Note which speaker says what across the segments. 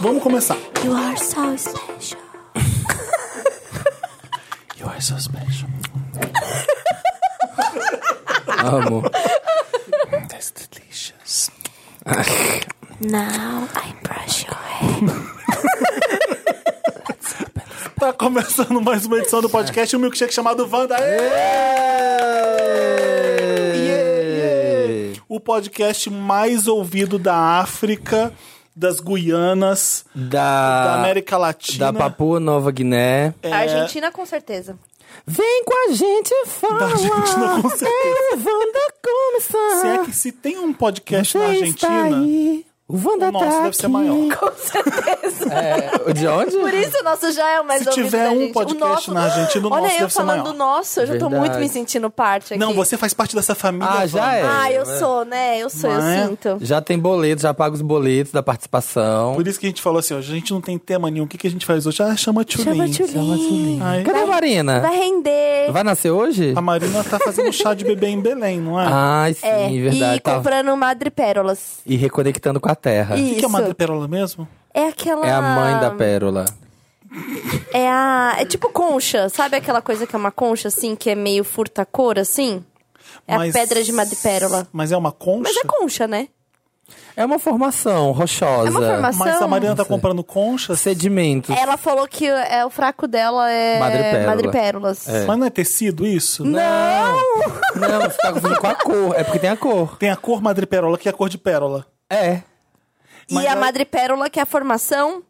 Speaker 1: Vamos começar.
Speaker 2: You are so special.
Speaker 3: You are so special.
Speaker 4: Amo.
Speaker 3: That's delicious.
Speaker 2: Now I brush your hair.
Speaker 1: Tá começando mais uma edição do podcast O Milkshake chamado Wanda. Ê! O podcast mais ouvido da África, das Guianas, da
Speaker 4: Da,
Speaker 1: América Latina.
Speaker 4: da Papua Nova Guiné.
Speaker 1: É.
Speaker 5: A Argentina, com certeza.
Speaker 4: Vem com a gente fala.
Speaker 1: Da Argentina, com certeza.
Speaker 4: É, o Wanda começar.
Speaker 1: Se é que se tem um podcast
Speaker 4: Você
Speaker 1: na
Speaker 4: está
Speaker 1: Argentina,
Speaker 4: aí. O Wanda
Speaker 1: o nosso
Speaker 4: tá
Speaker 1: deve
Speaker 4: aqui.
Speaker 1: ser maior.
Speaker 5: Com certeza.
Speaker 4: É, de onde?
Speaker 5: Por isso o nosso já é o mais
Speaker 1: Se
Speaker 5: ouvido
Speaker 1: tiver
Speaker 5: da
Speaker 1: um
Speaker 5: gente. O
Speaker 1: podcast
Speaker 5: nosso-
Speaker 1: na Argentina, o
Speaker 5: Olha
Speaker 1: nosso
Speaker 5: eu
Speaker 1: deve ser
Speaker 5: falando
Speaker 1: maior.
Speaker 5: do nosso, eu já tô
Speaker 4: Verdade.
Speaker 5: muito me sentindo parte aqui.
Speaker 1: Não, você faz parte dessa família.
Speaker 4: Ah,
Speaker 1: Wanda.
Speaker 4: já é.
Speaker 5: Ah, eu sou, né? Eu sou,
Speaker 1: Não é?
Speaker 5: eu sinto.
Speaker 4: Já tem boleto, já paga os boletos da participação.
Speaker 1: Por isso que a gente falou assim, ó, a gente não tem tema nenhum. O que, que a gente faz hoje? Ah, chama a Tchulin.
Speaker 5: Chama a Tchulin.
Speaker 1: Ai,
Speaker 4: Cadê a Marina?
Speaker 5: Vai render.
Speaker 4: Vai nascer hoje?
Speaker 1: a Marina tá fazendo chá de bebê em Belém, não é?
Speaker 4: Ai, sim,
Speaker 5: É,
Speaker 4: verdade.
Speaker 5: e
Speaker 4: Tá-
Speaker 5: comprando madrepérolas.
Speaker 4: e reconectando com a terra.
Speaker 1: O que, que é
Speaker 5: Isso.
Speaker 1: Madre Perola mesmo?
Speaker 5: É aquela...
Speaker 4: É a mãe da pérola.
Speaker 5: É a... É tipo concha. Sabe aquela coisa que é uma concha, assim, que é meio furta-cor, assim? É
Speaker 1: Mas-
Speaker 5: a pedra de madrepérola.
Speaker 1: Mas é uma concha?
Speaker 5: Mas é concha, né?
Speaker 4: É uma formação rochosa.
Speaker 5: É uma formação.
Speaker 1: Mas a Mariana tá comprando conchas?
Speaker 4: Sedimentos.
Speaker 5: Ela falou que é, o fraco dela é
Speaker 4: Madrepérola.
Speaker 5: madrepérolas.
Speaker 1: Mas não é tecido isso?
Speaker 4: Não, você tá confundindo com a cor. É porque tem a cor.
Speaker 1: Tem a cor Madre Perola, que é a cor de pérola.
Speaker 4: É.
Speaker 5: E a madrepérola, que é a formação.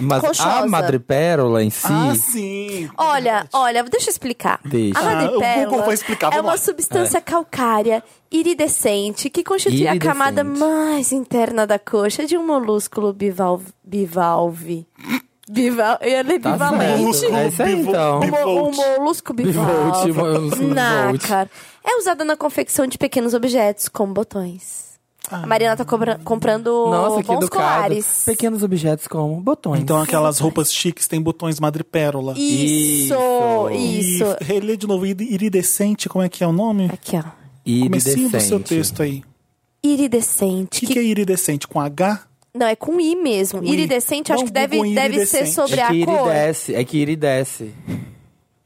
Speaker 4: Mas a
Speaker 5: Rochosa.
Speaker 4: madrepérola em si.
Speaker 1: Ah, sim.
Speaker 5: Olha, olha, deixa eu explicar.
Speaker 4: Deixa.
Speaker 5: A
Speaker 1: Ah, o Google
Speaker 5: madrepérola
Speaker 1: vai explicar,
Speaker 5: é
Speaker 1: vamos
Speaker 5: uma
Speaker 1: lá.
Speaker 5: substância calcária iridescente que constitui
Speaker 4: Iridescente.
Speaker 5: a camada mais interna da coxa de um molúsculo bivalve. Bivalve. Bival, ele é
Speaker 4: Tá
Speaker 5: bivalente.
Speaker 4: certo. É isso aí,
Speaker 1: Bivo-
Speaker 4: então.
Speaker 1: bivo-
Speaker 5: Mo-
Speaker 1: Bivolt.
Speaker 5: um molusco bivalve.
Speaker 4: Bivolt, molusco bivolt.
Speaker 5: nácar. É usada na confecção de pequenos objetos, como botões.
Speaker 1: Ah.
Speaker 5: A Mariana tá cobra- comprando
Speaker 4: Nossa, que
Speaker 5: bons
Speaker 4: educado.
Speaker 5: colares.
Speaker 4: Pequenos objetos como botões.
Speaker 1: Então aquelas roupas chiques têm botões Madre Pérola.
Speaker 5: Isso, isso.
Speaker 1: E relê de novo, iri- iridescente, como é que é o nome?
Speaker 5: Aqui, ó.
Speaker 1: Comecinho do seu
Speaker 4: iridescente.
Speaker 1: texto aí. O
Speaker 5: Iridescente.
Speaker 1: que,
Speaker 5: Que-
Speaker 1: que é iridescente? Com H?
Speaker 5: Não, é com I mesmo.
Speaker 1: I.
Speaker 5: Iridescente,
Speaker 1: Dá
Speaker 5: acho
Speaker 1: um
Speaker 5: que deve,
Speaker 1: Google em
Speaker 5: deve ser
Speaker 1: iridescente.
Speaker 5: sobre
Speaker 4: É que
Speaker 5: a cor.
Speaker 4: iridesce. É que iridesce.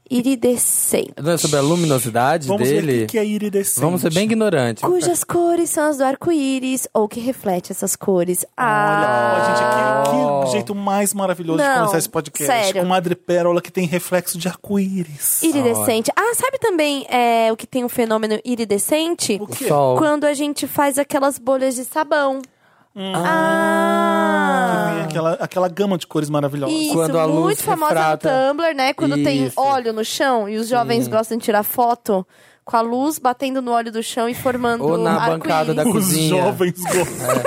Speaker 5: Iridescente.
Speaker 4: Não é sobre a luminosidade
Speaker 1: Vamos ver o
Speaker 4: dele?
Speaker 1: que, que é iridescente.
Speaker 4: Vamos ser bem ignorantes.
Speaker 5: Cujas cores são as do arco-íris, ou que reflete essas cores.
Speaker 1: Ó,
Speaker 5: Ah,
Speaker 1: gente, que, que jeito mais maravilhoso de
Speaker 5: Não,
Speaker 1: começar esse podcast.
Speaker 5: sério.
Speaker 1: Com Madre Pérola que tem reflexo de arco-íris.
Speaker 5: iridescente. Ah, sabe também é, o que tem o fenômeno iridescente?
Speaker 1: O
Speaker 4: O
Speaker 1: quê?
Speaker 4: sol.
Speaker 5: Quando a gente faz aquelas bolhas de sabão. Ah!
Speaker 1: Tem aquela, aquela gama de cores maravilhosas.
Speaker 5: Isso,
Speaker 4: Então, Quando a luz
Speaker 5: muito famosa
Speaker 4: refrata.
Speaker 5: no Tumblr, né? Quando tem
Speaker 4: Isso.
Speaker 5: óleo no chão e os jovens gostam de tirar foto com a luz batendo no óleo do chão e formando
Speaker 4: Ou na
Speaker 5: arco-íris.
Speaker 4: bancada da
Speaker 1: Os
Speaker 4: cozinha.
Speaker 1: jovens gostam.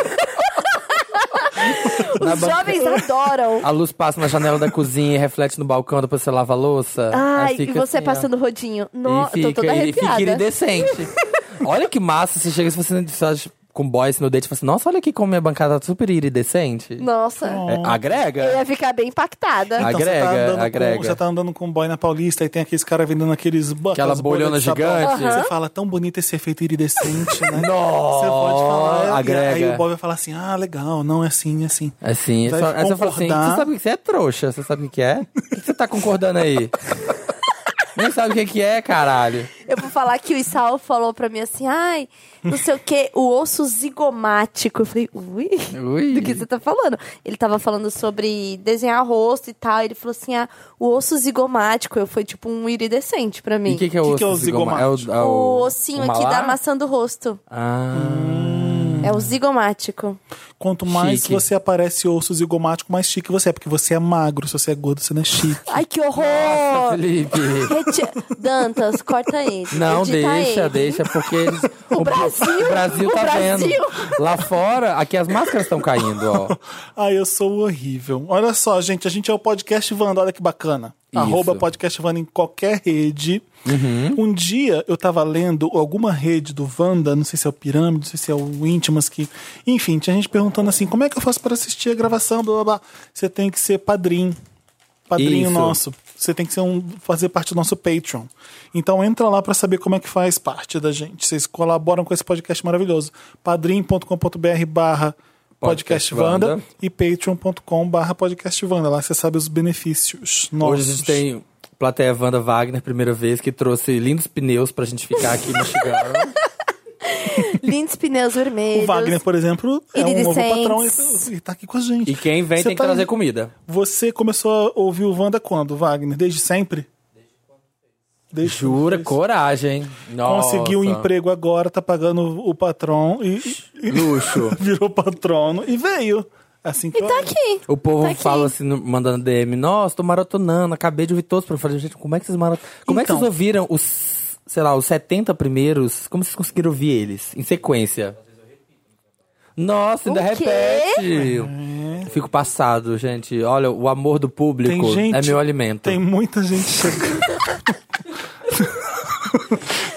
Speaker 4: Na
Speaker 5: Os
Speaker 4: banca-
Speaker 5: jovens adoram.
Speaker 4: A luz passa na janela da cozinha e reflete no balcão, depois você lava a louça.
Speaker 5: Ai,
Speaker 4: Aí fica
Speaker 5: e você
Speaker 4: assim, ó.
Speaker 5: passando rodinho.
Speaker 4: E
Speaker 5: Nossa,
Speaker 4: fica,
Speaker 5: tô toda
Speaker 4: e fica
Speaker 5: arrepiada.
Speaker 4: iridescente. olha que massa, você chega se você só com boy assim, no date e fala assim, nossa, olha aqui como minha bancada tá super iridescente.
Speaker 5: Nossa,
Speaker 4: É, agrega?
Speaker 5: eu ia ficar bem impactada.
Speaker 4: Ai,
Speaker 1: Então, você tá
Speaker 4: Agrega,
Speaker 1: andando com-
Speaker 4: agrega.
Speaker 1: você tá andando com um boy na Paulista e tem aqueles caras vendendo aqueles...
Speaker 4: Aquela
Speaker 1: aquelas bolhas
Speaker 4: bolhona
Speaker 1: de sabão.
Speaker 4: gigante.
Speaker 1: Você fala, tão bonito esse efeito iridescente, né?
Speaker 4: Nossa,
Speaker 1: Você pode falar. "É, e
Speaker 4: agrega.
Speaker 1: Aí o boy vai falar assim, ah, legal, não é assim, é assim.
Speaker 4: Assim,
Speaker 1: Vai
Speaker 4: só, aí você fala assim,
Speaker 1: concordar.
Speaker 4: você sabe que você é trouxa, você sabe o que que é? O que que você tá concordando aí? Nem sabe o que que é, caralho.
Speaker 5: Eu vou falar que o Isal falou pra mim assim, ai, não sei o que, o osso zigomático. Eu falei, ui,
Speaker 4: Ui.
Speaker 5: do que você tá falando? Ele tava falando sobre desenhar rosto e tal, ele falou assim, ah, o osso zigomático. Eu fui tipo um iridescente pra
Speaker 4: E
Speaker 5: mim.
Speaker 4: o que que é o
Speaker 1: Que que é o
Speaker 4: osso zigomático?
Speaker 1: zigomático?
Speaker 4: É o, é
Speaker 5: O ossinho
Speaker 4: o
Speaker 5: aqui da
Speaker 4: malar?
Speaker 5: maçã do rosto.
Speaker 4: Ah,
Speaker 5: É o zigomático.
Speaker 1: Quanto mais
Speaker 4: Chique.
Speaker 1: você aparece osso zigomático, mais chique você é. Porque você é magro, se você é gordo, você não é chique.
Speaker 5: Ai, que horror!
Speaker 4: Felipe...
Speaker 5: Reti- Dantas, corta ele.
Speaker 4: Não,
Speaker 5: Edita
Speaker 4: deixa,
Speaker 5: ele.
Speaker 4: deixa, porque eles, o,
Speaker 5: Brasil,
Speaker 4: o Brasil
Speaker 5: o
Speaker 4: tá
Speaker 5: Brasil.
Speaker 4: vendo. Lá fora, aqui as máscaras estão caindo, ó.
Speaker 1: Ai, eu sou horrível. Olha só, gente, a gente é o Podcast Vanda, olha que bacana.
Speaker 4: Isso.
Speaker 1: Arroba Podcast Vanda em qualquer rede.
Speaker 4: Uhum.
Speaker 1: Um dia eu tava lendo alguma rede do Vanda, não sei se é o Pirâmide, não sei se é o Íntimas, que. Enfim, tinha gente perguntando assim: como é que eu faço para assistir a gravação? Blá, blá, blá. Você tem que ser padrinho. Padrinho
Speaker 4: Isso.
Speaker 1: nosso. Você tem que ser um, fazer parte do nosso Patreon. Então entra lá para saber como é que faz parte da gente. Vocês colaboram com esse podcast maravilhoso. padrim.com.br barra Podcast
Speaker 4: Podcast
Speaker 1: Vanda
Speaker 4: Wanda.
Speaker 1: e patreon.com/barra podcast Wanda. Lá você sabe os benefícios. Nossos.
Speaker 4: Hoje a gente tem plateia Wanda Wagner, primeira vez, que trouxe lindos pneus pra gente ficar aqui mastigando.
Speaker 5: Lindos pneus vermelhos.
Speaker 1: O Wagner, por exemplo, é um novo
Speaker 5: Iridescentes.
Speaker 1: patrão e- e tá aqui com a gente.
Speaker 4: E quem vem
Speaker 1: Você
Speaker 4: tem
Speaker 1: tá-
Speaker 4: que trazer comida.
Speaker 1: Você começou a ouvir o Wanda quando, Wagner? Desde sempre? Desde quando
Speaker 4: Jura,
Speaker 1: fez.
Speaker 4: coragem. Nossa.
Speaker 1: Conseguiu um emprego agora, tá pagando o patrão e, e- e
Speaker 4: Luxo.
Speaker 1: virou patrono e veio. Assim que
Speaker 5: E tá aqui.
Speaker 4: O povo
Speaker 5: Tá aqui.
Speaker 4: fala assim, no- mandando DM, nossa, tô maratonando, acabei de ouvir todos. Eu falei, gente, como é que vocês maratonam? Como é que
Speaker 1: Então.
Speaker 4: vocês ouviram os, sei lá, os 70 primeiros? Como vocês conseguiram ouvir eles? Em sequência. Nossa, ainda
Speaker 5: O quê? É.
Speaker 4: repete. Eu Fico passado, gente. Olha, o amor do público
Speaker 1: Tem gente-
Speaker 4: é meu alimento.
Speaker 1: Tem muita gente chegando.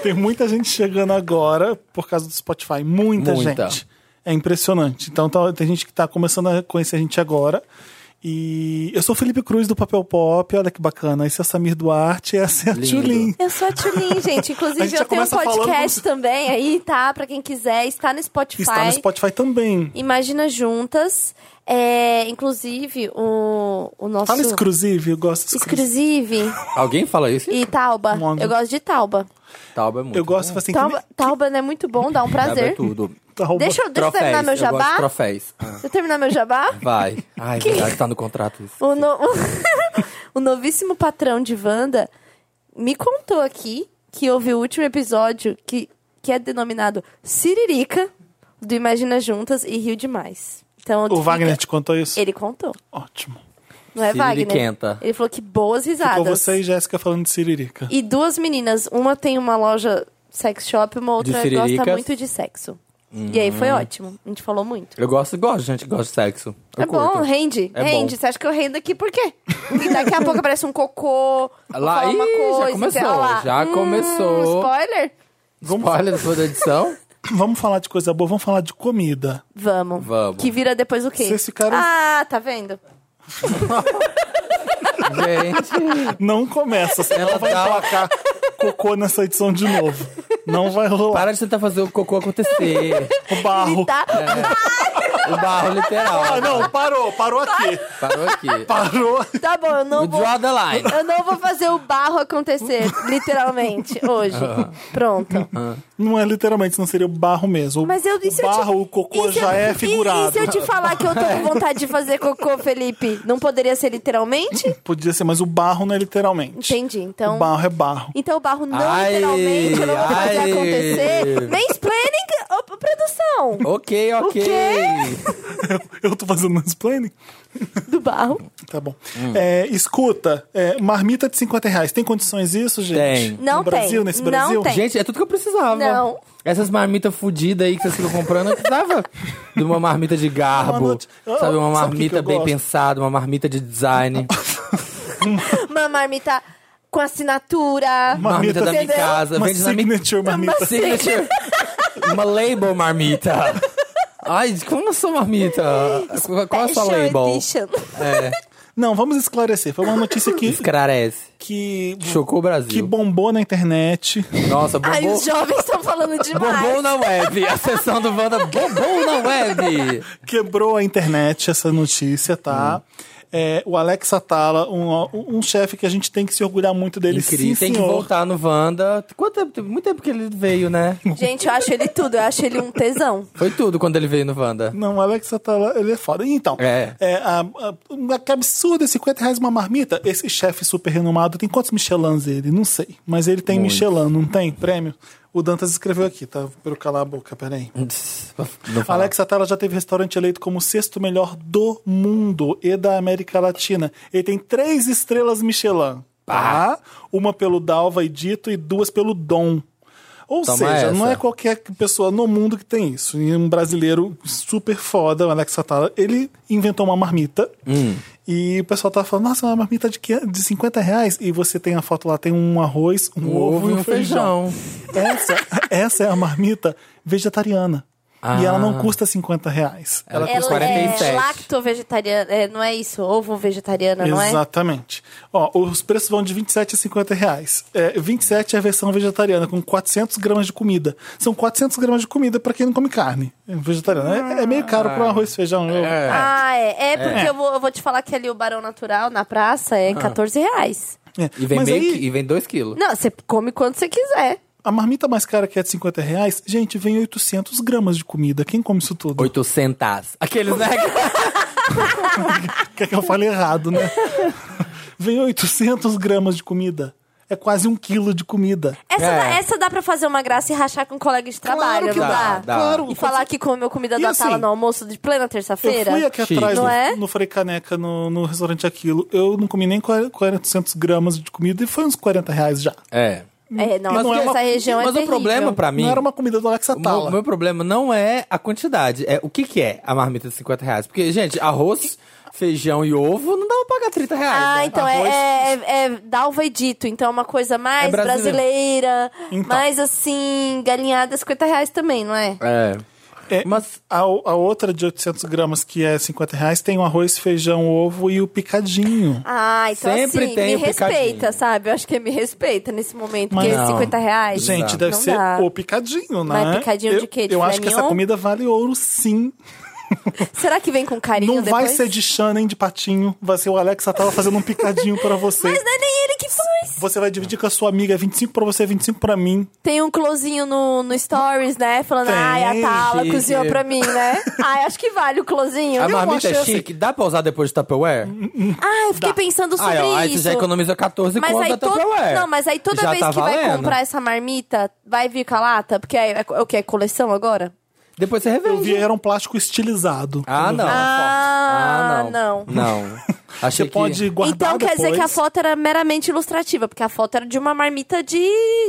Speaker 1: Tem muita gente chegando agora por causa do Spotify. Muita,
Speaker 4: Muita.
Speaker 1: gente. É impressionante. Então tá- tem gente que tá começando a conhecer a gente agora. E eu sou o Felipe Cruz do Papel Pop, olha que bacana. Esse é o Samir Duarte, essa é a
Speaker 4: Lindo.
Speaker 1: Tulin.
Speaker 5: Eu sou a Tulin, gente.
Speaker 1: A
Speaker 5: Inclusive,
Speaker 1: gente já
Speaker 5: eu tenho um
Speaker 1: começa falando
Speaker 5: podcast
Speaker 1: como
Speaker 5: também aí, tá? Pra quem quiser, está no Spotify.
Speaker 1: Está no Spotify também.
Speaker 5: Imagina Juntas. É, inclusive, o, o nosso...
Speaker 1: Fala exclusivo, eu gosto de exclusivo.
Speaker 5: Exclusive.
Speaker 4: Alguém fala isso?
Speaker 5: E Tauba.
Speaker 1: Nome.
Speaker 5: Eu gosto de Tauba.
Speaker 4: Tauba é muito
Speaker 1: Eu gosto
Speaker 4: bom.
Speaker 1: assim, Um que
Speaker 5: Tauba,
Speaker 1: nem-
Speaker 5: Tauba não é muito bom, dá um
Speaker 4: Tauba é
Speaker 5: prazer.
Speaker 4: tudo.
Speaker 1: Tá,
Speaker 5: Deixa eu, deixa eu
Speaker 4: Troféis.
Speaker 5: terminar meu
Speaker 4: Eu gosto de
Speaker 5: jabá.
Speaker 4: troféis.
Speaker 5: Deixa eu terminar meu jabá.
Speaker 4: Vai. Ai, verdade, tá no contrato isso.
Speaker 5: O, no- o novíssimo patrão de Wanda me contou aqui que houve o último episódio que, que é denominado Siririca, do Imagina Juntas e Rio Demais. Então,
Speaker 1: O
Speaker 5: fica-
Speaker 1: Wagner te contou isso?
Speaker 5: Ele contou.
Speaker 1: Ótimo.
Speaker 5: Não é Wagner?
Speaker 4: Siririquenta.
Speaker 5: Ele falou que boas risadas.
Speaker 1: Ficou você e Jéssica falando de Siririca.
Speaker 5: E duas meninas. Uma tem uma loja sex shop, uma
Speaker 4: De Uhum.
Speaker 5: outra
Speaker 4: siriricas.
Speaker 5: gosta muito de sexo. E aí foi ótimo. A gente falou muito.
Speaker 4: Eu gosto, gosto, gente, gosto de sexo. Eu
Speaker 5: é bom,
Speaker 4: curto.
Speaker 5: rende.
Speaker 4: É
Speaker 5: rende.
Speaker 4: bom.
Speaker 5: Você acha que eu rendo aqui por quê? E daqui a pouco aparece um cocô. vou
Speaker 4: Lá-
Speaker 5: falar uma
Speaker 4: Ih, já
Speaker 5: coisa.
Speaker 4: começou,
Speaker 5: então, lá.
Speaker 4: já
Speaker 5: Hum,
Speaker 4: começou.
Speaker 5: Spoiler?
Speaker 4: Spoiler da sua edição.
Speaker 1: Vamos falar de coisa boa, vamos falar de comida.
Speaker 5: Vamos.
Speaker 4: Vamos.
Speaker 5: Que vira depois o quê?
Speaker 1: Vocês ficaram-
Speaker 5: Ah, tá vendo?
Speaker 4: Gente,
Speaker 1: Não começa, senão
Speaker 4: Ela
Speaker 1: vai
Speaker 4: dá uma
Speaker 1: colocar
Speaker 5: É.
Speaker 1: cocô nessa edição de novo. Não vai rolar.
Speaker 4: para de tentar fazer o cocô acontecer.
Speaker 1: O barro.
Speaker 5: Tá?
Speaker 4: É. O barro
Speaker 1: Ah,
Speaker 4: literal.
Speaker 1: não, parou, parou aqui.
Speaker 4: Parou aqui.
Speaker 1: Parou.
Speaker 5: Tá bom, eu não
Speaker 4: We
Speaker 5: vou...
Speaker 4: draw the line.
Speaker 5: Eu não vou fazer o barro acontecer, literalmente, hoje. Pronto.
Speaker 1: Não é literalmente, senão seria o barro mesmo.
Speaker 5: Mas eu
Speaker 1: o
Speaker 5: disse
Speaker 1: barro, o cocô já é
Speaker 5: E,
Speaker 1: figurado.
Speaker 5: se eu te falar que eu tô com vontade de fazer cocô, Felipe? Não poderia ser literalmente?
Speaker 1: Podia ser, mas o barro não é literalmente.
Speaker 5: Entendi. Então.
Speaker 1: O barro é barro.
Speaker 5: Então o barro não
Speaker 4: Ai,
Speaker 5: literalmente, eu não vou fazer
Speaker 4: ai.
Speaker 5: acontecer. Mansplaining, ô, p- produção
Speaker 4: Ok, ok.
Speaker 5: O
Speaker 1: Eu tô fazendo mansplaining?
Speaker 5: do barro.
Speaker 1: Tá bom. É, escuta, é, marmita de 50 reais. Tem condições isso, gente?
Speaker 4: Tem.
Speaker 5: Não
Speaker 1: no Brasil,
Speaker 5: tem.
Speaker 1: nesse
Speaker 5: Não
Speaker 1: Brasil?
Speaker 5: tem.
Speaker 4: Gente, é tudo que eu precisava.
Speaker 5: Não.
Speaker 4: Essas marmitas fodidas aí que vocês ficam comprando, eu precisava de uma marmita de
Speaker 1: Uma
Speaker 4: garbo.
Speaker 1: noite- Eu-
Speaker 4: Sabe, uma
Speaker 1: sabe o que que
Speaker 4: marmita
Speaker 1: eu
Speaker 4: bem
Speaker 1: gosto?
Speaker 4: pensada, uma marmita de design.
Speaker 5: Uma marmita com assinatura.
Speaker 1: Marmita
Speaker 4: Marmita da minha
Speaker 5: Entendeu?
Speaker 4: casa.
Speaker 1: Uma
Speaker 4: Vende na minha
Speaker 1: signature marmita.
Speaker 4: Signature. Uma label marmita. Ai, como eu sou marmita? Qual é a sua
Speaker 5: Special
Speaker 4: label?
Speaker 5: edition.
Speaker 4: É,
Speaker 1: Não, vamos esclarecer. Foi uma notícia que,
Speaker 4: esclarece.
Speaker 1: que,
Speaker 4: Chocou o Brasil.
Speaker 1: que bombou na internet.
Speaker 4: Nossa,
Speaker 5: Ai,
Speaker 4: bombou.
Speaker 5: os jovens estão falando demais.
Speaker 4: Bombou na web. A sessão do Wanda bombou na web.
Speaker 1: Quebrou a internet essa notícia, tá?
Speaker 4: Hum.
Speaker 1: É, o Alex Atala, um, um chefe que a gente tem que se orgulhar muito dele, sim,
Speaker 4: Incrível. Tem que
Speaker 1: senhor.
Speaker 4: voltar no Wanda. Quanto tempo? Tem Muito tempo que ele veio, né?
Speaker 5: Gente, eu acho ele tudo. Eu acho ele um tesão.
Speaker 4: Foi tudo quando ele veio no Wanda.
Speaker 1: Não, o Alex Atala, ele é foda. Então,
Speaker 4: É.
Speaker 1: a- a- que absurdo, é 50 reais uma marmita. Esse chefe super renomado, tem quantos Michelins ele? Não sei. Mas ele tem Michelin, não tem? Prêmio? O Dantas escreveu aqui, tá? Pra eu calar a boca, peraí.
Speaker 4: Não fala.
Speaker 1: Alex Atala já teve restaurante eleito como o sexto melhor do mundo e da América Latina. Ele tem três estrelas Michelin. Tá? Uma pelo Dalva e Dito e duas pelo Dom. Ou
Speaker 4: Toma
Speaker 1: seja, não
Speaker 4: essa.
Speaker 1: é qualquer pessoa no mundo que tem isso. E um brasileiro super foda, o Alex Atala, ele inventou uma marmita.
Speaker 4: Hum.
Speaker 1: E o pessoal tá falando, nossa, uma marmita de, 500 de 50 reais. E você tem a foto lá, tem um arroz, um,
Speaker 4: Um ovo e um
Speaker 1: feijão.
Speaker 4: feijão.
Speaker 1: Essa, essa é a marmita vegetariana. E ela
Speaker 4: Ah.
Speaker 1: não custa 50 reais.
Speaker 4: Ela
Speaker 5: Ela
Speaker 4: custa 47.
Speaker 5: é lacto-vegetariana, é, não é isso, ovo-vegetariana, não é?
Speaker 1: Exatamente. Ó, os preços vão de 27 a 50 reais. É, 27 é a versão vegetariana, com 400 gramas de comida. São 400 gramas de comida para quem não come carne. É Vegetariana. É, é meio caro para um arroz, feijão. eu-
Speaker 4: É.
Speaker 5: Ah, é. É porque Eu, vou, eu vou te falar que ali o Barão Natural na praça é
Speaker 4: Ah.
Speaker 5: 14 reais.
Speaker 1: É.
Speaker 4: E vem,
Speaker 1: Mas
Speaker 4: meio
Speaker 1: aí,
Speaker 4: que- e vem 2 quilos.
Speaker 5: Não, você come quanto você quiser.
Speaker 1: a marmita mais cara que é de 50 reais, gente, vem 800 gramas de comida. Quem come isso tudo?
Speaker 4: 800. Aqueles, né?
Speaker 1: Quer que eu fale errado, né? vem 800 gramas de comida. É quase um quilo de comida.
Speaker 5: Essa,
Speaker 4: É.
Speaker 5: dá, essa dá pra fazer uma graça e rachar com um colega de trabalho,
Speaker 1: que
Speaker 5: não
Speaker 4: dá, dá.
Speaker 1: Claro.
Speaker 5: E falar que comeu comida
Speaker 1: E
Speaker 5: da
Speaker 1: assim,
Speaker 5: sala no almoço de plena
Speaker 1: Eu
Speaker 5: terça-feira?
Speaker 1: fui aqui
Speaker 4: Chique.
Speaker 1: atrás,
Speaker 5: Não
Speaker 1: no,
Speaker 5: é?
Speaker 1: no Frei Caneca, no, no restaurante Aquilo. Eu não comi nem 40, 400 gramas de comida e foi uns 40 reais já.
Speaker 4: É.
Speaker 5: É, não,
Speaker 1: Mas não é
Speaker 5: essa
Speaker 1: uma-
Speaker 5: região é
Speaker 4: Mas o
Speaker 5: terrível.
Speaker 4: problema pra mim.
Speaker 1: Não era uma comida do Alex
Speaker 4: O meu,
Speaker 1: Atala.
Speaker 4: o meu problema não é a quantidade, é o que que é a marmita de 50 reais. Porque, gente, arroz, feijão e ovo não dá pra pagar 30 reais.
Speaker 5: Ah,
Speaker 4: né?
Speaker 5: então é,
Speaker 4: Arroz-
Speaker 5: é, é, é dalva e dito. Então é uma coisa mais
Speaker 4: É brasileiro.
Speaker 5: brasileira,
Speaker 1: Então.
Speaker 5: mais assim, galinhada, 50 reais também, não é?
Speaker 4: É.
Speaker 1: É,
Speaker 4: Mas
Speaker 1: a, a outra de 800 gramas, que é 50 reais, tem o arroz, feijão, ovo e o picadinho.
Speaker 5: Ah, então
Speaker 4: Sempre
Speaker 5: assim,
Speaker 4: tem
Speaker 5: me
Speaker 4: o picadinho.
Speaker 5: respeita, sabe? Eu acho que é me respeita nesse momento,
Speaker 1: Mas
Speaker 5: porque
Speaker 4: não.
Speaker 5: 50 reais.
Speaker 1: Gente, deve
Speaker 5: não
Speaker 1: ser
Speaker 5: dá.
Speaker 1: o picadinho, né?
Speaker 5: Mas picadinho
Speaker 1: eu,
Speaker 5: de quê? De
Speaker 1: eu
Speaker 5: filé
Speaker 1: acho que essa
Speaker 5: mignon?
Speaker 1: comida vale ouro, sim.
Speaker 5: Será que vem com carinho
Speaker 1: não
Speaker 5: depois?
Speaker 1: vai ser de Shannon de patinho, vai ser o Alex Atala fazendo um picadinho pra você.
Speaker 5: Mas não é nem ele que faz.
Speaker 1: Você vai dividir com a sua amiga, 25 pra você, 25 pra mim.
Speaker 5: Tem um closinho no, no Stories, né? Falando,
Speaker 1: Tem,
Speaker 5: ai, a Tala
Speaker 4: gente.
Speaker 5: cozinhou pra mim, né? ai, acho que vale o closinho.
Speaker 4: a
Speaker 5: Ai,
Speaker 4: marmita
Speaker 1: achei
Speaker 4: é
Speaker 1: assim.
Speaker 4: chique, dá pra usar depois de Tupperware?
Speaker 5: eu fiquei pensando Hum. sobre
Speaker 4: Aí, ó, aí você
Speaker 5: isso.
Speaker 4: já economiza 14
Speaker 5: Mas
Speaker 4: conto
Speaker 5: aí,
Speaker 4: da
Speaker 5: to...
Speaker 4: Tupperware.
Speaker 5: não, mas aí toda
Speaker 4: Já
Speaker 5: vez
Speaker 4: tá
Speaker 5: que vai
Speaker 4: valendo.
Speaker 5: comprar essa marmita, vai vir com a lata? Porque é, é, é o que? É coleção agora?
Speaker 4: Depois você
Speaker 1: Eu
Speaker 4: revende.
Speaker 1: vi, era um plástico estilizado.
Speaker 4: Ah, não.
Speaker 5: Ah, não.
Speaker 4: Não.
Speaker 1: Você
Speaker 4: Achei que...
Speaker 1: pode guardar
Speaker 5: então quer dizer que a
Speaker 1: depois.
Speaker 5: foto era meramente ilustrativa, porque a foto era de uma marmita de.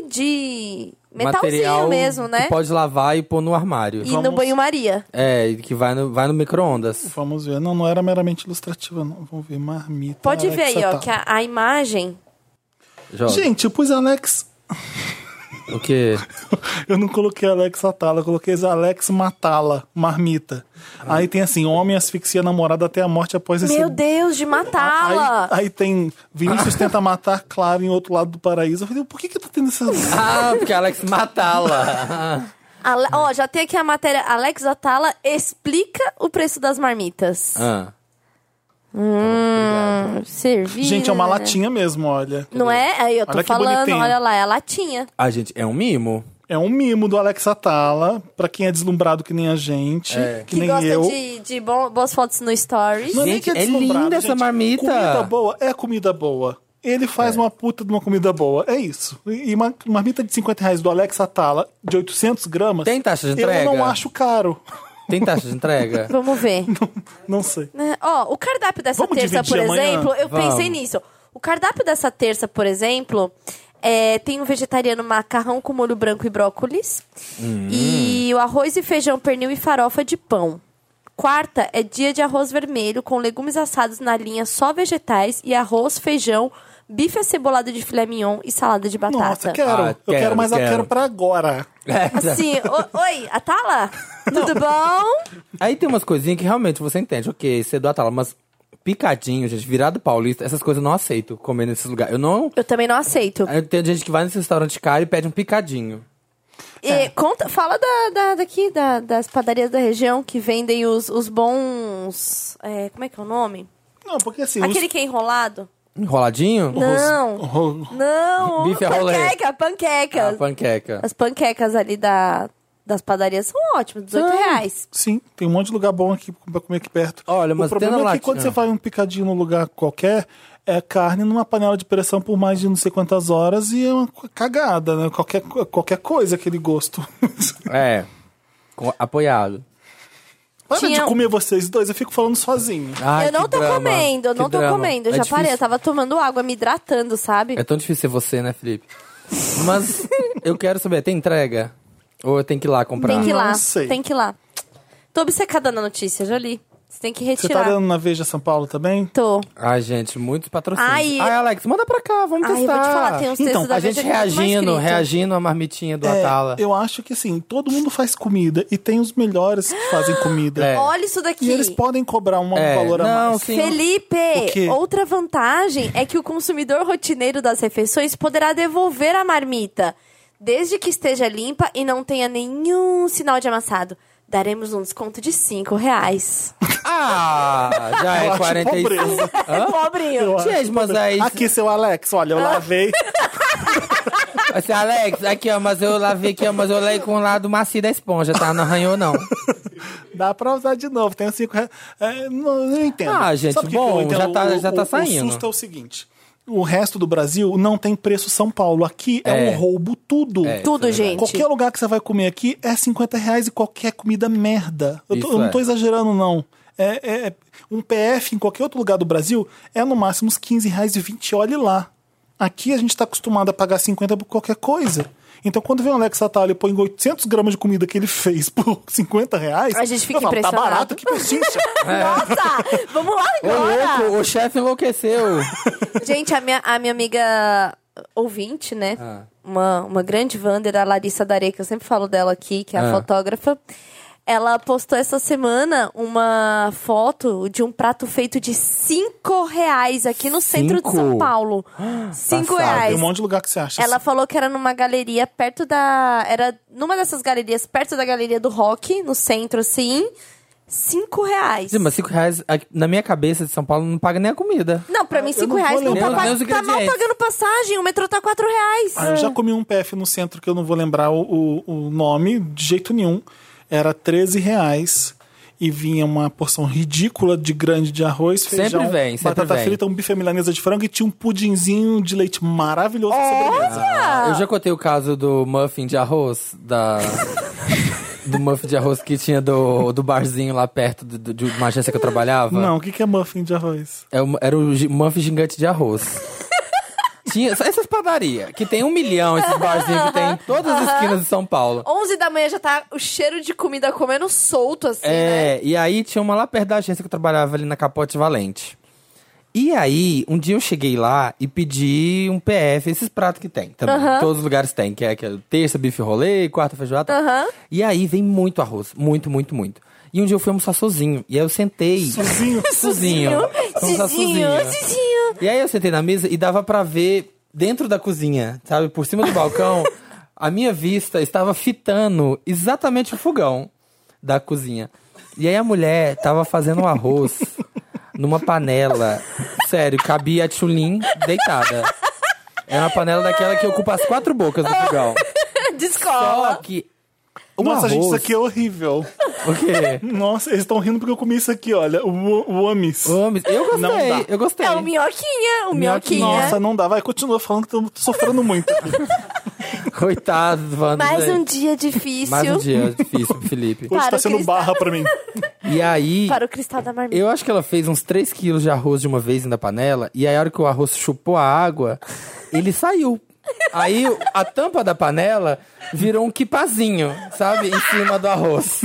Speaker 5: de metalzinho
Speaker 4: material
Speaker 5: mesmo, né?
Speaker 4: Que pode lavar e pôr no armário.
Speaker 5: E no
Speaker 1: Vamos-
Speaker 5: banho-maria.
Speaker 4: É, e que vai no, vai no micro-ondas.
Speaker 1: Vamos ver. Não, não era meramente ilustrativa, não. Vamos ver. Marmita.
Speaker 5: Pode
Speaker 1: Alex
Speaker 5: ver aí, ó,
Speaker 1: Atala.
Speaker 5: que a, a imagem.
Speaker 4: Joga.
Speaker 1: Gente, eu pus Alex.
Speaker 4: O quê?
Speaker 1: Eu não coloquei Alex Atala, eu coloquei Alex Matala, marmita. Aí tem assim: homem asfixia namorada até a morte após esse.
Speaker 5: Meu Deus, de
Speaker 1: Aí,
Speaker 5: matá-la!
Speaker 1: aí tem Vinícius tenta matar Clara em outro lado do paraíso. Eu falei, por que que tá tendo essas.
Speaker 4: Ah, porque a Alex matá-la.
Speaker 5: Ale- Ó, já tem aqui a matéria. Alex Atala explica o preço das marmitas.
Speaker 4: Ah.
Speaker 5: Hum, servir. né?
Speaker 1: Gente, é uma latinha mesmo, olha.
Speaker 5: Não é? Aí eu tô
Speaker 1: Olha que
Speaker 5: falando,
Speaker 1: bonitinho.
Speaker 5: olha lá, é a latinha.
Speaker 4: Ah, gente, é um mimo?
Speaker 1: É um mimo do Alex Atala, pra quem é deslumbrado que nem a gente, que,
Speaker 4: É.
Speaker 5: Que,
Speaker 1: nem
Speaker 5: gosta
Speaker 1: eu.
Speaker 5: de, de bom- boas fotos no Stories.
Speaker 1: Não, nem
Speaker 4: Gente,
Speaker 1: que
Speaker 4: é
Speaker 1: deslumbrado,
Speaker 4: linda essa marmita. É.
Speaker 1: Comida boa é comida boa. Ele faz uma puta de uma comida boa. É isso. E e uma uma marmita de 50 reais do Alex Atala, de 800 gramas.
Speaker 4: Tem taxa de entrega?
Speaker 1: Eu não acho caro.
Speaker 4: Tem taxa de entrega?
Speaker 5: Vamos ver.
Speaker 1: Não sei.
Speaker 5: Né? Ó, o cardápio dessa
Speaker 1: Vamos
Speaker 5: terça, por
Speaker 1: dividir amanhã?
Speaker 5: exemplo, eu
Speaker 4: Vamos.
Speaker 5: pensei nisso. O cardápio dessa terça, por exemplo, é, tem um vegetariano macarrão com molho branco e brócolis.
Speaker 1: Hum.
Speaker 5: E o arroz e feijão, pernil e farofa de pão. Quarta é dia de arroz vermelho com legumes assados na linha só vegetais e arroz, feijão, bife acebolado de filé mignon e salada de batata.
Speaker 1: Nossa, quero.
Speaker 4: Ah,
Speaker 1: eu quero,
Speaker 4: quero,
Speaker 1: mas eu
Speaker 4: quero.
Speaker 1: quero pra agora.
Speaker 4: É.
Speaker 5: Assim, o- oi, Atala? Tudo bom?
Speaker 4: Aí tem umas coisinhas que realmente você entende. Ok, cedo a tala, mas picadinho, gente, virado paulista, essas coisas eu não aceito comer nesses lugares. Eu não.
Speaker 5: Eu também não
Speaker 1: É,
Speaker 5: aceito.
Speaker 4: Aí Tem gente que vai nesse restaurante caro e pede um picadinho.
Speaker 5: E
Speaker 4: Tá.
Speaker 5: conta, fala da, da- daqui, da- das padarias da região que vendem os, os bons. é, como é que é o nome?
Speaker 1: Não, porque assim.
Speaker 5: Aquele que é enrolado?
Speaker 4: Enroladinho?
Speaker 5: Não,
Speaker 1: os...
Speaker 5: não.
Speaker 4: Bife à rolê.
Speaker 5: panqueca,
Speaker 4: Ah,
Speaker 5: panquecas.
Speaker 4: panqueca.
Speaker 5: As panquecas ali da, das padarias são ótimas,
Speaker 4: Ah.
Speaker 5: 18 reais.
Speaker 1: Sim, tem um monte de lugar bom aqui pra comer aqui perto.
Speaker 4: Olha, mas
Speaker 1: o problema
Speaker 4: tem na
Speaker 1: é que
Speaker 4: latinha.
Speaker 1: quando você faz um picadinho num lugar qualquer, é carne numa panela de pressão por mais de não sei quantas horas e é uma co- cagada, né? Qualquer, co- qualquer coisa, aquele gosto.
Speaker 5: Assim.
Speaker 4: É. Co- Apoiado.
Speaker 1: Para
Speaker 5: Tinha
Speaker 1: de
Speaker 5: um-
Speaker 1: comer vocês dois, eu fico falando sozinho.
Speaker 4: Ai,
Speaker 5: eu não
Speaker 4: que
Speaker 5: tô
Speaker 4: drama,
Speaker 5: comendo, eu
Speaker 4: que
Speaker 5: não tô
Speaker 4: drama.
Speaker 5: comendo. Eu
Speaker 4: É
Speaker 5: já parei, eu
Speaker 4: difícil.
Speaker 5: tava tomando água, me hidratando, sabe?
Speaker 4: É tão difícil ser você, né, Felipe? Mas eu quero saber, tem entrega? Ou eu tenho que ir lá comprar?
Speaker 5: Tem que ir lá,
Speaker 1: Não sei.
Speaker 5: tem que ir lá. Tô obcecada na notícia, já li. Você tem que
Speaker 1: Você tá
Speaker 5: retirar.
Speaker 1: dando na Veja São Paulo também?
Speaker 5: Tô.
Speaker 4: Ai, gente, muitos patrocínios.
Speaker 5: Ai,
Speaker 4: Ai, Alex, manda pra cá, vamos
Speaker 5: Ai, eu
Speaker 4: testar.
Speaker 5: vou te falar, tem uns textos
Speaker 1: Então,
Speaker 5: da
Speaker 4: A gente
Speaker 5: Veja que tá muito mais
Speaker 4: reagindo,
Speaker 5: escrito.
Speaker 4: reagindo à marmitinha do Atala.
Speaker 1: É, eu acho que assim, todo mundo faz comida e tem os melhores que fazem comida.
Speaker 4: É.
Speaker 5: Olha isso daqui.
Speaker 1: E eles podem cobrar um
Speaker 4: É,
Speaker 1: valor a
Speaker 4: não,
Speaker 1: mais.
Speaker 4: sim.
Speaker 1: O quê?
Speaker 5: Felipe, outra vantagem é que o consumidor rotineiro das refeições poderá devolver a marmita, desde que esteja limpa e não tenha nenhum sinal de amassado. Daremos um desconto de 5 reais.
Speaker 4: Ah, já
Speaker 1: Eu
Speaker 4: é
Speaker 1: acho
Speaker 4: 45.
Speaker 1: pobreza.
Speaker 5: Pobrinho. Ah.
Speaker 4: Gente, mas aí.
Speaker 1: Aqui, seu Alex, olha, eu lavei.
Speaker 4: Assim, Alex, aqui, ó, mas eu lavei aqui, ó, mas eu lavei com o lado macio da esponja, tá? Não arranhou, não.
Speaker 1: Dá pra usar de novo. Tem os cinco reais. É, não, não entendo.
Speaker 4: Ah, gente,
Speaker 1: Sabe o que
Speaker 4: bom,
Speaker 1: que eu entendo?
Speaker 4: já tá-
Speaker 1: O-
Speaker 4: já tá
Speaker 1: o-
Speaker 4: saindo.
Speaker 1: O susto é o seguinte. O resto do Brasil não tem preço São Paulo. Aqui é,
Speaker 4: É.
Speaker 1: um roubo tudo.
Speaker 4: É,
Speaker 5: Tudo,
Speaker 4: isso é
Speaker 5: gente.
Speaker 1: Qualquer lugar que você vai comer aqui é 50 reais e qualquer comida merda. Eu, tô-
Speaker 4: Isso
Speaker 1: eu não tô
Speaker 4: é.
Speaker 1: exagerando, não. É, é- um PF em qualquer outro lugar do Brasil é no máximo uns 15 reais e 20, olhe lá. Aqui a gente tá acostumado a pagar 50 por qualquer coisa. Então quando vem o Alex Atalho e põe 800 gramas de comida que ele fez por 50 reais...
Speaker 5: A gente fica
Speaker 1: eu falo,
Speaker 5: impressionado.
Speaker 1: Tá barato, que pechincha.
Speaker 5: Nossa, vamos lá
Speaker 4: É. Ô,
Speaker 5: agora.
Speaker 4: louco, o chefe enlouqueceu.
Speaker 5: Gente, a minha, a minha amiga ouvinte, né?
Speaker 1: Ah.
Speaker 5: Uma, uma grande Wander, a Larissa Darei, que eu sempre falo dela aqui, que é a
Speaker 4: Ah.
Speaker 5: fotógrafa. Ela postou essa semana uma foto de um prato feito de cinco reais aqui no centro de
Speaker 4: Cinco?
Speaker 5: São Paulo. Cinco
Speaker 4: passada.
Speaker 1: Tem
Speaker 5: reais.
Speaker 1: um monte de lugar que você acha.
Speaker 5: Ela
Speaker 1: assim.
Speaker 5: falou que era numa galeria perto da. Era numa dessas galerias perto da galeria do rock, no centro, assim. Cinco reais.
Speaker 4: Sim, mas 5 reais, aqui, na minha cabeça de São Paulo, não paga nem a comida.
Speaker 5: Não, pra mim, cinco
Speaker 1: não vou
Speaker 5: reais não
Speaker 1: lembrar.
Speaker 5: tá,
Speaker 4: Nem os
Speaker 5: pa- tá mal
Speaker 4: ingredientes.
Speaker 5: pagando passagem. O metrô tá quatro reais.
Speaker 1: Ah, eu já comi um PF no centro que eu não vou lembrar o, o- o nome de jeito nenhum. Era 13 reais e vinha uma porção ridícula de grande de arroz,
Speaker 4: Sempre
Speaker 1: feijão,
Speaker 4: vem, sempre
Speaker 1: batata
Speaker 4: vem.
Speaker 1: frita, um bife à milanesa de frango e tinha um pudinzinho de leite maravilhoso de sobremesa.
Speaker 4: Ah, Eu já contei o caso do muffin de arroz, da... do muffin de arroz que tinha do, do barzinho lá perto de, de- de uma agência que eu trabalhava.
Speaker 1: Não, o que que é muffin de arroz?
Speaker 4: É o- Era o gi- muffin gigante de arroz. Tinha só essas padarias, que tem um milhão, esses barzinhos que tem em todas as esquinas de São Paulo.
Speaker 5: 11 da manhã já tá o cheiro de comida comendo solto, assim, né?
Speaker 4: É, e aí tinha uma lá perto da agência que eu trabalhava ali na Capote Valente. E aí, um dia eu cheguei lá e pedi um PF, esses pratos que tem também. Todos os lugares tem, que é, que é terça, bife rolê, quarta, feijoada.
Speaker 5: Aham.
Speaker 4: E aí vem muito arroz, muito, muito, muito. E um dia eu fui almoçar sozinho, e aí eu sentei...
Speaker 1: Sozinho.
Speaker 4: Sozinho. Vamos lá,
Speaker 5: Zizinho,
Speaker 4: Suzinha.
Speaker 5: Zizinho.
Speaker 4: E aí eu sentei na mesa e dava pra ver dentro da cozinha, sabe? Por cima do balcão, a minha vista estava fitando exatamente o fogão da cozinha. E aí a mulher tava fazendo um arroz numa panela. Sério, cabia a Tchulin deitada. Era uma panela daquela que ocupa as quatro bocas do fogão. Só
Speaker 5: Descola.
Speaker 4: que. Um
Speaker 1: Nossa,
Speaker 4: arroz...
Speaker 1: gente, isso aqui é horrível.
Speaker 4: O quê?
Speaker 1: Nossa, eles estão rindo porque eu comi isso aqui, olha. O, o amis.
Speaker 4: Homens, Eu
Speaker 1: Não dá.
Speaker 4: gostei, eu gostei.
Speaker 5: É o minhoquinha, o minhoquinha.
Speaker 1: Nossa, não dá. Vai, continua falando que eu tô sofrendo muito.
Speaker 4: Coitado, Wanda.
Speaker 5: Mais
Speaker 4: gente.
Speaker 5: um dia difícil
Speaker 4: Mais um dia difícil pro Felipe.
Speaker 1: Hoje
Speaker 5: Para
Speaker 1: tá
Speaker 5: o
Speaker 1: sendo
Speaker 5: cristal.
Speaker 1: barra pra mim.
Speaker 4: E aí,
Speaker 5: para o cristal da marmita.
Speaker 4: eu acho que ela fez uns 3 quilos de arroz de uma vez na panela, e aí a hora que o arroz chupou a água, ele saiu. Aí a tampa da panela virou um quipazinho, sabe? Em cima do arroz.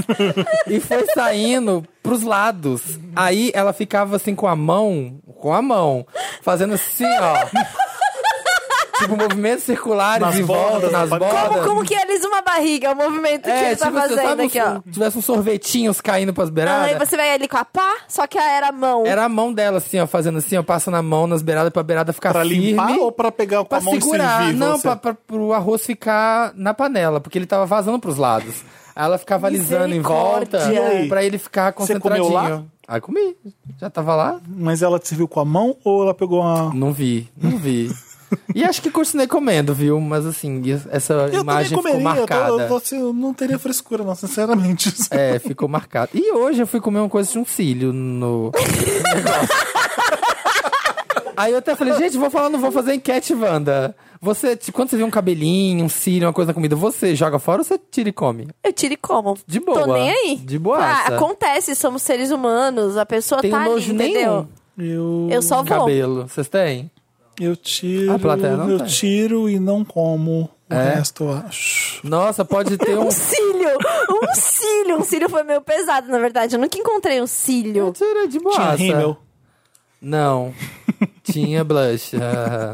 Speaker 4: E foi saindo pros lados. Aí ela ficava assim com a mão, com a mão, fazendo assim, ó. Tipo, movimentos circulares
Speaker 1: Nas
Speaker 4: de volta,
Speaker 1: bordas,
Speaker 4: nas
Speaker 1: na panela.
Speaker 4: bordas.
Speaker 5: né? Como, como que eles uma barriga? É o movimento que ele tá
Speaker 4: assim,
Speaker 5: fazendo
Speaker 4: sabe
Speaker 5: aqui, ó.
Speaker 4: Se tivesse uns sorvetinhos caindo pras beiradas.
Speaker 5: Aí você vai ali com a pá, só que era a mão.
Speaker 4: Era a mão dela, assim, ó, fazendo assim, ó, passando a mão nas beiradas pra beirada ficar
Speaker 1: Pra
Speaker 4: Tá firme.
Speaker 1: limpar ou pra pegar com
Speaker 4: pra
Speaker 1: a mão e
Speaker 4: segurar.
Speaker 1: servir?
Speaker 4: Não,
Speaker 1: você?
Speaker 4: pra, pra, pro arroz ficar na panela, porque ele tava vazando pros lados. Aí ela ficava alisando em volta
Speaker 1: E aí?
Speaker 4: pra ele ficar
Speaker 1: Você comeu
Speaker 4: concentradinho.
Speaker 1: lá?
Speaker 4: Aí comi. Já tava lá?
Speaker 1: Mas ela te serviu com a mão ou ela pegou uma.
Speaker 4: Não vi, não vi. e acho que continuei comendo, viu? Mas assim, e- essa
Speaker 1: Eu
Speaker 4: imagem
Speaker 1: também
Speaker 4: ficou
Speaker 1: comeria, eu, tô-
Speaker 4: marcada.
Speaker 1: eu tô assim, eu não teria frescura, não, sinceramente.
Speaker 4: É, ficou marcada. E hoje eu fui comer uma coisa de um cílio no. no negócio. Aí eu até falei, gente, vou falar, não vou fazer enquete, Wanda. Você, tipo, quando você vê um cabelinho, um cílio, uma coisa na comida, você joga fora ou você tira e come?
Speaker 5: Eu tiro e como.
Speaker 4: De boa.
Speaker 5: Tô nem aí.
Speaker 4: De boaça.
Speaker 5: Ah, acontece, somos seres humanos, a pessoa
Speaker 4: Tem um
Speaker 5: tá ali,
Speaker 4: nojo
Speaker 5: entendeu?
Speaker 4: nenhum.
Speaker 1: Eu,
Speaker 5: Eu só vou.
Speaker 4: Cabelo. Vocês têm?
Speaker 1: eu tiro.
Speaker 4: A plateia não
Speaker 1: eu
Speaker 4: tem. É?
Speaker 1: tiro e não como. O resto eu acho.
Speaker 4: Nossa, pode ter um.
Speaker 5: Um cílio! Um cílio! Um cílio foi meio pesado, na verdade. Eu nunca encontrei um cílio.
Speaker 4: Tira de
Speaker 1: Tinha
Speaker 4: boaça.
Speaker 1: Rimmel.
Speaker 4: Não. Tinha blush. Ah,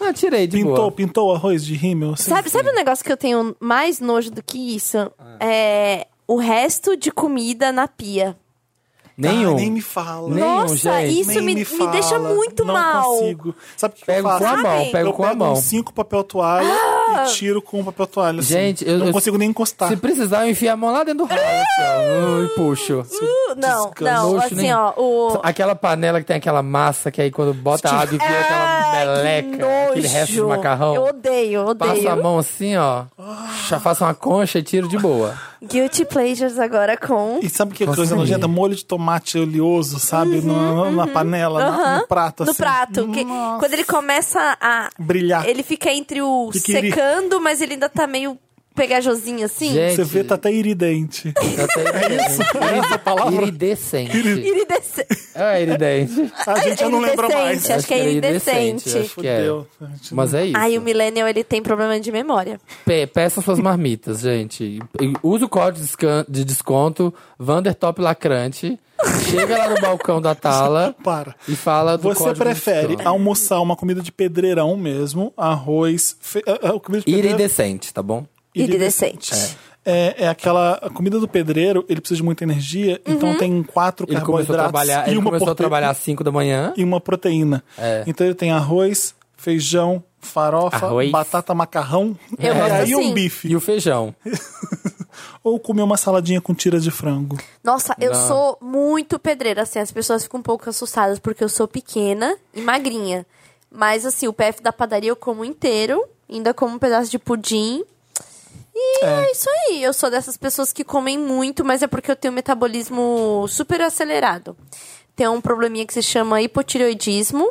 Speaker 4: Ah, tirei de
Speaker 1: Pintou,
Speaker 4: boa.
Speaker 1: pintou arroz de Rimmel. assim?
Speaker 5: Sabe, sabe um negócio que eu tenho mais nojo do que isso?
Speaker 4: Ah.
Speaker 5: É o resto de comida na pia.
Speaker 1: Ah,
Speaker 4: Nenhum.
Speaker 1: nem me fala.
Speaker 4: Nem- Nenhum,
Speaker 5: Nossa,
Speaker 4: gente.
Speaker 5: isso
Speaker 1: Nem
Speaker 5: me, me deixa
Speaker 1: fala.
Speaker 5: muito
Speaker 1: Não
Speaker 5: mal.
Speaker 1: consigo. Sabe o que
Speaker 4: Pego
Speaker 1: eu faço?
Speaker 4: com a mão,
Speaker 5: Sabe?
Speaker 4: pego
Speaker 1: eu
Speaker 4: com a
Speaker 1: pego um
Speaker 4: mão.
Speaker 1: uns cinco papel toalha
Speaker 5: Ah!
Speaker 1: e tiro com o papel toalha. assim.
Speaker 4: Gente, eu-
Speaker 1: não
Speaker 4: eu-
Speaker 1: consigo nem
Speaker 5: Tá.
Speaker 1: encostar.
Speaker 4: Se precisar, eu enfio a mão lá dentro do ralo, assim, ó, e puxo.
Speaker 5: Uh, não, não,
Speaker 4: Nojo
Speaker 5: assim,
Speaker 4: nenhum.
Speaker 5: ó, o.
Speaker 4: Aquela panela que tem aquela massa que aí quando bota água e vira aquela
Speaker 5: Ai, que
Speaker 4: meleca, aquele resto de
Speaker 5: nojo. Eu
Speaker 4: macarrão.
Speaker 5: odeio, eu
Speaker 4: Passa a
Speaker 5: odeio.
Speaker 4: mão assim, ó. Já faço uma concha e tiro de boa.
Speaker 5: Guilty Pleasures agora com.
Speaker 1: E sabe o que é
Speaker 4: Nossa,
Speaker 1: coisa
Speaker 4: aí.
Speaker 1: nojenta? Molho de tomate oleoso, sabe? No- na panela,
Speaker 4: tá
Speaker 1: na- no prato, assim.
Speaker 5: Uhum, No prato. que- quando ele começa a.
Speaker 1: Brilhar.
Speaker 5: Ele fica entre o
Speaker 1: Piquiri.
Speaker 5: secando, mas ele ainda tá meio pegajosinho assim.
Speaker 4: Gente,
Speaker 1: Você vê, tá até iridente.
Speaker 4: eu tenho-
Speaker 5: É
Speaker 4: Iridescente.
Speaker 5: Iridescente.
Speaker 4: Ah, iridente.
Speaker 1: A gente já não lembra mais.
Speaker 5: Iridescente, Acho que é
Speaker 4: iridescente,
Speaker 5: iridescente.
Speaker 4: acho que é.
Speaker 1: Fudeu. gente.
Speaker 4: Mas é isso.
Speaker 5: Ai, o Millennial, ele tem problema de memória.
Speaker 4: Pe peça suas marmitas, gente. E Usa o código de descan- de desconto Vandertop Lacrante. Chega lá no balcão da Tala
Speaker 1: Para.
Speaker 4: e fala do
Speaker 1: Você
Speaker 4: código de
Speaker 1: prefere
Speaker 4: desconto.
Speaker 1: almoçar uma comida de pedreirão mesmo, arroz, fe... ah, ah, comida de pedreiro-
Speaker 4: Iridescente, tá bom?
Speaker 5: Iridescente.
Speaker 1: É, é aquela a comida do pedreiro, ele precisa de muita energia,
Speaker 5: Uhum.
Speaker 1: então tem quatro
Speaker 4: Ele começou a
Speaker 1: carboidratos
Speaker 4: trabalhar,
Speaker 1: e
Speaker 4: ele
Speaker 1: uma
Speaker 4: começou a
Speaker 1: prote-
Speaker 4: trabalhar às 5 da manhã.
Speaker 1: e uma proteína.
Speaker 4: É.
Speaker 1: Então ele tem arroz, feijão, farofa,
Speaker 4: Arroz. É.
Speaker 1: batata, macarrão
Speaker 5: Eu
Speaker 1: e
Speaker 5: gosto
Speaker 1: aí
Speaker 5: assim.
Speaker 1: um bife.
Speaker 4: E o feijão.
Speaker 1: Ou comer uma saladinha com tira de frango.
Speaker 5: Nossa, eu
Speaker 4: Não.
Speaker 5: sou muito pedreira, assim, as pessoas ficam um pouco assustadas porque eu sou pequena e magrinha. Mas, assim, o PF da padaria eu como inteiro, ainda como um pedaço de pudim. E é. isso aí, eu sou dessas pessoas que comem muito, mas é porque eu tenho um metabolismo super acelerado. Tem um probleminha que se chama hipotireoidismo.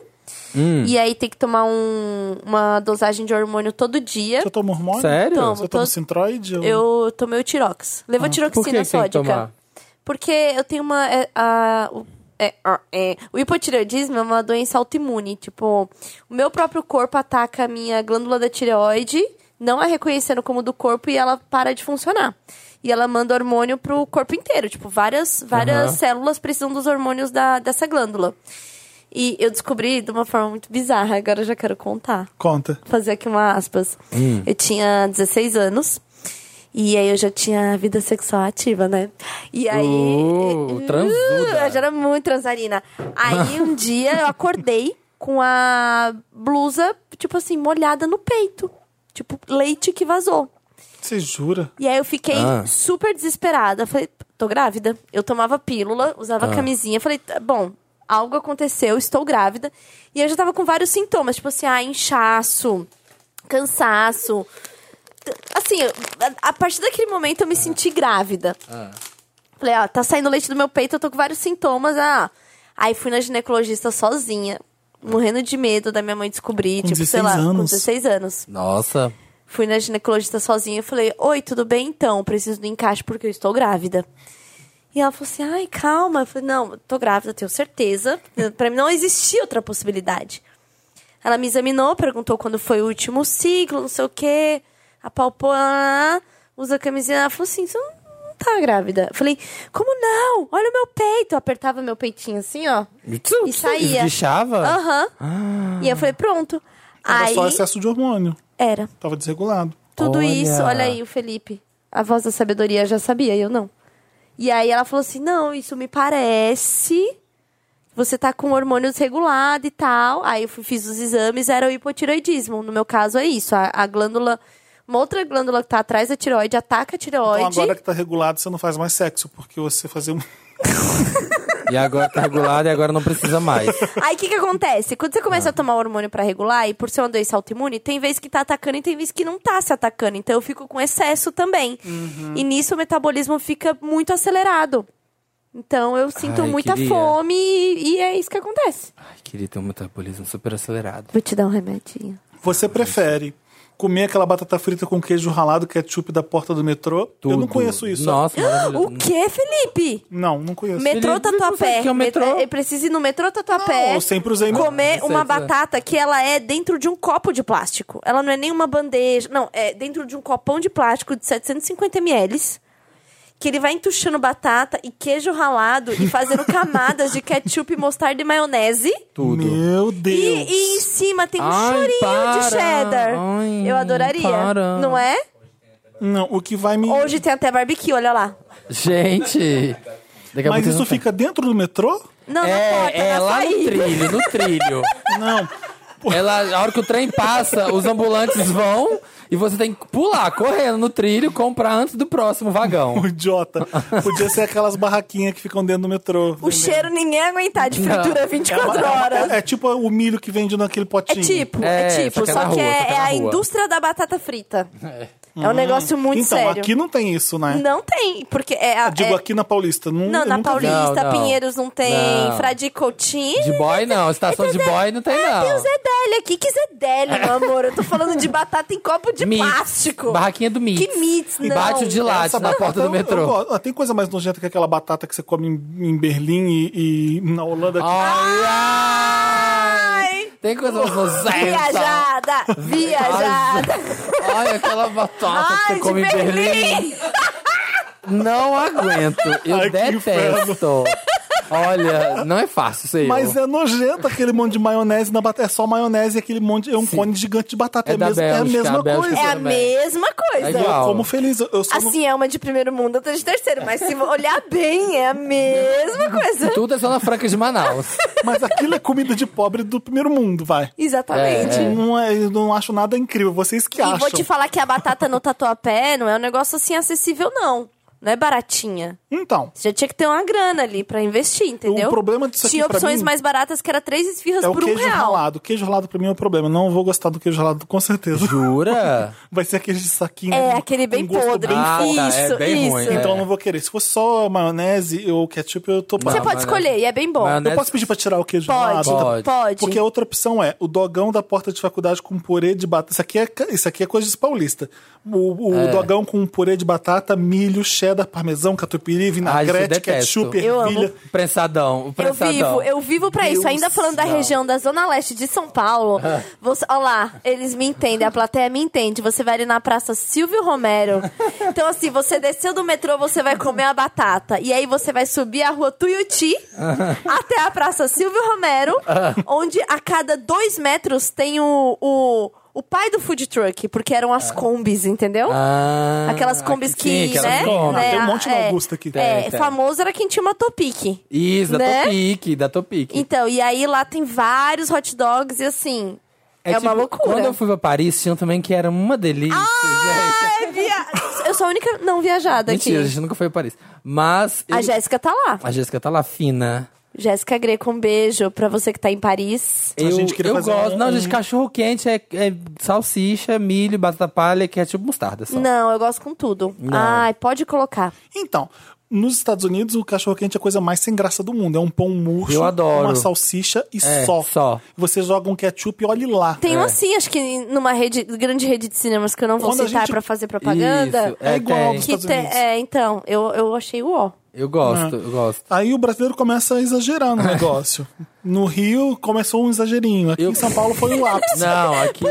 Speaker 5: E aí tem que tomar um- uma dosagem de hormônio todo dia.
Speaker 1: Você toma hormônio?
Speaker 4: Sério?
Speaker 5: Tomo.
Speaker 1: Você toma
Speaker 5: Tô-
Speaker 1: sintroide? ou-
Speaker 5: Eu tomei o
Speaker 4: Por que
Speaker 5: Tirox.
Speaker 4: que
Speaker 5: Levotiroxina
Speaker 4: tem que
Speaker 5: sódica.
Speaker 4: tomar?
Speaker 5: Porque eu tenho uma. É, a- o, é, ó, é. O hipotireoidismo é uma doença autoimune. Tipo, o meu próprio corpo ataca a minha glândula da tireoide, não a reconhecendo como do corpo, e ela para de funcionar. E ela manda hormônio pro corpo inteiro. Tipo, várias, várias
Speaker 4: Aham.
Speaker 5: células precisam dos hormônios da, dessa glândula. E eu descobri de uma forma muito bizarra, agora eu já quero contar
Speaker 1: Conta.
Speaker 5: fazer aqui uma aspas.
Speaker 4: Hum.
Speaker 5: Eu tinha 16 anos. E aí eu já tinha vida sexual ativa, né? E aí.
Speaker 4: Uh, transuda.
Speaker 5: Eu já era muito transarina. Aí um dia eu acordei com a blusa, tipo assim, molhada no peito. Tipo, leite que vazou.
Speaker 1: Você jura?
Speaker 5: E aí eu fiquei
Speaker 4: Ah.
Speaker 5: super desesperada. Falei, tô grávida. Eu tomava pílula, usava camisinha. Falei, tá bom, algo aconteceu, estou grávida. E eu já tava com vários sintomas, tipo assim, ah, inchaço, cansaço. T- Assim, eu- a, a partir daquele momento eu me senti grávida. Falei, ó, tá saindo leite do meu peito, eu tô com vários sintomas. Ah. Aí fui na ginecologista sozinha, morrendo de medo da minha mãe descobrir,
Speaker 1: Com
Speaker 5: tipo, sei
Speaker 1: 16
Speaker 5: lá, com
Speaker 1: anos?
Speaker 5: 16 anos.
Speaker 4: Nossa.
Speaker 5: Fui na ginecologista sozinha e falei: Oi, tudo bem então? Preciso do encaixe porque eu estou grávida. E ela falou assim: Ai, calma. Eu falei: Não, tô grávida, tenho certeza. Pra mim não existia outra possibilidade. Ela me examinou, perguntou quando foi o último ciclo, não sei o quê. Apalpou, ah, usa a camisinha. Ela falou assim: Você não tá grávida. Eu falei: Como não? Olha o meu peito. Eu apertava meu peitinho assim, ó. E saía. Ah.
Speaker 4: Esguichava?
Speaker 5: Aham. E eu falei: Pronto.
Speaker 1: Era
Speaker 5: Aí.
Speaker 1: só excesso de hormônio.
Speaker 5: Era.
Speaker 1: Tava desregulado.
Speaker 5: Tudo
Speaker 4: Olha.
Speaker 5: isso, olha aí o Felipe. A voz da sabedoria já sabia, eu não. E aí ela falou assim: não, isso me parece. Você tá com hormônio desregulado e tal. Aí eu fui- fiz os exames, era o hipotiroidismo. No meu caso é isso. A, a glândula. Uma outra glândula que tá atrás da tireoide ataca a
Speaker 1: Então
Speaker 5: tireoide.
Speaker 1: agora que tá regulado, você não faz mais sexo, porque você fazer um.
Speaker 4: E agora tá regulado e agora não precisa mais.
Speaker 5: Aí o que, que acontece? Quando você
Speaker 4: Ah.
Speaker 5: começa a tomar hormônio pra regular, e por ser uma doença autoimune, tem vez que tá atacando e tem vez que não tá se atacando. Então eu fico com excesso também.
Speaker 4: Uhum.
Speaker 5: E nisso o metabolismo fica muito acelerado. Então eu sinto
Speaker 4: Ai,
Speaker 5: muita
Speaker 4: queria.
Speaker 5: fome e, e é isso que acontece.
Speaker 4: Ai, queria ter um metabolismo super acelerado.
Speaker 5: Vou te dar um remedinho.
Speaker 1: Você prefere comer aquela batata frita com queijo ralado, ketchup da porta do metrô. Eu não
Speaker 4: Tudo.
Speaker 1: conheço isso.
Speaker 4: Nossa, maravilhoso.
Speaker 5: O que, Felipe?
Speaker 1: Não, não conheço.
Speaker 5: Metrô
Speaker 4: Felipe, você não
Speaker 5: Tatuapé.
Speaker 4: sabe que é o
Speaker 5: Met-
Speaker 4: metrô?
Speaker 5: Ele precisa ir no metrô Tatuapé.
Speaker 1: Não, eu sempre usei metrô.
Speaker 5: Comer
Speaker 4: Sei,
Speaker 5: uma
Speaker 4: sei.
Speaker 5: batata que ela é dentro de um copo de plástico. Ela não é nenhuma bandeja. Não, é dentro de um copão de plástico de 750 ml. Que ele vai entuchando batata e queijo ralado e fazendo camadas de ketchup, mostarda e maionese.
Speaker 4: Tudo.
Speaker 1: Meu Deus.
Speaker 5: E, e em cima tem um
Speaker 4: Ai,
Speaker 5: chorinho de
Speaker 4: para.
Speaker 5: cheddar.
Speaker 4: Ai,
Speaker 5: Eu adoraria.
Speaker 4: para.
Speaker 5: Não é?
Speaker 1: Não, o que vai me.
Speaker 5: Hoje tem até barbecue, olha lá.
Speaker 4: Gente. Daqui a
Speaker 1: Mas
Speaker 4: pouco
Speaker 1: isso
Speaker 4: não tem.
Speaker 1: fica dentro do metrô?
Speaker 5: Não, não porta,
Speaker 4: É, é
Speaker 5: na
Speaker 4: lá no
Speaker 5: saída.
Speaker 4: trilho, no trilho.
Speaker 1: Não.
Speaker 4: Ela, a hora que o trem passa, os ambulantes vão e você tem que pular correndo no trilho, comprar antes do próximo vagão.
Speaker 1: O idiota. Podia ser aquelas barraquinhas que ficam dentro do metrô.
Speaker 5: O cheiro ninguém ia aguentar de fritura 24 horas.
Speaker 1: É, é tipo o milho que vende naquele
Speaker 5: É
Speaker 1: potinho.
Speaker 5: tipo, é,
Speaker 4: É,
Speaker 5: tipo.
Speaker 4: só que é
Speaker 5: Só
Speaker 4: na
Speaker 5: que
Speaker 4: rua,
Speaker 5: é,
Speaker 4: só que é
Speaker 5: é
Speaker 4: na
Speaker 5: a
Speaker 4: rua.
Speaker 5: indústria da batata frita. É um negócio muito
Speaker 1: então,
Speaker 5: sério.
Speaker 1: aqui não tem isso, né?
Speaker 5: Não tem, porque é a.
Speaker 1: Digo
Speaker 5: é-
Speaker 1: aqui na Paulista. Não,
Speaker 5: Não,
Speaker 1: eu
Speaker 5: na
Speaker 1: nunca vi.
Speaker 5: Paulista,
Speaker 4: Não, não.
Speaker 5: Pinheiros não tem,
Speaker 4: Não.
Speaker 5: Frade Coutinho.
Speaker 4: De boy
Speaker 5: É
Speaker 4: não, estação de boy não tem
Speaker 5: Ah, tem o
Speaker 4: não.
Speaker 5: Zedélio aqui. Que Zedélio, meu amor? Eu tô falando de batata em copo de
Speaker 4: Mits.
Speaker 5: plástico.
Speaker 4: Barraquinha do Mits.
Speaker 5: Que Mits, não.
Speaker 4: Bate o de
Speaker 1: Essa
Speaker 4: latte na
Speaker 1: batata
Speaker 4: porta do
Speaker 1: eu- eu
Speaker 4: metrô.
Speaker 1: gosto. Ah, tem coisa mais nojenta que aquela batata que você come em, em Berlim e, e na Holanda. que-
Speaker 4: Ah, Olha! Tem coisa então. mais nojenta.
Speaker 5: Viajada! Viajada!
Speaker 4: Olha aquela batata que
Speaker 5: Ai,
Speaker 4: você
Speaker 5: de
Speaker 4: come em Berlim.
Speaker 5: Berlim! É
Speaker 4: Não aguento. Eu
Speaker 1: Ai, que
Speaker 4: detesto. Olha, não é fácil isso aí.
Speaker 1: Mas é nojento aquele monte de maionese na batata. É só maionese e aquele monte. É um cone gigante de batata.
Speaker 4: É
Speaker 1: É,
Speaker 4: da
Speaker 1: mesmo- é a
Speaker 4: Bélgica,
Speaker 1: mesma
Speaker 4: a Bélgica
Speaker 1: coisa.
Speaker 5: É a
Speaker 4: também.
Speaker 5: mesma coisa.
Speaker 4: É igual.
Speaker 1: Como feliz. Eu, eu só não-
Speaker 5: Assim, é uma de primeiro mundo, outra de terceiro. Mas se olhar bem, é a
Speaker 1: Uhum.
Speaker 5: mesma coisa.
Speaker 4: Tudo é Zona Franca de Manaus.
Speaker 1: Mas aquilo é comida de pobre do primeiro mundo, vai.
Speaker 5: Exatamente.
Speaker 4: É.
Speaker 1: Não, é, eu não acho nada incrível. Vocês que
Speaker 5: E
Speaker 1: acham.
Speaker 5: vou te falar que a batata no tatuapé não é um negócio assim acessível, não. Não é baratinha.
Speaker 1: Então,
Speaker 5: Você já tinha que ter uma grana ali pra investir, entendeu?
Speaker 1: O problema disso aqui
Speaker 5: Tinha
Speaker 1: pra
Speaker 5: opções
Speaker 1: mim-
Speaker 5: mais baratas que era três esfirras
Speaker 1: é o
Speaker 5: por um
Speaker 1: queijo
Speaker 5: real.
Speaker 1: ralado. O queijo ralado pra mim é o problema. Eu Não vou gostar do queijo ralado, com certeza.
Speaker 4: Jura?
Speaker 1: Vai ser aquele de saquinho.
Speaker 5: É,
Speaker 1: com-
Speaker 5: aquele bem
Speaker 1: com né? Um gosto
Speaker 5: podre.
Speaker 1: bem-
Speaker 4: Ah, tá,
Speaker 5: isso,
Speaker 4: é bem
Speaker 5: isso.
Speaker 4: ruim, é.
Speaker 1: Então eu não vou querer. Se for só maionese ou ketchup, eu tô
Speaker 5: Você
Speaker 1: bravo.
Speaker 5: pode
Speaker 4: Ah, mas-
Speaker 5: escolher, e é bem bom.
Speaker 4: Mas-
Speaker 1: Eu posso pedir pra tirar o queijo
Speaker 5: Pode,
Speaker 1: ralado?
Speaker 5: pode,
Speaker 4: Pode.
Speaker 1: Porque a outra opção é o dogão da porta de faculdade com purê de batata. Isso aqui é, ca- isso aqui é coisa de paulista. O, o
Speaker 4: É.
Speaker 1: dogão com purê de batata, milho, cheddar, parmesão, catupiry, vinagrete,
Speaker 4: Ah, detesto.
Speaker 1: ketchup,
Speaker 5: Eu amo.
Speaker 1: ervilha.
Speaker 4: Prensadão. O
Speaker 5: Eu
Speaker 4: prensadão.
Speaker 5: vivo, eu vivo pra isso.
Speaker 1: Deus
Speaker 5: Ainda falando da
Speaker 1: não.
Speaker 5: região da Zona Leste de São Paulo,
Speaker 4: Ah.
Speaker 5: você, olha lá, eles me entendem, a plateia me entende. Você vai ali na Praça Silvio Romero. Então, assim, você desceu do metrô, você vai comer a batata. E aí você vai subir a rua Tuiuti
Speaker 4: Ah.
Speaker 5: até a Praça Silvio Romero, onde a cada dois metros tem o. o o pai do food truck, porque eram as combis, entendeu?
Speaker 4: Ah,
Speaker 5: Aquelas combis
Speaker 4: sim,
Speaker 5: que,
Speaker 4: aquelas
Speaker 5: né?
Speaker 4: combis.
Speaker 5: né,
Speaker 1: Tem um monte na
Speaker 5: é,
Speaker 1: Augusta aqui.
Speaker 5: É,
Speaker 4: Tem, tem.
Speaker 5: famoso era quem tinha uma topique.
Speaker 4: Isso, da
Speaker 5: Né?
Speaker 4: Topic, da Topic.
Speaker 5: Então, e aí lá tem vários hot dogs e assim. É, uma
Speaker 4: tipo,
Speaker 5: loucura. Ah,
Speaker 4: Quando eu fui pra Paris, tinha também que era uma delícia, gente.
Speaker 5: Ai, É via... eu sou a única não viajada
Speaker 4: Mentira, a
Speaker 5: aqui.
Speaker 4: gente nunca foi pra Paris. Mas.
Speaker 5: A
Speaker 4: eu-
Speaker 5: Jéssica tá lá.
Speaker 4: a Jéssica tá lá fina.
Speaker 5: Jéssica Greco, um beijo pra você que tá em Paris.
Speaker 1: A
Speaker 4: Eu,
Speaker 1: gente queria
Speaker 4: eu
Speaker 1: fazer
Speaker 4: gosto.
Speaker 1: um-
Speaker 4: Não, gente, cachorro quente é, é salsicha, milho, batata palha, que é tipo mostarda só.
Speaker 5: Não, eu gosto com tudo. Ai, pode colocar.
Speaker 1: Então, nos Estados Unidos, o cachorro-quente é a coisa mais sem graça do mundo. É um pão murcho,
Speaker 4: Eu adoro.
Speaker 1: uma salsicha e
Speaker 4: É,
Speaker 1: só.
Speaker 4: só.
Speaker 1: Você joga um ketchup e olhe lá.
Speaker 4: É.
Speaker 5: Tem um assim, acho que numa rede, grande rede de cinemas que eu não vou
Speaker 1: Quando a
Speaker 5: citar
Speaker 1: gente-
Speaker 5: pra fazer propaganda.
Speaker 4: Isso,
Speaker 1: É,
Speaker 4: É,
Speaker 1: igual
Speaker 4: tem.
Speaker 1: dos
Speaker 5: Que
Speaker 1: Estados
Speaker 5: tem-
Speaker 1: Unidos.
Speaker 5: é, então, eu, eu achei o ó.
Speaker 4: Eu gosto, eu gosto.
Speaker 1: Aí o brasileiro começa a exagerar no negócio. No Rio começou um exagerinho. Aqui
Speaker 4: Eu-
Speaker 1: em São Paulo foi um ápice.
Speaker 4: Não, aqui.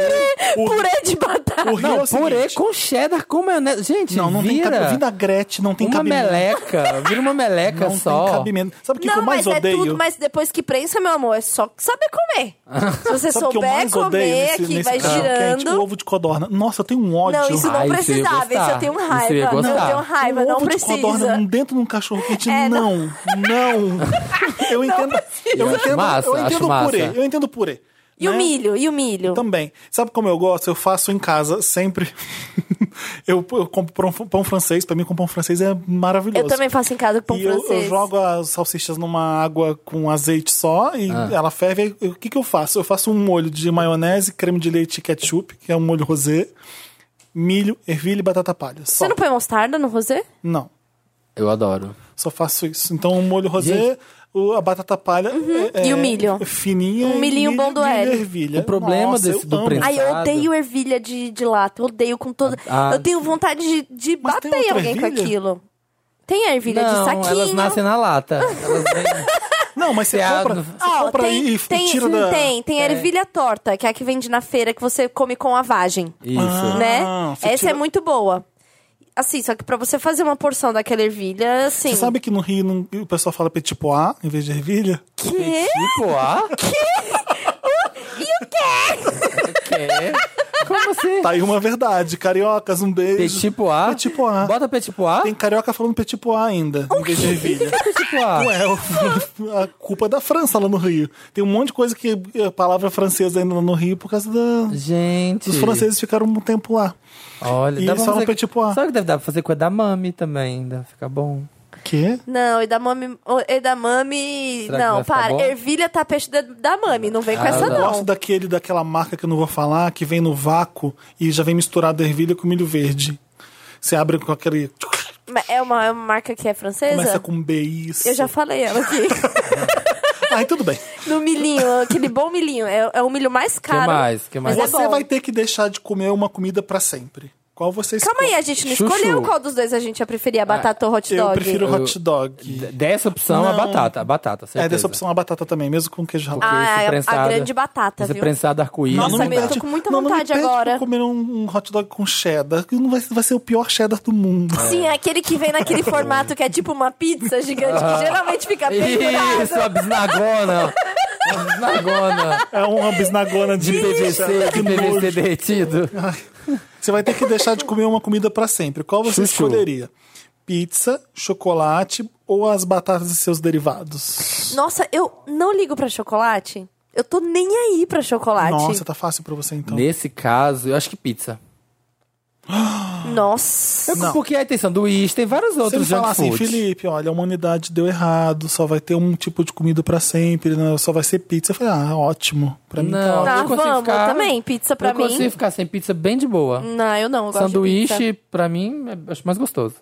Speaker 5: Purê de batata.
Speaker 1: O Rio é
Speaker 4: Não,
Speaker 1: o seguinte,
Speaker 4: purê com cheddar com maionese. Gente,
Speaker 1: Não, não
Speaker 4: vira
Speaker 1: tem cab- vinagrete, não tem
Speaker 4: uma
Speaker 1: cabimento.
Speaker 4: meleca. Vira uma meleca
Speaker 1: Não
Speaker 4: só.
Speaker 1: tem cabimento. Sabe o que, que
Speaker 5: não,
Speaker 1: eu mais
Speaker 5: mas
Speaker 1: odeio?
Speaker 5: é tudo, mas depois que prensa, meu amor, é só saber comer. Se você
Speaker 1: Sabe o que eu
Speaker 5: souber
Speaker 1: mais odeio
Speaker 5: comer,
Speaker 1: nesse,
Speaker 5: aqui
Speaker 1: nesse
Speaker 5: vai
Speaker 1: cachorro-quente?
Speaker 5: girando.
Speaker 1: O ovo de codorna. Nossa, eu tenho um ódio.
Speaker 5: Não, isso não
Speaker 4: Ah, isso eu ia
Speaker 5: precisava. Isso eu
Speaker 4: gostar.
Speaker 5: tenho
Speaker 4: Isso eu ia
Speaker 5: raiva. Não, eu
Speaker 4: gostar.
Speaker 5: tenho raiva,
Speaker 1: um
Speaker 5: não
Speaker 1: ovo de codorna
Speaker 5: precisa.
Speaker 1: dentro de um cachorro-quente,
Speaker 5: É,
Speaker 1: não, não. Eu entendo, eu
Speaker 4: Acho
Speaker 1: entendo,
Speaker 4: massa,
Speaker 1: eu entendo
Speaker 4: acho
Speaker 1: o
Speaker 4: massa.
Speaker 1: purê, eu entendo o purê.
Speaker 5: E o
Speaker 1: né?
Speaker 5: milho, e o milho.
Speaker 1: Também. Sabe como eu gosto? Eu faço em casa sempre. eu, eu compro pão, pão francês, pra mim com pão francês é maravilhoso.
Speaker 5: Eu também faço em casa com pão
Speaker 1: e eu,
Speaker 5: francês.
Speaker 1: eu jogo as salsichas numa água com azeite só e
Speaker 4: Ah.
Speaker 1: ela ferve. Aí, eu- O que, que eu faço? Eu faço um molho de maionese, creme de leite e ketchup, que é um molho rosé, milho, ervilha e batata palha. Só.
Speaker 5: Você não põe mostarda no rosé?
Speaker 1: Não,
Speaker 4: Eu adoro.
Speaker 1: só faço isso. Então, um molho rosé, o- a batata palha. é-
Speaker 5: Uhum. E o
Speaker 1: é
Speaker 5: milho.
Speaker 1: Fininha.
Speaker 5: Um
Speaker 1: e
Speaker 5: milhinho
Speaker 1: milho-
Speaker 5: bom do
Speaker 1: milho e
Speaker 5: Hélio.
Speaker 1: ervilha.
Speaker 4: O problema
Speaker 1: Nossa,
Speaker 4: desse-
Speaker 1: eu
Speaker 4: do
Speaker 1: amo.
Speaker 4: Prince-
Speaker 5: Ai, eu
Speaker 4: Prensado.
Speaker 5: odeio ervilha de, de lata. Eu odeio com toda.
Speaker 4: Ah,
Speaker 5: eu tenho vontade de, de
Speaker 1: Mas tem
Speaker 5: bater em
Speaker 1: outra
Speaker 5: alguém com
Speaker 1: ervilha?
Speaker 5: aquilo. Tem a ervilha de
Speaker 4: Não,
Speaker 5: saquinho.
Speaker 4: elas nascem na lata. Elas vêm-
Speaker 1: Não, mas você
Speaker 4: Você
Speaker 1: compra,
Speaker 4: abre-
Speaker 1: você
Speaker 5: Ó,
Speaker 1: compra
Speaker 5: tem,
Speaker 1: aí e
Speaker 5: tem,
Speaker 1: tira da.
Speaker 5: tem, tem a ervilha torta, que é a que vende na feira, que você come com a vagem.
Speaker 1: Ah.
Speaker 4: Isso.
Speaker 5: né?
Speaker 1: você
Speaker 5: Essa
Speaker 1: tira-
Speaker 5: é muito boa. Assim, só que pra você fazer uma porção daquela ervilha, assim.
Speaker 1: Você sabe que no Rio não- o pessoal fala tipo A em vez de ervilha?
Speaker 5: que?
Speaker 4: Tipo, ah? E o quê? Como assim?
Speaker 1: Tá aí uma verdade. Cariocas, um beijo.
Speaker 4: Petipoá?
Speaker 1: Petipoá.
Speaker 4: tipo Bota tipo petipoá?
Speaker 1: tipo
Speaker 5: Ah?
Speaker 1: Tem carioca falando petipoá ainda, em vez de ervilha.
Speaker 4: Petipoá.
Speaker 1: Ué, o- a culpa é da França lá no Rio. Tem um monte de coisa que a palavra francesa ainda lá no Rio por causa da-
Speaker 4: Gente.
Speaker 1: dos franceses ficaram um tempo lá.
Speaker 4: Olha,
Speaker 1: E
Speaker 4: dá pra
Speaker 1: só no tipo
Speaker 4: fazer...
Speaker 1: petipoá.
Speaker 4: Sabe o que deve dar pra fazer com a da mami também? Ainda fica bom.
Speaker 1: Quê?
Speaker 5: Não, edamame. o- Edamame.
Speaker 4: Será que
Speaker 5: Não,
Speaker 4: vai ficar
Speaker 5: para.
Speaker 4: bom?
Speaker 5: Ervilha tá peixe da, da mami. Não vem com
Speaker 4: Ah,
Speaker 5: essa,
Speaker 1: Eu
Speaker 4: não.
Speaker 1: gosto
Speaker 5: não.
Speaker 1: daquele, daquela marca que eu não vou falar, que vem no vácuo e já vem misturado ervilha com milho verde. Você abre com aquele.
Speaker 5: Mas É uma, é uma marca que é francesa?
Speaker 1: Começa com B, isso.
Speaker 5: Eu já falei ela aqui.
Speaker 1: Ai, tudo bem.
Speaker 5: no milhinho, aquele bom milhinho. É, é o milho mais caro.
Speaker 4: mais? Que mais?
Speaker 5: Mas
Speaker 1: Você
Speaker 5: é bom.
Speaker 1: vai ter que deixar de comer uma comida pra sempre. Qual você
Speaker 5: Calma aí,
Speaker 1: escolhe?
Speaker 5: a gente não
Speaker 4: Chuchu.
Speaker 5: escolheu qual dos dois a gente ia preferir, a batata ou hot
Speaker 1: Ah, Eu
Speaker 5: dog.
Speaker 1: prefiro
Speaker 4: Eu-
Speaker 1: hot dog.
Speaker 4: D- Dessa opção, é a batata. A batata, certeza.
Speaker 1: É, dessa opção a batata também, mesmo com queijo ralado.
Speaker 4: Porque esse
Speaker 5: Ah, a- a,
Speaker 4: prensado-
Speaker 5: grande batata,
Speaker 4: Esse
Speaker 5: viu?
Speaker 4: prensado arco-íris.
Speaker 5: Nossa,
Speaker 4: não
Speaker 5: meu,
Speaker 4: dá.
Speaker 5: eu tô com muita
Speaker 1: não, não me
Speaker 5: vontade
Speaker 1: pede
Speaker 5: agora.
Speaker 1: pra comer um, um hot dog com cheddar, que não vai, vai ser o pior cheddar do mundo.
Speaker 5: Sim, é aquele que vem naquele formato que é tipo uma pizza gigante,
Speaker 1: Ah.
Speaker 5: que geralmente fica
Speaker 4: Isso,
Speaker 5: pendurado.
Speaker 4: a bisnagona. A bisnagona
Speaker 1: É uma bisnagona
Speaker 4: de
Speaker 1: de
Speaker 4: PVC, de PVC derretido.
Speaker 1: Você vai ter que deixar de comer uma comida pra sempre. Qual você
Speaker 4: Chuchu.
Speaker 1: escolheria? Pizza, chocolate ou as batatas e seus derivados?
Speaker 5: Nossa, eu não ligo pra chocolate. Eu tô nem aí pra chocolate.
Speaker 1: Nossa, tá fácil pra você então.
Speaker 4: Nesse caso, eu acho que pizza.
Speaker 1: tá.
Speaker 5: Nossa.
Speaker 1: Não.
Speaker 4: Porque aí tem sanduíche, tem vários
Speaker 1: Se ele
Speaker 4: outros
Speaker 1: falar
Speaker 4: junk
Speaker 1: assim,
Speaker 4: foods.
Speaker 1: Felipe, olha, a humanidade deu errado, só vai ter um tipo de comida pra sempre, né? só vai ser pizza. Eu falei, ah, ótimo. Pra mim tá
Speaker 4: Não,
Speaker 1: ótimo.
Speaker 5: Ah,
Speaker 4: eu consigo
Speaker 5: vamos,
Speaker 4: ficar-
Speaker 5: também. Pizza pra
Speaker 4: eu
Speaker 5: mim.
Speaker 4: consigo ficar sem pizza bem de boa.
Speaker 5: Não, eu não. Eu gosto de pizza.
Speaker 4: Sanduíche, pra mim, é- acho mais gostoso.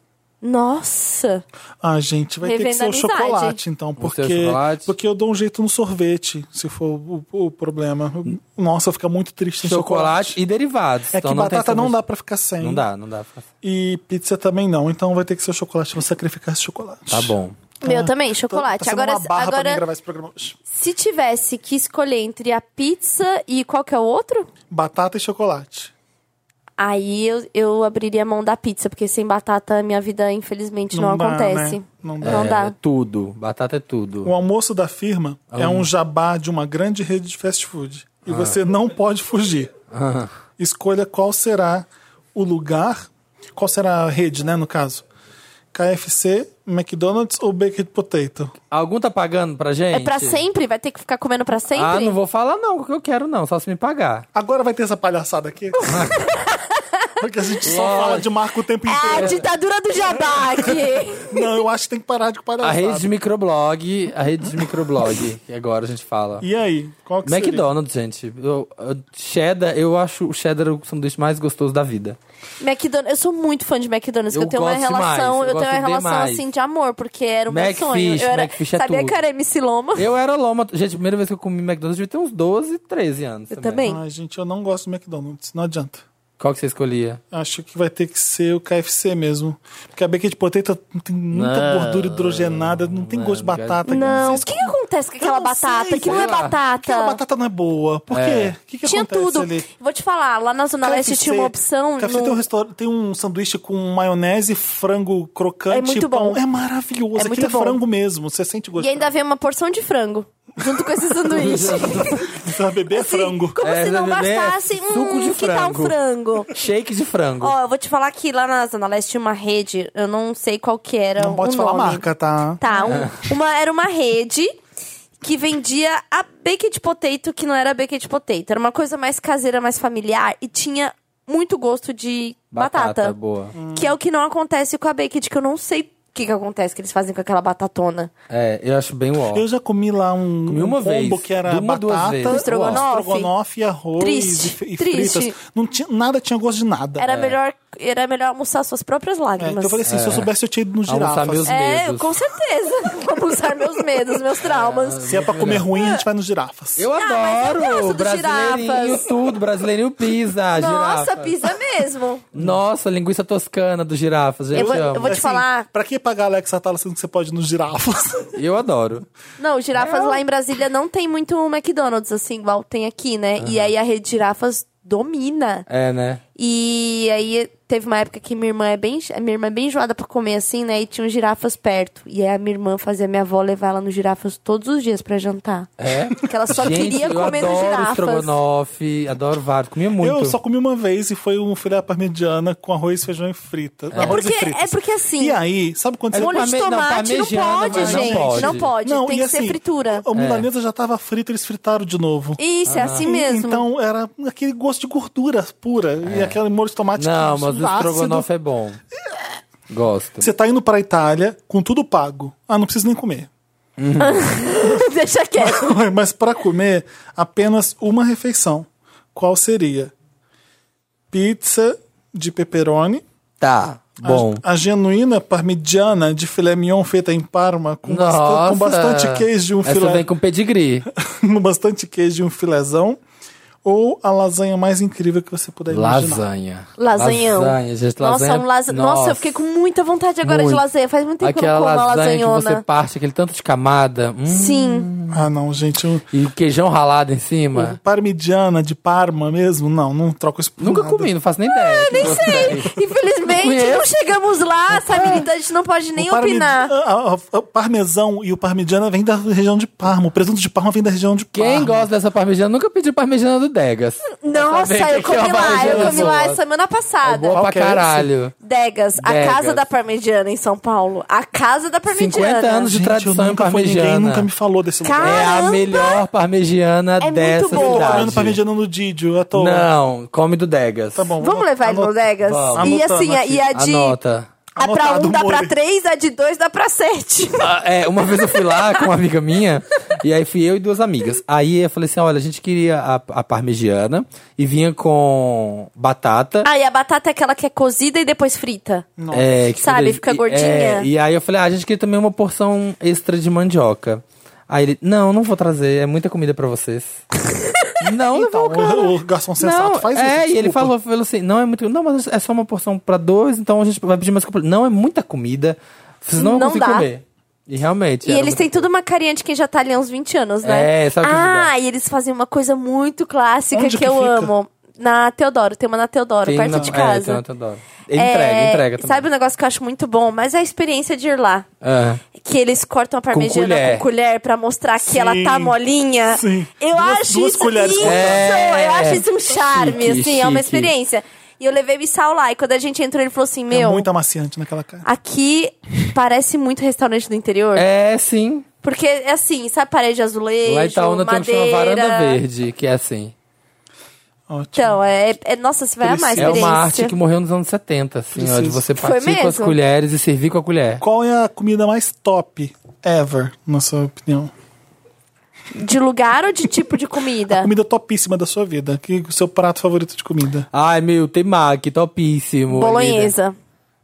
Speaker 5: Nossa.
Speaker 1: Ah, gente, vai ter que
Speaker 5: Revendo
Speaker 1: ser o
Speaker 5: amizade.
Speaker 1: chocolate, então,
Speaker 4: Vai ser o
Speaker 1: porque,
Speaker 4: chocolate.
Speaker 1: porque eu dou um jeito no sorvete, se for o, o problema. Nossa, eu fico muito triste em
Speaker 4: Chocolate,
Speaker 1: chocolate.
Speaker 4: e derivados.
Speaker 1: É
Speaker 4: então
Speaker 1: que
Speaker 4: não tem
Speaker 1: batata não
Speaker 4: sanduíche.
Speaker 1: dá pra ficar sem.
Speaker 4: Não dá, não dá. pra ficar-
Speaker 1: E pizza também não, então vai ter que ser o chocolate. Vou sacrificar esse chocolate.
Speaker 4: Tá bom.
Speaker 5: Meu também,
Speaker 1: Tá-
Speaker 5: chocolate.
Speaker 1: tá sendo
Speaker 5: agora,
Speaker 1: uma barra pra mim
Speaker 5: agora
Speaker 1: gravar esse programa hoje.
Speaker 5: se tivesse que escolher entre a pizza e qual que é o outro,
Speaker 1: Batata e chocolate.
Speaker 5: aí eu, eu abriria a mão da pizza, porque sem batata a minha vida, infelizmente, não,
Speaker 1: dá,
Speaker 5: acontece.
Speaker 1: né? Não dá.
Speaker 5: Não
Speaker 4: é,
Speaker 5: dá.
Speaker 4: é tudo. Batata é tudo.
Speaker 1: O almoço da firma
Speaker 4: Ah.
Speaker 1: é um jabá de uma grande rede de fast food. E você não pode fugir.
Speaker 4: Ah.
Speaker 1: Escolha qual será o lugar, qual será a rede, né, no caso. KFC, McDonald's ou Baked Potato?
Speaker 4: Algum tá pagando pra gente?
Speaker 5: É pra sempre? Vai ter que ficar comendo pra sempre?
Speaker 4: Ah, não vou falar não, o que eu quero não, só se me pagar.
Speaker 1: Agora vai ter essa palhaçada aqui? Porque a gente só fala de marca o tempo
Speaker 5: É a
Speaker 1: inteiro.
Speaker 5: ditadura do jabá aqui.
Speaker 1: Não, eu acho que tem que parar de
Speaker 4: É. A
Speaker 1: palhaçada.
Speaker 4: rede de microblog, a rede de microblog, que agora a gente fala.
Speaker 1: E aí? Qual que seria?
Speaker 4: McDonald's, gente. Eu, eu- cheddar, eu acho o cheddar o sanduíche mais gostoso da vida.
Speaker 5: McDonald's, eu sou muito fã de McDonald's, que
Speaker 4: Eu
Speaker 5: eu tenho uma
Speaker 4: gosto demais,
Speaker 5: relação,
Speaker 4: eu
Speaker 5: eu, tenho
Speaker 4: gosto
Speaker 5: uma relação
Speaker 4: demais.
Speaker 5: assim de amor, porque era o meu
Speaker 4: Macfish,
Speaker 5: sonho. Eu era,
Speaker 4: Macfish é
Speaker 5: sabia
Speaker 4: tudo.
Speaker 5: que era MC Loma?
Speaker 4: Eu era loma. Gente, a primeira vez que eu comi McDonald's eu devia ter uns 12, 13 anos.
Speaker 5: Eu também.
Speaker 1: Ai, gente, eu não gosto do McDonald's. Não adianta.
Speaker 4: Qual que você escolhia?
Speaker 1: Acho que vai ter que ser o KFC mesmo. Porque a baked potato tem muita
Speaker 4: Não,
Speaker 1: gordura hidrogenada, não tem
Speaker 4: não,
Speaker 1: gosto de
Speaker 4: não
Speaker 1: batata.
Speaker 5: Não, o
Speaker 1: sei
Speaker 5: que,
Speaker 1: se-
Speaker 5: que acontece com aquela
Speaker 1: Eu não sei,
Speaker 5: batata? que
Speaker 1: sei
Speaker 5: não é
Speaker 1: lá.
Speaker 5: batata.
Speaker 1: Aquela batata não é boa. Por
Speaker 4: É.
Speaker 1: quê? O que, que
Speaker 5: Tinha
Speaker 1: acontece
Speaker 5: tudo.
Speaker 1: ali?
Speaker 5: Vou te falar, lá na Zona Leste tinha uma opção.
Speaker 1: KFC
Speaker 5: no-
Speaker 1: tem, um restaurante, tem um sanduíche com maionese, frango crocante
Speaker 5: É muito
Speaker 1: e pão.
Speaker 5: bom.
Speaker 1: É maravilhoso.
Speaker 5: É
Speaker 1: Aquilo
Speaker 5: muito
Speaker 1: é
Speaker 5: bom.
Speaker 1: frango mesmo. Você sente gosto.
Speaker 5: E ainda vem uma porção de frango. Junto com esse sanduíche.
Speaker 1: Você vai beber
Speaker 5: Assim,
Speaker 1: frango.
Speaker 5: Como
Speaker 4: É,
Speaker 5: se não
Speaker 4: bebê,
Speaker 5: bastasse.
Speaker 4: suco de
Speaker 5: hum, que tal um
Speaker 4: frango.
Speaker 5: frango?
Speaker 4: Shake de frango.
Speaker 5: Ó, eu vou te falar que lá na Zona Leste tinha uma rede, eu não sei qual que era
Speaker 1: Não
Speaker 5: é o
Speaker 1: pode falar
Speaker 5: nome.
Speaker 1: marca, tá?
Speaker 5: Tá, um-
Speaker 4: É.
Speaker 5: uma, era uma rede que vendia a baked potato, que não era baked potato. Era uma coisa mais caseira, mais familiar e tinha muito gosto de batata.
Speaker 4: boa.
Speaker 5: Que é o que não acontece com a baked, que eu não sei o que, que acontece que eles fazem com aquela batatona.
Speaker 4: É, eu acho bem uó.
Speaker 1: Eu já comi lá um,
Speaker 4: Comi
Speaker 1: um
Speaker 4: uma
Speaker 1: combo
Speaker 4: vez,
Speaker 1: que era
Speaker 4: uma, duas
Speaker 1: batata,
Speaker 4: vezes.
Speaker 5: Estrogonofe?
Speaker 1: estrogonofe, arroz
Speaker 5: Triste,
Speaker 1: e, fri- e
Speaker 5: triste.
Speaker 4: É.
Speaker 1: fritas. Não tinha, nada tinha gosto de nada.
Speaker 5: Era a melhor era melhor almoçar suas próprias
Speaker 1: É,
Speaker 5: lágrimas.
Speaker 1: então eu falei assim, se eu soubesse eu tinha ido no
Speaker 4: Almoçar
Speaker 1: girafas.
Speaker 4: meus
Speaker 5: É,
Speaker 4: medos.
Speaker 5: com certeza. Vou usar meus medos, meus traumas.
Speaker 1: Se é pra comer ruim, a gente vai nos girafas.
Speaker 4: Eu
Speaker 5: Ah, mas eu
Speaker 4: adoro!
Speaker 5: gosto do
Speaker 4: brasileirinho
Speaker 5: girafas.
Speaker 4: tudo, brasileirinho pisa,
Speaker 5: Nossa,
Speaker 4: girafa.
Speaker 5: pisa mesmo.
Speaker 4: Nossa, linguiça toscana do girafas, gente. Eu,
Speaker 5: Eu vou- eu vou- te falar-
Speaker 1: Assim, Pra que pagar a Alexa Atala sendo que você pode ir nos girafas?
Speaker 4: eu adoro.
Speaker 5: Não, girafas lá em Brasília não tem muito McDonald's, assim, igual tem aqui, né? E aí a rede girafas domina.
Speaker 4: É, né?
Speaker 5: E aí teve uma época que minha irmã é bem, a minha irmã é bem enjoada pra comer assim, né? E tinha uns girafas perto. E aí a minha irmã fazia minha avó levar ela nos girafas todos os dias pra jantar.
Speaker 4: É.
Speaker 5: Porque ela só
Speaker 4: gente,
Speaker 5: queria
Speaker 4: eu
Speaker 5: comer nos
Speaker 4: adoro
Speaker 5: girafas.
Speaker 4: estrogonofe, adoro vários. Comia muito.
Speaker 1: Eu só comi uma vez e foi um filé à parmegiana com arroz, feijão e frita.
Speaker 5: É
Speaker 1: Arroz
Speaker 5: porque,
Speaker 1: e fritas.
Speaker 5: é porque assim,
Speaker 1: E aí, sabe quando você...
Speaker 4: Mas
Speaker 5: molho de
Speaker 4: parme- não,
Speaker 5: tomate não,
Speaker 4: parmegiana,
Speaker 5: pode,
Speaker 4: mas
Speaker 1: não
Speaker 5: gente. Não pode.
Speaker 1: pode.
Speaker 5: tem
Speaker 1: e
Speaker 5: que ser
Speaker 1: assim,
Speaker 5: fritura.
Speaker 4: É.
Speaker 1: A milanesa já tava frita, eles fritaram de novo.
Speaker 5: Isso, é assim mesmo.
Speaker 1: Então era aquele gosto de gordura pura e aquele molho de tomate
Speaker 4: É. Não,
Speaker 1: que-
Speaker 4: mas o
Speaker 1: ácido.
Speaker 4: estrogonofe é bom. Gosto.
Speaker 1: Você tá indo pra Itália com tudo pago. Ah, não precisa nem comer.
Speaker 5: Deixa quieto.
Speaker 1: mas pra comer apenas uma refeição. Qual seria? Pizza de pepperoni,
Speaker 4: Tá, bom.
Speaker 1: a, a genuína parmigiana de filé mignon feita em Parma com,
Speaker 4: Nossa.
Speaker 1: bastante, com bastante queijo de um
Speaker 4: Essa
Speaker 1: filé,
Speaker 4: vem com pedigree.
Speaker 1: com bastante queijo de um filézão, ou a lasanha mais incrível que você puder imaginar.
Speaker 4: Lasanha.
Speaker 5: Lasanhão.
Speaker 4: Lasanha, gente,
Speaker 5: Nossa,
Speaker 4: lasanha.
Speaker 5: um lasa... Nossa. eu fiquei com muita vontade agora de
Speaker 4: Muito.
Speaker 5: lasanha. Faz muito tempo
Speaker 4: Aquela
Speaker 5: que eu não como uma
Speaker 4: lasanha que
Speaker 5: lasanhona.
Speaker 4: você parte, aquele tanto de camada. hum,
Speaker 5: Sim.
Speaker 1: Ah, não, gente, eu-
Speaker 4: E queijão ralado em cima.
Speaker 1: parmigiana de Parma mesmo? Não, não troco isso por
Speaker 4: Nunca
Speaker 1: nada.
Speaker 4: comi, não faço nem ideia.
Speaker 5: Ah, Nem
Speaker 4: Gosto.
Speaker 5: sei. Infelizmente,
Speaker 4: Conheço.
Speaker 5: não chegamos lá, sabe? Então a gente não pode nem
Speaker 1: O parmi-
Speaker 5: opinar.
Speaker 1: a- a- a parmesão e o parmigiana vem da região de Parma. O presunto de Parma vem da região de Parma.
Speaker 4: Quem gosta dessa parmegiana nunca pediu parmegiana do Degas.
Speaker 5: Nossa,
Speaker 4: Saber
Speaker 5: eu
Speaker 4: que é uma
Speaker 5: comi lá, eu
Speaker 4: parmegiana
Speaker 5: comi lá
Speaker 4: boa.
Speaker 5: semana passada.
Speaker 4: Boa pra
Speaker 1: que é esse?
Speaker 4: caralho.
Speaker 5: Degas, a
Speaker 4: Degas.
Speaker 5: casa da parmegiana em São Paulo. A casa da parmegiana.
Speaker 4: 50 anos de
Speaker 1: Gente,
Speaker 4: tradição
Speaker 1: eu
Speaker 4: em
Speaker 1: nunca fui-
Speaker 4: parmegiana.
Speaker 1: Ninguém nunca me falou desse lugar.
Speaker 5: Cara,
Speaker 4: É a
Speaker 5: Caramba! É
Speaker 4: melhor parmegiana
Speaker 5: muito
Speaker 4: dessa
Speaker 5: boa.
Speaker 1: Eu tô
Speaker 4: cidade.
Speaker 1: comendo parmegiana no Didio, eu tô...
Speaker 4: Não, come do Degas.
Speaker 1: Tá bom.
Speaker 5: Vamos levar ele no
Speaker 1: Anota-
Speaker 5: Degas?
Speaker 1: Vamos.
Speaker 5: E
Speaker 1: Anotando
Speaker 5: assim, a-
Speaker 1: aqui.
Speaker 5: e a de.
Speaker 4: Anota.
Speaker 5: A pra
Speaker 1: Anotado,
Speaker 5: um dá pra
Speaker 1: Mori.
Speaker 5: três, a de dois dá pra sete.
Speaker 4: Ah, é, uma vez eu fui lá com uma amiga minha, e aí fui eu e duas amigas. Aí eu falei assim: olha, a gente queria a, a parmegiana e vinha com batata.
Speaker 5: Ah, e a batata é aquela que é cozida e depois frita.
Speaker 4: é, que
Speaker 5: Sabe,
Speaker 4: ele-
Speaker 5: fica
Speaker 4: e-
Speaker 5: gordinha.
Speaker 4: é, e aí eu falei: ah, a gente queria também uma porção extra de mandioca. Aí ele: não, não vou trazer, é muita comida pra vocês. não, não
Speaker 1: Então,
Speaker 4: vou, cara.
Speaker 1: o, o garçom sensato
Speaker 4: Não,
Speaker 1: faz
Speaker 4: é,
Speaker 1: isso.
Speaker 4: e ele
Speaker 1: desculpa.
Speaker 4: falou, falou assim, não é muito, não, mas é só uma porção pra dois, então a gente vai pedir mais comida. Não é muita comida, vocês não,
Speaker 5: Não
Speaker 4: vão conseguir
Speaker 5: dá.
Speaker 4: comer. E realmente.
Speaker 5: E
Speaker 4: era
Speaker 5: eles
Speaker 4: muita
Speaker 5: têm tudo uma carinha de quem já tá ali há uns 20 anos, né?
Speaker 4: É, sabe o que
Speaker 5: Ah, e eles fazem uma coisa muito clássica
Speaker 1: Onde
Speaker 5: que,
Speaker 1: que
Speaker 5: eu
Speaker 1: fica?
Speaker 5: amo. Na Teodoro, tem uma na Teodoro,
Speaker 4: Tem
Speaker 5: perto
Speaker 4: na-
Speaker 5: de
Speaker 4: é,
Speaker 5: casa.
Speaker 4: tem na Teodoro. Ele entrega,
Speaker 5: É,
Speaker 4: entrega também.
Speaker 5: Sabe um negócio que eu acho muito bom? Mas é a experiência de ir lá.
Speaker 4: É.
Speaker 5: Que eles cortam a parmegiana com colher,
Speaker 4: colher.
Speaker 5: pra mostrar que ela tá
Speaker 1: Sim,
Speaker 5: molinha.
Speaker 1: sim.
Speaker 5: Eu
Speaker 1: Duas-
Speaker 5: acho
Speaker 1: duas
Speaker 5: isso.
Speaker 1: colheres
Speaker 5: isso,
Speaker 4: cortadas.
Speaker 5: Eu acho isso um charme,
Speaker 4: É, Chique,
Speaker 5: assim, é uma
Speaker 4: chique.
Speaker 5: experiência. E eu levei Missal lá, e quando a gente entrou, ele falou assim:
Speaker 1: É
Speaker 5: Meu, Ah,
Speaker 1: muito amaciante naquela cara.
Speaker 5: aqui parece muito restaurante do interior.
Speaker 4: É, sim.
Speaker 5: Porque é assim, sabe parede de azulejo,
Speaker 4: Lá em Itaúna tem um
Speaker 5: madeira.
Speaker 4: que chama Varanda Verde, que é assim.
Speaker 1: Ótimo.
Speaker 5: Então, é, é- nossa, você vai amar a
Speaker 1: Precisa.
Speaker 4: É
Speaker 5: experiência.
Speaker 4: uma arte que morreu nos anos 70, assim, ó, de
Speaker 1: Preciso.
Speaker 4: você
Speaker 5: Foi
Speaker 4: partir com as
Speaker 5: mesmo?
Speaker 4: colheres e servir com a colher.
Speaker 1: Qual é a comida mais top ever, na sua opinião?
Speaker 5: De lugar ou de tipo de comida?
Speaker 1: Comida topíssima da sua vida. Que o seu prato favorito de comida?
Speaker 4: Ai, meu, tem mac, topíssimo.
Speaker 5: Bolonhesa.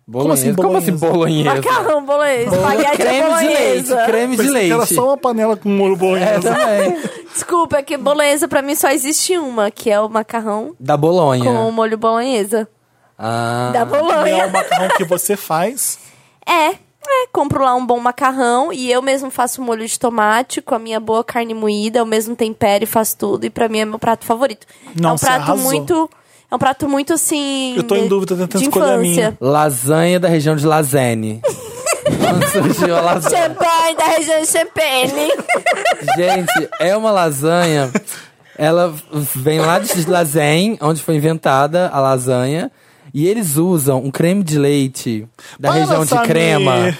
Speaker 4: bolonhesa.
Speaker 1: Como
Speaker 4: Como
Speaker 1: assim
Speaker 4: assim bolonhesa?
Speaker 5: Macarrão, bolonhesa. Espaguete
Speaker 4: creme
Speaker 5: à
Speaker 4: de leite,
Speaker 5: bolonhesa.
Speaker 4: creme de
Speaker 1: Pensei que é, Era
Speaker 4: leite.
Speaker 1: só uma panela com molho
Speaker 4: É,
Speaker 1: bolonhesa.
Speaker 4: também.
Speaker 5: Desculpa, é que bolonhesa pra mim só existe uma, que é o macarrão
Speaker 4: Da Bolonha.
Speaker 5: com o molho bolonhesa.
Speaker 4: É. Ah.
Speaker 5: Da
Speaker 1: E é
Speaker 5: bolonha.
Speaker 1: o macarrão que você faz.
Speaker 5: É, é, compro lá um bom macarrão e eu mesmo faço um molho de tomate com a minha boa carne moída, eu mesmo tempero e faço tudo e pra mim é meu prato favorito. é um
Speaker 1: Nossa,
Speaker 5: prato
Speaker 1: arrasou.
Speaker 5: muito é um prato muito assim
Speaker 1: Eu tô em
Speaker 5: de-
Speaker 1: dúvida, tentando
Speaker 5: de
Speaker 1: escolher a
Speaker 5: infância.
Speaker 4: Lasanha da região de Lazene. Quando surgiu a lasanha.
Speaker 5: Champanhe da região de Champagne.
Speaker 4: Gente, é uma lasanha. Ela vem lá de Lazen, onde foi inventada a lasanha. E eles usam um creme de leite da
Speaker 1: Para,
Speaker 4: região de
Speaker 1: Samir.
Speaker 4: crema.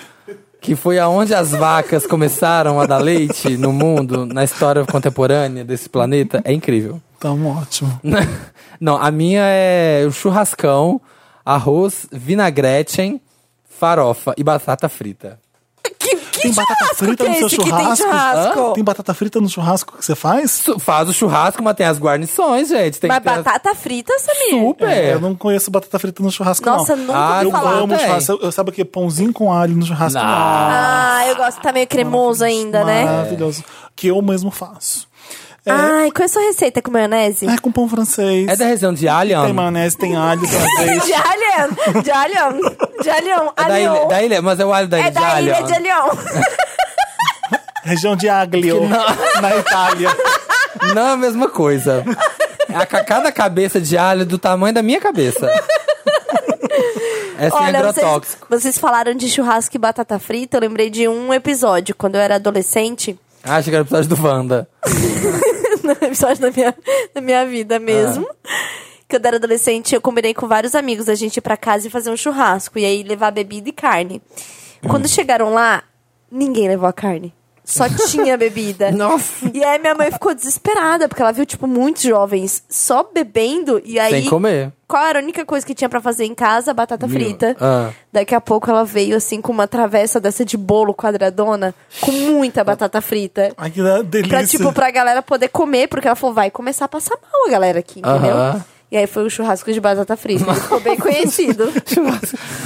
Speaker 4: Que foi aonde as vacas começaram a dar leite no mundo, na história contemporânea desse planeta. É incrível.
Speaker 1: Então, ótimo.
Speaker 4: Não, a minha é o churrascão, arroz, vinagrete, farofa e batata frita.
Speaker 5: que, que
Speaker 1: tem batata
Speaker 5: churrasco
Speaker 1: frita
Speaker 5: que é
Speaker 1: no seu
Speaker 5: esse que tem
Speaker 1: churrasco?
Speaker 5: churrasco?
Speaker 1: Hã? Tem batata frita no churrasco que você faz?
Speaker 4: Su- Faz o churrasco, mas tem as guarnições, gente. Tem
Speaker 5: Mas
Speaker 4: que ter as-
Speaker 5: batata frita, Samir?
Speaker 4: Super.
Speaker 1: É, Eu não conheço batata frita no churrasco,
Speaker 5: Nossa,
Speaker 1: não.
Speaker 5: nunca
Speaker 4: Ah,
Speaker 5: ouvi
Speaker 1: Eu
Speaker 5: falar.
Speaker 1: amo
Speaker 4: tem.
Speaker 1: churrasco. Eu, sabe o que? Pãozinho com alho no churrasco.
Speaker 4: Ah,
Speaker 5: Ah, eu gosto. Tá meio cremoso ainda, né?
Speaker 1: Maravilhoso. Que eu mesmo faço.
Speaker 5: Ai, qual é a sua receita com maionese?
Speaker 1: É com pão francês.
Speaker 4: é da região de
Speaker 1: Tem
Speaker 4: Alien?
Speaker 1: maionese, tem alho, tem azeite.
Speaker 5: De alhão, de alhão, de alhão,
Speaker 4: É da ilha, da ilha, mas é o alho da ilha
Speaker 5: É
Speaker 4: de
Speaker 5: da
Speaker 4: Alien. é
Speaker 5: ilha de alhão.
Speaker 1: Região de Aglio, na Itália.
Speaker 4: Não é a mesma coisa. É a cacá da cabeça de alho do tamanho da minha cabeça. Essa é
Speaker 5: Olha, vocês,
Speaker 4: agrotóxico.
Speaker 5: vocês falaram de churrasco e batata frita, eu lembrei de um episódio, quando eu era adolescente,
Speaker 4: Acho que era o episódio do Wanda.
Speaker 5: no episódio da minha, da minha vida mesmo.
Speaker 4: Ah.
Speaker 5: Quando eu era adolescente, eu combinei com vários amigos a gente ir pra casa e fazer um churrasco, e aí levar bebida e carne. Quando
Speaker 4: Hum.
Speaker 5: chegaram lá, ninguém levou a carne. Só tinha bebida.
Speaker 4: Nossa.
Speaker 5: E aí minha mãe ficou desesperada, porque ela viu, tipo, muitos jovens só bebendo e aí.
Speaker 4: Sem comer.
Speaker 5: Qual era a única coisa que tinha pra fazer em casa? Batata frita.
Speaker 4: Ah.
Speaker 5: Daqui a pouco ela veio assim com uma travessa dessa de bolo quadradona, com muita batata frita.
Speaker 1: Ai, que da- delícia.
Speaker 5: Pra, tipo, pra galera poder comer, porque ela falou, vai começar a passar mal a galera aqui, entendeu?
Speaker 4: Aham.
Speaker 5: E aí foi o churrasco de batata frita. Ele ficou bem conhecido.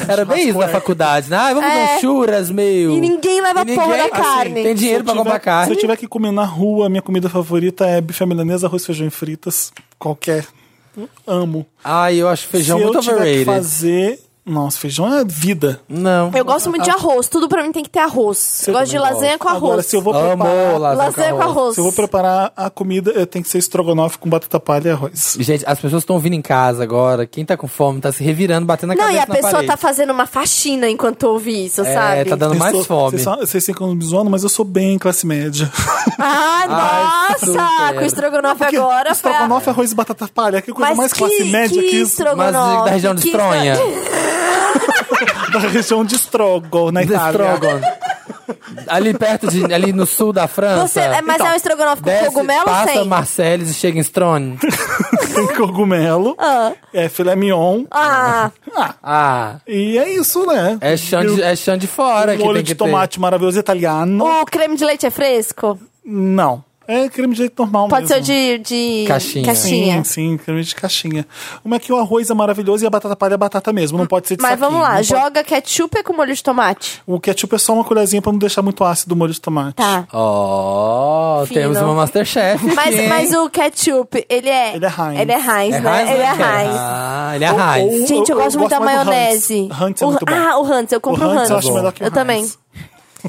Speaker 4: Era bem isso na faculdade, né? Ah, vamos
Speaker 5: É.
Speaker 4: fazer um churras, meu.
Speaker 5: E ninguém leva
Speaker 4: E
Speaker 5: porra da
Speaker 4: assim,
Speaker 5: carne.
Speaker 4: Tem dinheiro pra
Speaker 1: tiver-
Speaker 4: comprar
Speaker 1: Se eu
Speaker 4: carne.
Speaker 1: tiver que comer na rua, minha comida favorita é bife à milanesa, arroz, feijão e fritas. Qualquer. Amo.
Speaker 4: Ai, eu acho feijão
Speaker 1: se
Speaker 4: muito
Speaker 1: eu tiver
Speaker 4: overrated.
Speaker 1: que fazer... Nossa, feijão é vida.
Speaker 4: Não.
Speaker 5: Eu gosto muito de arroz, tudo pra mim tem que ter arroz. Eu gosto de lasanha com arroz.
Speaker 1: Agora, se eu vou
Speaker 4: Amo
Speaker 1: preparar...
Speaker 5: Lasanha com arroz.
Speaker 1: Se eu vou preparar a comida, eu tenho que ser estrogonofe com batata palha e arroz.
Speaker 4: Gente, as pessoas estão vindo em casa agora. Quem tá com fome tá se revirando, batendo a
Speaker 5: Não,
Speaker 4: cabeça
Speaker 5: e a
Speaker 4: na
Speaker 5: pessoa
Speaker 4: parede.
Speaker 5: tá fazendo uma faxina enquanto ouve isso, sabe?
Speaker 4: É, tá dando
Speaker 1: Eu
Speaker 4: mais
Speaker 1: sou-
Speaker 4: fome.
Speaker 1: Vocês são- Vocês ficam me zoando, mas eu sou bem classe média.
Speaker 5: Ah, nossa!
Speaker 4: super.
Speaker 5: com o estrogonofe
Speaker 1: É Porque
Speaker 5: agora foi a-
Speaker 1: estrogonofe, arroz e batata palha. Que coisa
Speaker 5: Mas
Speaker 1: mais
Speaker 5: que,
Speaker 1: classe média
Speaker 5: que
Speaker 1: que isso.
Speaker 5: estrogonofe.
Speaker 4: Mas da região de
Speaker 5: que-
Speaker 4: Estronha.
Speaker 1: Da região de Strogo, na
Speaker 4: The
Speaker 1: Itália.
Speaker 4: Strogon. ali perto de. Ali no sul da França.
Speaker 5: Você, é, mas
Speaker 1: Então,
Speaker 5: é um estrogonofe com
Speaker 4: Desce,
Speaker 5: cogumelo ou
Speaker 4: passa
Speaker 5: sem?
Speaker 4: Marcelles e chega em Strone.
Speaker 1: Tem cogumelo.
Speaker 5: Ah.
Speaker 1: É filé mignon.
Speaker 5: Ah,
Speaker 1: Ah,
Speaker 4: Ah,
Speaker 1: e é isso, né?
Speaker 4: é chão de, é chão de fora que
Speaker 1: um molho
Speaker 4: tem que
Speaker 1: de tomate maravilhoso italiano.
Speaker 5: o creme de leite é fresco?
Speaker 1: Não. É creme de leite normal
Speaker 5: Pode ser
Speaker 1: mesmo.
Speaker 5: o de, de...
Speaker 4: Caixinha.
Speaker 1: Sim, sim, creme de caixinha. Como é que o arroz é maravilhoso e a batata palha é batata mesmo, não pode ser de
Speaker 5: Hum. Mas
Speaker 1: saquinho,
Speaker 5: vamos lá,
Speaker 1: não pode-
Speaker 5: joga ketchup com molho de tomate.
Speaker 1: O ketchup é só uma colherzinha pra não deixar muito ácido o molho de tomate.
Speaker 5: Tá.
Speaker 4: ter. Ó,
Speaker 5: Fino.
Speaker 4: temos uma Masterchef.
Speaker 5: Mas,
Speaker 4: aqui,
Speaker 5: mas
Speaker 4: hein?
Speaker 5: o ketchup, ele é...
Speaker 1: Ele é Heinz.
Speaker 5: Ele é Heinz,
Speaker 4: É
Speaker 5: né?
Speaker 4: Heinz,
Speaker 5: ele
Speaker 4: né?
Speaker 5: é Heinz.
Speaker 4: Ah, ele é Heinz.
Speaker 1: Ou-
Speaker 5: Gente, eu,
Speaker 1: eu
Speaker 5: gosto muito da
Speaker 1: gosto mais do
Speaker 5: maionese.
Speaker 1: Heinz. Heinz é
Speaker 5: O-
Speaker 1: muito bom.
Speaker 5: Ah, o Hans, eu compro o
Speaker 1: O Heinz
Speaker 5: Hans.
Speaker 1: eu acho melhor que o
Speaker 5: Eu
Speaker 1: Heinz.
Speaker 5: também.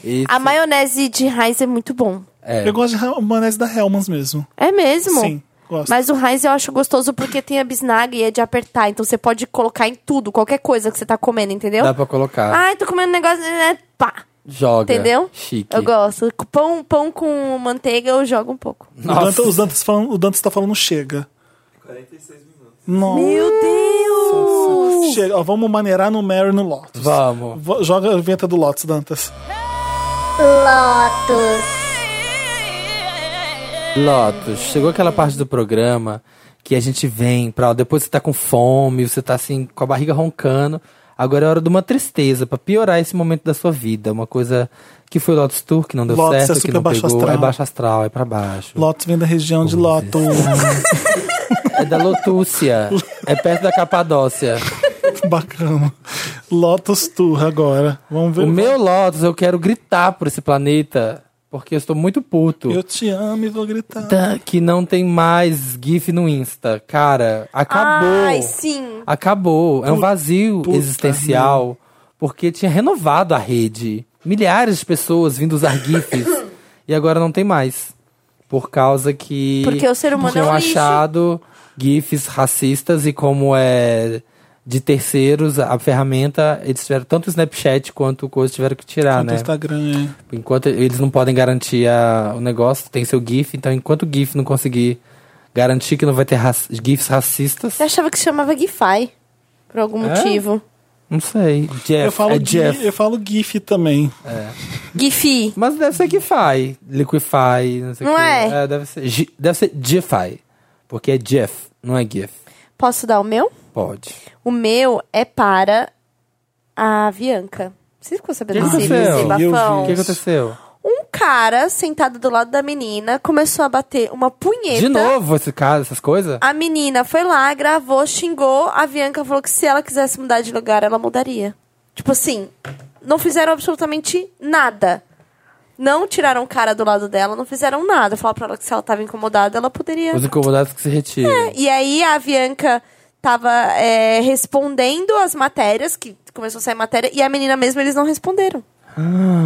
Speaker 4: E-
Speaker 5: A maionese de Heinz é muito bom.
Speaker 4: é.
Speaker 1: Eu gosto de ha- maionese da Hellmann's mesmo.
Speaker 5: É mesmo?
Speaker 1: Sim, gosto.
Speaker 5: Mas o Heinz eu acho gostoso porque tem a bisnaga e é de apertar. Então você pode colocar em tudo, qualquer coisa que você tá comendo, entendeu?
Speaker 4: Dá pra colocar.
Speaker 5: Ai, tô comendo um negócio. né? Pá!
Speaker 4: Joga.
Speaker 5: Entendeu?
Speaker 4: É, Chique.
Speaker 5: Eu gosto. Pão, pão com manteiga eu jogo um pouco.
Speaker 1: O Dantas, os Dantas falam, o Dantas tá falando chega. 46 minutos.
Speaker 5: Meu Deus!
Speaker 1: Nossa, chega. Ó, vamos maneirar no Mary no Lotus.
Speaker 4: Vamos.
Speaker 1: Vo- Joga a vinheta do Lotus, Dantas.
Speaker 4: Lotus, chegou aquela parte do programa que a gente vem pra. Depois você tá com fome, você tá assim, com a barriga roncando. Agora é hora de uma tristeza, pra piorar esse momento da sua vida. Uma coisa que foi Lotus Tour, que não deu
Speaker 1: Lotus é
Speaker 4: certo, que
Speaker 1: super
Speaker 4: não
Speaker 1: baixo
Speaker 4: pegou.
Speaker 1: astral.
Speaker 4: É baixo astral, é pra baixo.
Speaker 1: Lotus vem da região de Loto.
Speaker 4: É da Lotúcia. é perto da Capadócia.
Speaker 1: Bacana. Lotus Tour agora. Vamos ver.
Speaker 4: O meu Lotus, eu quero gritar por esse planeta, porque eu estou muito puto.
Speaker 1: Eu te amo e vou gritar.
Speaker 4: Tá, Que não tem mais GIF no Insta. Cara, acabou.
Speaker 5: Ai, sim.
Speaker 4: Acabou. É um vazio
Speaker 1: puta
Speaker 4: existencial. Porque tinha renovado a rede. Milhares de pessoas vindo usar GIFs. e agora não tem mais. Por causa que.
Speaker 5: Porque o ser humano
Speaker 4: tinham
Speaker 5: é um lixo.
Speaker 4: achado GIFs racistas e como é. De terceiros, a ferramenta, eles tiveram tanto o Snapchat quanto o coisa tiveram que tirar,
Speaker 1: Quanto
Speaker 4: né?
Speaker 1: Instagram é.
Speaker 4: Enquanto eles não podem garantir a- o negócio, tem seu GIF, então enquanto o GIF não conseguir garantir que não vai ter ra- GIFs racistas,
Speaker 5: Você achava que se chamava Gify? Por algum
Speaker 4: É?
Speaker 5: motivo.
Speaker 4: não sei. Jeff,
Speaker 1: Eu falo,
Speaker 4: é
Speaker 1: Gui-
Speaker 4: Jeff.
Speaker 1: eu falo GIF também.
Speaker 5: Gify.
Speaker 4: Mas deve ser GIFI, Liquify, não sei o
Speaker 5: Não
Speaker 4: que.
Speaker 5: é?
Speaker 4: deve ser, G- deve ser GIFI, porque é Jeff, não é GIF.
Speaker 5: Posso dar o meu?
Speaker 4: Pode.
Speaker 5: O meu é para a Bianca. Vocês ficam
Speaker 4: Que
Speaker 5: sabendo
Speaker 4: é que
Speaker 5: desse,
Speaker 4: aconteceu?
Speaker 5: desse
Speaker 1: Eu
Speaker 5: bafão?
Speaker 4: O que aconteceu?
Speaker 5: Um cara sentado do lado da menina começou a bater uma punheta.
Speaker 4: De novo esse caso, essas coisas?
Speaker 5: A menina foi lá, gravou, xingou. A Bianca falou que se ela quisesse mudar de lugar, ela mudaria. Tipo assim, não fizeram absolutamente nada. Não tiraram o cara do lado dela, não fizeram nada. Falaram pra ela que se ela tava incomodada, ela poderia.
Speaker 4: Os incomodados que se retiram.
Speaker 5: É, E aí a Bianca tava é, respondendo as matérias, que começou a sair matéria, e a menina mesmo eles não responderam.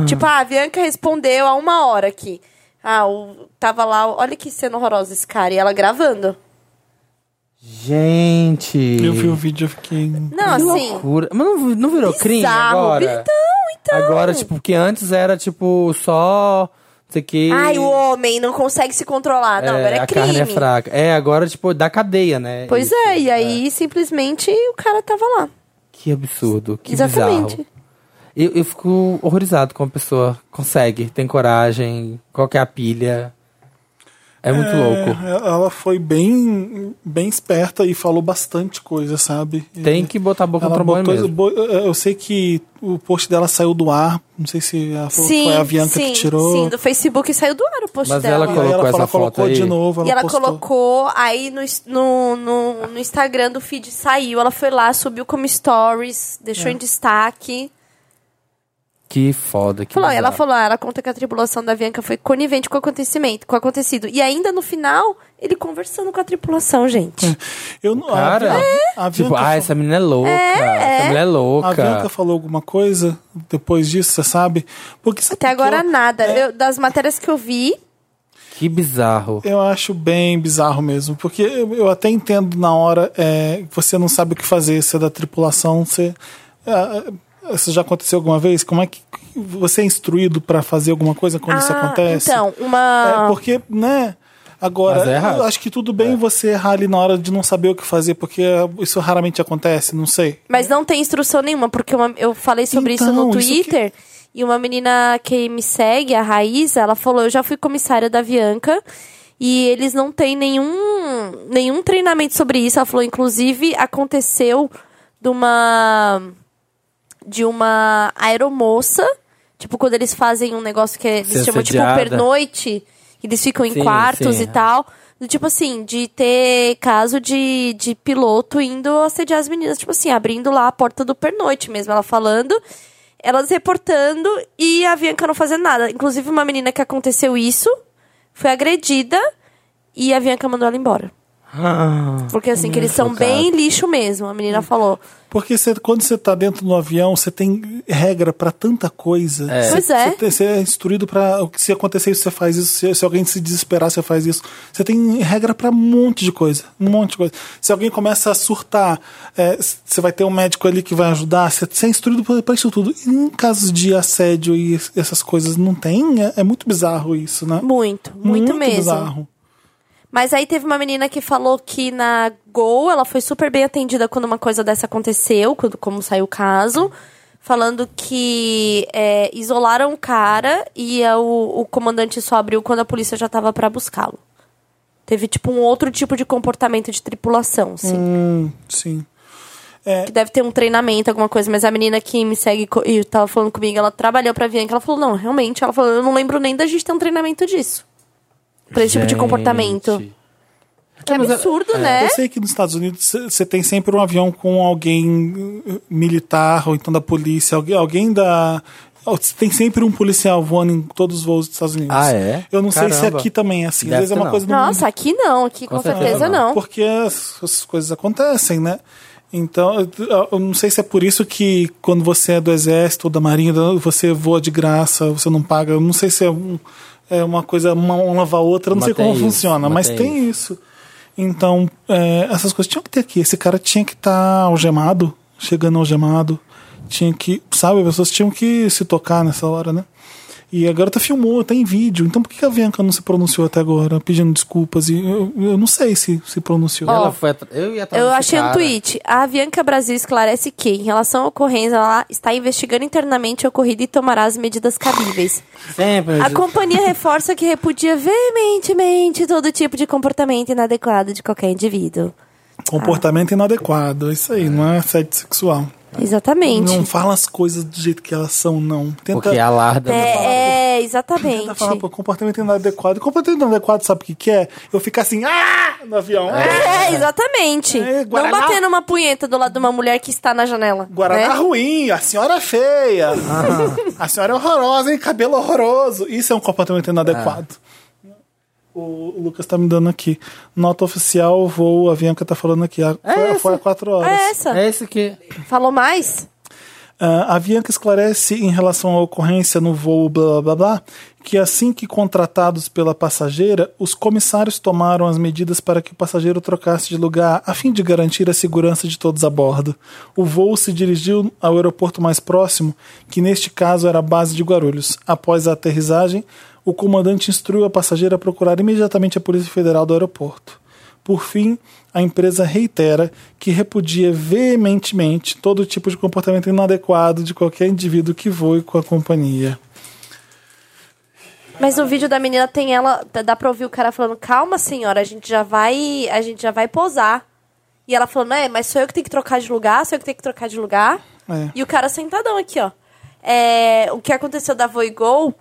Speaker 5: Tipo, ah, a Bianca respondeu há uma hora aqui. Ah, o, tava lá, olha que cena horrorosa esse cara, e ela gravando.
Speaker 4: Gente.
Speaker 1: Eu vi um o vídeo e fiquei.
Speaker 5: Não,
Speaker 4: que
Speaker 5: assim.
Speaker 4: loucura. Mas não, não virou crime
Speaker 5: bizarro.
Speaker 4: agora?
Speaker 5: Então, então.
Speaker 4: Agora, tipo, porque antes era, tipo, só... Não sei o que...
Speaker 5: Ai, o homem não consegue se controlar. Não, agora é
Speaker 4: a
Speaker 5: crime.
Speaker 4: carne é fraca. É, agora, tipo, da cadeia, né?
Speaker 5: Pois
Speaker 4: Isso.
Speaker 5: é, e aí simplesmente o cara tava lá.
Speaker 4: Que absurdo, que
Speaker 5: Exatamente.
Speaker 4: bizarro. Eu, eu fico horrorizado como a pessoa consegue, tem coragem, qual que é a pilha. É muito louco.
Speaker 1: É, ela foi bem, bem esperta e falou bastante coisa, sabe?
Speaker 4: Tem
Speaker 1: E-
Speaker 4: que botar a boca no
Speaker 1: Ela
Speaker 4: trombone
Speaker 1: botou,
Speaker 4: mesmo.
Speaker 1: bo- eu sei que o post dela saiu do ar. Não sei se a- foi
Speaker 5: Sim,
Speaker 1: a Bianca
Speaker 5: sim,
Speaker 1: que tirou.
Speaker 5: sim, do Facebook saiu do ar o post
Speaker 4: Mas
Speaker 5: dela.
Speaker 4: ela
Speaker 1: E aí
Speaker 4: colocou
Speaker 1: ela falou,
Speaker 4: essa foto
Speaker 1: colocou
Speaker 4: aí.
Speaker 1: de novo. Ela
Speaker 5: e ela
Speaker 1: postou.
Speaker 5: colocou, aí no, ins- no, no, no Instagram do feed saiu, ela foi lá, subiu como stories,
Speaker 1: É.
Speaker 5: deixou em destaque.
Speaker 4: Que foda, que
Speaker 5: Falou, ela
Speaker 4: bizarro.
Speaker 5: falou, "Ah, ela conta que a tripulação da Bianca foi conivente com o acontecimento, com o acontecido. E ainda no final, ele conversando com a tripulação, gente.
Speaker 1: É. Eu não.
Speaker 4: Cara,
Speaker 1: a, a
Speaker 4: Tipo,
Speaker 1: Bianca
Speaker 4: ah,
Speaker 1: fa-
Speaker 4: essa menina é louca.
Speaker 5: é.
Speaker 4: Essa mulher é
Speaker 1: a Bianca
Speaker 4: louca.
Speaker 1: falou alguma coisa depois disso, você sabe? Porque sabe
Speaker 5: Até
Speaker 1: que
Speaker 5: agora
Speaker 1: eu, é.
Speaker 5: nada. Eu- das matérias que eu vi,
Speaker 4: Que bizarro.
Speaker 1: Eu acho bem bizarro mesmo, porque eu, eu até entendo na hora é, você não sabe o que fazer, se é da tripulação, você. é, isso já aconteceu alguma vez? Como é que você é instruído para fazer alguma coisa quando isso
Speaker 5: Ah,
Speaker 1: acontece?
Speaker 5: Então, uma.
Speaker 1: É, porque, né? Agora,
Speaker 4: Mas é errado.
Speaker 1: eu acho que tudo bem você errar ali na hora de não saber o que fazer, porque isso raramente acontece, não sei.
Speaker 5: Mas não tem instrução nenhuma, porque uma- eu falei sobre isso
Speaker 1: Então,
Speaker 5: no
Speaker 1: isso
Speaker 5: Twitter. E uma menina que me segue, a Raíza, ela falou: Eu já fui comissária da Avianca. E eles não têm nenhum, nenhum treinamento sobre isso. Ela falou: Inclusive, aconteceu de uma. De uma aeromoça. Tipo, quando eles fazem um negócio que eles
Speaker 4: Ser
Speaker 5: chamam
Speaker 4: assediada.
Speaker 5: tipo pernoite. que Eles ficam em
Speaker 4: Sim,
Speaker 5: quartos
Speaker 4: sim.
Speaker 5: e tal. Do tipo assim, de ter caso de, de piloto indo assediar as meninas. Tipo assim, abrindo lá a porta do pernoite mesmo. Ela falando, elas reportando e a Bianca não fazendo nada. Inclusive, uma menina que aconteceu isso foi agredida e a Bianca mandou ela embora.
Speaker 4: Ah,
Speaker 5: Porque assim, que eles são
Speaker 4: chocado.
Speaker 5: bem lixo mesmo. A menina falou.
Speaker 1: Porque você- quando você tá dentro do avião, você tem regra para tanta coisa. Você,
Speaker 5: Pois é.
Speaker 1: Você, tem- você é instruído para o que se acontecer isso, você faz isso. Se, se alguém se desesperar, você faz isso. Você tem regra para um monte de coisa, um monte de coisa. Se alguém começa a surtar, é, c- você vai ter um médico ali que vai ajudar. Você, você é instruído para isso tudo. E em casos de assédio e es- essas coisas não tem, é, é muito bizarro isso, né?
Speaker 5: Muito, muito, mesmo.
Speaker 1: bizarro.
Speaker 5: Mas aí teve uma menina que falou que na Gol ela foi super bem atendida quando uma coisa dessa aconteceu, quando, como saiu o caso. Falando que é, isolaram o cara e é, o, o comandante só abriu quando a polícia já tava pra buscá-lo. Teve, tipo, um outro tipo de comportamento de tripulação, assim.
Speaker 1: Hum, sim.
Speaker 5: Que deve ter um treinamento, alguma coisa. Mas a menina que me segue co- e tava falando comigo, ela trabalhou pra Bianca. Ela falou, não, realmente. Ela falou, eu não lembro nem da gente ter um treinamento disso. Pra esse tipo de comportamento.
Speaker 4: Gente.
Speaker 5: Que absurdo, né?
Speaker 1: Eu sei que nos Estados Unidos você tem sempre um avião com alguém eh, militar ou então da polícia, alguém, alguém da. ó, cê Tem sempre um policial voando em todos os voos dos Estados Unidos.
Speaker 4: Ah, é?
Speaker 1: Eu não sei se
Speaker 4: Caramba.
Speaker 1: aqui também é assim.
Speaker 4: Deve
Speaker 1: Às vezes é
Speaker 4: que
Speaker 1: uma
Speaker 4: não.
Speaker 1: coisa do mundo
Speaker 5: Nossa, aqui não, aqui com,
Speaker 4: Com
Speaker 5: certeza,
Speaker 4: certeza
Speaker 5: não.
Speaker 1: porque as, as coisas acontecem, né? Então, eu- eu não sei se é por isso que quando você é do exército ou da marinha, você voa de graça, você não paga. Eu não sei se é, um- é uma coisa, uma uma lava a outra, eu não
Speaker 4: Mas
Speaker 1: sei como
Speaker 4: tem isso,
Speaker 1: funciona, mas
Speaker 4: mas tem
Speaker 1: tem isso. Então, é, essas coisas tinham que ter aqui. Esse cara tinha que estar algemado, chegando algemado. Tinha que, sabe, as pessoas tinham que se tocar nessa hora, né? E a garota filmou, tem vídeo. Então por que a Bianca não se pronunciou até agora, pedindo desculpas? E eu, eu não sei se se pronunciou.
Speaker 4: Ela foi atra- Eu ia atrás
Speaker 5: Eu
Speaker 4: desse
Speaker 5: achei um
Speaker 4: tá cara.
Speaker 5: tweet. A Avianca Brasil esclarece que, em relação à ocorrência, ela está investigando internamente o ocorrido e tomará as medidas cabíveis.
Speaker 4: Sempre.
Speaker 5: A companhia reforça que repudia veementemente todo tipo de comportamento inadequado de qualquer indivíduo.
Speaker 1: Comportamento inadequado, isso aí, não é assédio sexual.
Speaker 5: Exatamente.
Speaker 1: Não fala as coisas do jeito que elas são, não. Tenta,
Speaker 4: Porque a Larda não fala.
Speaker 5: É, é,
Speaker 1: tenta
Speaker 5: exatamente.
Speaker 1: falar, pô, comportamento inadequado. E comportamento inadequado, sabe o que, que é? Eu ficar assim, ah! No avião. Ah!
Speaker 5: É, exatamente.
Speaker 1: É,
Speaker 5: não
Speaker 1: Guaraná.
Speaker 5: batendo uma punheta do lado de uma mulher que está na janela.
Speaker 1: Guaraná
Speaker 5: né? Ah.
Speaker 1: ruim, a senhora é feia. A senhora é horrorosa, hein? Cabelo horroroso. Isso é um comportamento inadequado.
Speaker 5: É.
Speaker 1: O o Lucas tá me dando aqui. Nota oficial, voo, a Bianca tá falando aqui. A- foi,
Speaker 4: essa.
Speaker 1: foi há quatro horas.
Speaker 5: É essa.
Speaker 4: É isso que.
Speaker 5: Falou mais?
Speaker 1: Ah, a Bianca esclarece em relação à ocorrência no voo blá blá blá, blá que assim que contratados pela passageira, os comissários tomaram as medidas para que o passageiro trocasse de lugar a fim de garantir a segurança de todos a bordo. O voo se dirigiu ao aeroporto mais próximo, que neste caso era a base de Guarulhos. Após a aterrissagem, o comandante instruiu a passageira a procurar imediatamente a Polícia Federal do aeroporto. Por fim, a empresa reitera que repudia veementemente todo tipo de comportamento inadequado de qualquer indivíduo que voe com a companhia.
Speaker 5: Mas no vídeo da menina tem ela, dá- dá pra ouvir o cara falando: "Calma, senhora, a gente já vai, a gente já vai pousar". E ela falando: "É, mas sou eu que tenho que trocar de lugar, sou eu que tenho que trocar de lugar".
Speaker 1: É.
Speaker 5: E o cara sentadão aqui, ó. É, o que aconteceu da Voigol,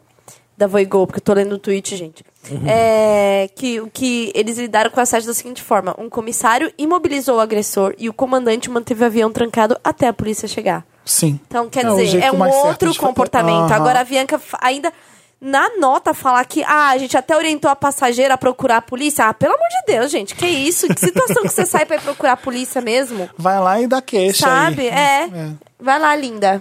Speaker 5: da Voigol, porque eu tô lendo o tweet, gente. É, que o que eles lidaram com o assédio da seguinte forma: um comissário imobilizou o agressor e o comandante manteve o avião trancado até a polícia chegar.
Speaker 1: Sim.
Speaker 5: Então, quer
Speaker 1: É o
Speaker 5: dizer,
Speaker 1: jeito
Speaker 5: é um
Speaker 1: mais certo
Speaker 5: outro
Speaker 1: de fazer.
Speaker 5: comportamento.
Speaker 1: Aham.
Speaker 5: Agora, a Bianca fa- ainda, na nota, falar que ah, a gente até orientou a passageira a procurar a polícia. Ah, pelo amor de Deus, gente, que isso? Que situação que você sai pra ir procurar a polícia mesmo?
Speaker 1: Vai lá e dá queixa
Speaker 5: Sabe?
Speaker 1: aí.
Speaker 5: É. Vai lá, linda.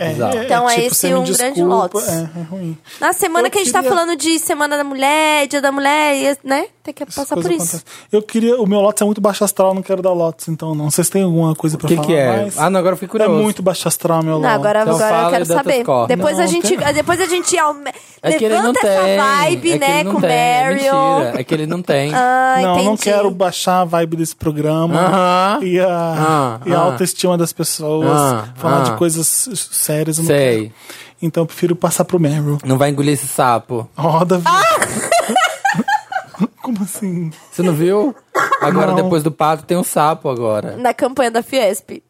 Speaker 1: É,
Speaker 4: Exato.
Speaker 5: Então é
Speaker 1: tipo,
Speaker 5: esse
Speaker 1: você me
Speaker 5: um grande
Speaker 1: desculpa.
Speaker 5: lotes.
Speaker 1: É, é ruim.
Speaker 5: Na semana
Speaker 1: Eu
Speaker 5: que a gente tá
Speaker 1: queria-
Speaker 5: falando de Semana da Mulher, Dia da Mulher, e- né? Tem que
Speaker 1: Essas
Speaker 5: passar por
Speaker 1: coisas
Speaker 5: isso.
Speaker 1: acontecem. Eu queria... O meu Lotus é muito baixo astral, eu não quero dar Lotus, então não. Vocês têm alguma coisa pra
Speaker 4: O que,
Speaker 1: falar
Speaker 4: que é?
Speaker 1: mais?
Speaker 4: Ah, não, agora eu fiquei
Speaker 1: é
Speaker 4: curioso.
Speaker 1: muito baixo astral, meu
Speaker 5: Não,
Speaker 1: Lotus.
Speaker 5: agora,
Speaker 4: Então
Speaker 5: agora eu
Speaker 4: fala
Speaker 5: quero
Speaker 4: e dá outras
Speaker 5: saber.
Speaker 4: cordas.
Speaker 5: Depois, a
Speaker 1: Não,
Speaker 5: gente, depois a gente aume-
Speaker 4: É que ele não
Speaker 5: levanta
Speaker 4: tem.
Speaker 5: essa vibe,
Speaker 4: é que
Speaker 5: né,
Speaker 4: ele não
Speaker 5: com
Speaker 4: tem.
Speaker 5: Meryl.
Speaker 4: Mentira, é que ele não tem.
Speaker 5: Ah,
Speaker 1: não, não
Speaker 5: entendi.
Speaker 1: quero baixar a vibe desse programa
Speaker 4: Aham.
Speaker 1: e, a,
Speaker 4: Ah,
Speaker 1: e a
Speaker 4: ah.
Speaker 1: autoestima das pessoas,
Speaker 4: Ah,
Speaker 1: falar
Speaker 4: ah.
Speaker 1: de coisas sérias. eu não
Speaker 4: Sei.
Speaker 1: quero. Então eu prefiro passar pro Meryl.
Speaker 4: Não vai engolir esse sapo.
Speaker 1: Roda.
Speaker 4: Ah!
Speaker 1: Como assim?
Speaker 4: Você não viu? Agora,
Speaker 1: Não.
Speaker 4: depois do pato, tem um sapo agora.
Speaker 5: Na campanha da Fiesp.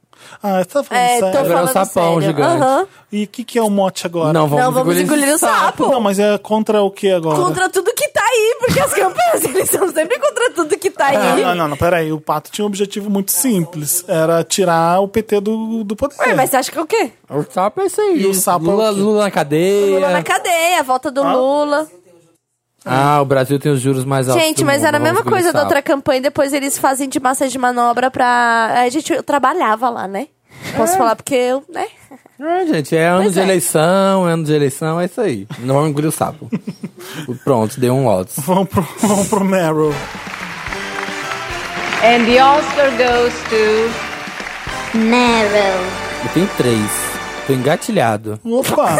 Speaker 1: Ah, você tá falando
Speaker 5: É, tô
Speaker 1: sério?
Speaker 4: Agora é um
Speaker 5: falando
Speaker 4: sapão
Speaker 5: sério.
Speaker 4: gigante.
Speaker 5: Aham.
Speaker 1: E o que, que é o mote agora?
Speaker 4: Não, vamos,
Speaker 5: Não, vamos engolir o sapo.
Speaker 1: Não, mas é contra o que agora?
Speaker 5: Contra tudo que tá aí, porque as campanhas eles são sempre contra tudo que tá aí.
Speaker 1: Ah,
Speaker 4: Ah,
Speaker 1: Não, não, não, não, peraí. O Pato tinha um objetivo muito simples. Era tirar o PT do, do poder.
Speaker 5: Ué, mas você acha que é o quê?
Speaker 4: O sapo é isso aí.
Speaker 1: E o sapo é o
Speaker 4: Lula,
Speaker 1: quê?
Speaker 4: Lula na cadeia.
Speaker 5: Lula na cadeia, a volta do Lula.
Speaker 4: Ah, o Brasil tem os juros mais altos.
Speaker 5: Gente,
Speaker 4: do
Speaker 5: mas
Speaker 4: mundo,
Speaker 5: era a
Speaker 4: vamos
Speaker 5: mesma
Speaker 4: engolir
Speaker 5: coisa da
Speaker 4: sapo.
Speaker 5: outra campanha, depois eles fazem de massa de manobra pra. A gente eu trabalhava lá, né? Posso falar porque eu, né?
Speaker 4: É, gente, é ano
Speaker 5: Pois
Speaker 4: de
Speaker 5: é.
Speaker 4: eleição, é ano de eleição, é isso aí. Não vamos engolir o sapo. Pronto, deu um lotes.
Speaker 1: Vamos pro, vamos pro Meryl.
Speaker 6: And the Oscar goes to.
Speaker 2: Meryl.
Speaker 4: Eu tenho três. Tô engatilhado.
Speaker 1: Opa!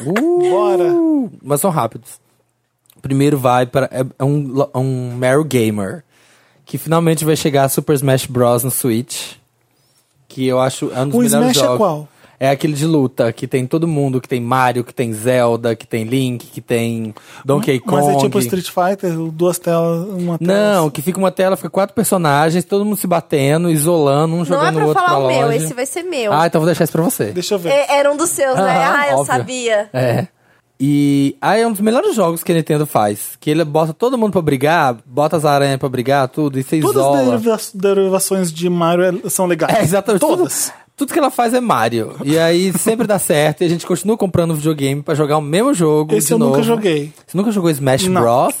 Speaker 4: Uh,
Speaker 1: Bora!
Speaker 4: mas são rápidos. Primeiro vai para. É, é um, lo- é um Meryl Gamer. Que finalmente vai chegar a Super Smash Bros. no Switch. Que eu acho é um dos
Speaker 1: O
Speaker 4: melhores
Speaker 1: Smash é
Speaker 4: jogos.
Speaker 1: qual?
Speaker 4: É aquele de luta, que tem todo mundo, que tem Mario, que tem Zelda, que tem Link, que tem Donkey Kong.
Speaker 1: Mas é tipo Street Fighter, duas telas, uma tela.
Speaker 4: Não, que fica uma tela, fica quatro personagens, todo mundo se batendo, isolando, um
Speaker 5: não é
Speaker 4: jogando o
Speaker 5: pra
Speaker 4: outro
Speaker 5: falar
Speaker 4: pra
Speaker 5: o meu,
Speaker 4: longe.
Speaker 5: esse vai ser um. meu.
Speaker 4: Ah, então vou deixar isso pra você.
Speaker 1: Deixa eu ver.
Speaker 5: É- era um dos seus, né?
Speaker 4: Aham,
Speaker 5: Ah, eu
Speaker 4: óbvio.
Speaker 5: sabia.
Speaker 4: É. E aí é um dos melhores jogos que a Nintendo faz. Que ele bota todo mundo pra brigar, bota as aranhas pra brigar, tudo, e você
Speaker 1: Todas
Speaker 4: isola.
Speaker 1: as deriva- derivações de Mario é- são legais.
Speaker 4: É, exatamente.
Speaker 1: Todas.
Speaker 4: Tudo, tudo que ela faz é Mario. E aí sempre dá certo. E a gente continua comprando videogame pra jogar o mesmo jogo.
Speaker 1: Esse
Speaker 4: de
Speaker 1: eu nunca
Speaker 4: novo.
Speaker 1: joguei.
Speaker 4: Você nunca jogou Smash
Speaker 1: Não.
Speaker 4: Bros?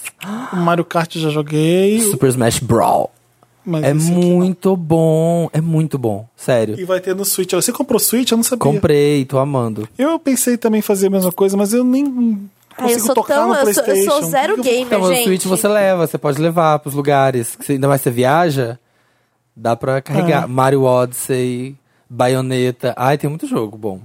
Speaker 1: O Mario Kart eu já joguei.
Speaker 4: Super Smash Brawl.
Speaker 1: Mas
Speaker 4: É
Speaker 1: esse aqui não.
Speaker 4: muito bom. É muito bom. Sério.
Speaker 1: E vai ter no Switch. Você comprou o Switch? Eu não sabia.
Speaker 4: Comprei, tô amando.
Speaker 1: Eu pensei também em fazer a mesma coisa, mas eu nem
Speaker 5: Ah, eu
Speaker 1: consigo
Speaker 5: sou
Speaker 1: tocar
Speaker 5: tão.
Speaker 1: no
Speaker 5: Eu sou,
Speaker 1: PlayStation.
Speaker 5: eu
Speaker 1: O
Speaker 5: sou
Speaker 1: que
Speaker 5: zero
Speaker 1: que eu-
Speaker 5: gamer,
Speaker 4: Então,
Speaker 5: gente.
Speaker 4: o Switch você leva, você pode levar pros lugares. que você- ainda mais você viaja, dá pra carregar. Mario Odyssey, Bayonetta. Ai, tem muito jogo bom.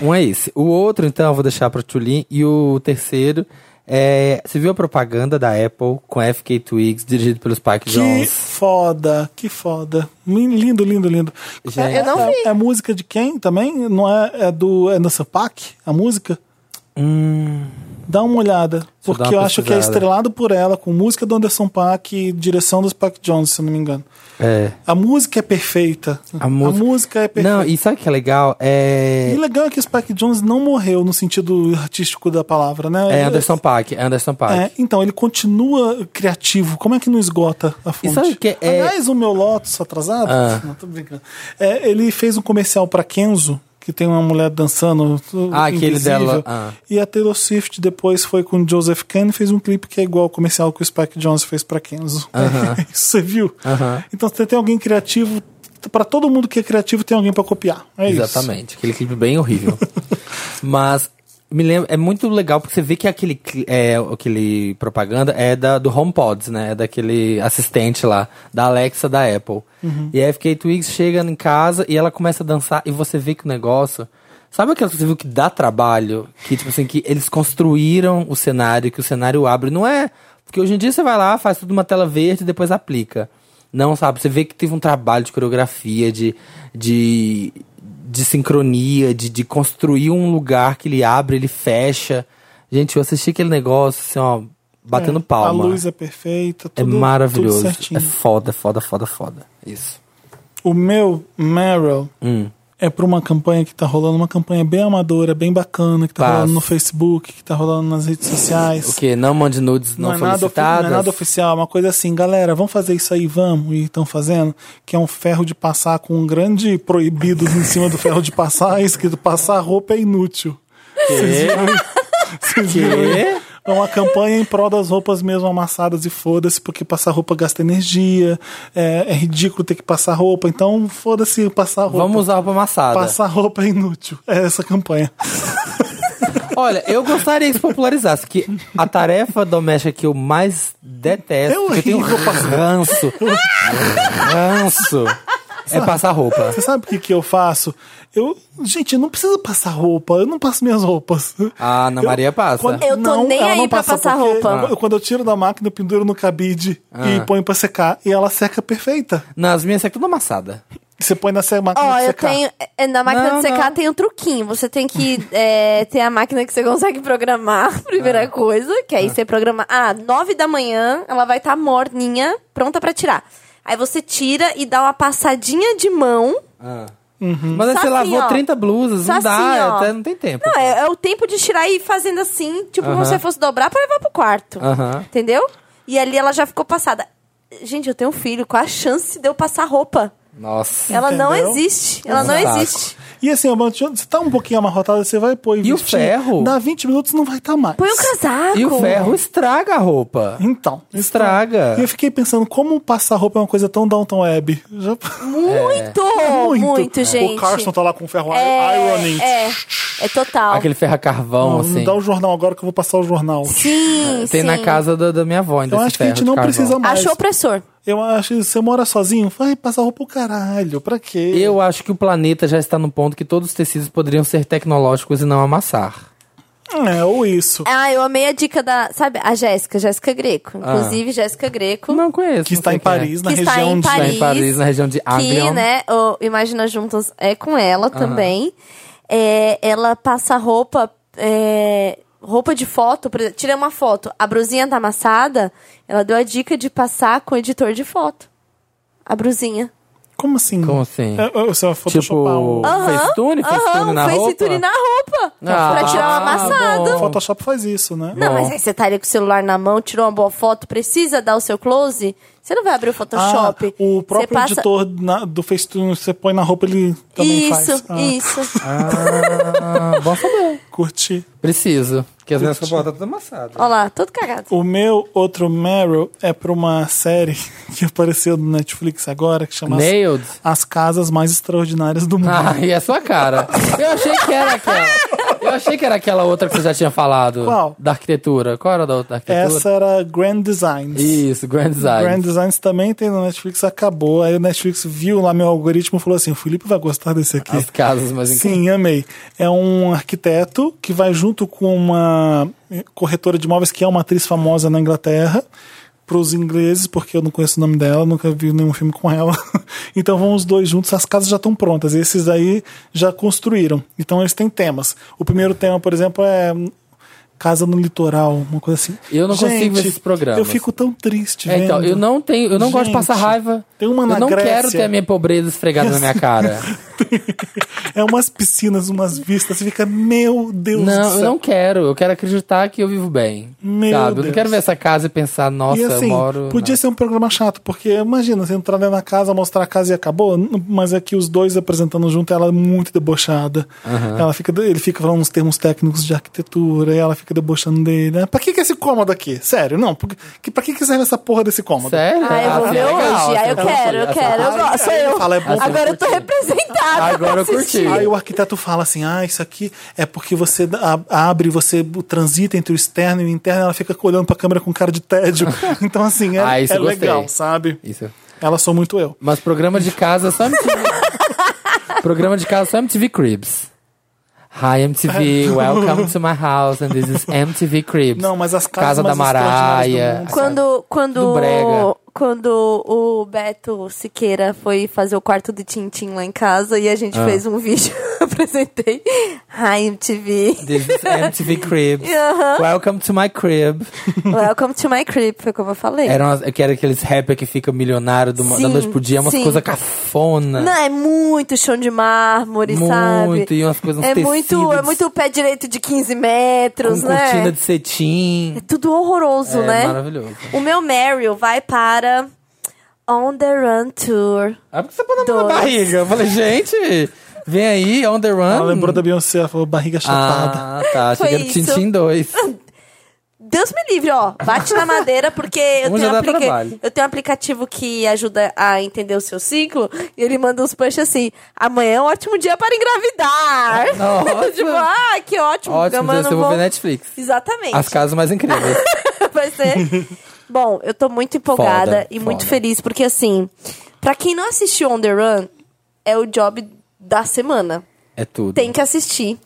Speaker 4: Um é esse. O outro, então, eu vou deixar pra Tulin. E o terceiro é. Você viu a propaganda da Apple com FK Twigs, dirigido pelos Spike
Speaker 1: Que
Speaker 4: Jones?
Speaker 1: foda, que foda. Lin- Lindo, lindo, lindo.
Speaker 4: Gente.
Speaker 5: Eu não
Speaker 1: É, é música de quem também? Não é, é do é Anderson Paak? A música?
Speaker 4: Hum,
Speaker 1: Dá uma olhada,
Speaker 4: eu dar
Speaker 1: porque eu
Speaker 4: uma
Speaker 1: acho que é
Speaker 4: pesquisada.
Speaker 1: estrelado por ela, com música do Anderson Paak e direção dos Pac Jones, se eu não me engano.
Speaker 4: É.
Speaker 1: A música é perfeita.
Speaker 4: A música-
Speaker 1: é perfeita.
Speaker 4: Não, e sabe o que é legal? É.
Speaker 1: E legal é que o Spike Jones não morreu no sentido artístico da palavra, né?
Speaker 4: É
Speaker 1: Ele-
Speaker 4: Anderson Paak, é Anderson Paak.
Speaker 1: É, então, ele continua criativo. Como é que não esgota a fonte?
Speaker 4: sabe o que é-
Speaker 1: Aliás, o meu Lotus atrasado,
Speaker 4: Ah.
Speaker 1: não, tô brincando. É, ele fez um comercial pra Kenzo, que tem uma mulher dançando. uh,
Speaker 4: Ah, aquele
Speaker 1: invisível.
Speaker 4: dela, ah.
Speaker 1: E a Taylor Swift depois foi com o Joseph Kahn e fez um clipe que é igual ao comercial que o Spike Jones fez pra Kenzo. Isso Você viu?
Speaker 4: Aham.
Speaker 1: Então, você tem alguém criativo. Pra todo mundo que é criativo, tem alguém pra copiar. É
Speaker 4: Exatamente. Aquele clipe bem horrível. Mas me lembro, é muito legal porque você vê que aquele, cli- é, aquele propaganda é da, do HomePods, né? É daquele assistente lá, da Alexa da Apple. E a FK Twigs chega em casa e ela começa a dançar e você vê que o negócio. Sabe aquela que você viu que dá trabalho? Que, tipo assim, que eles construíram o cenário, que o cenário abre. Não é. Porque hoje em dia você vai lá, faz tudo uma tela verde e depois aplica. Não, sabe? Você vê que teve um trabalho de coreografia, de, de, de sincronia, de, de construir um lugar que ele abre, ele fecha. Gente, eu assisti aquele negócio, assim, ó, batendo palma.
Speaker 1: A luz é perfeita.
Speaker 4: é
Speaker 1: tudo- tudo
Speaker 4: maravilhoso.
Speaker 1: certinho.
Speaker 4: É foda, foda, foda, foda. Isso.
Speaker 1: O meu Meryl
Speaker 4: Hum.
Speaker 1: é pra uma campanha que tá rolando, uma campanha bem amadora, bem bacana, que tá
Speaker 4: Passa.
Speaker 1: rolando no Facebook, que tá rolando nas redes sociais.
Speaker 4: O que? Não mande nudes não,
Speaker 1: Não é, nada, ofi- não
Speaker 4: solicitadas?
Speaker 1: é nada oficial, é uma coisa assim, galera, vamos fazer isso aí, vamos, e estão fazendo, que é um ferro de passar com um grande proibido em cima do ferro de passar, escrito passar roupa é inútil. Vocês viram aí? É uma campanha em prol das roupas mesmo amassadas e foda-se, porque passar roupa gasta energia, é, é ridículo ter que passar roupa, então foda-se passar roupa.
Speaker 4: Vamos usar roupa amassada.
Speaker 1: Passar roupa é inútil. É essa a campanha.
Speaker 4: Olha, eu gostaria que se popularizasse, que a tarefa doméstica que eu mais detesto,
Speaker 1: É
Speaker 4: porque eu tenho
Speaker 1: horrível passar-
Speaker 4: ranço, ranço, é passar roupa.
Speaker 1: Você sabe o que, que eu faço? Eu, gente, eu não preciso passar roupa. Eu não passo minhas roupas.
Speaker 4: A Ah, Ana Maria passa.
Speaker 5: Eu tô nem
Speaker 1: ela
Speaker 5: aí pra
Speaker 1: passa,
Speaker 5: passar
Speaker 1: porque
Speaker 5: roupa.
Speaker 1: eu- quando eu tiro da máquina, eu penduro no cabide e
Speaker 4: Ah.
Speaker 1: ponho pra secar. E ela seca perfeita.
Speaker 4: Nas minhas é tudo amassada.
Speaker 1: Você põe na se- máquina
Speaker 5: Ó,
Speaker 1: de
Speaker 5: eu
Speaker 1: secar.
Speaker 5: tenho. é, Na máquina
Speaker 4: Não,
Speaker 5: de secar
Speaker 4: não.
Speaker 5: tem um truquinho. Você tem que é, ter a máquina que você consegue programar, primeira
Speaker 4: É.
Speaker 5: coisa. Que aí você programa. Ah, nove da manhã, ela vai estar morninha, pronta pra tirar. Aí você tira e dá uma passadinha de mão.
Speaker 4: Mas aí
Speaker 5: Só
Speaker 4: você
Speaker 5: assim,
Speaker 4: lavou
Speaker 5: ó.
Speaker 4: 30 blusas,
Speaker 5: Só
Speaker 4: não dá,
Speaker 5: assim, ó.
Speaker 4: até não tem tempo.
Speaker 5: Não, é, é o tempo de tirar e ir fazendo assim, tipo, como se fosse dobrar pra levar pro quarto.
Speaker 4: Aham.
Speaker 5: Entendeu? E ali ela já ficou passada. Gente, eu tenho um filho, qual a chance de eu passar roupa?
Speaker 4: Nossa.
Speaker 5: Ela não
Speaker 1: Entendeu?
Speaker 5: existe. Ela não
Speaker 4: Exato.
Speaker 5: existe.
Speaker 1: E assim, ó, você tá um pouquinho amarrotado, você vai pôr
Speaker 4: E o ferro?
Speaker 1: Dá 20 minutos, não vai estar tá mais.
Speaker 5: Põe um casaco.
Speaker 4: E o ferro estraga a roupa.
Speaker 1: Então.
Speaker 4: Estraga.
Speaker 1: E eu fiquei pensando, como passar roupa é uma coisa tão downtown web? Já...
Speaker 5: Muito, muito, gente.
Speaker 1: É O Carson tá lá com o ferro
Speaker 5: é,
Speaker 1: ironing.
Speaker 5: é, é total.
Speaker 4: Aquele ferro a carvão,
Speaker 1: Não,
Speaker 4: assim.
Speaker 1: dá o jornal agora que eu vou passar o jornal.
Speaker 5: Sim,
Speaker 4: Tem
Speaker 5: sim.
Speaker 4: na casa da, da minha avó ainda
Speaker 1: Eu
Speaker 4: esse
Speaker 1: acho que a
Speaker 4: ferro
Speaker 1: gente
Speaker 4: de
Speaker 1: não
Speaker 4: carvão.
Speaker 1: precisa mais.
Speaker 5: Achou opressor.
Speaker 1: Eu acho que você mora sozinho, vai passar roupa o caralho, pra quê?
Speaker 4: Eu acho que o planeta já está no ponto que todos os tecidos poderiam ser tecnológicos e não amassar.
Speaker 1: É, ou isso.
Speaker 5: Ah, eu amei a dica da, sabe, a Jéssica, Jéssica Greco. Inclusive, Jéssica Greco.
Speaker 4: Não conheço.
Speaker 1: Que
Speaker 4: não
Speaker 1: está
Speaker 4: sei
Speaker 1: em
Speaker 4: quem é.
Speaker 1: Paris, na
Speaker 5: que está
Speaker 1: região
Speaker 5: em
Speaker 1: de...
Speaker 5: Paris.
Speaker 4: Está em Paris, na região de
Speaker 5: que,
Speaker 4: Avignon.
Speaker 5: né, o Imagina Juntas é com ela também. É, ela passa roupa, é, roupa de foto, por exemplo, tira uma foto, a brusinha tá amassada, ela deu a dica de passar com o editor de foto. A brusinha.
Speaker 1: Como assim?
Speaker 4: Como assim?
Speaker 1: É, é, você vai photoshopar
Speaker 4: Tipo,
Speaker 1: o...
Speaker 5: Aham,
Speaker 4: Facetune? Facetune
Speaker 5: aham,
Speaker 4: na roupa?
Speaker 5: Facetune na roupa.
Speaker 4: Ah,
Speaker 5: pra tirar o amassado.
Speaker 4: bom.
Speaker 1: Photoshop faz isso, né?
Speaker 5: Não,
Speaker 4: Bom.
Speaker 5: mas aí você tá ali com o celular na mão, tirou uma boa foto, precisa dar o seu close? Você não vai abrir o Photoshop.
Speaker 1: Ah, o
Speaker 5: Você
Speaker 1: próprio
Speaker 5: passa-
Speaker 1: editor na- do Facebook, você põe na roupa, ele também
Speaker 5: Isso,
Speaker 1: faz. Ah,
Speaker 5: isso.
Speaker 4: Ah, bom saber.
Speaker 1: Curti.
Speaker 4: Preciso. Porque as minhas roupas estão todas amassadas.
Speaker 5: Olha lá, todo cagado.
Speaker 1: O meu outro Meryl é pra uma série que apareceu no Netflix agora, que chama As-
Speaker 4: Nailed.
Speaker 1: As Casas Mais Extraordinárias do Mundo.
Speaker 4: Ah, e a sua cara. Eu achei que era aquela. Eu achei que era aquela outra que você já tinha falado.
Speaker 1: Qual?
Speaker 4: Da arquitetura. Qual era da outra da arquitetura?
Speaker 1: Essa era Grand Designs.
Speaker 4: Isso, Grand Design.
Speaker 1: Grand Designs também tem no Netflix, acabou. Aí o Netflix viu lá meu algoritmo e falou assim: o Felipe vai gostar desse aqui.
Speaker 4: As casas mais incríveis.
Speaker 1: Sim, amei. É um arquiteto que vai junto com uma corretora de imóveis que é uma atriz famosa na Inglaterra para os ingleses, porque eu não conheço o nome dela, nunca vi nenhum filme com ela. Então vão os dois juntos, as casas já estão prontas, esses aí já construíram. Então eles têm temas. O primeiro tema, por exemplo, é Casa no Litoral, uma coisa assim.
Speaker 4: Eu não
Speaker 1: Gente,
Speaker 4: consigo esses programas.
Speaker 1: Eu fico tão triste,
Speaker 4: É,
Speaker 1: vendo.
Speaker 4: então, eu não tenho, eu não gosto de
Speaker 1: Gente,
Speaker 4: passar raiva.
Speaker 1: tem uma na
Speaker 4: eu não quero
Speaker 1: Grécia.
Speaker 4: ter a minha pobreza esfregada na minha cara.
Speaker 1: É umas piscinas, umas vistas, você fica, meu Deus do
Speaker 4: não,
Speaker 1: céu.
Speaker 4: eu não quero. Eu quero acreditar que eu vivo bem.
Speaker 1: Meu
Speaker 4: sabe? Eu não
Speaker 1: Deus.
Speaker 4: quero ver essa casa e pensar, nossa,
Speaker 1: e assim,
Speaker 4: eu moro.
Speaker 1: podia ser um programa chato, porque imagina, você entrar dentro da casa, mostrar a casa e acabou, n- mas aqui os dois apresentando junto, ela é muito debochada. Ela fica, ele fica falando uns termos técnicos de arquitetura, e ela fica debochando dele. né? Pra que, que é esse cômodo aqui? Sério, não, porque, que, pra que, que serve essa porra desse cômodo?
Speaker 4: Sério?
Speaker 5: Ah, eu vou
Speaker 4: assim,
Speaker 5: ver
Speaker 4: é legal,
Speaker 5: hoje. Ah,
Speaker 4: assim,
Speaker 5: eu
Speaker 4: é legal.
Speaker 5: quero, eu
Speaker 4: Essa
Speaker 5: quero. Eu
Speaker 4: parte-
Speaker 5: gosto, sou
Speaker 1: aí ele
Speaker 5: eu.
Speaker 1: fala, é bom pra
Speaker 5: Agora eu tô representada.
Speaker 4: Agora eu
Speaker 5: pra assistir.
Speaker 4: curti.
Speaker 1: Aí o arquiteto fala assim: ah, isso aqui é porque você a- abre, você transita entre o externo e o interno, ela fica olhando pra câmera com cara de tédio. Então, assim, é,
Speaker 4: Ah, isso
Speaker 1: é
Speaker 4: eu gostei.
Speaker 1: legal, sabe?
Speaker 4: Isso.
Speaker 1: Ela sou muito eu.
Speaker 4: Mas programa de casa é só MTV. programa de casa é só MTV Cribs. Hi MTV, welcome to my house and this is MTV Cribs.
Speaker 1: É. Não, mas as casas
Speaker 4: Casa da
Speaker 1: mais extraordinárias do
Speaker 4: Maraia.
Speaker 1: mundo.
Speaker 5: Quando, quando,
Speaker 4: Do brega.
Speaker 5: quando o Beto Siqueira foi fazer o quarto de Tintim lá em casa e a gente
Speaker 4: Ah.
Speaker 5: fez um vídeo, apresentei. Hi, MTV.
Speaker 4: This is MTV Cribs.
Speaker 5: Aham.
Speaker 4: Welcome to my crib.
Speaker 5: Welcome to my crib, foi como eu falei.
Speaker 4: Era umas- que era aqueles rappers que ficam milionários do- da
Speaker 5: Sim,
Speaker 4: noite pro dia, umas
Speaker 5: sim.
Speaker 4: coisas cafona.
Speaker 5: Não, é muito chão de mármore,
Speaker 4: Muito,
Speaker 5: sabe?
Speaker 4: e umas coisas, uns
Speaker 5: é muito,
Speaker 4: tecidos
Speaker 5: é
Speaker 4: de-
Speaker 5: muito pé direito de 15
Speaker 4: com
Speaker 5: metros, né?
Speaker 4: cortina de cetim.
Speaker 5: É tudo horroroso,
Speaker 4: É
Speaker 5: né?
Speaker 4: maravilhoso.
Speaker 5: O meu Meryl vai para On The Run Tour.
Speaker 4: Ah, porque você põe a mão na
Speaker 5: Dois.
Speaker 4: barriga. Eu falei, gente, vem aí, on the run.
Speaker 1: Ela lembrou da Beyoncé, ela falou barriga chapada.
Speaker 4: Hum. Ah, tá. Achei que
Speaker 5: Foi
Speaker 4: era
Speaker 5: isso.
Speaker 4: Tintin 2.
Speaker 5: Deus me livre, ó. Bate na madeira, porque eu,
Speaker 4: Um já
Speaker 5: tenho
Speaker 4: dá
Speaker 5: aplica-
Speaker 4: trabalho.
Speaker 5: eu tenho um aplicativo que ajuda a entender o seu ciclo. E ele manda uns punch assim: amanhã é um ótimo dia para engravidar.
Speaker 4: Nossa.
Speaker 5: tipo, ah, que ótimo.
Speaker 4: Ótimo, então
Speaker 5: mano,
Speaker 4: eu vou ver
Speaker 5: vou-
Speaker 4: Netflix.
Speaker 5: Exatamente.
Speaker 4: As casas mais incríveis.
Speaker 5: Vai ser. Bom, eu tô muito empolgada
Speaker 4: Foda,
Speaker 5: e muito
Speaker 4: foda.
Speaker 5: feliz, porque assim, pra quem não assistiu On The Run, é o job da semana.
Speaker 4: É tudo.
Speaker 5: Tem que assistir.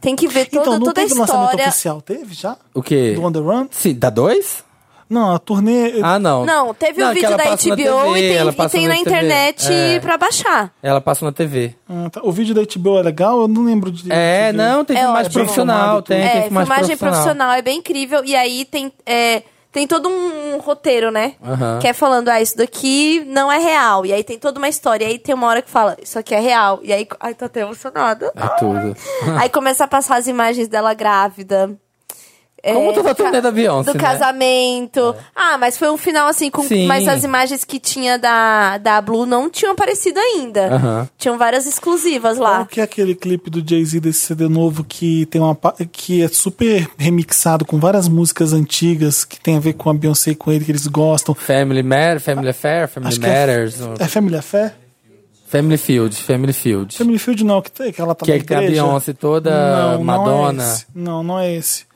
Speaker 5: Tem que ver toda,
Speaker 1: Então, não
Speaker 5: toda a
Speaker 1: teve lançamento
Speaker 5: história.
Speaker 1: oficial, teve já?
Speaker 4: O quê?
Speaker 1: Do On The Run?
Speaker 4: Sim, dá dois?
Speaker 1: Não, a turnê.
Speaker 4: Ah, não.
Speaker 5: Não, teve
Speaker 4: Não,
Speaker 5: um
Speaker 4: é que
Speaker 5: vídeo
Speaker 4: ela
Speaker 5: da HBO
Speaker 4: passa na
Speaker 5: e
Speaker 4: TV,
Speaker 5: tem,
Speaker 4: ela
Speaker 5: e
Speaker 4: passa
Speaker 5: tem na
Speaker 4: TV.
Speaker 5: internet
Speaker 4: É,
Speaker 5: pra baixar.
Speaker 4: Ela passa na TV.
Speaker 1: Ah, tá. O vídeo da HBO é legal? Eu não lembro de.
Speaker 4: É,
Speaker 1: de-
Speaker 4: não, tem
Speaker 5: É
Speaker 4: filmagem
Speaker 5: ótimo.
Speaker 4: profissional. Tem,
Speaker 5: É,
Speaker 4: tem filmagem
Speaker 5: filmagem profissional é bem incrível. E aí tem, é, tem todo um, um roteiro, né?
Speaker 4: Aham.
Speaker 5: Que é falando, ah, isso daqui não é real. E aí tem toda uma história. E aí tem uma hora que fala, isso aqui é real. E aí, ai, tô até emocionada.
Speaker 4: É tudo.
Speaker 5: aí começa a passar as imagens dela grávida.
Speaker 4: Como
Speaker 5: É,
Speaker 4: toda a
Speaker 5: do ca-
Speaker 4: turnê da Beyoncé,
Speaker 5: Do
Speaker 4: né? É.
Speaker 5: casamento. Ah, mas foi um final assim, com
Speaker 4: Sim.
Speaker 5: mas as imagens que tinha da, da Blue não tinham aparecido ainda.
Speaker 4: Aham.
Speaker 5: Tinham várias exclusivas
Speaker 4: tá
Speaker 5: lá.
Speaker 1: Qual que é aquele clipe do Jay-Z desse CD novo que tem uma pa- que é super remixado com várias músicas antigas que tem a ver com a Beyoncé e com ele que eles gostam?
Speaker 4: Family Matter, Family Affair, Family
Speaker 1: que é-
Speaker 4: Matters. um-
Speaker 1: É Family Affair?
Speaker 4: Family Field, Family Field.
Speaker 1: Family Field não, que, tem- que ela tá
Speaker 4: Que
Speaker 1: na
Speaker 4: é que tem a
Speaker 1: igreja.
Speaker 4: Beyoncé toda, Madonna.
Speaker 1: Não, é esse. não, não é esse.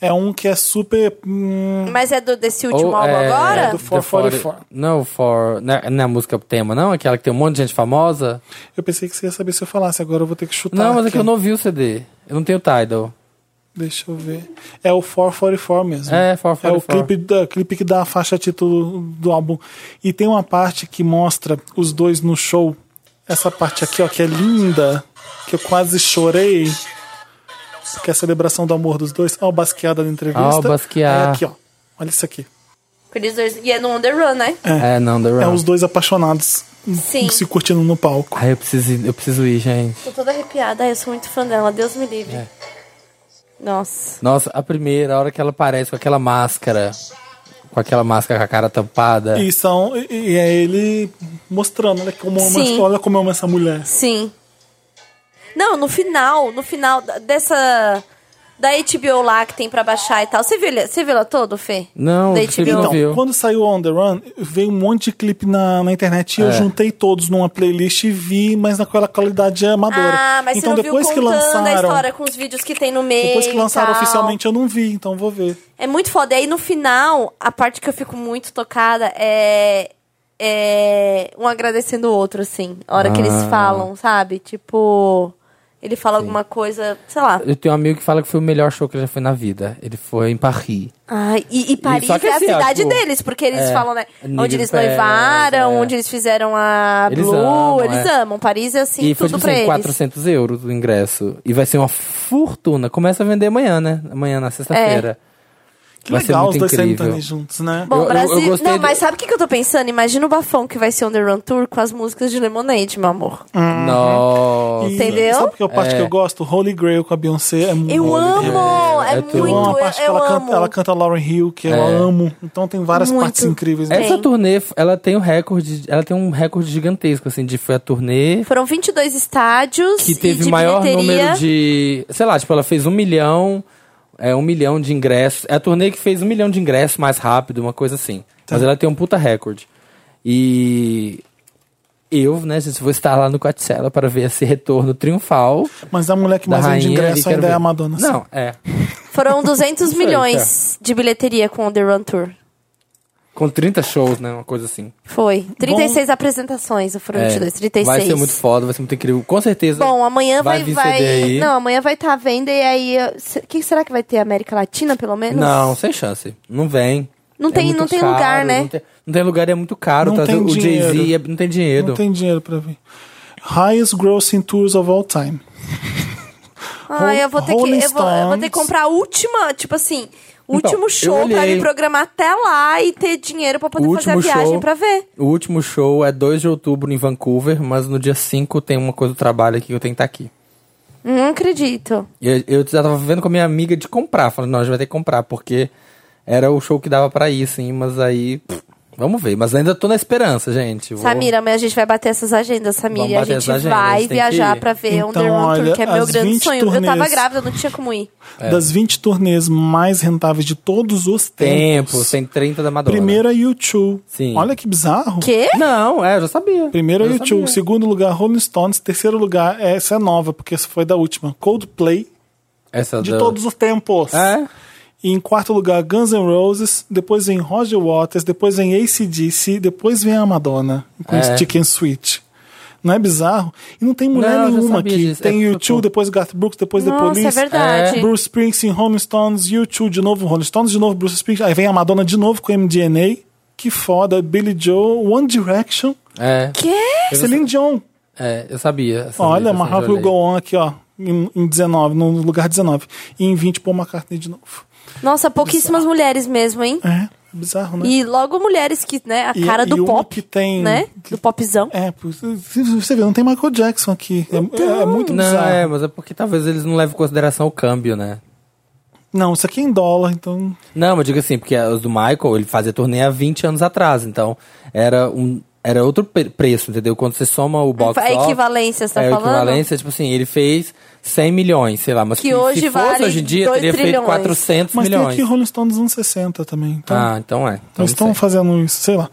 Speaker 1: É um que é super. hum,
Speaker 5: Mas é do, desse
Speaker 4: Ou,
Speaker 5: último álbum
Speaker 4: é,
Speaker 5: agora?
Speaker 1: É do 444.
Speaker 4: Não, for, não, é- não é a música tema, não? Aquela que tem um monte de gente famosa?
Speaker 1: eu pensei que você ia saber se eu falasse, agora eu vou ter que chutar.
Speaker 4: Não, mas
Speaker 1: Tá
Speaker 4: é
Speaker 1: aqui.
Speaker 4: que eu não vi o CD. Eu não tenho Tidal.
Speaker 1: Deixa eu ver. É o 444 mesmo.
Speaker 4: É, 444.
Speaker 1: É o clipe, da, clipe que dá a faixa título do álbum. E tem uma parte que mostra os dois no show. Essa parte aqui, ó, que é linda, que eu quase chorei. Que é a celebração do amor dos dois. Ó, o basqueada na entrevista.
Speaker 4: Ó, o Basquiat.
Speaker 1: É aqui, ó. Olha isso aqui.
Speaker 5: Com eles dois- E é no On The Run, né?
Speaker 4: É, não, The Run.
Speaker 1: É os dois apaixonados um
Speaker 5: Sim.
Speaker 1: se curtindo no palco.
Speaker 4: Ai, eu preciso, ir- eu preciso ir, gente.
Speaker 5: Tô toda arrepiada. Ai, eu sou muito fã dela. Deus me livre.
Speaker 1: É.
Speaker 5: Nossa.
Speaker 4: Nossa, a primeira, a hora que ela aparece com aquela máscara. Com aquela máscara com a cara tampada.
Speaker 1: E, são, e, e é ele mostrando, olha como, eu amo
Speaker 5: Sim.
Speaker 1: essa- olha como eu amo essa mulher.
Speaker 5: Sim. Não, no final, no final da- dessa... Da HBO lá que tem pra baixar e tal. Você viu, ele- você viu ela todo, Fê?
Speaker 4: Não,
Speaker 5: da
Speaker 4: eu
Speaker 5: HBO.
Speaker 4: vi, não
Speaker 1: Então,
Speaker 4: viu?
Speaker 1: quando saiu On The Run, veio um monte de clipe na, na internet e eu
Speaker 4: É.
Speaker 1: juntei todos numa playlist e vi, mas naquela qualidade amadora.
Speaker 5: Ah, mas
Speaker 1: então
Speaker 5: você não
Speaker 1: depois
Speaker 5: viu
Speaker 1: que
Speaker 5: contando a
Speaker 1: lançaram,
Speaker 5: história com os vídeos que tem no meio
Speaker 1: depois que
Speaker 5: e
Speaker 1: lançaram
Speaker 5: tal.
Speaker 1: oficialmente eu não vi, então vou ver.
Speaker 5: É muito foda. E aí, no final, a parte que eu fico muito tocada é... é um agradecendo o outro, assim. A hora que eles
Speaker 4: Ah.
Speaker 5: falam, sabe? Tipo... Ele fala alguma coisa, sei lá.
Speaker 4: Eu tenho um amigo que fala que foi o melhor show que ele já foi na vida. Ele foi em Paris.
Speaker 5: Ai, e, e Paris
Speaker 4: só que
Speaker 5: é a
Speaker 4: assim, ó,
Speaker 5: cidade
Speaker 4: tipo,
Speaker 5: deles, porque eles
Speaker 4: é,
Speaker 5: falam, né?
Speaker 4: nível
Speaker 5: Onde eles
Speaker 4: pés,
Speaker 5: noivaram,
Speaker 4: é.
Speaker 5: onde eles fizeram a
Speaker 4: Eles
Speaker 5: Blue,
Speaker 4: amam,
Speaker 5: eles
Speaker 4: é.
Speaker 5: amam. Paris é assim,
Speaker 4: e foi
Speaker 5: tudo
Speaker 4: tipo
Speaker 5: pra
Speaker 4: assim,
Speaker 5: eles.
Speaker 4: 400 euros o ingresso. E vai ser uma fortuna. Começa a vender amanhã, né? Amanhã, na sexta-feira.
Speaker 1: É. Que
Speaker 4: vai ser
Speaker 1: legal
Speaker 4: muito
Speaker 1: os dois
Speaker 4: incrível.
Speaker 1: sentando juntos, né?
Speaker 5: Bom,
Speaker 4: Eu- eu- eu
Speaker 5: Brasil.
Speaker 4: gostei
Speaker 5: não,
Speaker 4: do-
Speaker 5: mas sabe o que, que eu tô pensando? Imagina o bafão que vai ser o The Run Tour com as músicas de Lemonade, meu amor.
Speaker 1: E
Speaker 4: Nossa.
Speaker 5: Entendeu?
Speaker 1: Sabe que é a
Speaker 4: É.
Speaker 1: parte que eu gosto? Holy Grail com a Beyoncé é muito
Speaker 5: Eu amo! É,
Speaker 4: é
Speaker 5: muito,
Speaker 4: tudo.
Speaker 5: eu,
Speaker 1: Eu amo a parte que
Speaker 5: eu
Speaker 1: ela
Speaker 5: amo.
Speaker 1: canta, ela canta Lauren Hill, que eu
Speaker 4: É.
Speaker 1: amo. Então tem várias
Speaker 5: Muito.
Speaker 1: partes incríveis. né?
Speaker 4: Essa
Speaker 5: Tem.
Speaker 4: turnê, ela tem um recorde, ela tem um recorde gigantesco, assim, de foi a turnê
Speaker 5: Foram 22 estádios
Speaker 4: que
Speaker 5: e
Speaker 4: teve
Speaker 5: de
Speaker 4: o maior
Speaker 5: bilheteria.
Speaker 4: número de. Sei lá, tipo, ela fez um milhão, é, um milhão de ingressos. É a turnê que fez um milhão de ingressos mais rápido, uma coisa assim.
Speaker 1: Tá.
Speaker 4: Mas ela tem um puta recorde. E eu, né, gente, vou estar lá no Coachella para ver esse retorno triunfal
Speaker 1: Mas a mulher que
Speaker 4: da
Speaker 1: mais vende
Speaker 4: rainha. e
Speaker 1: ingresso
Speaker 4: quero
Speaker 1: ainda é
Speaker 4: ver-
Speaker 1: a Madonna. sim.
Speaker 4: Não, é.
Speaker 5: Foram 200
Speaker 4: aí,
Speaker 5: milhões de bilheteria com o The Run Tour.
Speaker 4: Com 30 shows, né, uma coisa assim.
Speaker 5: Foi. 36 apresentações, ou foram
Speaker 4: É,
Speaker 5: 22, 36.
Speaker 4: Vai ser muito foda, vai ser muito incrível. Com certeza.
Speaker 5: Bom, amanhã vai.
Speaker 4: Vai vir
Speaker 5: vai,
Speaker 4: CD aí.
Speaker 5: Não, amanhã vai estar à venda e aí. O que será que vai ter? América Latina, pelo menos?
Speaker 4: Não, sem chance. Não vem.
Speaker 5: É,
Speaker 4: É
Speaker 5: Não tem-
Speaker 4: muito
Speaker 5: não tem lugar, né?
Speaker 4: Não tem, não tem lugar, é muito caro.
Speaker 1: Não
Speaker 4: trazer
Speaker 1: tem
Speaker 4: o Jay-Z é-
Speaker 1: dinheiro.
Speaker 4: não tem dinheiro.
Speaker 1: Não tem dinheiro pra ver. Highest grossing tours of all time.
Speaker 5: Ah, eu vou ter que.
Speaker 1: Rolling
Speaker 5: Eu vou, eu vou ter que
Speaker 1: Stones.
Speaker 5: comprar a última, tipo assim, o
Speaker 4: Então,
Speaker 5: último
Speaker 4: eu
Speaker 5: show pra
Speaker 4: olhei.
Speaker 5: me programar até lá e ter dinheiro pra poder
Speaker 4: O
Speaker 5: fazer a
Speaker 4: último
Speaker 5: viagem
Speaker 4: show-
Speaker 5: pra ver.
Speaker 4: O último show é 2 de outubro em Vancouver, mas no dia 5 tem uma coisa do trabalho aqui que eu tenho que estar aqui.
Speaker 5: Não acredito.
Speaker 4: E Eu, eu já tava vendo com a minha amiga de comprar. Falando, não, a gente vai ter que comprar, porque era o show que dava pra ir, sim, mas aí. pff, vamos ver. Mas ainda tô na esperança, gente. Vou-
Speaker 5: Samira, amanhã a gente vai bater essas agendas, Samira.
Speaker 4: Vamos
Speaker 5: e A
Speaker 4: bater
Speaker 5: gente
Speaker 4: essas agendas,
Speaker 5: vai
Speaker 4: tem que
Speaker 5: viajar
Speaker 4: ir.
Speaker 5: pra ver
Speaker 1: Então,
Speaker 5: Underground Tour,
Speaker 1: olha,
Speaker 5: que é meu
Speaker 1: as
Speaker 5: grande
Speaker 1: 20
Speaker 5: sonho. Eu tava
Speaker 1: turnês.
Speaker 5: grávida, não tinha como ir.
Speaker 4: É.
Speaker 1: Das 20 turnês mais rentáveis de todos os tempos.
Speaker 4: Tempos, tem 30 da Madonna.
Speaker 1: Primeiro é U2.
Speaker 4: Sim.
Speaker 1: Olha que bizarro.
Speaker 5: Quê?
Speaker 4: Não, é, eu já sabia.
Speaker 1: Primeiro é
Speaker 4: Eu
Speaker 1: U2,
Speaker 4: sabia.
Speaker 1: segundo lugar Rolling Stones, terceiro lugar, essa é nova, porque essa foi da última, Coldplay,
Speaker 4: Essa
Speaker 1: de
Speaker 4: da-
Speaker 1: todos os tempos.
Speaker 4: É?
Speaker 1: E em quarto lugar, Guns N' Roses, depois vem Roger Waters, depois vem AC/DC, depois vem a Madonna, com
Speaker 4: É.
Speaker 1: Stick and Switch. Não é bizarro? E não tem mulher
Speaker 4: Não, eu já
Speaker 1: nenhuma
Speaker 4: sabia
Speaker 1: aqui.
Speaker 4: disso.
Speaker 1: Tem
Speaker 4: É,
Speaker 1: U2,
Speaker 4: tô-
Speaker 1: depois Garth Brooks, depois The
Speaker 5: Nossa, é
Speaker 1: Police.
Speaker 5: verdade.
Speaker 1: Bruce Springsteen, Rolling Stones, U2 de novo, Rolling Stones de novo, Bruce Springsteen. Aí vem a Madonna de novo com MDNA. Que foda. Billy Joe, One Direction,
Speaker 4: É,
Speaker 5: Quê?
Speaker 1: Celine Dion.
Speaker 4: é, eu sabia. essa
Speaker 1: Olha,
Speaker 4: lista,
Speaker 1: My
Speaker 4: eu já
Speaker 1: Heart Will
Speaker 4: olhei.
Speaker 1: Go On aqui, ó. Em, em 19, no lugar 19. E em 20, Paul McCartney de novo.
Speaker 5: Nossa, pouquíssimas mulheres mesmo, hein?
Speaker 1: É, bizarro, né?
Speaker 5: E logo mulheres que, né, a
Speaker 1: E- é
Speaker 5: cara
Speaker 1: e
Speaker 5: do
Speaker 1: uma
Speaker 5: pop,
Speaker 1: que tem-
Speaker 5: né? Do popzão.
Speaker 1: É, por- você vê, não tem Michael Jackson aqui. É- é, é muito
Speaker 4: Não,
Speaker 1: bizarro.
Speaker 4: é, mas é porque talvez eles não levem em consideração o câmbio, né?
Speaker 1: Não, isso aqui é em dólar, então.
Speaker 4: Não, mas diga assim, porque os do Michael, ele fazia turnê há 20 anos atrás, então era um era outro pre- preço, entendeu? Quando você soma o box
Speaker 5: É A
Speaker 4: office,
Speaker 5: equivalência, você tá
Speaker 4: é, a
Speaker 5: falando?
Speaker 4: equivalência, tipo assim, ele fez 100 milhões, sei lá, mas
Speaker 5: Que
Speaker 4: se fosse
Speaker 5: hoje vale
Speaker 4: hoje em dia,
Speaker 5: dois
Speaker 4: teria feito
Speaker 5: trilhões.
Speaker 4: 400
Speaker 1: Mas
Speaker 4: milhões.
Speaker 1: tem aqui Rolling Stones dos anos 60 também. Então,
Speaker 4: ah, então é. Então
Speaker 1: eles
Speaker 4: não
Speaker 1: estão
Speaker 4: sei.
Speaker 1: fazendo isso, sei lá.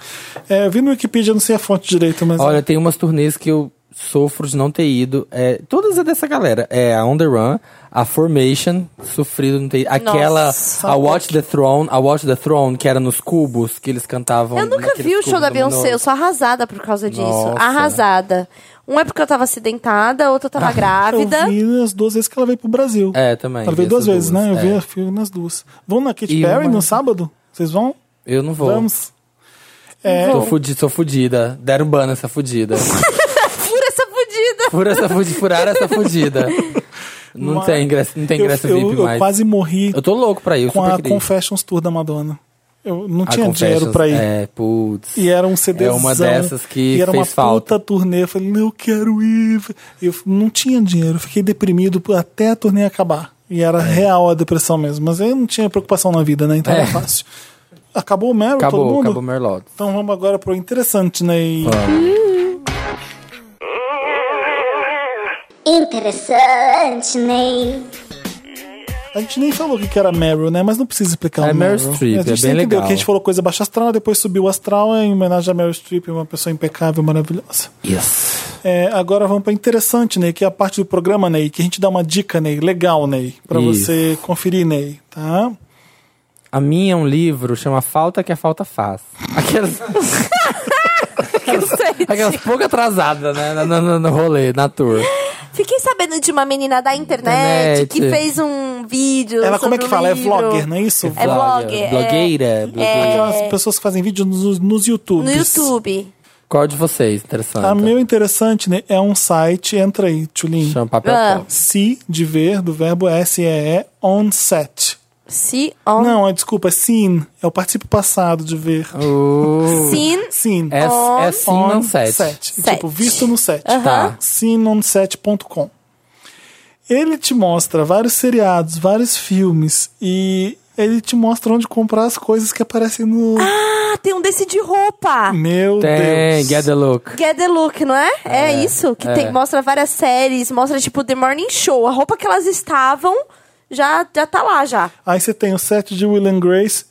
Speaker 1: É, eu vi no Wikipedia, não sei a fonte direito, mas.
Speaker 4: Olha, tem umas turnês que eu sofro de não ter ido. É, todas é dessa galera. É a On The Run, a Formation, sofrido não ter ido. Aquela,
Speaker 5: Nossa. um
Speaker 4: a Watch The Throne, a Watch The Throne, que era nos cubos, que eles cantavam.
Speaker 5: Eu nunca
Speaker 4: naqueles
Speaker 5: vi o show
Speaker 4: cubos
Speaker 5: da Beyoncé, eu
Speaker 4: luminosos.
Speaker 5: sou arrasada por causa disso.
Speaker 4: Nossa.
Speaker 5: Arrasada. Um é porque eu tava acidentada, outro eu tava grávida.
Speaker 1: Ah, Eu vi as duas vezes que ela veio pro Brasil.
Speaker 4: É, também.
Speaker 1: Ela veio
Speaker 4: vi
Speaker 1: duas
Speaker 4: essas é.
Speaker 1: vezes, né? Eu vi a filme nas duas. Vão na Katy
Speaker 4: E
Speaker 1: Perry
Speaker 4: uma-
Speaker 1: no sábado? Vocês vão?
Speaker 4: É. Eu não vou.
Speaker 1: Vamos. É,
Speaker 4: Tô fudi, sou fudida. Deram ban essa fudida.
Speaker 5: Fura essa fudida!
Speaker 4: Fura essa fudida, furar essa fudida. Não
Speaker 1: Mas-
Speaker 4: tem ingresso, não tem
Speaker 1: eu,
Speaker 4: ingresso
Speaker 1: eu,
Speaker 4: VIP
Speaker 1: eu
Speaker 4: mais.
Speaker 1: quase morri
Speaker 4: Eu tô louco pra ir, eu
Speaker 1: com
Speaker 4: super
Speaker 1: a
Speaker 4: queria. ir.
Speaker 1: Confessions Tour da Madonna. Eu não
Speaker 4: A
Speaker 1: tinha dinheiro
Speaker 4: Confessions,
Speaker 1: pra ir.
Speaker 4: É, putz.
Speaker 1: E era um CD.
Speaker 4: É uma dessas que
Speaker 1: e era uma
Speaker 4: fez
Speaker 1: puta
Speaker 4: falta.
Speaker 1: turnê. Eu falei, eu quero ir. Eu f- não tinha dinheiro. Eu fiquei deprimido por- até a turnê acabar. E era real a depressão mesmo. Mas eu não tinha preocupação na vida, né? Então
Speaker 4: É.
Speaker 1: era fácil. Acabou o Meryl, todo
Speaker 4: Acabou,
Speaker 1: mundo?
Speaker 4: acabou o Merlot.
Speaker 1: Então vamos agora pro interessante, né? E-
Speaker 2: Interessante, Ney.
Speaker 1: A gente nem falou o que que era Meryl, né? Mas não precisa explicar
Speaker 4: É
Speaker 1: o Meryl.
Speaker 4: Meryl Streep,
Speaker 1: a gente tem
Speaker 4: é bem
Speaker 1: que entender
Speaker 4: legal.
Speaker 1: que a gente falou coisa baixa astral, depois subiu o astral em homenagem a Meryl Streep, uma pessoa impecável, maravilhosa.
Speaker 4: Yes.
Speaker 1: É, agora vamos para interessante, Ney, que é a parte do programa, Ney, que a gente dá uma dica, Ney, legal, Ney, para
Speaker 4: Isso.
Speaker 1: você conferir, Ney, tá?
Speaker 4: A minha é um livro, chama Falta que a Falta Faz. Aquelas,
Speaker 5: Que isso é
Speaker 4: aquelas pouco atrasadas, né? No, no, no rolê, na tour.
Speaker 5: Fiquei sabendo de uma menina da internet,
Speaker 4: Internet.
Speaker 5: que fez um vídeo.
Speaker 1: Ela, como é
Speaker 5: sobre
Speaker 1: que
Speaker 5: um
Speaker 1: fala? É
Speaker 5: livro.
Speaker 1: vlogger, não é isso?
Speaker 5: É blogger, é-
Speaker 4: Blogueira. blogueira.
Speaker 1: Aquelas pessoas que fazem vídeos nos, nos YouTubes.
Speaker 5: No YouTube.
Speaker 4: Qual de vocês? Interessante.
Speaker 1: A meu interessante, né? É um site, entra aí, Tulin.
Speaker 4: Chama papel
Speaker 5: Ah.
Speaker 4: pop.
Speaker 1: Se de ver, do verbo S-E-E, on set.
Speaker 5: Se on.
Speaker 1: Não, é, desculpa, é seen. É o participo passado de ver.
Speaker 4: Uh,
Speaker 5: Sin.
Speaker 1: Seen.
Speaker 4: é, é sim, não sete.
Speaker 1: set.
Speaker 5: Set.
Speaker 1: Tipo, visto no set.
Speaker 4: Tá.
Speaker 1: Sinon7.com. Ele te mostra vários seriados, vários filmes e ele te mostra onde comprar as coisas que aparecem no.
Speaker 5: Ah, tem um desse de roupa.
Speaker 1: Meu
Speaker 4: Tem,
Speaker 1: Deus.
Speaker 4: get the look.
Speaker 5: Get the Look, não é? É, isso? Que
Speaker 4: é.
Speaker 5: tem- mostra várias séries, mostra tipo The Morning Show. A roupa que elas estavam já, já tá lá já.
Speaker 1: Aí você tem o set de Will and Grace.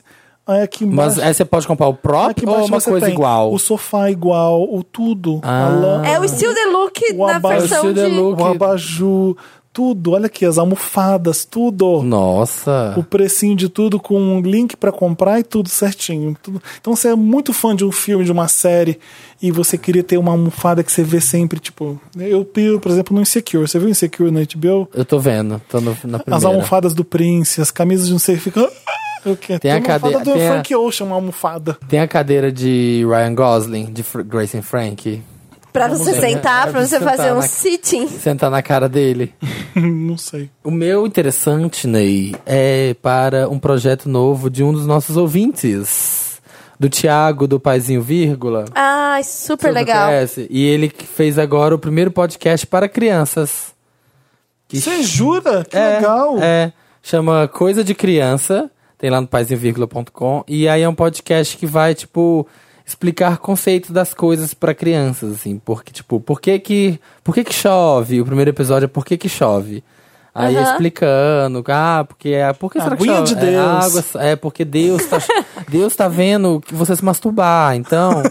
Speaker 1: Aí aqui
Speaker 4: Mas
Speaker 1: embaixo.
Speaker 4: aí você pode comprar o
Speaker 1: aqui
Speaker 4: próprio
Speaker 1: embaixo
Speaker 4: ou é uma
Speaker 1: você
Speaker 4: coisa
Speaker 1: tem
Speaker 4: igual?
Speaker 1: O sofá igual, o tudo.
Speaker 4: Ah.
Speaker 1: a lâmpada,
Speaker 5: É o Still the Look
Speaker 1: O
Speaker 5: na
Speaker 1: aba- É o
Speaker 5: versão
Speaker 4: Still
Speaker 5: de.
Speaker 4: the Look.
Speaker 1: o abajur, tudo. Olha aqui, as almofadas, tudo.
Speaker 4: Nossa.
Speaker 1: o precinho de tudo com um link pra comprar e tudo certinho. Tudo. Então você é muito fã de um filme, de uma série e você queria ter uma almofada que você vê sempre, tipo, eu pio, por exemplo, no Insecure. Você viu Insecure na HBO?
Speaker 4: Eu tô vendo, tô no, na primeira.
Speaker 1: As almofadas do Prince, as camisas de não sei, fica "Ah, eu quero
Speaker 4: Tem a
Speaker 1: uma almofada
Speaker 4: cadeia-
Speaker 1: do
Speaker 4: tem a-
Speaker 1: Frank Ocean, uma almofada.
Speaker 4: Tem a cadeira de Ryan Gosling, de Fr Grace and Frank.
Speaker 5: Pra você
Speaker 4: ver. É,
Speaker 5: sentar, pra
Speaker 4: Pra
Speaker 5: você
Speaker 4: sentar né?
Speaker 5: fazer um
Speaker 4: na-
Speaker 5: sitting.
Speaker 4: Sentar na cara dele.
Speaker 1: não sei.
Speaker 4: O meu interessante, Ney, é para um projeto novo de um dos nossos ouvintes. Do Thiago, do Paizinho Vírgula.
Speaker 5: Ai, super
Speaker 4: Você
Speaker 5: legal.
Speaker 4: conhece? E ele que fez agora o primeiro podcast para crianças. Que
Speaker 1: Você jura? Que legal.
Speaker 4: É, chama Coisa de Criança, tem lá no paizinvírgula.com, e aí é um podcast que vai, tipo, explicar conceitos das coisas pra crianças, assim, porque, tipo, por que que, por que que chove? O primeiro episódio é por que que chove? Aí
Speaker 5: Aham.
Speaker 4: explicando, ah, porque é, por que será que
Speaker 1: Aguinha
Speaker 4: chove?
Speaker 1: de
Speaker 4: É,
Speaker 1: Deus.
Speaker 4: a água é porque Deus tá, Deus tá vendo que você se masturbar, então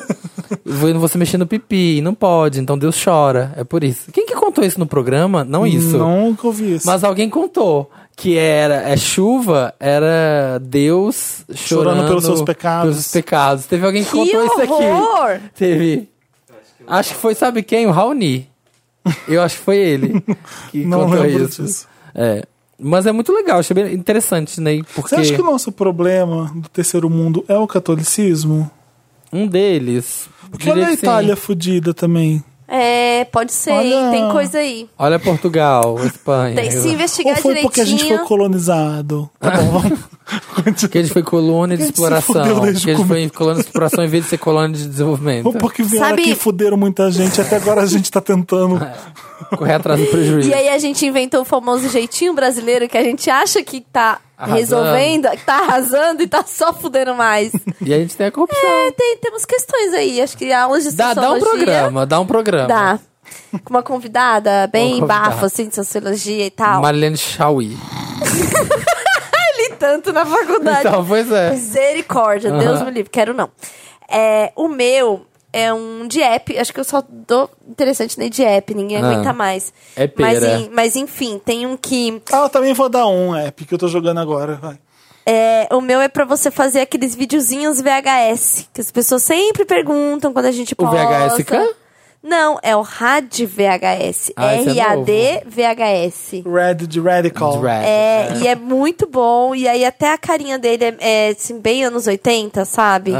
Speaker 4: vendo você mexer no pipi, não pode, então Deus chora, é por isso. Quem que contou isso no programa? Não isso.
Speaker 1: Nunca ouvi isso.
Speaker 4: Mas alguém contou que era é chuva, era Deus chorando,
Speaker 1: Chorando pelos seus pecados.
Speaker 4: pelos pecados. Teve alguém que,
Speaker 5: Que
Speaker 4: contou isso
Speaker 5: horror!
Speaker 4: aqui. Teve. Acho que foi, sabe quem? O Raoni. Eu acho que foi ele que
Speaker 1: Não
Speaker 4: contou
Speaker 1: lembro
Speaker 4: isso.
Speaker 1: disso.
Speaker 4: É. Mas é muito legal, achei bem interessante, Ney. Porque
Speaker 1: Você acha que o nosso problema do terceiro mundo é o catolicismo?
Speaker 4: um deles.
Speaker 1: Porque olha
Speaker 4: diria
Speaker 1: a
Speaker 4: que sim.
Speaker 1: Itália fudida também.
Speaker 5: É, pode ser, hein?
Speaker 1: Olha.
Speaker 5: Tem coisa aí.
Speaker 4: Olha Portugal, Espanha.
Speaker 5: Tem, se
Speaker 1: Ou
Speaker 5: investigar
Speaker 1: foi porque a gente foi
Speaker 5: direitinho.
Speaker 1: colonizado? Tá bom, vamos-
Speaker 4: Que a gente foi colônia de
Speaker 1: Porque a gente se
Speaker 4: exploração.
Speaker 1: fudeu desde o
Speaker 4: Que a gente foi
Speaker 1: começo.
Speaker 4: colônia de exploração em vez de ser colônia de desenvolvimento.
Speaker 1: Ou porque vieram
Speaker 5: Sabe-
Speaker 1: aqui e fuderam muita gente, até agora a gente tá tentando.
Speaker 4: Correr atrás do prejuízo.
Speaker 5: E aí a gente inventou o famoso jeitinho brasileiro que a gente acha que tá
Speaker 4: Arrasando.
Speaker 5: resolvendo, que tá arrasando e tá só fudendo mais.
Speaker 4: E a gente tem a corrupção.
Speaker 5: é, tem, temos questões aí. Acho que aulas de
Speaker 4: Dá, dá um
Speaker 5: sociologia-
Speaker 4: programa, dá um programa.
Speaker 5: Dá. Com uma convidada bem
Speaker 4: Uma convidada.
Speaker 5: bafa, assim, de sociologia e tal.
Speaker 4: Marlene Chauí.
Speaker 5: E tanto na faculdade.
Speaker 4: Então, pois é.
Speaker 5: Misericórdia, Deus
Speaker 4: Aham.
Speaker 5: me livre, quero não. É, o meu é um de app, acho que eu só dou interessante nem de app, ninguém
Speaker 4: Ah.
Speaker 5: aguenta mais.
Speaker 4: É
Speaker 5: mas,
Speaker 4: pera.
Speaker 5: em- mas enfim, tem um que.
Speaker 1: Ah, eu também vou dar um app que eu tô jogando agora. vai.
Speaker 5: é, o meu é pra você fazer aqueles videozinhos VHS, que as pessoas sempre perguntam quando a gente
Speaker 4: O
Speaker 5: posta.
Speaker 4: VHSK?
Speaker 5: Não, é o RAD VHS.
Speaker 4: Ah, esse é
Speaker 5: R-A-D VHS.
Speaker 1: Red de Radical.
Speaker 4: Drag.
Speaker 5: É, e é muito bom. E aí até a carinha dele é, é, assim, bem anos 80, sabe?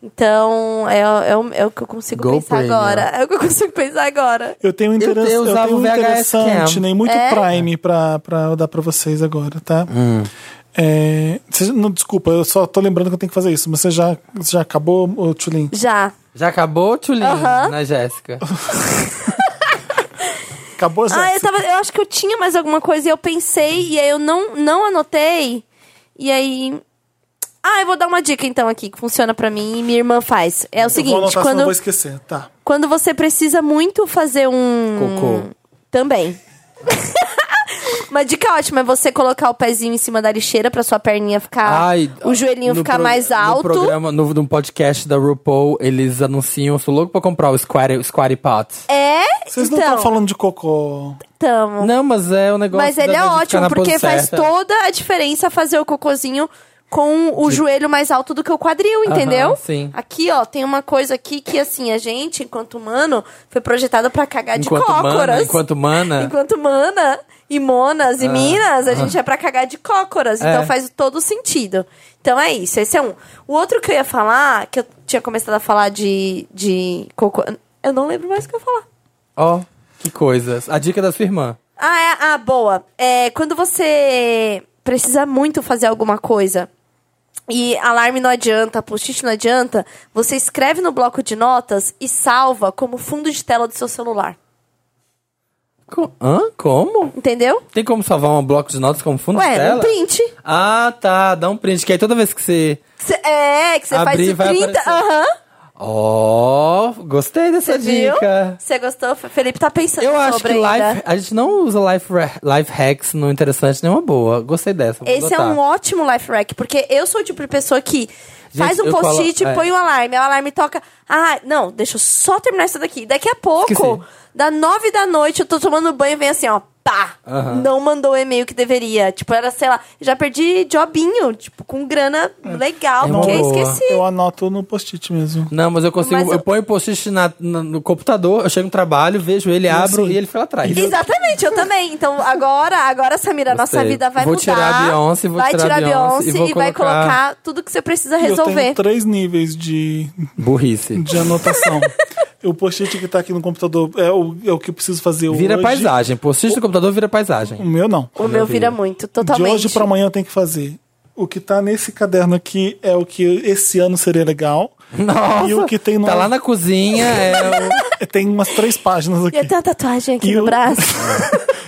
Speaker 5: Então, é, é o, é o que eu consigo
Speaker 4: Go
Speaker 5: pensar
Speaker 4: Premium.
Speaker 5: agora. É o que eu consigo pensar agora.
Speaker 1: Eu tenho, um
Speaker 4: te- eu
Speaker 1: interess- eu
Speaker 4: usava
Speaker 1: tenho um
Speaker 4: o VHS
Speaker 1: interessante,
Speaker 4: Cam.
Speaker 1: nem muito
Speaker 5: É?
Speaker 1: Prime pra, pra eu dar pra vocês agora, tá? É, cê- não, desculpa, eu só tô lembrando que eu tenho que fazer isso, mas você já, você já acabou, ô, Tulin?
Speaker 5: Já.
Speaker 4: Já acabou, Tulinho?
Speaker 5: Aham.
Speaker 4: Na Jéssica.
Speaker 1: Acabou já?
Speaker 5: Ah, eu, tava, eu acho que eu tinha mais alguma coisa e eu pensei, e aí eu não, não anotei. E aí. Ah, eu vou dar uma dica então aqui, que funciona pra mim e minha irmã faz. É o
Speaker 1: eu vou
Speaker 5: seguinte,
Speaker 1: anotar, senão eu
Speaker 5: quando,
Speaker 1: vou esquecer. Tá.
Speaker 5: quando você precisa muito fazer um.
Speaker 4: Cocô.
Speaker 5: Também. Uma dica ótima é você colocar o pezinho em cima da lixeira pra sua perninha ficar.
Speaker 4: Ai,
Speaker 5: Ah, o joelhinho
Speaker 4: no
Speaker 5: ficar
Speaker 4: pro-
Speaker 5: mais
Speaker 4: No
Speaker 5: alto.
Speaker 4: programa, no, num podcast da RuPaul, eles anunciam. Sou louco pra comprar o Squatty, o squatty Pot.
Speaker 5: É,
Speaker 1: Vocês não
Speaker 5: então.
Speaker 1: estão falando de cocô.
Speaker 5: tamo.
Speaker 4: Não, mas é o negócio.
Speaker 5: Mas ele
Speaker 4: da-
Speaker 5: é
Speaker 4: da gente ficar
Speaker 5: ótimo,
Speaker 4: na
Speaker 5: porque
Speaker 4: posição
Speaker 5: faz
Speaker 4: certa.
Speaker 5: toda a diferença fazer o cocôzinho com o joelho mais alto do que o quadril, entendeu?
Speaker 4: sim.
Speaker 5: Aqui, ó, tem uma coisa aqui que, assim, a gente, enquanto humano, foi projetado pra cagar de
Speaker 4: Enquanto
Speaker 5: cócoras.
Speaker 4: mana, enquanto mana.
Speaker 5: Enquanto mana e monas e minas, a gente é pra cagar de cócoras. Então
Speaker 4: Ah. É.
Speaker 5: faz todo sentido. Então é isso, esse é um. O outro que eu ia falar, que eu tinha começado a falar de, de cocô... Eu não lembro mais o que eu ia falar.
Speaker 4: Ó, que coisas. A dica da sua irmã.
Speaker 5: Ah, é, ah, boa. É, quando você precisa muito fazer alguma coisa e alarme não adianta, post-it não adianta, você escreve no bloco de notas e salva como fundo de tela do seu celular.
Speaker 4: Co- Hã? Como?
Speaker 5: Entendeu?
Speaker 4: Tem como salvar um bloco de notas como fundo de
Speaker 5: Ué,
Speaker 4: tela?
Speaker 5: num print.
Speaker 4: Ah, tá. Dá um print. Que aí toda vez que você...
Speaker 5: Cê- é, que você faz
Speaker 4: Abrir,
Speaker 5: de
Speaker 4: vai
Speaker 5: 30.
Speaker 4: aparecer.
Speaker 5: Aham.
Speaker 4: Ó, gostei dessa
Speaker 5: Você viu?
Speaker 4: dica.
Speaker 5: Você gostou? Felipe tá pensando
Speaker 4: Eu acho que
Speaker 5: sobre
Speaker 4: life,
Speaker 5: ainda.
Speaker 4: a gente não usa life, ra- life hacks no interessante nenhuma boa. Gostei dessa. vou
Speaker 5: Esse é
Speaker 4: adotar.
Speaker 5: um ótimo life hack, porque eu sou o tipo de pessoa que faz um
Speaker 4: eu colo-
Speaker 5: post-it,
Speaker 4: é.
Speaker 5: põe um alarme, aí o alarme toca. Ah, não, deixa eu só terminar isso daqui. Daqui a pouco,
Speaker 4: Esqueci.
Speaker 5: da nove da noite, eu tô tomando banho e vem assim, ó, pá!
Speaker 4: Aham.
Speaker 5: Não mandou o e-mail que deveria. Tipo, era, sei lá, já perdi jobinho, tipo, com grana legal,
Speaker 4: É
Speaker 5: porque
Speaker 4: uma
Speaker 5: eu
Speaker 4: boa.
Speaker 5: esqueci.
Speaker 1: Eu anoto no post-it mesmo.
Speaker 4: Não, mas eu consigo.
Speaker 5: Mas
Speaker 4: eu...
Speaker 5: eu-
Speaker 4: ponho o post-it na- na- no computador, eu chego no trabalho, vejo ele, abro
Speaker 1: assim,
Speaker 4: e ele fica lá atrás.
Speaker 5: Exatamente, eu também. Então agora, agora Samira, a nossa
Speaker 4: Gostei.
Speaker 5: vida vai
Speaker 4: Vou
Speaker 5: mudar.
Speaker 4: tirar a Beyoncé, vou
Speaker 5: vai
Speaker 4: tirar a Beyoncé e
Speaker 5: e,
Speaker 4: vou
Speaker 5: vai
Speaker 4: colocar-
Speaker 5: colocar tudo que você precisa
Speaker 1: E Eu tenho
Speaker 5: resolver.
Speaker 1: três níveis de,
Speaker 4: Burrice.
Speaker 1: de anotação. o post-it que tá aqui no computador é o, é o que eu preciso fazer
Speaker 4: Vira
Speaker 1: hoje.
Speaker 4: paisagem. Post-it do computador vira paisagem.
Speaker 1: O meu não.
Speaker 5: O meu vira muito,
Speaker 1: De
Speaker 5: totalmente.
Speaker 1: hoje pra amanhã eu tenho que fazer. O que tá nesse caderno aqui é o que esse ano seria legal.
Speaker 4: Nossa,
Speaker 1: E o que tem no-
Speaker 4: tá lá na cozinha é o...
Speaker 1: Tem umas três páginas
Speaker 5: Eu
Speaker 1: aqui.
Speaker 5: tenho uma é tatuagem aqui
Speaker 1: E
Speaker 5: no
Speaker 1: o-
Speaker 5: braço.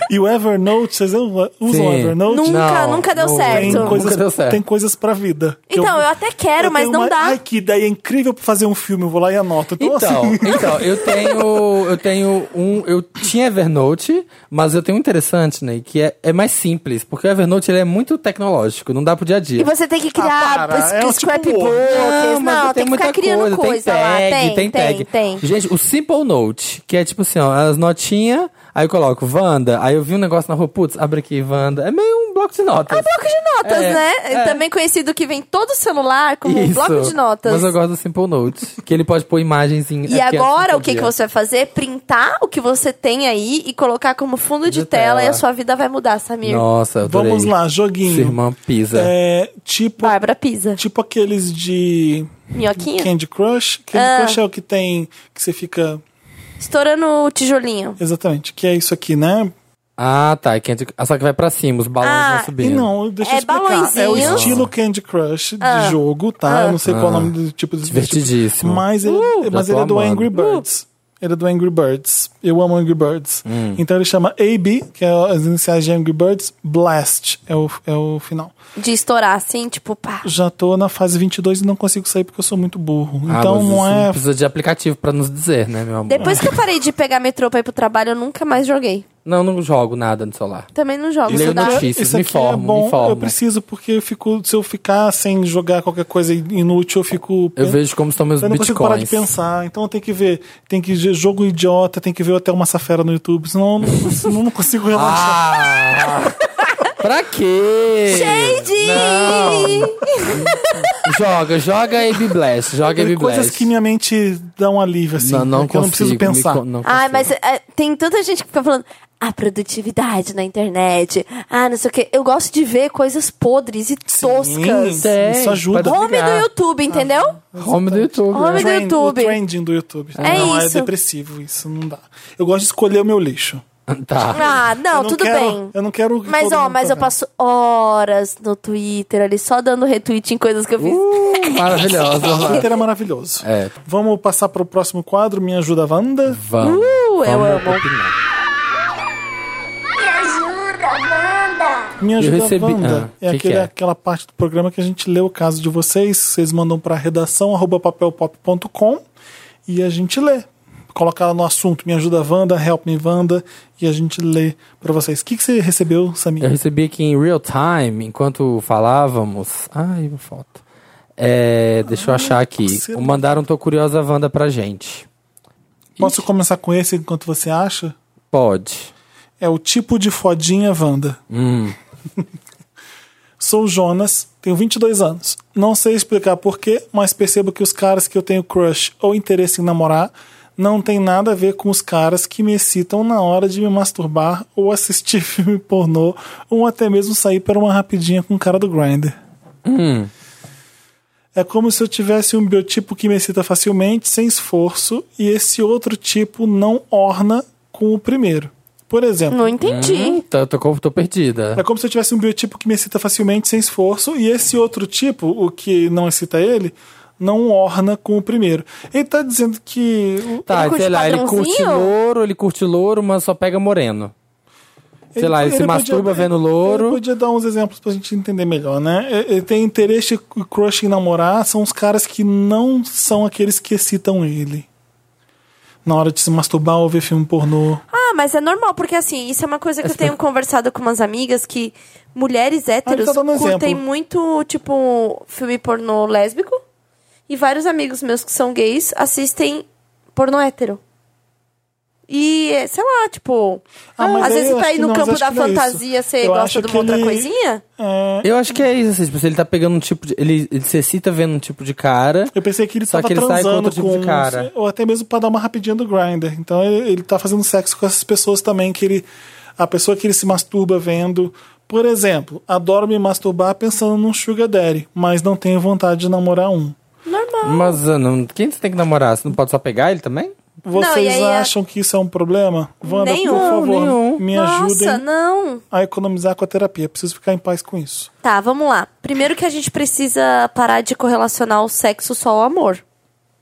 Speaker 1: E o Evernote, vocês usam usam o
Speaker 4: Sim.
Speaker 1: Evernote?
Speaker 5: Nunca,
Speaker 4: Não,
Speaker 5: nunca deu
Speaker 4: não.
Speaker 1: Tem
Speaker 5: certo.
Speaker 1: coisas,
Speaker 4: deu certo.
Speaker 1: tem coisas pra vida. Que
Speaker 5: Então, eu até quero, mas
Speaker 1: tenho
Speaker 5: não
Speaker 1: uma-
Speaker 5: dá.
Speaker 1: Ai, que ideia incrível pra fazer um filme. Eu vou lá e anoto. Então,
Speaker 5: é
Speaker 4: Então,
Speaker 1: assim,
Speaker 4: então, eu tenho. Eu tenho um. Eu tinha Evernote, mas eu tenho um interessante, né? Que é, é mais simples, porque o Evernote ele é muito tecnológico, não dá pro dia a dia.
Speaker 5: E você tem que criar
Speaker 1: para,
Speaker 4: um
Speaker 5: os,
Speaker 1: é
Speaker 5: os
Speaker 1: tipo
Speaker 5: scrapbooks.
Speaker 4: Não,
Speaker 5: Não,
Speaker 4: mas eu tenho
Speaker 5: tem que ficar
Speaker 4: muita
Speaker 5: criando coisa, lá.
Speaker 4: Tem tag,
Speaker 5: Tem,
Speaker 4: tem tag.
Speaker 5: tem.
Speaker 4: Gente, o Simple Note, que é tipo assim, ó, as notinhas, aí eu coloco Wanda, aí eu vi um negócio na rua, putz, abre aqui, Wanda. É meio um bloco de notas.
Speaker 5: É bloco de notas,
Speaker 4: É,
Speaker 5: né?
Speaker 4: é.
Speaker 5: Também conhecido que vem todo celular como
Speaker 4: Isso.
Speaker 5: um bloco de notas.
Speaker 4: Mas eu gosto do Simple Note, que ele pode pôr imagens em.
Speaker 5: E
Speaker 4: é porque é
Speaker 5: agora,
Speaker 4: assim
Speaker 5: o que, que
Speaker 4: podia.
Speaker 5: você vai fazer? Printar o que você tem aí e colocar como fundo de,
Speaker 4: De
Speaker 5: tela,
Speaker 4: tela.
Speaker 5: e a sua vida vai mudar, Samir.
Speaker 4: Nossa, eu adorei.
Speaker 1: vamos lá,
Speaker 4: Sua
Speaker 1: joguinho.
Speaker 4: irmã pisa.
Speaker 1: É, tipo,
Speaker 5: Bárbara pisa.
Speaker 1: tipo aqueles de
Speaker 5: Minhoquinha?
Speaker 1: Candy Crush. Candy Crush é o que tem, que você fica...
Speaker 5: Estourando o tijolinho.
Speaker 1: Exatamente, que é isso aqui, né?
Speaker 4: Ah, tá. Quem- Ah, só que vai pra cima, os balões
Speaker 5: Ah,
Speaker 4: vão
Speaker 1: E
Speaker 4: subindo.
Speaker 1: não, deixa
Speaker 5: É
Speaker 1: eu explicar. É o
Speaker 5: balãozinho.
Speaker 1: estilo Candy Crush de jogo, tá? Eu não sei qual é o nome do tipo de
Speaker 4: Ah. Divertidíssimo.
Speaker 1: Mas ele,
Speaker 4: Uh,
Speaker 1: mas
Speaker 4: já tô
Speaker 1: ele é do
Speaker 4: amando.
Speaker 1: Angry Birds. Ele é do Angry Birds. Eu amo Angry Birds.
Speaker 4: Hum.
Speaker 1: Então ele chama AB, que é as iniciais de Angry Birds, Blast é o, é o final.
Speaker 5: De estourar assim, tipo, pá.
Speaker 1: Já tô na fase 22 e não consigo sair porque eu sou muito burro.
Speaker 4: Ah,
Speaker 1: então
Speaker 4: mas
Speaker 1: não
Speaker 4: isso
Speaker 1: é.
Speaker 4: Precisa de aplicativo pra nos dizer, né, meu amor?
Speaker 5: Depois que eu parei de pegar metrô pra ir pro trabalho, eu nunca mais joguei.
Speaker 4: Não, não jogo nada no celular.
Speaker 5: Também não jogo.
Speaker 4: Isso
Speaker 5: sou
Speaker 4: é
Speaker 5: da-
Speaker 4: notícia. difícil, me informo, me informo.
Speaker 1: Eu preciso porque eu fico, se eu ficar sem jogar qualquer coisa inútil, eu fico.
Speaker 4: Eu vejo como estão meus
Speaker 1: É? Eu não consigo parar de
Speaker 4: bitcoins.
Speaker 1: pensar, então tem que ver, tem que ver jogo idiota, tem que ver até uma safera no YouTube, senão eu não, senão eu não consigo relaxar.
Speaker 4: Ah! pra quê?
Speaker 5: Shade!
Speaker 4: Não. Joga, joga AB Blast, joga AB Blast.
Speaker 1: Coisas que minha mente dá um alívio, assim.
Speaker 4: não, não
Speaker 1: que eu não preciso
Speaker 4: consigo. me
Speaker 1: pensar.
Speaker 4: con- não
Speaker 5: Ai,
Speaker 4: consigo.
Speaker 5: mas é, tem tanta gente que fica falando a produtividade na internet. Ah, não sei o quê. Eu gosto de ver coisas podres e toscas.
Speaker 1: Sim,
Speaker 4: Tem,
Speaker 1: isso ajuda.
Speaker 4: pode
Speaker 5: Home do
Speaker 4: ligar.
Speaker 5: YouTube, entendeu?
Speaker 1: é
Speaker 4: Home do YouTube.
Speaker 5: Home
Speaker 4: né?
Speaker 5: do
Speaker 1: Trend-
Speaker 5: YouTube.
Speaker 1: O trending do YouTube.
Speaker 5: É
Speaker 1: não, é
Speaker 5: isso.
Speaker 1: depressivo, isso não dá. Eu gosto de escolher o meu lixo.
Speaker 4: Tá.
Speaker 5: Ah, não,
Speaker 1: Eu não
Speaker 5: tudo
Speaker 1: quero-
Speaker 5: bem.
Speaker 1: eu não quero que
Speaker 5: Mas
Speaker 1: todo
Speaker 5: ó,
Speaker 1: mundo
Speaker 5: mas
Speaker 1: tá
Speaker 5: eu passo horas no Twitter ali só dando retweet em coisas que eu fiz.
Speaker 4: Uh, maravilhosa.
Speaker 1: O Twitter é maravilhoso.
Speaker 4: É.
Speaker 1: Vamos passar para o próximo quadro, Me Ajuda Wanda?
Speaker 4: Vamos.
Speaker 5: Uh, eu
Speaker 4: Vamos
Speaker 5: amo.
Speaker 4: opinar.
Speaker 2: Me ajuda, Wanda!
Speaker 1: Me ajuda,
Speaker 4: recebi-
Speaker 1: Wanda.
Speaker 4: Ah,
Speaker 1: é
Speaker 4: que que
Speaker 1: aquele-
Speaker 4: é?
Speaker 1: aquela parte do programa que a gente lê o caso de vocês. Vocês mandam para redação arroba papelpop.com e a gente lê. Coloca lá no assunto Me ajuda, Wanda, Help me, Wanda. E a gente lê para vocês. O que, que você recebeu,
Speaker 4: Eu
Speaker 1: Samir?
Speaker 4: recebi aqui em real time, enquanto falávamos. Ai, uma foto. É, deixa eu achar aqui.
Speaker 1: parceiro.
Speaker 4: Mandaram Tô Curiosa Wanda pra gente.
Speaker 1: Posso começar com esse enquanto você acha?
Speaker 4: Pode.
Speaker 1: É o tipo de fodinha, Wanda. Sou o Jonas, tenho 22 anos. Não sei explicar porquê, mas percebo que os caras que eu tenho crush ou interesse em namorar não tem nada a ver com os caras que me excitam na hora de me masturbar ou assistir filme pornô ou até mesmo sair para uma rapidinha com o cara do Grindr. É como se eu tivesse um biotipo que me excita facilmente, sem esforço, e esse outro tipo não orna com o primeiro. Por exemplo,
Speaker 5: Não
Speaker 1: Hum.
Speaker 5: entendi.
Speaker 4: Tá, tô, com- tô perdida.
Speaker 1: é como se eu tivesse um biotipo que me excita facilmente, sem esforço, e esse outro tipo, o que não excita ele, não orna com o primeiro. Ele tá dizendo que. o-
Speaker 4: Tá,
Speaker 5: Ele curte
Speaker 4: sei lá, ele curte
Speaker 5: padrãozinho?
Speaker 4: louro, ele curte louro, mas só pega moreno. Sei lá, ele se masturba vendo louro.
Speaker 1: Ele podia dar uns exemplos pra gente entender melhor, né? Ele- Ele tem interesse e crush em namorar, são os caras que não são aqueles que excitam ele. Na hora de se masturbar ou ver filme pornô.
Speaker 5: Ah, mas é normal, porque assim, isso é uma coisa que eu tenho conversado com umas amigas que mulheres héteros
Speaker 1: tá dando
Speaker 5: curtem
Speaker 1: exemplo.
Speaker 5: muito, tipo, filme pornô lésbico. E vários amigos meus que são gays assistem pornô hétero. E, é, sei lá, tipo.
Speaker 1: Ah, mas
Speaker 5: às
Speaker 1: aí
Speaker 5: vezes
Speaker 1: eu
Speaker 5: pra
Speaker 1: acho
Speaker 5: ir
Speaker 1: que
Speaker 5: no
Speaker 1: não, mas
Speaker 5: campo
Speaker 1: acho
Speaker 5: da
Speaker 1: que não é isso.
Speaker 5: fantasia, você
Speaker 1: Eu
Speaker 5: gosta
Speaker 1: acho
Speaker 5: de
Speaker 1: que
Speaker 5: uma outra
Speaker 1: ele-
Speaker 5: coisinha?
Speaker 1: É,
Speaker 4: Eu acho que é isso, assim, tipo, se ele tá pegando um tipo de. Ele, ele se excita vendo um tipo de cara.
Speaker 1: eu pensei que ele
Speaker 4: Só
Speaker 1: tava
Speaker 4: que ele sai com
Speaker 1: transando
Speaker 4: outro tipo de
Speaker 1: uns-
Speaker 4: cara.
Speaker 1: Ou até mesmo pra dar uma rapidinha do grinder. Então ele, ele tá fazendo sexo com essas pessoas também que ele. A pessoa que ele se masturba vendo. Por exemplo, adoro me masturbar pensando num Sugar Daddy, mas não tenho vontade de namorar um.
Speaker 5: Normal.
Speaker 4: Mas ah, não, quem você tem que namorar? Você não pode só pegar ele também?
Speaker 5: Não, e
Speaker 1: Vocês
Speaker 5: aí a-
Speaker 1: acham que isso é um problema? Wanda,
Speaker 5: Nenhum,
Speaker 1: por favor,
Speaker 4: nenhum.
Speaker 1: me
Speaker 5: Nossa,
Speaker 1: ajudem
Speaker 5: não.
Speaker 1: a economizar com a terapia. Preciso ficar em paz com isso.
Speaker 5: Tá, vamos lá. Primeiro que a gente precisa parar de correlacionar o sexo só ao amor.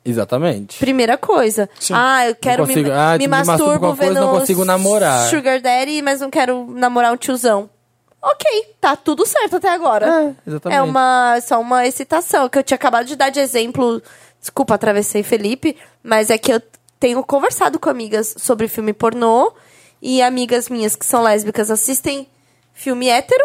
Speaker 4: Exatamente.
Speaker 5: Primeira coisa.
Speaker 1: Sim.
Speaker 5: Ah, eu quero
Speaker 4: consigo-
Speaker 5: me,
Speaker 4: ah,
Speaker 5: me
Speaker 4: me masturbo com
Speaker 5: masturbo
Speaker 4: alguma coisa,
Speaker 5: vendo
Speaker 4: não consigo namorar.
Speaker 5: Sugar Daddy, mas não quero namorar um tiozão. Ok, tá tudo certo até agora.
Speaker 4: É, exatamente.
Speaker 5: É uma, só uma excitação, que eu tinha acabado de dar de exemplo. Desculpa, atravessei Felipe, mas é que eu tenho conversado com amigas sobre filme pornô e amigas minhas que são lésbicas assistem filme hétero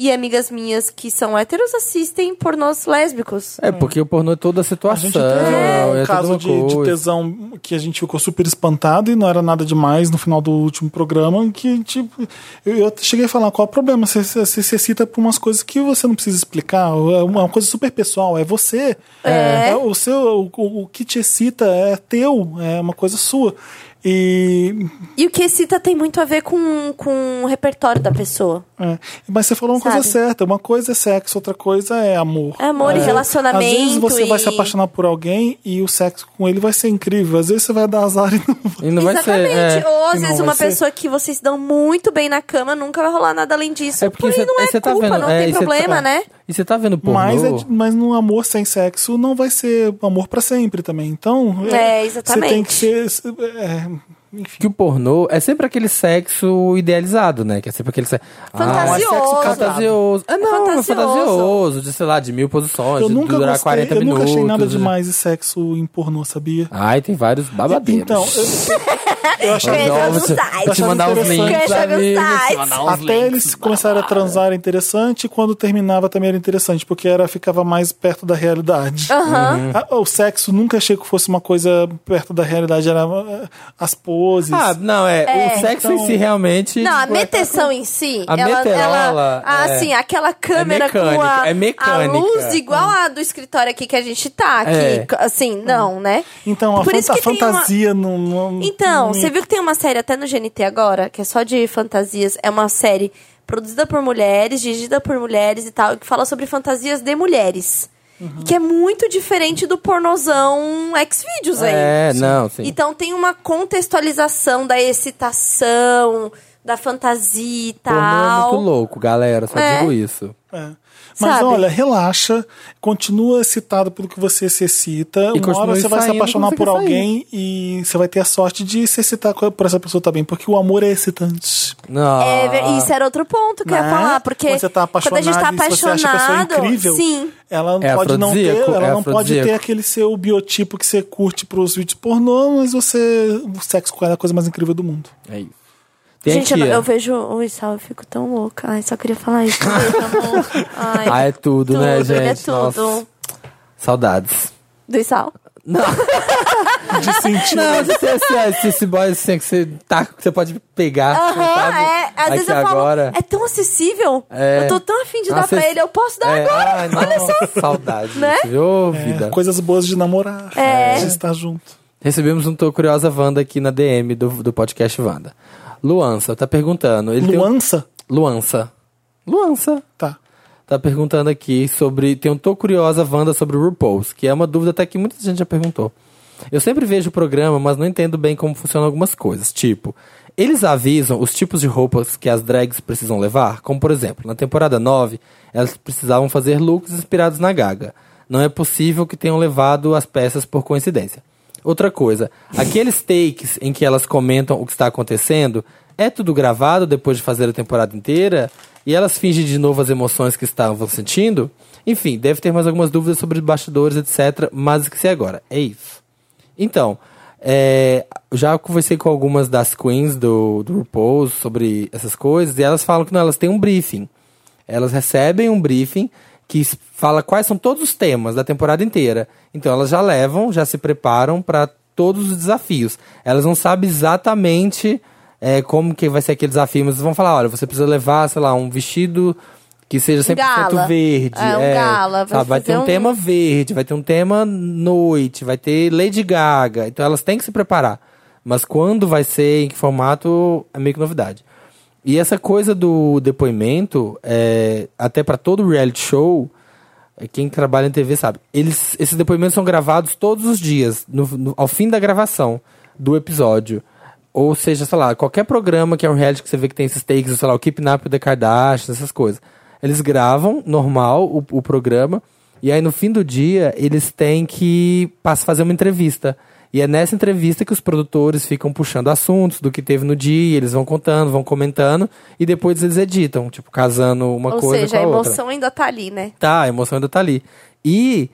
Speaker 5: e amigas minhas que são héteros assistem pornôs lésbicos.
Speaker 4: É, porque o pornô é toda a situação.
Speaker 1: um
Speaker 4: é
Speaker 1: caso
Speaker 4: toda
Speaker 1: de,
Speaker 4: uma
Speaker 1: de
Speaker 4: coisa.
Speaker 1: tesão que a gente ficou super espantado e não era nada demais no final do último programa. Que tipo, eu, eu cheguei a falar qual é o problema. Você, você, você se excita por umas coisas que você não precisa explicar. É uma coisa super pessoal. É você.
Speaker 5: É.
Speaker 1: o seu, o, o que te excita é teu. É uma coisa sua. E
Speaker 5: E o que excita tem muito a ver com, com o repertório da pessoa.
Speaker 1: É, Mas você falou uma
Speaker 5: Sabe?
Speaker 1: coisa certa. Uma coisa é sexo, outra coisa é amor.
Speaker 5: É amor e relacionamento
Speaker 1: Às vezes você vai
Speaker 5: e-
Speaker 1: se apaixonar por alguém e o sexo com ele vai ser incrível. Às vezes você vai dar azar e não vai.
Speaker 4: E não vai ser.
Speaker 5: Exatamente.
Speaker 4: é.
Speaker 5: Ou
Speaker 1: E
Speaker 5: às
Speaker 1: não
Speaker 5: vezes
Speaker 1: vai
Speaker 5: uma
Speaker 1: ser.
Speaker 5: pessoa que vocês se dão muito bem na cama, nunca vai rolar nada além disso.
Speaker 4: É porque
Speaker 5: Por aí
Speaker 4: cê-
Speaker 5: não é,
Speaker 4: é, cê tá
Speaker 5: culpa,
Speaker 4: vendo-
Speaker 5: não
Speaker 4: é,
Speaker 5: tem
Speaker 4: e cê tá-
Speaker 5: problema, né?
Speaker 4: E você tá vendo pornô?
Speaker 1: Mas, é, mas num amor sem sexo não vai ser amor pra sempre também. Então.
Speaker 5: É,
Speaker 1: Você tem que
Speaker 5: exatamente.
Speaker 1: ser. se- é, enfim.
Speaker 4: que o pornô é sempre aquele sexo idealizado, né? Que é sempre aquele sexo.
Speaker 5: Fantasioso.
Speaker 4: Ah, é sexo fantasioso. É, não, é
Speaker 5: fantasioso.
Speaker 4: fantasioso. De, sei lá, de mil posições,
Speaker 1: Eu
Speaker 4: de
Speaker 1: nunca
Speaker 4: durar 40
Speaker 1: gostei. Eu nunca
Speaker 4: minutos. né?
Speaker 1: achei nada
Speaker 4: de-
Speaker 1: demais de sexo em pornô, sabia?
Speaker 4: Ai, tem vários babadeiros.
Speaker 1: Então, eu- eu, achava.
Speaker 5: Pensa
Speaker 4: Não,
Speaker 5: no
Speaker 4: você-
Speaker 5: site.
Speaker 4: vou te mandar os
Speaker 1: Interessante.
Speaker 4: links,
Speaker 5: Quer jogar os
Speaker 4: amigo.
Speaker 5: sites?
Speaker 4: Te mandar os
Speaker 1: Até
Speaker 4: links.
Speaker 1: eles começaram a transar era interessante, e quando terminava também era interessante, porque era ficava mais perto da realidade.
Speaker 4: Uhum.
Speaker 5: Uhum.
Speaker 1: A- o sexo nunca achei que fosse uma coisa perto da realidade, era ah, as poses.
Speaker 4: Ah, não, é.
Speaker 5: É.
Speaker 4: O sexo
Speaker 1: Então-
Speaker 4: em si realmente.
Speaker 5: Não, a
Speaker 4: tipo, é-
Speaker 5: meteção em si,
Speaker 4: A
Speaker 5: ela, ela
Speaker 4: meterola,
Speaker 5: ah,
Speaker 4: é.
Speaker 5: assim, aquela câmera com
Speaker 4: mecânica,
Speaker 5: a,
Speaker 4: é mecânica.
Speaker 5: a luz igual a do escritório aqui que a gente tá, que,
Speaker 4: É.
Speaker 5: assim, não, né?
Speaker 1: então, a,
Speaker 5: Por isso
Speaker 1: fanta- a
Speaker 5: que tem uma-
Speaker 1: fantasia não, não-
Speaker 5: Então,
Speaker 1: não-
Speaker 5: você viu que tem uma série até no GNT agora, que é só de fantasias, é uma série produzida por mulheres, dirigida por mulheres e tal, que fala sobre fantasias de mulheres.
Speaker 1: Uhum.
Speaker 5: E Que é muito diferente do pornozão X-Videos aí.
Speaker 4: É, não, sim.
Speaker 5: Então tem uma contextualização da excitação, da fantasia e
Speaker 4: Pornô é
Speaker 5: tal.
Speaker 4: muito louco, galera. Só
Speaker 5: É.
Speaker 4: digo isso.
Speaker 1: É. Mas
Speaker 5: Sabe?
Speaker 1: olha, relaxa, continua excitado pelo que você se excita.
Speaker 4: E
Speaker 1: Uma hora
Speaker 4: continue
Speaker 1: você vai se
Speaker 4: saindo
Speaker 1: apaixonar
Speaker 4: quando
Speaker 1: por
Speaker 4: você quer
Speaker 1: alguém e você vai ter a sorte de se excitar com- por essa pessoa também, porque o amor é excitante.
Speaker 4: Não.
Speaker 5: É, ver- isso era outro ponto que eu ia
Speaker 1: né?
Speaker 5: falar, porque
Speaker 1: quando você tá
Speaker 5: quando a
Speaker 1: apaixonado,
Speaker 5: gente tá
Speaker 1: e se você acha a pessoa é
Speaker 5: apaixonado,
Speaker 1: incrível,
Speaker 5: sim.
Speaker 1: ela
Speaker 4: É
Speaker 1: pode não ter,
Speaker 4: afrodisíaco,
Speaker 1: ela
Speaker 4: é
Speaker 1: não pode ter
Speaker 4: afrodisíaco.
Speaker 1: aquele seu biotipo que você curte pros vídeos pornô, mas você o sexo com ela é a coisa mais incrível do mundo.
Speaker 4: É isso. Tem
Speaker 5: gente,
Speaker 4: aqui,
Speaker 5: eu, não-
Speaker 4: ó.
Speaker 5: eu vejo o Isal, eu fico tão louca. Ai, só queria falar isso. Beijo, amor. Ai,
Speaker 4: Ah, é tudo,
Speaker 5: tudo,
Speaker 4: né,
Speaker 5: ele
Speaker 4: gente?
Speaker 5: é tudo.
Speaker 4: Nossa, saudades.
Speaker 5: Do Isal.
Speaker 4: Não.
Speaker 1: de sentir.
Speaker 4: Não, de ser esse, esse, esse boy assim, que você, tá, que você pode pegar. assim,
Speaker 5: Aham,
Speaker 4: sabe?
Speaker 5: é. Às
Speaker 4: Aí
Speaker 5: vezes
Speaker 4: que
Speaker 5: eu falo,
Speaker 4: Tá agora...
Speaker 5: é tão acessível.
Speaker 4: É.
Speaker 5: Eu tô tão afim de
Speaker 4: Ah,
Speaker 5: dar
Speaker 4: cês-
Speaker 5: pra ele, eu posso dar
Speaker 4: é,
Speaker 5: agora.
Speaker 4: ai, nossa, saudade.
Speaker 5: Né?
Speaker 4: Viu, Ô,
Speaker 1: É,
Speaker 4: vida.
Speaker 1: coisas boas de namorar,
Speaker 5: É.
Speaker 1: de estar junto.
Speaker 4: Recebemos um Tô Curiosa Wanda aqui na DM do, do podcast Wanda. Luança tá perguntando. Ele tem um-
Speaker 1: Luança?
Speaker 4: Luança. Luança.
Speaker 1: Tá.
Speaker 4: Tá perguntando aqui sobre. Tem um Tô Curiosa Wanda sobre o RuPaul's, que é uma dúvida até que muita gente já perguntou. Eu sempre vejo o programa, mas não entendo bem como funcionam algumas coisas. Tipo, eles avisam os tipos de roupas que as drags precisam levar? Como, por exemplo, na temporada 9, elas precisavam fazer looks inspirados na Gaga. Não é possível que tenham levado as peças por coincidência. Outra coisa, aqueles takes em que elas comentam o que está acontecendo, é tudo gravado depois de fazer a temporada inteira? E elas fingem de novo as emoções que estavam sentindo? Enfim, deve ter mais algumas dúvidas sobre bastidores, etc. Mas esqueci agora. É isso. Então, é, já conversei com algumas das queens do, do RuPaul's sobre essas coisas e elas falam que não, elas têm um briefing. Elas recebem um briefing que s- fala quais são todos os temas da temporada inteira. Então elas já levam, já se preparam para todos os desafios. Elas não sabem exatamente é, como que vai ser aquele desafio, mas vão falar, olha, você precisa levar, sei lá, um vestido que seja 100%
Speaker 5: Gala.
Speaker 4: verde.
Speaker 5: É, um gala, vai
Speaker 4: sabe? vai ter
Speaker 5: fazer
Speaker 4: um
Speaker 5: um-
Speaker 4: tema verde, vai ter um tema noite, vai ter Lady Gaga. Então elas têm que se preparar. Mas quando vai ser, em que formato, é meio que novidade. E essa coisa do depoimento, é, até pra todo reality show, é, quem trabalha em TV sabe, eles, esses depoimentos são gravados todos os dias, no- no- ao fim da gravação do episódio. Ou seja, sei lá, qualquer programa que é um reality que você vê que tem esses takes, sei lá, o Keeping Up with the Kardashians, essas coisas. Eles gravam, normal, o, o programa, e aí no fim do dia eles têm que pas- fazer uma entrevista. E é nessa entrevista que os produtores ficam puxando assuntos do que teve no dia, eles vão contando, vão comentando, e depois eles editam, tipo, casando uma
Speaker 5: Ou
Speaker 4: coisa
Speaker 5: seja,
Speaker 4: com
Speaker 5: a
Speaker 4: a outra.
Speaker 5: emoção ainda tá ali, né?
Speaker 4: Tá, a emoção ainda tá ali. E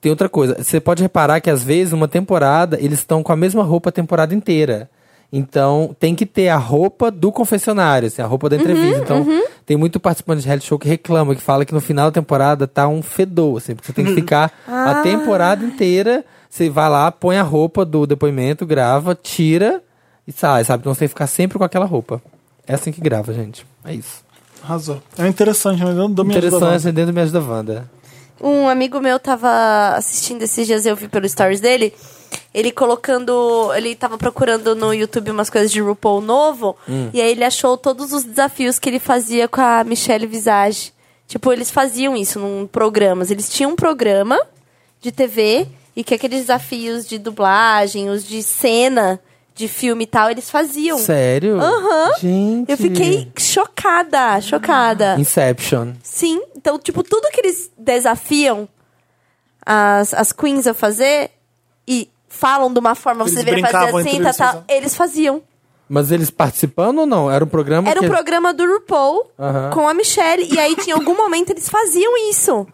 Speaker 4: tem outra coisa, você pode reparar que às vezes uma temporada eles estão com a mesma roupa a temporada inteira. Então tem que ter a roupa do confessionário, assim, a roupa da entrevista. então tem muito participante de reality show que reclama, que fala que no final da temporada tá um fedor, assim, porque você tem que ficar a temporada inteira. Você vai lá, põe a roupa do depoimento, grava, tira e sai, sabe? Então você tem que ficar sempre com aquela roupa. É assim que grava, gente. É isso.
Speaker 1: Arrasou. É interessante, mas eu não dou minha ajuda, não.
Speaker 4: Interessante, né? dentro do Me Ajuda Wanda.
Speaker 5: Um amigo meu tava assistindo esses dias, eu vi pelos stories dele. Ele colocando. Ele tava procurando no YouTube umas coisas de RuPaul novo.
Speaker 4: Hum.
Speaker 5: E aí ele achou todos os desafios que ele fazia com a Michelle Visage. Tipo, eles faziam isso num programas. Eles tinham um programa de TV e que aqueles desafios de dublagem, os de cena, de filme e tal, eles faziam.
Speaker 4: Sério?
Speaker 5: Aham.
Speaker 4: Gente.
Speaker 5: Eu fiquei chocada, chocada.
Speaker 4: Inception.
Speaker 5: Sim, então, tipo, tudo que eles desafiam as, as queens a fazer e falam de uma forma,
Speaker 1: Eles
Speaker 5: vocês deveriam fazer
Speaker 1: brincavam
Speaker 5: assim,
Speaker 1: entre
Speaker 5: tá,
Speaker 1: eles,
Speaker 5: tá,
Speaker 1: exato.
Speaker 5: eles faziam.
Speaker 4: Mas eles participando ou não? Era um programa
Speaker 5: Era
Speaker 4: que...
Speaker 5: um programa do RuPaul
Speaker 4: Aham.
Speaker 5: com a Michelle, e aí tinha algum momento eles faziam isso.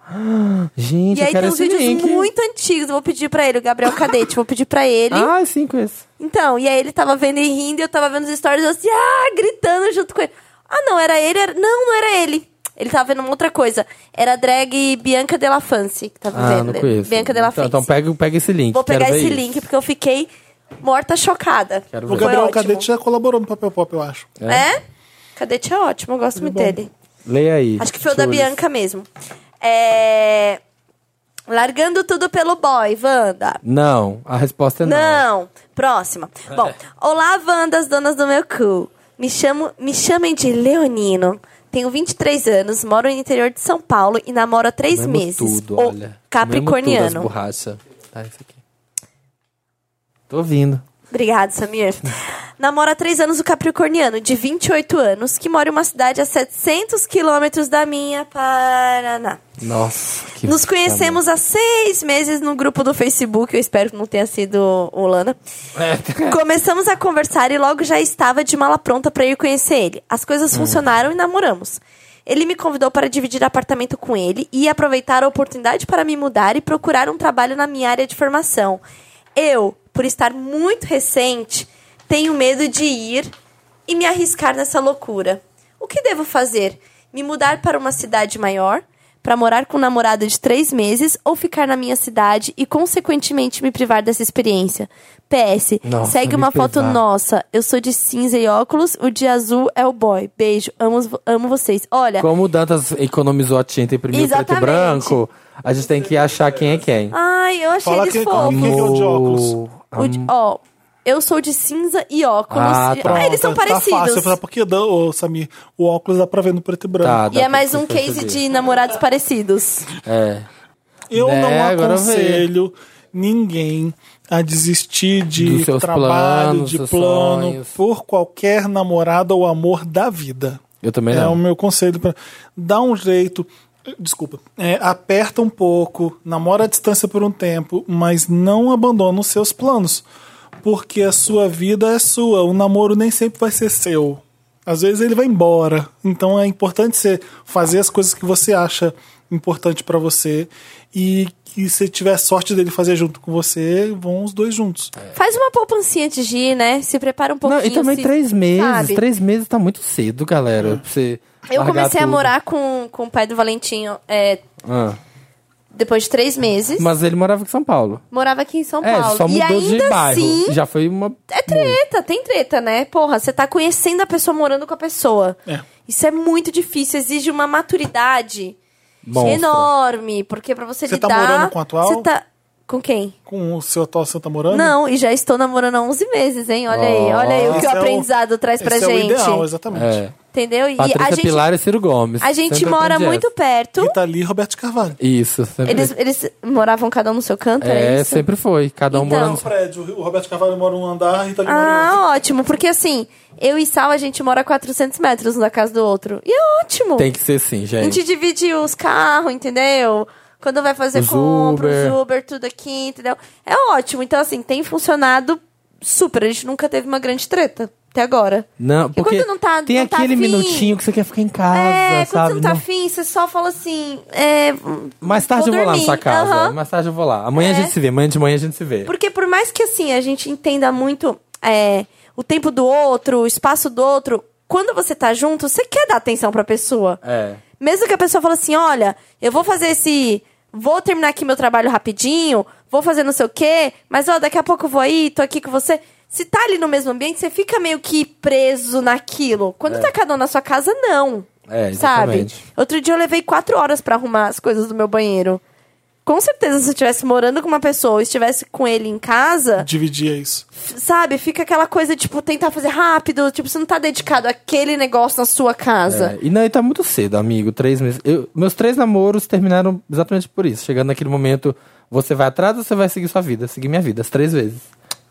Speaker 4: Gente,
Speaker 5: e
Speaker 4: eu
Speaker 5: aí
Speaker 4: quero
Speaker 5: tem uns
Speaker 4: esse
Speaker 5: vídeos
Speaker 4: link.
Speaker 5: muito antigos, eu vou pedir pra ele, o Gabriel Cadete, vou pedir pra ele.
Speaker 4: Ah, sim, conheço.
Speaker 5: Então, e aí ele tava vendo e rindo, e eu tava vendo os stories, eu assim, ah, gritando junto com ele. Ah, não, era ele, era... não, não era ele. Ele tava vendo uma outra coisa. Era a drag Bianca Della Fancy que tava
Speaker 4: Ah,
Speaker 5: vendo.
Speaker 4: não
Speaker 5: né?
Speaker 4: conheço.
Speaker 5: Bianca Della
Speaker 4: então,
Speaker 5: Fancy.
Speaker 4: então pega, pega esse link.
Speaker 5: Vou
Speaker 4: quero
Speaker 5: pegar
Speaker 4: ver
Speaker 5: esse
Speaker 4: isso.
Speaker 5: link, porque eu fiquei morta chocada.
Speaker 4: Quero
Speaker 1: O
Speaker 4: ver.
Speaker 5: Foi
Speaker 1: Gabriel
Speaker 5: ótimo.
Speaker 1: Cadete já colaborou no Papel Pop, eu acho.
Speaker 5: É? Cadete é ótimo, eu gosto muito dele.
Speaker 4: Leia aí.
Speaker 5: Acho que foi o da
Speaker 4: Chules.
Speaker 5: Bianca mesmo. É... Largando tudo pelo boy, Wanda.
Speaker 4: Não, a resposta é não. É.
Speaker 5: Não. Próxima. Bom, olá, Wandas, donas do meu cu. Me, chamo, me chamem de Leonino. Tenho 23 anos, moro no interior de São Paulo e namoro há três
Speaker 4: Mesmo
Speaker 5: meses.
Speaker 4: tudo,
Speaker 5: O
Speaker 4: olha. Mesmo tudo, as
Speaker 5: Capricorniano.
Speaker 4: borracha. Tá, isso aqui. Tô ouvindo.
Speaker 5: Obrigada, Samir. Namoro há três anos o Capricorniano, de 28 anos, que mora em uma cidade a 700 quilômetros da minha, Paraná.
Speaker 4: Nossa, que
Speaker 5: Nos conhecemos há seis meses no grupo do Facebook, eu espero que não tenha sido o Lana. Começamos a conversar e logo já estava de mala pronta para ir conhecer ele. As coisas funcionaram e namoramos. Ele me convidou para dividir apartamento com ele e aproveitar a oportunidade para me mudar e procurar um trabalho na minha área de formação. Eu, por estar muito recente, tenho medo de ir e me arriscar nessa loucura. O que devo fazer? Me mudar para uma cidade maior? pra morar com um namorado de três meses ou ficar na minha cidade e, consequentemente, me privar dessa experiência. PS,
Speaker 4: Nossa, é
Speaker 5: segue
Speaker 4: me
Speaker 5: uma foto
Speaker 4: privar.
Speaker 5: nossa. Eu sou de cinza e óculos, o de azul é o boy. Beijo, amo, amo vocês. Olha,
Speaker 4: Como o Dantas economizou a tinta e imprimiu o preto e
Speaker 5: Exatamente.
Speaker 4: branco, a gente tem que achar quem é quem.
Speaker 5: ai, eu achei
Speaker 1: Fala
Speaker 5: eles
Speaker 1: quem-
Speaker 5: fofos.
Speaker 1: quem que é o de óculos?
Speaker 5: O de- ó, eu sou de cinza e óculos.
Speaker 4: Ah,
Speaker 5: E-
Speaker 4: pronto,
Speaker 5: eles são
Speaker 1: tá
Speaker 5: parecidos.
Speaker 1: Fácil, sabe por quê, Dan? Ô, Samir? O óculos dá pra ver no preto e branco.
Speaker 4: Tá, dá
Speaker 5: E é
Speaker 4: pra
Speaker 5: mais um
Speaker 4: perceber.
Speaker 5: case de namorados parecidos.
Speaker 4: É.
Speaker 1: Eu
Speaker 4: Né,
Speaker 1: não
Speaker 4: agora vê.
Speaker 1: aconselho ninguém a desistir de
Speaker 4: Dos seus
Speaker 1: trabalho,
Speaker 4: planos,
Speaker 1: de
Speaker 4: seus
Speaker 1: plano,
Speaker 4: sonhos.
Speaker 1: por qualquer namorada ou amor da vida.
Speaker 4: Eu também
Speaker 1: É
Speaker 4: não.
Speaker 1: o meu conselho. Pra... Dá um jeito. Desculpa. É, aperta um pouco, namora à distância por um tempo, mas não abandona os seus planos. Porque a sua vida é sua. O namoro nem sempre vai ser seu. Às vezes ele vai embora. Então é importante você fazer as coisas que você acha importante pra você. E que se tiver sorte dele fazer junto com você, vão os dois juntos.
Speaker 4: É.
Speaker 5: Faz uma poupancinha antes de ir, né? Se prepara um pouquinho.
Speaker 4: Não, e também
Speaker 5: se-
Speaker 4: três meses. Ah,
Speaker 5: sabe?
Speaker 4: Três meses tá muito cedo, galera. pra você
Speaker 5: Eu
Speaker 4: largar
Speaker 5: comecei a
Speaker 4: tudo.
Speaker 5: morar com, com o pai do Valentinho é,
Speaker 4: Ah,
Speaker 5: depois de três meses.
Speaker 4: Mas ele morava aqui em São Paulo.
Speaker 5: Morava aqui em São
Speaker 4: é,
Speaker 5: Paulo.
Speaker 4: só
Speaker 5: e
Speaker 4: mudou
Speaker 5: ainda
Speaker 4: de bairro.
Speaker 5: assim.
Speaker 4: Já foi uma.
Speaker 5: É treta, tem treta, né? Porra, você tá conhecendo a pessoa morando com a pessoa.
Speaker 1: É.
Speaker 5: Isso é muito difícil, exige uma maturidade
Speaker 4: Monstra.
Speaker 5: enorme. Porque pra você
Speaker 1: Você tá
Speaker 5: lidar.
Speaker 1: morando com o atual?
Speaker 5: Você tá. Com quem?
Speaker 1: Com o seu atual, você tá morando?
Speaker 5: Não, e já estou namorando há 11 meses, hein? Olha aí,
Speaker 4: Ó.
Speaker 5: olha aí o que
Speaker 1: Esse
Speaker 5: o
Speaker 1: é
Speaker 5: aprendizado traz
Speaker 1: esse
Speaker 5: pra
Speaker 1: é o
Speaker 5: gente.
Speaker 1: ideal, exatamente.
Speaker 4: É.
Speaker 5: Entendeu? E
Speaker 4: Patrícia
Speaker 5: a gente,
Speaker 4: Pilar e Ciro Gomes.
Speaker 5: a gente
Speaker 4: Sempre
Speaker 5: mora
Speaker 4: aprendi
Speaker 5: muito
Speaker 4: essa.
Speaker 5: perto.
Speaker 1: Rita Lee e tá Roberto Carvalho.
Speaker 4: Isso, sempre.
Speaker 5: Eles, eles moravam cada um no seu canto, era
Speaker 4: É,
Speaker 5: isso?
Speaker 4: sempre foi. Cada um
Speaker 5: Então.
Speaker 1: Um
Speaker 4: morando.
Speaker 1: prédio, o Roberto Carvalho mora num andar, a Rita Lee mora em outro.
Speaker 5: Ah, ótimo, porque assim, eu e Sal, a gente mora a 400 metros um da casa do outro. E é ótimo.
Speaker 4: Tem que ser sim,
Speaker 5: A
Speaker 4: gente.
Speaker 5: gente divide os carros, entendeu? Quando vai fazer
Speaker 4: Os
Speaker 5: compra,
Speaker 4: Uber.
Speaker 5: os Uber, tudo aqui, entendeu? É ótimo. Então, assim, tem funcionado super. A gente nunca teve uma grande treta até agora.
Speaker 4: Não, porque
Speaker 5: quando não tá-
Speaker 4: tem
Speaker 5: não tá
Speaker 4: aquele
Speaker 5: afim.
Speaker 4: minutinho que você quer ficar em casa,
Speaker 5: é, quando
Speaker 4: sabe?
Speaker 5: você não tá
Speaker 4: Não-
Speaker 5: afim, você só fala assim. É, hum,
Speaker 4: Mais tarde eu vou lá na
Speaker 5: dormir.
Speaker 4: sua casa.
Speaker 5: Aham.
Speaker 4: Mais tarde eu vou lá. Amanhã a gente se vê. Amanhã de manhã a gente se vê.
Speaker 5: Porque por mais que assim a gente entenda muito é, o tempo do outro, o espaço do outro, quando você tá junto, você quer dar atenção pra pessoa.
Speaker 4: É.
Speaker 5: Mesmo que a pessoa fale assim, olha, eu vou fazer esse. Vou terminar aqui meu trabalho rapidinho, vou fazer não sei o quê, mas ó, daqui a pouco eu vou aí, tô aqui com você. Se tá ali no mesmo ambiente, você fica meio que preso naquilo. Quando tá cada um na sua casa, não.
Speaker 4: É,
Speaker 5: sabe?
Speaker 4: exatamente.
Speaker 5: Outro dia eu levei quatro horas pra arrumar as coisas do meu banheiro. Com certeza, se eu estivesse morando com uma pessoa ou estivesse com ele em casa,
Speaker 1: Dividia isso.
Speaker 5: f- sabe? Fica aquela coisa, tipo, tentar fazer rápido. Tipo, você não tá dedicado àquele negócio na sua casa.
Speaker 4: É, E não, e tá muito cedo, amigo. Três meses. Eu- meus três namoros terminaram exatamente por isso. Chegando naquele momento, você vai atrás ou você vai seguir sua vida? Seguir minha vida, as três vezes.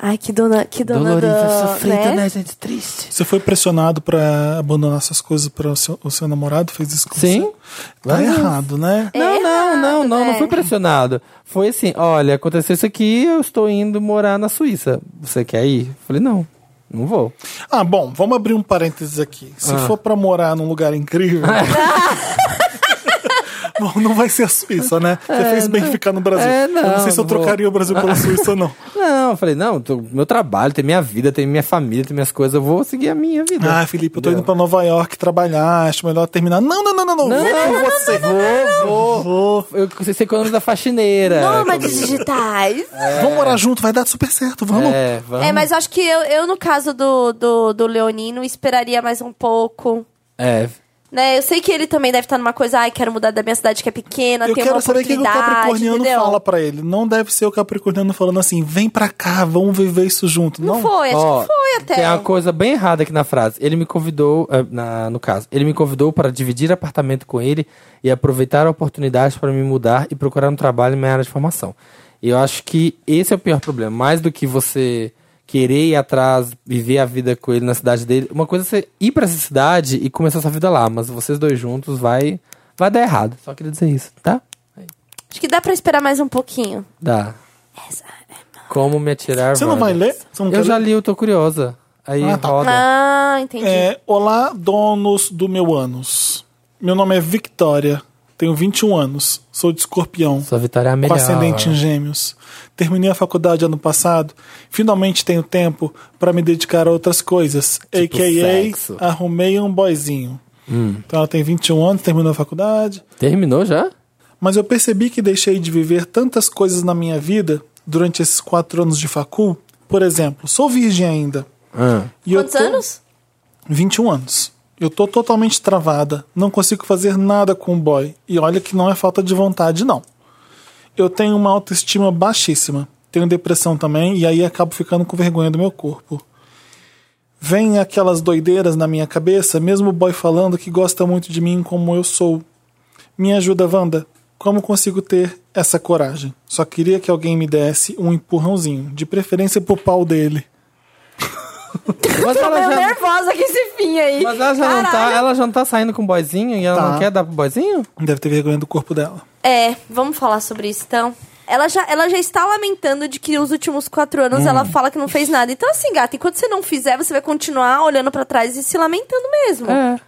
Speaker 5: Ai, que dona, que dona
Speaker 1: é
Speaker 5: da- né?
Speaker 4: gente? Triste.
Speaker 1: Você foi pressionado pra abandonar suas coisas para o seu, o seu namorado? Fez isso com
Speaker 4: Sim. Uhum. É.
Speaker 1: você? Tá errado, né?
Speaker 4: Não, não, não, não, não
Speaker 5: né?
Speaker 4: fui pressionado. Foi assim, olha, aconteceu isso aqui, eu estou indo morar na Suíça. Você quer ir? Eu Falei, não, não vou.
Speaker 1: Ah, bom, vamos abrir um parênteses aqui. Se for pra morar num lugar incrível. Bom, não vai ser a Suíça, né? Você fez bem ficar no Brasil.
Speaker 4: É, não,
Speaker 1: eu não sei se eu
Speaker 4: não vou.
Speaker 1: trocaria o Brasil pela Suíça, não.
Speaker 4: Não, eu falei, não, tô- meu trabalho, tem minha vida, tem minha família, tem minhas coisas, eu vou seguir a minha vida.
Speaker 1: Ah, Felipe, eu tô indo
Speaker 4: Entendeu?
Speaker 1: pra Nova York trabalhar, acho melhor terminar. Não, não, não, não, não.
Speaker 4: Não,
Speaker 1: vou
Speaker 4: não,
Speaker 1: com
Speaker 4: não,
Speaker 1: você.
Speaker 4: Vou, vou, eu sei é ser economista faxineira.
Speaker 5: Nômades digitais.
Speaker 1: Vamos morar junto, vai dar super certo, vamos.
Speaker 4: É, vamos.
Speaker 5: É, mas eu acho que eu, eu no caso do, do, do Leonino, esperaria mais um pouco.
Speaker 4: É.
Speaker 5: Né? Eu sei que ele também deve estar numa coisa, ai, quero mudar da minha cidade que é pequena,
Speaker 1: Eu
Speaker 5: tem
Speaker 1: quero
Speaker 5: uma
Speaker 1: saber o que que o
Speaker 5: oportunidade,
Speaker 1: Capricorniano
Speaker 5: entendeu?
Speaker 1: fala pra ele. Não deve ser o Capricorniano falando assim, vem pra cá, vamos viver isso junto. Não,
Speaker 5: Não foi, acho
Speaker 4: Ó,
Speaker 5: que foi até.
Speaker 4: Tem uma coisa bem errada aqui na frase. Ele me convidou, eh, na, no caso, ele me convidou para dividir apartamento com ele e aproveitar a oportunidade para me mudar e procurar um trabalho em minha área de formação. E eu acho que esse é o pior problema. Mais do que você querer ir atrás, viver a vida com ele na cidade dele, uma coisa é você ir para essa cidade e começar sua vida lá, mas vocês dois juntos vai, vai dar errado. Só queria dizer isso, tá?
Speaker 5: Acho que dá pra esperar mais um pouquinho.
Speaker 4: Dá. Como me atirar?
Speaker 1: Você não vai ler? Você não
Speaker 4: Eu
Speaker 1: quer
Speaker 4: já
Speaker 1: ler?
Speaker 4: li, eu tô curiosa. Aí
Speaker 1: Ah, tá.
Speaker 4: roda.
Speaker 5: Ah, entendi.
Speaker 1: É, Olá, donos do meu ânus. Meu nome é Victoria, tenho 21 anos, sou de escorpião.
Speaker 4: Sua vitória é a
Speaker 1: com
Speaker 4: melhor.
Speaker 1: ascendente em gêmeos. Terminei a faculdade ano passado, finalmente tenho tempo pra me dedicar a outras coisas.
Speaker 4: Tipo
Speaker 1: AKA,
Speaker 4: sexo. Hum.
Speaker 1: arrumei um boyzinho. Então ela tem 21 anos, um terminou a faculdade.
Speaker 4: Terminou já?
Speaker 1: Mas eu percebi que deixei de viver tantas coisas na minha vida durante esses quatro anos de facul. Por exemplo, sou virgem ainda.
Speaker 4: Ah.
Speaker 1: E eu
Speaker 5: Quantos
Speaker 1: tô-
Speaker 5: anos?
Speaker 1: 21 anos. Eu tô totalmente travada, não consigo fazer nada com o boy. E olha que não é falta de vontade, não. Eu tenho uma autoestima baixíssima. Tenho depressão também e aí acabo ficando com vergonha do meu corpo. Vem aquelas doideiras na minha cabeça, mesmo o boy falando que gosta muito de mim como eu sou. Me ajuda, Wanda. Como consigo ter essa coragem? Só queria que alguém me desse um empurrãozinho, de preferência pro pau dele.
Speaker 4: Mas
Speaker 5: Tô
Speaker 4: ela
Speaker 5: meio
Speaker 4: já,
Speaker 5: nervosa com esse fim aí.
Speaker 4: mas ela já não tá,
Speaker 5: Caralho.
Speaker 4: ela já não tá saindo com o boyzinho e ela
Speaker 1: Tá.
Speaker 4: não quer dar pro boyzinho?
Speaker 1: Deve ter vergonha do corpo dela.
Speaker 5: É, vamos falar sobre isso então. Ela já, ela já está lamentando de que os últimos quatro anos ela fala que não fez nada. Então, assim, gata, enquanto você não fizer, você vai continuar olhando pra trás e se lamentando mesmo.
Speaker 1: É.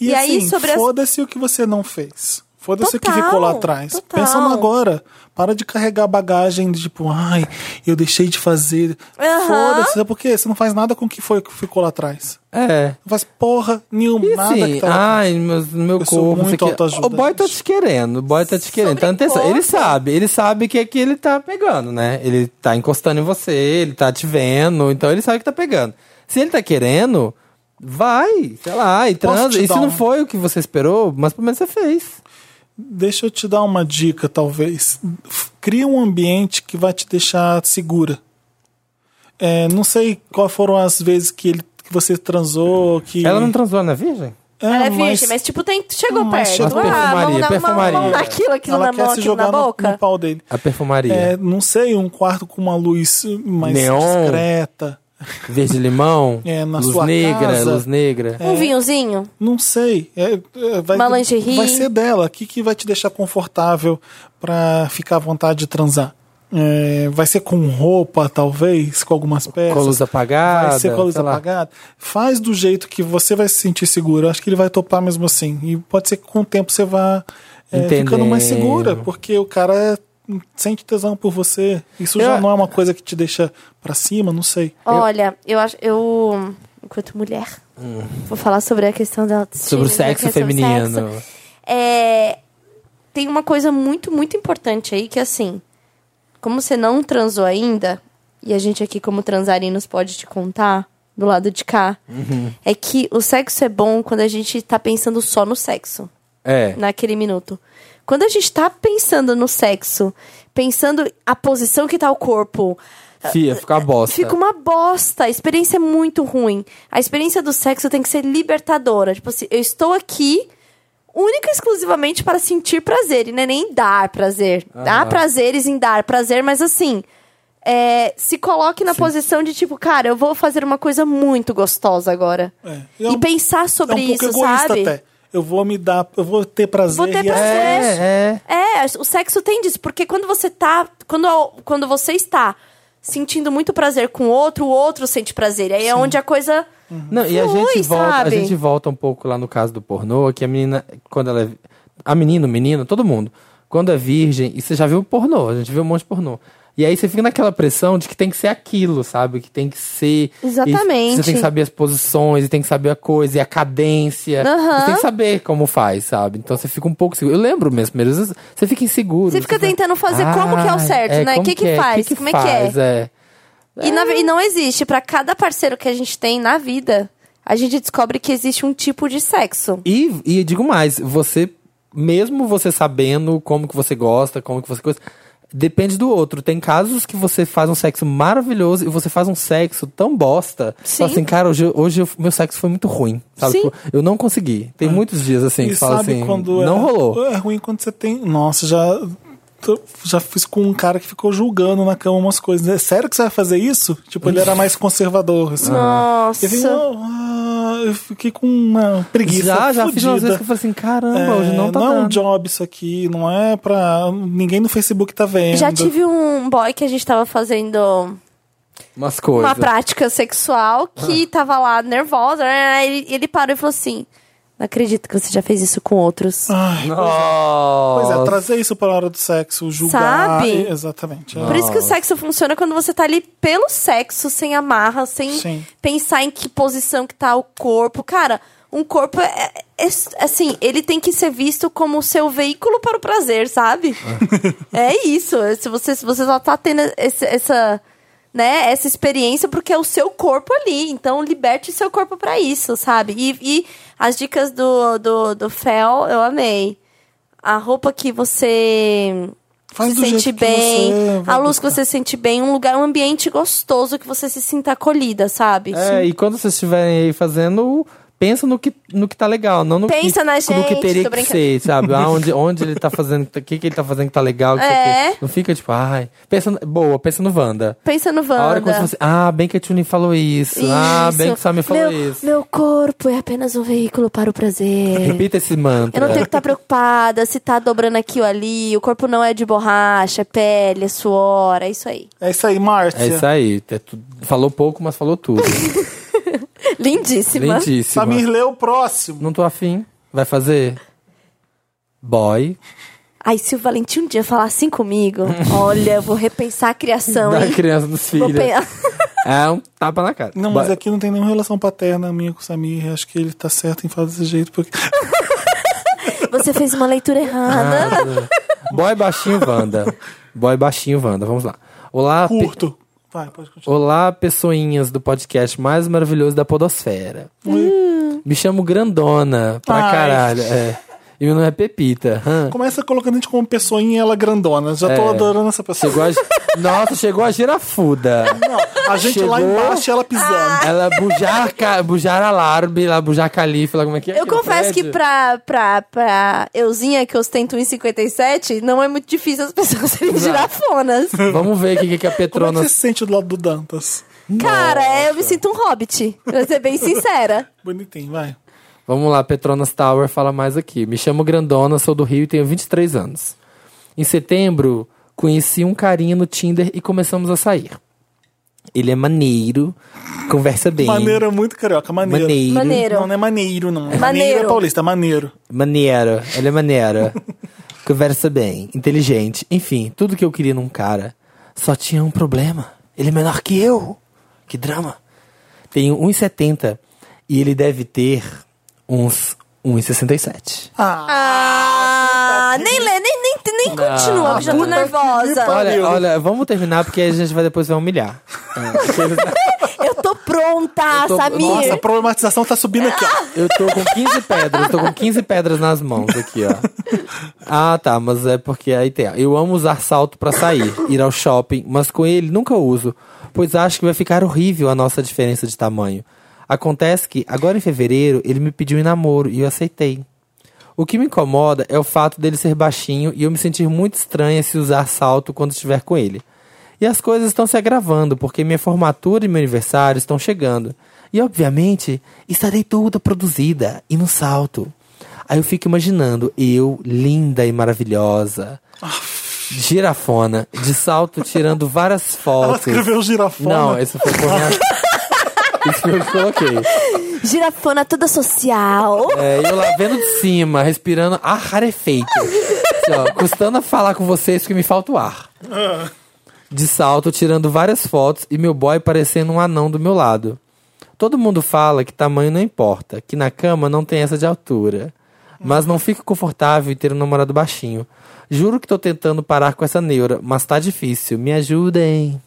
Speaker 1: E,
Speaker 5: E aí,
Speaker 1: assim,
Speaker 5: sobre as-
Speaker 1: foda-se o que você não fez. Foda-se o que
Speaker 5: Total,
Speaker 1: ficou lá atrás.
Speaker 5: total.
Speaker 1: Pensa no agora. Para de carregar bagagem de tipo, ai, eu deixei de fazer.
Speaker 5: Aham.
Speaker 1: Foda-se, sabe por quê? Você não faz nada com o que foi que ficou lá atrás.
Speaker 4: É.
Speaker 1: Não faz porra nenhuma,
Speaker 4: E
Speaker 1: nada
Speaker 4: assim,
Speaker 1: que tá lá atrás.
Speaker 4: ai, meu, meu
Speaker 1: Eu sou
Speaker 4: corpo.
Speaker 1: muito
Speaker 4: não sei o quê.
Speaker 1: autoajuda,
Speaker 4: o boy tá
Speaker 1: gente.
Speaker 4: te querendo, o boy tá te querendo.
Speaker 5: Sobre
Speaker 4: Tá atenção. Ele
Speaker 5: corpo.
Speaker 4: sabe, ele sabe o que é que ele tá pegando, né? Ele tá encostando em você, ele tá te vendo, então ele sabe que tá pegando. Se ele tá querendo, vai, sei lá, e
Speaker 1: Posso
Speaker 4: transa.
Speaker 1: te
Speaker 4: E se
Speaker 1: dar
Speaker 4: não
Speaker 1: um-
Speaker 4: foi o que você esperou, mas pelo menos você fez.
Speaker 1: Deixa eu te dar uma dica, talvez. F- Cria um ambiente que vai te deixar segura. É, não sei quais foram as vezes que, ele, que você transou. Que...
Speaker 4: Ela não transou, não é virgem?
Speaker 1: É,
Speaker 5: Ela é virgem, mas, tipo, tem, chegou
Speaker 1: Mas
Speaker 5: perto.
Speaker 1: chegou.
Speaker 5: ah, vamos
Speaker 4: Perfumaria,
Speaker 5: dar uma mão
Speaker 4: perfumaria.
Speaker 5: naquilo, aquilo
Speaker 1: ela
Speaker 5: na
Speaker 1: quer
Speaker 5: mão,
Speaker 1: se
Speaker 5: aquilo
Speaker 1: jogar
Speaker 5: na
Speaker 1: no-
Speaker 5: boca.
Speaker 1: no pau dele.
Speaker 4: A perfumaria.
Speaker 1: É, não sei, um quarto com uma luz mais
Speaker 4: Neon.
Speaker 1: discreta.
Speaker 4: Verde-limão,
Speaker 1: É, na
Speaker 4: luz
Speaker 1: sua
Speaker 4: negra,
Speaker 1: casa.
Speaker 4: luz negra.
Speaker 5: Um vinhozinho?
Speaker 1: Não sei. É, é, vai,
Speaker 5: Uma lingerie.
Speaker 1: vai ser dela. O que, que vai te deixar confortável pra ficar à vontade de transar? É, vai ser com roupa, talvez, com algumas peças.
Speaker 4: Com a luz apagada.
Speaker 1: É. Vai ser com a luz
Speaker 4: sei lá.
Speaker 1: apagada. Faz do jeito que você vai se sentir seguro. Eu Acho que ele vai topar mesmo assim. E pode ser que com o tempo você vá é, ficando mais
Speaker 4: Entendendo.
Speaker 1: segura, porque o cara sente tesão por você. Isso já
Speaker 4: Eu-
Speaker 1: não é uma coisa que te deixa pra cima, não sei.
Speaker 5: Olha, eu acho. Eu. Enquanto mulher, vou falar sobre a questão da autoestima.
Speaker 4: Sobre o
Speaker 5: da
Speaker 4: sexo
Speaker 5: questão do
Speaker 4: feminino.
Speaker 5: sexo. É, Tem uma coisa muito, muito importante aí que assim. Como você não transou ainda, e a gente aqui, como transarinos, pode te contar do lado de cá, é que o sexo é bom quando a gente tá pensando só no sexo
Speaker 4: É.
Speaker 5: naquele minuto. Quando a gente tá pensando no sexo, pensando a posição que tá o corpo,
Speaker 4: Fia, fica uma bosta.
Speaker 5: Fica uma bosta. A experiência é muito ruim. A experiência do sexo tem que ser libertadora. Tipo assim, eu estou aqui única e exclusivamente para sentir prazer. E não é nem dar prazer. Há prazeres em dar prazer, mas assim. é, se coloque na posição de tipo, cara, eu vou fazer uma coisa muito gostosa agora.
Speaker 1: É.
Speaker 5: E,
Speaker 1: É um-
Speaker 5: pensar sobre
Speaker 1: é um pouco
Speaker 5: isso,
Speaker 1: egoísta
Speaker 5: sabe?
Speaker 1: até. Eu vou me dar, eu vou ter prazer.
Speaker 5: Vou ter
Speaker 1: e
Speaker 5: prazer.
Speaker 4: É, é.
Speaker 5: É, o sexo tem disso, porque quando você tá. Quando, quando você está sentindo muito prazer com o outro, o outro sente prazer. Aí é onde a coisa.
Speaker 4: Não, e a
Speaker 5: Flui,
Speaker 4: gente volta, a
Speaker 5: sabe?
Speaker 4: gente volta um pouco lá no caso do pornô, que a menina, quando ela é, a menina, o menino, todo mundo, quando é virgem, e você já viu pornô, a gente viu um monte de pornô. E aí você fica naquela pressão de que tem que ser aquilo, sabe? Que tem que ser.
Speaker 5: Exatamente.
Speaker 4: e Você tem que saber as posições, e tem que saber a coisa, e a cadência.
Speaker 5: Aham.
Speaker 4: Você tem que saber como faz, sabe? Então você fica um pouco seguro. Eu lembro mesmo, primeiro, às vezes você fica inseguro.
Speaker 5: Você fica tentando fazer como que é o certo, né?
Speaker 4: como
Speaker 5: Que que faz? Como é que é?"
Speaker 4: faz? é?
Speaker 5: E, na- e não existe. Pra cada parceiro que a gente tem na vida, a gente descobre que existe um tipo de sexo.
Speaker 4: E, e digo mais, você, mesmo você sabendo como que você gosta, como que você coisa, depende do outro. Tem casos que você faz um sexo maravilhoso e você faz um sexo tão bosta.
Speaker 5: Sim.
Speaker 4: Fala assim, cara, hoje, hoje eu- meu sexo foi muito ruim. Sabe?
Speaker 5: Sim. Ah.
Speaker 4: Tipo, eu não consegui. Tem muitos dias assim
Speaker 1: E
Speaker 4: que fala
Speaker 1: sabe
Speaker 4: assim,
Speaker 1: quando
Speaker 4: não
Speaker 1: é,
Speaker 4: rolou.
Speaker 1: É ruim quando você tem. Nossa, já tô- já fiz com um cara que ficou julgando na cama umas coisas. É sério que você vai fazer isso? Tipo, ele era mais conservador. Assim.
Speaker 5: Nossa.
Speaker 1: Eu, fiquei, "Não, ah", eu fiquei com uma preguiça.
Speaker 4: Já, já fiz umas
Speaker 1: fudida.
Speaker 4: vezes que eu falei assim, caramba,
Speaker 1: É,
Speaker 4: hoje não tá
Speaker 1: é um
Speaker 4: dando.
Speaker 1: job isso aqui, não é pra. Ninguém no Facebook tá vendo.
Speaker 5: Já tive um boy que a gente tava fazendo
Speaker 4: Umas coisas.
Speaker 5: uma prática sexual que tava lá nervosa. né? Ele, ele parou e falou assim: Não acredito que você já fez isso com outros.
Speaker 1: Ai, Pois
Speaker 4: Nossa.
Speaker 1: é, trazer isso pra hora do sexo, julgar.
Speaker 5: Sabe?
Speaker 1: Exatamente. é.
Speaker 5: Por isso que o sexo funciona quando você tá ali pelo sexo, sem amarra, sem
Speaker 1: Sim.
Speaker 5: pensar em que posição que tá o corpo. Cara, um corpo é, é- é- assim, ele tem que ser visto como o seu veículo para o prazer, sabe? é isso. Se você, se você só tá tendo esse- essa, né, essa experiência porque é o seu corpo ali. Então, liberte seu corpo para isso, sabe? E, e as dicas do, do, do Fel, eu amei. A roupa que você
Speaker 1: Faz
Speaker 5: se
Speaker 1: do jeito
Speaker 5: sente
Speaker 1: que
Speaker 5: bem,
Speaker 4: é,
Speaker 1: você vai
Speaker 5: a luz que
Speaker 1: buscar.
Speaker 5: você se sente bem, um lugar, um ambiente gostoso que você se sinta acolhida, sabe?
Speaker 4: É, e quando vocês estiverem aí fazendo, pensa no que, no que tá legal, não no
Speaker 5: Pensa
Speaker 4: que,
Speaker 5: na
Speaker 4: no que
Speaker 5: gente,
Speaker 4: teria
Speaker 5: tô
Speaker 4: que
Speaker 5: brincando.
Speaker 4: ser, sabe? Ah, onde, onde ele tá fazendo, o que, que ele tá fazendo que tá legal, que
Speaker 5: É.
Speaker 4: isso aqui. Não fica tipo, ai. Pensa, no- boa, pensa no Wanda.
Speaker 5: Pensa no Wanda.
Speaker 4: A hora que você fala assim, ah, bem que a Tune falou isso. Ah, bem que o Samir falou
Speaker 5: meu,
Speaker 4: isso.
Speaker 5: Meu corpo é apenas um veículo para o prazer.
Speaker 4: Repita esse mantra.
Speaker 5: Eu não tenho que estar preocupada se tá dobrando aqui ou ali. O corpo não é de borracha, é pele, é suor, é isso aí.
Speaker 1: É isso aí, Márcia.
Speaker 4: É isso aí. É tu- Falou pouco, mas falou tudo.
Speaker 5: Lindíssima.
Speaker 4: Lindíssima.
Speaker 1: Samir lê o próximo.
Speaker 4: Não tô afim. Vai fazer? Boy.
Speaker 5: Aí se o Valentim um dia falar assim comigo, olha, eu vou repensar a criação,
Speaker 4: da
Speaker 5: hein?
Speaker 4: criança dos
Speaker 5: Vou
Speaker 4: filhos.
Speaker 5: pe-
Speaker 4: É um tapa na cara.
Speaker 1: Não, mas
Speaker 4: Boy.
Speaker 1: aqui não tem nenhuma relação paterna minha com o Samir. Acho que ele tá certo em falar desse jeito. Porque...
Speaker 5: Você fez uma leitura errada.
Speaker 4: Ah, tudo. Boy baixinho, Wanda. Boy baixinho, Wanda. Vamos lá. Olá, pe-
Speaker 1: Curto. Vai, pode continuar.
Speaker 4: Olá, pessoinhas do podcast mais maravilhoso da podosfera. Me chamo Grandona, pra
Speaker 1: Ai.
Speaker 4: caralho. É. E meu nome é Pepita. Hã?
Speaker 1: Começa colocando a gente como pessoinha e ela grandona. Já tô
Speaker 4: É.
Speaker 1: adorando essa pessoa.
Speaker 4: Chegou a... Nossa, chegou a girafuda.
Speaker 1: A gente lá
Speaker 4: Chegou. Ah.
Speaker 1: embaixo e ela pisando.
Speaker 4: Ela é bujarca, bujar alarme, lá bujar califa, lá como é que é?
Speaker 5: Eu
Speaker 4: aquele
Speaker 5: confesso que
Speaker 4: prédio?
Speaker 5: pra, pra, pra euzinha que um ostento 1,57, não é muito difícil as pessoas serem girafonas.
Speaker 4: Vamos ver o que, que a
Speaker 1: Como é que
Speaker 4: Petrona
Speaker 1: você se sente do lado do Dantas?
Speaker 5: Cara, é, eu me sinto um hobbit, pra ser bem sincera.
Speaker 1: Bonitinho, vai.
Speaker 4: Vamos lá, Petronas Tower fala mais aqui. Me chamo Grandona, sou do Rio e tenho 23 anos. Em setembro, conheci um carinha no Tinder e começamos a sair. Ele é maneiro, conversa bem.
Speaker 1: Maneiro é muito carioca, maneiro.
Speaker 4: Maneiro.
Speaker 5: Maneiro.
Speaker 1: Não, não é maneiro, não. Maneiro, é
Speaker 5: Maneiro.
Speaker 1: paulista, maneiro.
Speaker 4: Maneiro, ele é maneiro. conversa bem, inteligente. Enfim, tudo que eu queria num cara. Só tinha um problema. Ele é menor que eu. Que drama. Tenho 1,70 e ele deve ter uns 1,67.
Speaker 5: Ah, nem lê, nem, nem, nem continua, que eu já tô nervosa.
Speaker 4: Olha, olha, vamos terminar porque a gente vai depois um vai humilhar.
Speaker 5: Eu tô pronta,
Speaker 4: tô-
Speaker 5: Ah, Samir. Ah.
Speaker 1: Nossa, a problematização tá subindo aqui, ó.
Speaker 4: Eu tô com 15 pedras, tô com 15 pedras nas mãos aqui, ó. Ah, tá, mas é porque aí tem. ó, Eu amo usar salto pra sair, ir ao shopping, mas com ele nunca uso, pois acho que vai ficar horrível a nossa diferença de tamanho. Acontece que agora em fevereiro ele me pediu em namoro e eu aceitei. O que me incomoda é o fato dele ser baixinho e eu me sentir muito estranha se usar salto quando estiver com ele. E as coisas estão se agravando, porque minha formatura e meu aniversário estão chegando. E obviamente, estarei toda produzida e no salto. Aí eu fico imaginando, eu, linda e maravilhosa, girafona, de salto tirando várias
Speaker 1: Ela
Speaker 4: fotos.
Speaker 1: escreveu girafona.
Speaker 4: Não, isso foi por minha... Isso foi o que eu coloquei.
Speaker 5: Girafona toda social.
Speaker 4: É, eu lá vendo de cima, respirando ar rarefeito. Assim, ó, custando a falar com vocês que me falta o ar. De salto, tirando várias fotos e meu boy parecendo um anão do meu lado. Todo mundo fala que tamanho não importa, que na cama não tem essa de altura. Mas não fico confortável em ter um namorado baixinho. Juro que tô tentando parar com essa neura, mas tá difícil. Me ajudem.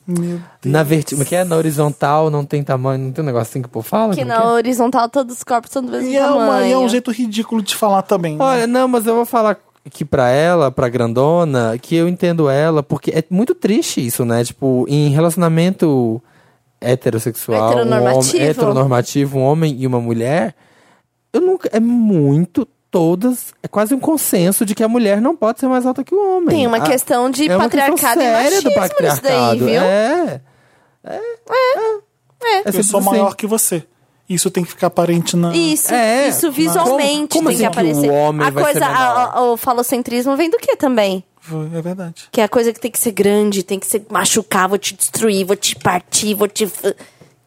Speaker 4: Na vertical, que é na horizontal, não tem tamanho, não tem um negócio assim que o povo fala?
Speaker 5: Que
Speaker 4: Como
Speaker 5: na horizontal todos os corpos são do mesmo
Speaker 1: E é,
Speaker 5: tamanho.
Speaker 1: uma- e é um jeito ridículo de falar também. né?
Speaker 4: Olha, não, mas eu vou falar que pra ela, pra grandona, que eu entendo ela, porque é muito triste isso, né? Tipo, em relacionamento heterossexual, Um
Speaker 5: Heteronormativo.
Speaker 4: homem, heteronormativo, um homem e uma mulher, eu nunca é muito todas, é quase um consenso de que a mulher não pode ser mais alta que o homem.
Speaker 5: Tem uma
Speaker 4: A-
Speaker 5: questão de
Speaker 4: é uma questão
Speaker 5: patriarcado e
Speaker 4: séria
Speaker 5: machismo
Speaker 4: do
Speaker 5: isso daí,
Speaker 4: patriarcado.
Speaker 5: viu?
Speaker 4: É. É. É.
Speaker 1: eu
Speaker 4: simples
Speaker 1: sou maior
Speaker 4: assim.
Speaker 1: que você. Isso tem que ficar aparente na.
Speaker 5: Isso,
Speaker 4: É,
Speaker 5: isso
Speaker 4: mas
Speaker 5: visualmente
Speaker 4: como- como
Speaker 5: tem
Speaker 4: assim
Speaker 5: que
Speaker 4: que
Speaker 5: aparecer.
Speaker 4: o homem
Speaker 5: a
Speaker 4: vai ser
Speaker 5: coisa,
Speaker 4: menor?
Speaker 5: a- a- o falocentrismo vem do que também?
Speaker 1: É verdade.
Speaker 5: Que é a coisa que tem que ser grande, tem que ser machucar, vou te destruir, vou te partir, vou te. f-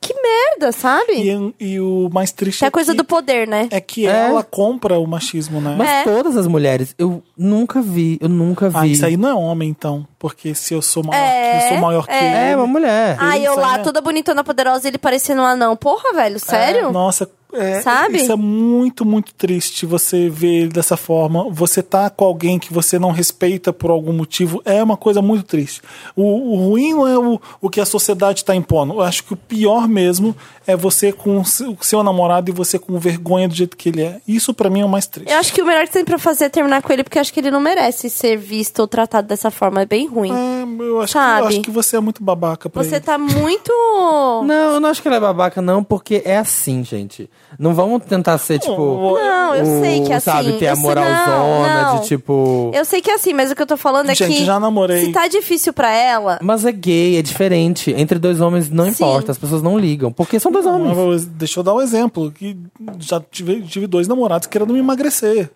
Speaker 5: Que merda,
Speaker 1: E,
Speaker 5: sabe?
Speaker 1: e o mais triste
Speaker 5: É a coisa
Speaker 1: que,
Speaker 5: do poder, né?
Speaker 1: é que
Speaker 4: É.
Speaker 1: ela compra o machismo, né?
Speaker 4: Mas
Speaker 5: É.
Speaker 4: todas as mulheres, eu nunca vi, eu nunca vi.
Speaker 1: Ah, isso aí não é homem, então. Porque se eu sou maior,
Speaker 5: É,
Speaker 1: que, eu sou maior que
Speaker 5: é. Ah,
Speaker 1: ele.
Speaker 4: É, É, uma mulher.
Speaker 5: Ai, eu
Speaker 1: isso aí
Speaker 5: lá,
Speaker 1: é-
Speaker 5: toda bonitona, poderosa, ele parecendo um anão. Porra, velho, sério?
Speaker 1: Nossa, É,
Speaker 5: Sabe?
Speaker 1: Isso é muito, muito triste você ver ele dessa forma. Você tá com alguém que você não respeita por algum motivo. É uma coisa muito triste. O, o ruim não é o, o que a sociedade está impondo. Eu acho que o pior mesmo é você com o seu- seu namorado e você com vergonha do jeito que ele é. Isso pra mim é o mais triste.
Speaker 5: Eu acho que o melhor que tem pra fazer é terminar com ele, porque eu acho que ele não merece ser visto ou tratado dessa forma. É bem ruim.
Speaker 4: Ah,
Speaker 1: É, eu acho que, eu
Speaker 5: Sabe?
Speaker 1: acho que você é muito babaca pra
Speaker 5: Você
Speaker 1: ele.
Speaker 5: tá muito.
Speaker 4: Não, eu não acho que ela é babaca, não, porque é assim, gente. Não vamos tentar ser, tipo.
Speaker 5: Não, eu
Speaker 4: o-
Speaker 5: sei que é assim.
Speaker 4: Sabe, ter
Speaker 5: Eu
Speaker 4: a
Speaker 5: sei-
Speaker 4: moralzona
Speaker 5: não, não.
Speaker 4: de tipo.
Speaker 5: Eu sei que é assim, mas o que eu tô falando é
Speaker 1: Gente,
Speaker 5: que.
Speaker 1: já namorei.
Speaker 5: Se tá difícil pra ela.
Speaker 4: Mas é gay, é diferente. Entre dois homens não importa, as pessoas não ligam. Porque são dois
Speaker 1: Não,
Speaker 4: homens.
Speaker 1: mas Deixa eu dar um exemplo. Que já tive, tive dois namorados querendo me emagrecer.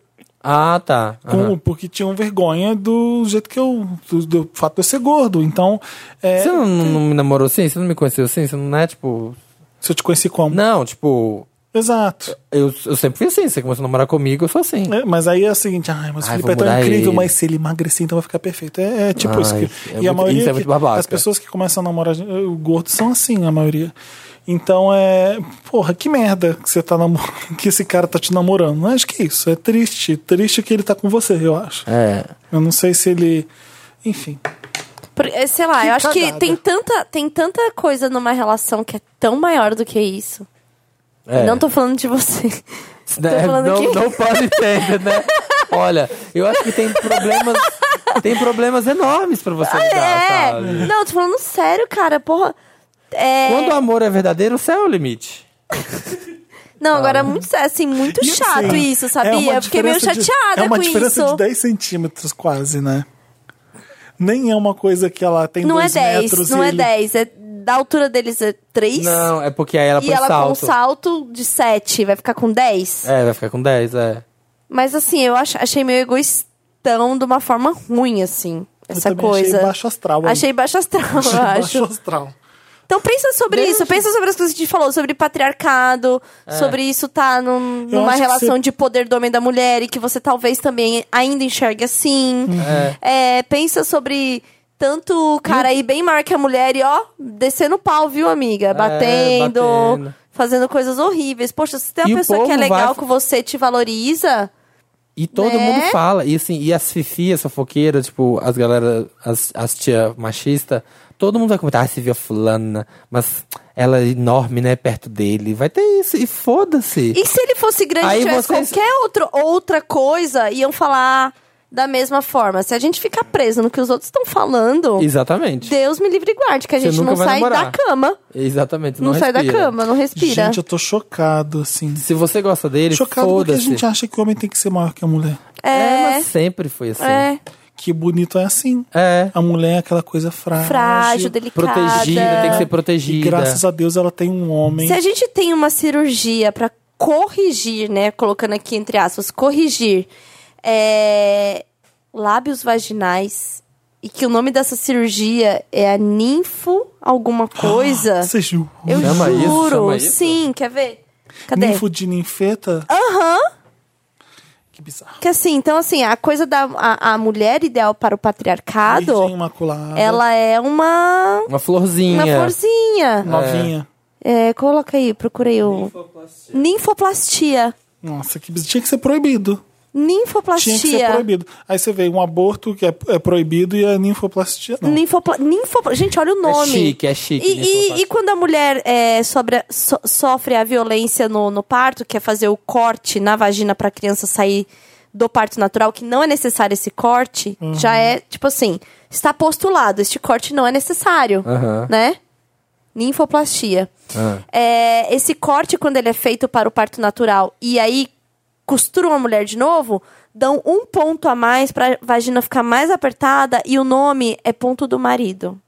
Speaker 4: Ah, tá.
Speaker 1: Com-
Speaker 4: Aham.
Speaker 1: Porque tinham vergonha do jeito que eu. do, do fato de eu ser gordo. Então, é,
Speaker 4: Você não, não me namorou assim? Você não me conheceu assim? Você não é tipo.
Speaker 1: se eu te conheci como.
Speaker 4: Não, tipo.
Speaker 1: Exato.
Speaker 4: Eu, eu sempre fui assim. Você começou a namorar comigo, eu sou assim.
Speaker 1: É, mas aí é o seguinte, ai, mas o
Speaker 4: Ai,
Speaker 1: Felipe
Speaker 4: vou
Speaker 1: é tão
Speaker 4: mudar
Speaker 1: incrível,
Speaker 4: ele.
Speaker 1: mas se ele emagrecer, então vai ficar perfeito. É, é tipo
Speaker 4: Ai,
Speaker 1: isso. Que,
Speaker 4: é
Speaker 1: e a
Speaker 4: muito-
Speaker 1: maioria.
Speaker 4: isso é
Speaker 1: que-
Speaker 4: muito babaca.
Speaker 1: As pessoas que começam a namorar eh, o gordo são assim, a maioria. Então é. Porra, que merda que você tá namorando, que esse cara tá te namorando. Acho que é isso. É triste. Triste que ele tá com você, eu acho.
Speaker 4: É.
Speaker 1: Eu não sei se ele. Enfim.
Speaker 5: por- é, Sei lá,
Speaker 1: Que
Speaker 5: eu acho que
Speaker 1: cagada.
Speaker 5: tem tanta, tem tanta coisa numa relação que é tão maior do que isso.
Speaker 4: é.
Speaker 5: Não tô falando de você.
Speaker 4: Né?
Speaker 5: falando
Speaker 4: não,
Speaker 5: que-
Speaker 4: não pode ter, né? Olha, eu acho que tem problemas. tem problemas enormes pra você lidar,
Speaker 5: É.
Speaker 4: sabe?
Speaker 5: Não, tô falando sério, cara. Porra. É.
Speaker 4: Quando o amor é verdadeiro, o céu é o limite.
Speaker 5: Não, agora é muito, assim, muito
Speaker 1: Ah. E, assim,
Speaker 5: chato isso,
Speaker 1: é
Speaker 5: sabia?
Speaker 1: uma
Speaker 5: eu fiquei meio
Speaker 1: diferença de-
Speaker 5: chateada
Speaker 1: É uma
Speaker 5: com
Speaker 1: diferença
Speaker 5: isso.
Speaker 1: de 10 centímetros, quase, né? Nem é uma coisa que ela tem
Speaker 5: Não é
Speaker 1: dois
Speaker 5: 10,
Speaker 1: metros
Speaker 5: não
Speaker 1: e
Speaker 5: é
Speaker 1: ele-
Speaker 5: 10. É, da altura deles é 3.
Speaker 4: Não, é porque aí ela
Speaker 5: e
Speaker 4: põe
Speaker 5: ela com um
Speaker 4: salto.
Speaker 5: salto de 7 vai ficar com 10.
Speaker 4: É, vai ficar com 10, é.
Speaker 5: Mas assim, eu ach- achei meio egoístão de uma forma ruim, assim. Essa
Speaker 1: eu também
Speaker 5: coisa.
Speaker 1: Achei baixo astral. aí.
Speaker 5: Achei baixo astral,
Speaker 1: Achei
Speaker 5: eu acho.
Speaker 1: baixo assim- astral.
Speaker 5: Então pensa sobre isso, pensa sobre as coisas que a gente falou, sobre patriarcado, sobre isso tá num-
Speaker 1: Eu
Speaker 5: numa
Speaker 1: acho que
Speaker 5: relação
Speaker 1: você-
Speaker 5: de poder do homem e da mulher e que você talvez também ainda enxergue assim. É, pensa sobre tanto o cara aí bem maior que a mulher e ó, descendo o pau, viu, amiga? Batendo,
Speaker 4: batendo.
Speaker 5: fazendo coisas horríveis. Poxa, se tem uma
Speaker 4: E o
Speaker 5: pessoa que é
Speaker 4: povo vai-
Speaker 5: legal com você, te valoriza,
Speaker 4: E todo
Speaker 5: Né?
Speaker 4: mundo fala. E assim, e as fifias, fofoqueiras, tipo, as galera, as, as tia machista, todo mundo vai comentar, ah, se viu a fulana, mas ela é enorme, né, perto dele. Vai ter isso, e foda-se.
Speaker 5: E se ele fosse grande
Speaker 4: Aí
Speaker 5: e tivesse
Speaker 4: vocês-
Speaker 5: qualquer outro, outra coisa, iam falar da mesma forma. Se a gente ficar preso no que os outros estão falando,
Speaker 4: Exatamente.
Speaker 5: Deus me livre e guarde, que a
Speaker 4: Você
Speaker 5: gente
Speaker 4: nunca
Speaker 5: não
Speaker 4: vai
Speaker 5: sai da
Speaker 4: namorar.
Speaker 5: cama.
Speaker 4: Exatamente.
Speaker 5: Não, sai da
Speaker 4: respira.
Speaker 5: cama, não respira.
Speaker 1: Gente, eu tô chocado, assim.
Speaker 4: Se você gosta dele,
Speaker 1: Chocado porque a
Speaker 4: foda-se.
Speaker 1: gente acha que o homem tem que ser maior que a mulher.
Speaker 5: É.
Speaker 4: Ela sempre foi assim.
Speaker 5: é,
Speaker 1: Que bonito é assim.
Speaker 4: É.
Speaker 1: A mulher é aquela coisa frágil.
Speaker 5: frágil, delicada.
Speaker 4: Protegida, tem que ser
Speaker 1: E
Speaker 4: protegida.
Speaker 1: graças a Deus ela tem um homem.
Speaker 5: Se a gente tem uma cirurgia pra corrigir, né? Colocando aqui entre aspas, corrigir é, lábios vaginais e que o nome dessa cirurgia é a ninfo alguma coisa.
Speaker 1: Você jura?
Speaker 5: Eu
Speaker 4: Chama isso,
Speaker 5: juro.
Speaker 4: chama isso?
Speaker 5: Sim, quer ver? Cadê?
Speaker 1: Ninfo de ninfeta?
Speaker 5: Aham.
Speaker 1: Que bizarro.
Speaker 5: Que assim, então assim, a coisa da a, a mulher ideal para o patriarcado,
Speaker 1: Virgem Imaculada.
Speaker 5: ela é uma
Speaker 4: Uma florzinha.
Speaker 5: uma florzinha.
Speaker 1: Novinha.
Speaker 5: É, coloca aí, procura aí o ninfoplastia.
Speaker 1: Nossa, que bizarro. Tinha que ser proibido.
Speaker 5: Ninfoplastia.
Speaker 1: Tinha que ser proibido. Aí você vê um aborto que é, é proibido e a ninfoplastia. Não.
Speaker 5: Ninfopla... ninfopla- Gente, olha o
Speaker 4: É
Speaker 5: nome.
Speaker 4: chique, é chique.
Speaker 5: E, e-
Speaker 4: ninfoplastia.
Speaker 5: e quando a mulher é, sobra- so- sofre a violência no, no parto, que é fazer o corte na vagina pra criança sair do parto natural, que não é necessário esse corte,
Speaker 4: Uhum.
Speaker 5: já é, tipo assim, está postulado, este corte não é necessário,
Speaker 4: Aham.
Speaker 5: né? Ninfoplastia.
Speaker 4: Ah.
Speaker 5: É, esse corte, quando ele é feito para o parto natural, e aí costuram a mulher de novo, dão um ponto a mais pra vagina ficar mais apertada, e o nome é ponto do marido.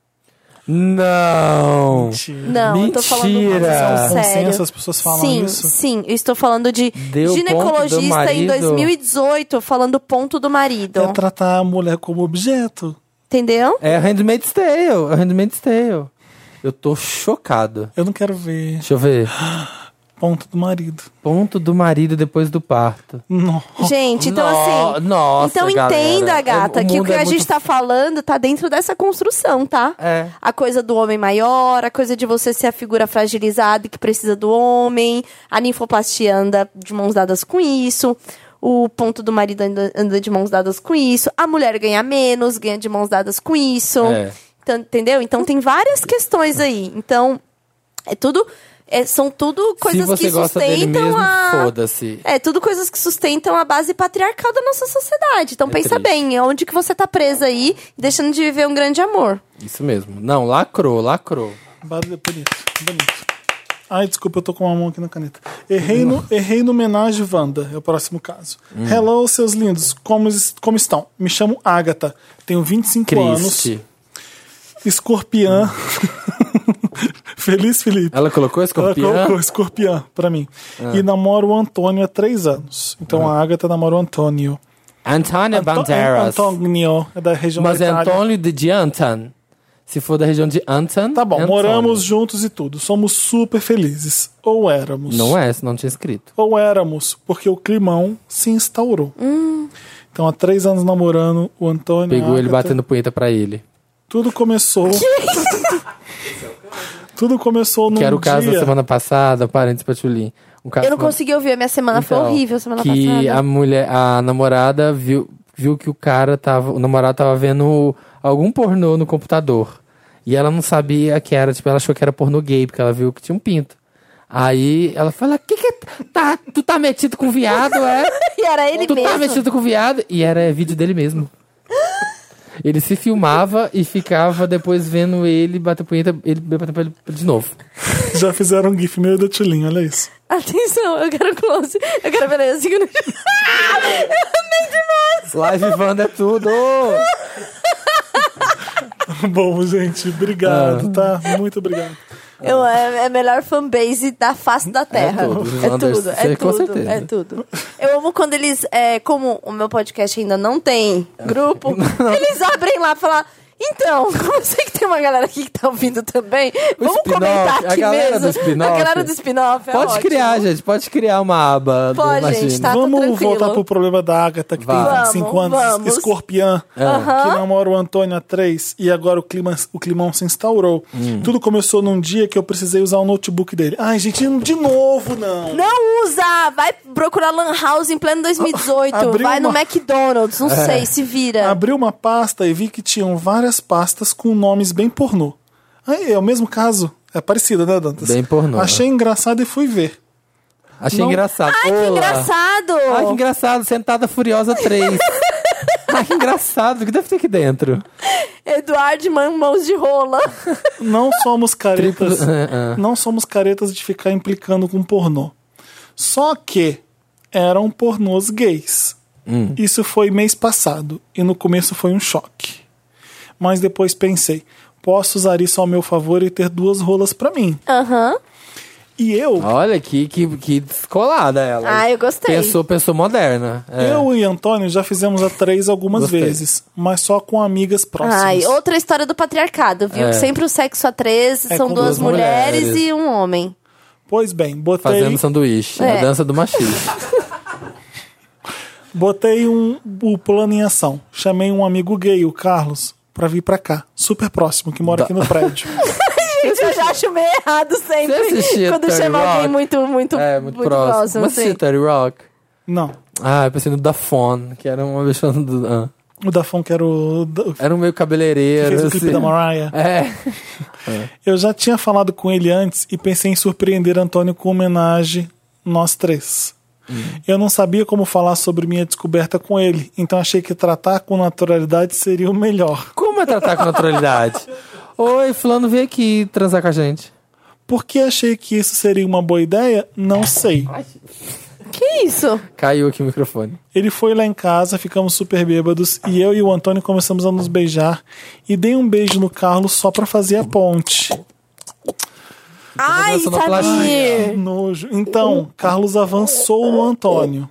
Speaker 4: Não.
Speaker 1: Mentira.
Speaker 5: Não, eu tô falando
Speaker 4: Mentira!
Speaker 5: sério.
Speaker 1: Consenso, as pessoas falam
Speaker 5: sim,
Speaker 1: isso?
Speaker 5: Sim, eu estou falando de
Speaker 4: Deu ponto do
Speaker 5: ginecologista em
Speaker 4: marido.
Speaker 5: 2018 falando ponto do marido.
Speaker 1: É tratar a mulher como objeto.
Speaker 5: Entendeu?
Speaker 4: É Handmaid's Tale. É Handmaid's Tale. Eu tô chocado.
Speaker 1: Eu não quero ver.
Speaker 4: Deixa eu ver.
Speaker 1: Ponto do marido.
Speaker 4: Ponto do marido depois do parto.
Speaker 1: Nossa.
Speaker 5: Gente, então
Speaker 4: No-
Speaker 5: assim.
Speaker 4: nossa,
Speaker 5: então entenda,
Speaker 4: galera.
Speaker 5: gata,
Speaker 4: O
Speaker 5: que o
Speaker 4: mundo
Speaker 5: que
Speaker 4: é
Speaker 5: a gente
Speaker 4: muito-
Speaker 5: tá falando tá dentro dessa construção, tá?
Speaker 4: É.
Speaker 5: A coisa do homem maior, a coisa de você ser a figura fragilizada que precisa do homem, a ninfoplastia anda de mãos dadas com isso. O ponto do marido anda, anda de mãos dadas com isso. A mulher ganha menos, ganha de mãos dadas com isso.
Speaker 4: É.
Speaker 5: Então, entendeu? Então tem várias questões aí. Então, é tudo. é- são tudo coisas
Speaker 4: Se você
Speaker 5: que
Speaker 4: gosta dele
Speaker 5: sustentam
Speaker 4: mesmo,
Speaker 5: a.
Speaker 4: foda-se.
Speaker 5: É, tudo coisas que sustentam a base patriarcal da nossa sociedade. Então pensa
Speaker 4: É triste.
Speaker 5: bem, onde que você tá presa aí, deixando de viver um grande amor.
Speaker 4: Isso mesmo. Não, lacrou, lacrou.
Speaker 1: Barulho bonito, bonito. Ai, desculpa, eu tô com uma mão aqui na caneta. Errei no, errei no homenagem Wanda, é o próximo caso. Hello, seus lindos, como, es- como estão? Me chamo Agatha, tenho 25 anos,
Speaker 4: Cristi. Hum.
Speaker 1: escorpiã. Feliz Felipe.
Speaker 4: Ela colocou
Speaker 1: Ela colocou
Speaker 4: escorpião? Ah.
Speaker 1: escorpiã pra mim. E namoro o Antônio há três anos. Então a Agatha namora o Antônio.
Speaker 4: Antônia
Speaker 1: Anto-
Speaker 4: é Banderas.
Speaker 1: Antônio, é da região
Speaker 4: Mas
Speaker 1: da
Speaker 4: é
Speaker 1: Itália.
Speaker 4: Antônio de, de Antan. Se for da região de Antan.
Speaker 1: Tá bom,
Speaker 4: é Antônio.
Speaker 1: moramos juntos e tudo. Somos super felizes. Ou éramos.
Speaker 4: Não é, senão não tinha escrito.
Speaker 1: Ou éramos, porque o climão se instaurou. Então, há três anos namorando, o Antônio.
Speaker 4: Pegou
Speaker 1: a
Speaker 4: ele
Speaker 1: Agatha,
Speaker 4: batendo punheta pra ele.
Speaker 1: Tudo começou. tudo começou num
Speaker 4: que era o caso
Speaker 1: dia.
Speaker 4: da semana passada, parênteses pra Tchulin. Um caso
Speaker 5: Eu não
Speaker 4: semana-
Speaker 5: consegui ouvir, a minha semana foi
Speaker 4: Então,
Speaker 5: horrível semana
Speaker 4: que a
Speaker 5: passada.
Speaker 4: mulher, a namorada viu, viu que o cara tava, o namorado tava vendo algum pornô no computador. E ela não sabia que era, tipo, ela achou que era pornô gay, porque ela viu que tinha um pinto. Aí ela fala: "Que que é- tá, tu tá metido com viado, é?
Speaker 5: E era ele
Speaker 4: tu tá
Speaker 5: mesmo.
Speaker 4: metido com viado?" E era vídeo dele mesmo. Ele se filmava e ficava depois vendo ele bater punheta, ele bater pra ele de novo.
Speaker 1: Já fizeram um gif meio da Tilinha, olha isso.
Speaker 5: Atenção, eu quero close. Eu quero ver esse segundo.
Speaker 4: Live Wanda é tudo!
Speaker 5: É
Speaker 1: bom, gente, obrigado,
Speaker 5: Ah.
Speaker 1: tá? Muito obrigado.
Speaker 5: Eu, é, é a melhor fanbase da face da Terra.
Speaker 4: Ah. tudo,
Speaker 5: É
Speaker 4: Wander,
Speaker 5: tudo,
Speaker 4: sei,
Speaker 5: é
Speaker 4: com
Speaker 5: tudo,
Speaker 4: certeza.
Speaker 5: é tudo. Eu amo quando eles, é, como o meu podcast ainda não tem grupo, eles abrem lá e falam... Então, eu sei que tem uma galera aqui que tá ouvindo também. Vamos
Speaker 4: spin-off,
Speaker 5: comentar
Speaker 4: a
Speaker 5: aqui
Speaker 4: galera do
Speaker 5: mesmo.
Speaker 4: spin-off.
Speaker 5: a galera do spin-off. é
Speaker 4: Pode
Speaker 5: ótimo.
Speaker 4: criar, gente. Pode criar uma aba.
Speaker 5: Pode,
Speaker 4: imagina.
Speaker 5: gente, tá?
Speaker 1: vamos
Speaker 5: tranquilo.
Speaker 1: voltar pro problema da Agatha, que
Speaker 4: Vai.
Speaker 1: tem 25
Speaker 5: Vamos,
Speaker 1: anos,
Speaker 5: vamos.
Speaker 1: escorpiã,
Speaker 5: Aham.
Speaker 1: que namora o Antônio há 3 e agora o, clima, o climão se instaurou.
Speaker 5: Hum.
Speaker 1: Tudo começou num dia que eu precisei usar o notebook dele. Ai, gente, de novo não.
Speaker 5: Não usa! Vai procurar Lan House em pleno 2018.
Speaker 1: Abriu
Speaker 5: Vai no
Speaker 1: uma-
Speaker 5: McDonald's, não
Speaker 4: É.
Speaker 5: sei, se vira.
Speaker 1: Abri uma pasta e vi que tinham várias pastas com nomes bem pornô. Ai, é o mesmo caso. É parecido, né, Dantas?
Speaker 4: Bem pornô.
Speaker 1: Achei
Speaker 5: né?
Speaker 1: engraçado e fui ver.
Speaker 4: Achei
Speaker 1: Não.
Speaker 4: engraçado.
Speaker 5: Ai, que
Speaker 4: Olá.
Speaker 5: engraçado!
Speaker 4: Ai, que engraçado. Sentada Furiosa 3. Ai, que engraçado. O que deve ter aqui dentro?
Speaker 5: Eduardo Man Mãos de Rola.
Speaker 1: Não somos caretas.
Speaker 4: Triplo- Ah, ah.
Speaker 1: não somos caretas de ficar implicando com pornô. Só que eram pornôs gays.
Speaker 4: Hum.
Speaker 1: Isso foi mês passado e no começo foi um choque. Mas depois pensei, posso usar isso ao meu favor e ter duas rolas pra mim.
Speaker 5: Aham.
Speaker 1: E eu,
Speaker 4: Olha que, que, que descolada ela.
Speaker 5: Ah, eu gostei.
Speaker 4: Pensou, pensou moderna. É.
Speaker 1: eu e Antônio já fizemos a três algumas
Speaker 4: Gostei.
Speaker 1: vezes, mas só com amigas próximas.
Speaker 5: Ai, outra história do patriarcado, viu?
Speaker 4: É.
Speaker 5: Sempre o sexo a três
Speaker 1: É,
Speaker 5: são
Speaker 1: com
Speaker 5: duas
Speaker 1: duas
Speaker 5: mulheres,
Speaker 4: mulheres.
Speaker 5: e um homem.
Speaker 1: Pois bem,
Speaker 4: Fazendo
Speaker 1: botei,
Speaker 4: sanduíche.
Speaker 5: É.
Speaker 4: A dança do machismo.
Speaker 1: botei um, o plano em ação. Chamei um amigo gay, o Carlos, pra vir pra cá, super próximo, que mora aqui no prédio.
Speaker 5: Gente, eu já acho meio errado
Speaker 4: Você
Speaker 5: sempre.
Speaker 4: assistia
Speaker 5: Quando
Speaker 4: Thirty
Speaker 5: chama alguém
Speaker 4: Rock?
Speaker 5: muito, muito,
Speaker 4: é, muito, próximo. Mas
Speaker 5: assim.
Speaker 4: assistiu Terry Rock?
Speaker 1: Não,
Speaker 4: Ah, eu pensei no Dafone, que era uma bichona do... ah.
Speaker 1: O Dafon, que era o. o que
Speaker 4: Era um meio cabeleireiro.
Speaker 1: fez o clipe
Speaker 4: assim.
Speaker 1: da Mariah.
Speaker 4: É.
Speaker 1: Eu já tinha falado com ele antes e pensei em surpreender Antônio com homenagem nós três. Eu não sabia como falar sobre minha descoberta com ele, então achei que tratar com naturalidade seria o melhor.
Speaker 4: Como é tratar com naturalidade? Oi, fulano, vem aqui transar com a gente.
Speaker 1: Por que achei que isso seria uma boa ideia? Não sei.
Speaker 5: Que isso?
Speaker 4: Caiu aqui o microfone.
Speaker 1: Ele foi lá em casa, ficamos super bêbados e eu e o Antônio começamos a nos beijar e dei um beijo no Carlos só pra fazer a ponte.
Speaker 5: Ai,
Speaker 4: sonoplastia.
Speaker 5: Samir!
Speaker 1: Nojo. Então, Carlos avançou no Antônio.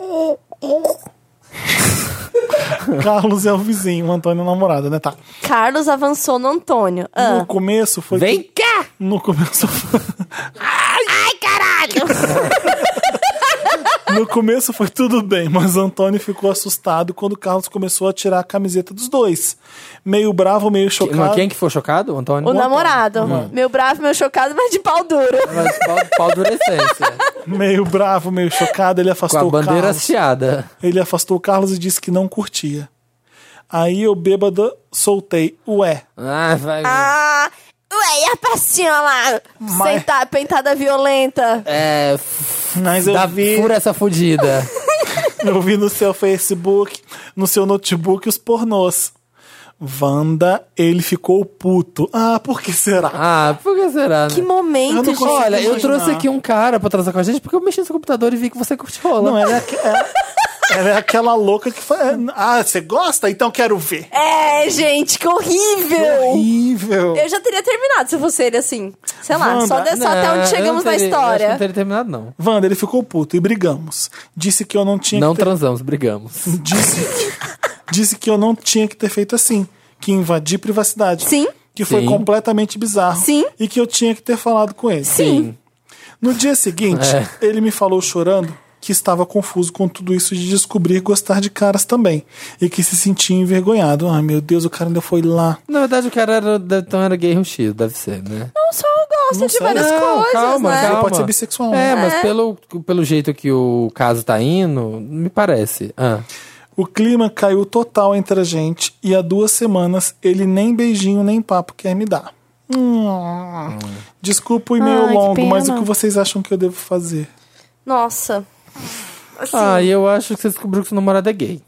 Speaker 1: Carlos é o vizinho, o Antônio é o namorado, né? Tá.
Speaker 5: Carlos avançou no Antônio. Ah.
Speaker 1: No começo foi.
Speaker 4: Vem cá!
Speaker 1: No começo.
Speaker 5: Ai, caralho! Antônio.
Speaker 1: No começo foi tudo bem, mas Antônio ficou assustado quando Carlos começou a tirar a camiseta dos dois. Meio bravo, meio
Speaker 4: Que- não,
Speaker 1: chocado.
Speaker 4: Quem que for chocado? Antônio?
Speaker 5: o namorado. Meu bravo, meu chocado, mas de pau duro.
Speaker 4: Mas pau, pau dura essência.
Speaker 1: Meio bravo, meio chocado, ele
Speaker 4: Com
Speaker 1: afastou
Speaker 4: a
Speaker 1: o Carlos.
Speaker 4: bandeira assim. hasteada.
Speaker 1: Ele afastou o Carlos e disse que não curtia. Aí eu bêbada soltei, ué.
Speaker 4: Ah, vai.
Speaker 5: Ah, ué, e a passinha lá?
Speaker 1: Mas-
Speaker 5: Senta- pentada violenta.
Speaker 4: É.
Speaker 1: Mas eu
Speaker 4: Dá
Speaker 1: vi,
Speaker 4: fura essa fudida.
Speaker 1: eu vi no seu Facebook, no seu notebook os pornôs. Wanda, ele ficou puto. Ah, por que será?
Speaker 4: Ah, por que será? né?
Speaker 5: Que
Speaker 1: Eu
Speaker 5: momento,
Speaker 1: não
Speaker 5: gente.
Speaker 1: consigo.
Speaker 4: Olha, eu
Speaker 1: imaginar.
Speaker 4: trouxe aqui um cara pra trazer com a gente porque eu mexi no seu computador e vi que você curte rola.
Speaker 1: Não, ela é, aque- é- ela é aquela louca que fala. Ah, você gosta? Então quero ver.
Speaker 5: É, gente, que horrível.
Speaker 1: Horrível.
Speaker 5: Eu já teria terminado se fosse ele assim. Sei lá,
Speaker 1: Wanda,
Speaker 5: só, de- só até
Speaker 4: Tipo, Não, eu
Speaker 5: onde chegamos
Speaker 4: não
Speaker 5: na
Speaker 4: teria- eu Acho que não
Speaker 5: história.
Speaker 4: teria terminado, não.
Speaker 1: Wanda, ele ficou puto e brigamos. Disse que eu não tinha
Speaker 4: Não
Speaker 5: Então-
Speaker 1: que ter...
Speaker 4: transamos, brigamos.
Speaker 1: disse, disse que eu não tinha que ter feito assim. Que invadi privacidade.
Speaker 5: Sim.
Speaker 1: Que foi
Speaker 4: Sim.
Speaker 1: completamente bizarro.
Speaker 5: Sim.
Speaker 1: E que eu tinha que ter falado com ele.
Speaker 5: Sim.
Speaker 1: No dia seguinte,
Speaker 4: É.
Speaker 1: ele me falou chorando que estava confuso com tudo isso de descobrir gostar de caras também. E que se sentia envergonhado. Ai, meu Deus, o cara ainda foi lá.
Speaker 4: Na verdade, o cara era, deve- então era gay ruxido, deve ser, né?
Speaker 5: Não só gosta de
Speaker 1: sei.
Speaker 5: várias
Speaker 4: Não,
Speaker 5: coisas,
Speaker 4: calma,
Speaker 5: né?
Speaker 1: Ele
Speaker 4: calma.
Speaker 1: pode ser bissexual.
Speaker 4: É,
Speaker 1: né?
Speaker 4: mas pelo, pelo jeito que o caso tá indo, me parece. Ah.
Speaker 1: O clima caiu total entre a gente e há duas semanas ele nem beijinho nem papo quer me dar. Hum. Desculpa o e-mail
Speaker 5: Ai, que
Speaker 1: longo, mas o
Speaker 5: pena.
Speaker 1: que vocês acham que eu devo fazer?
Speaker 5: Nossa. Assim,
Speaker 4: Ah, e eu acho que você descobriu que seu namorado é gay.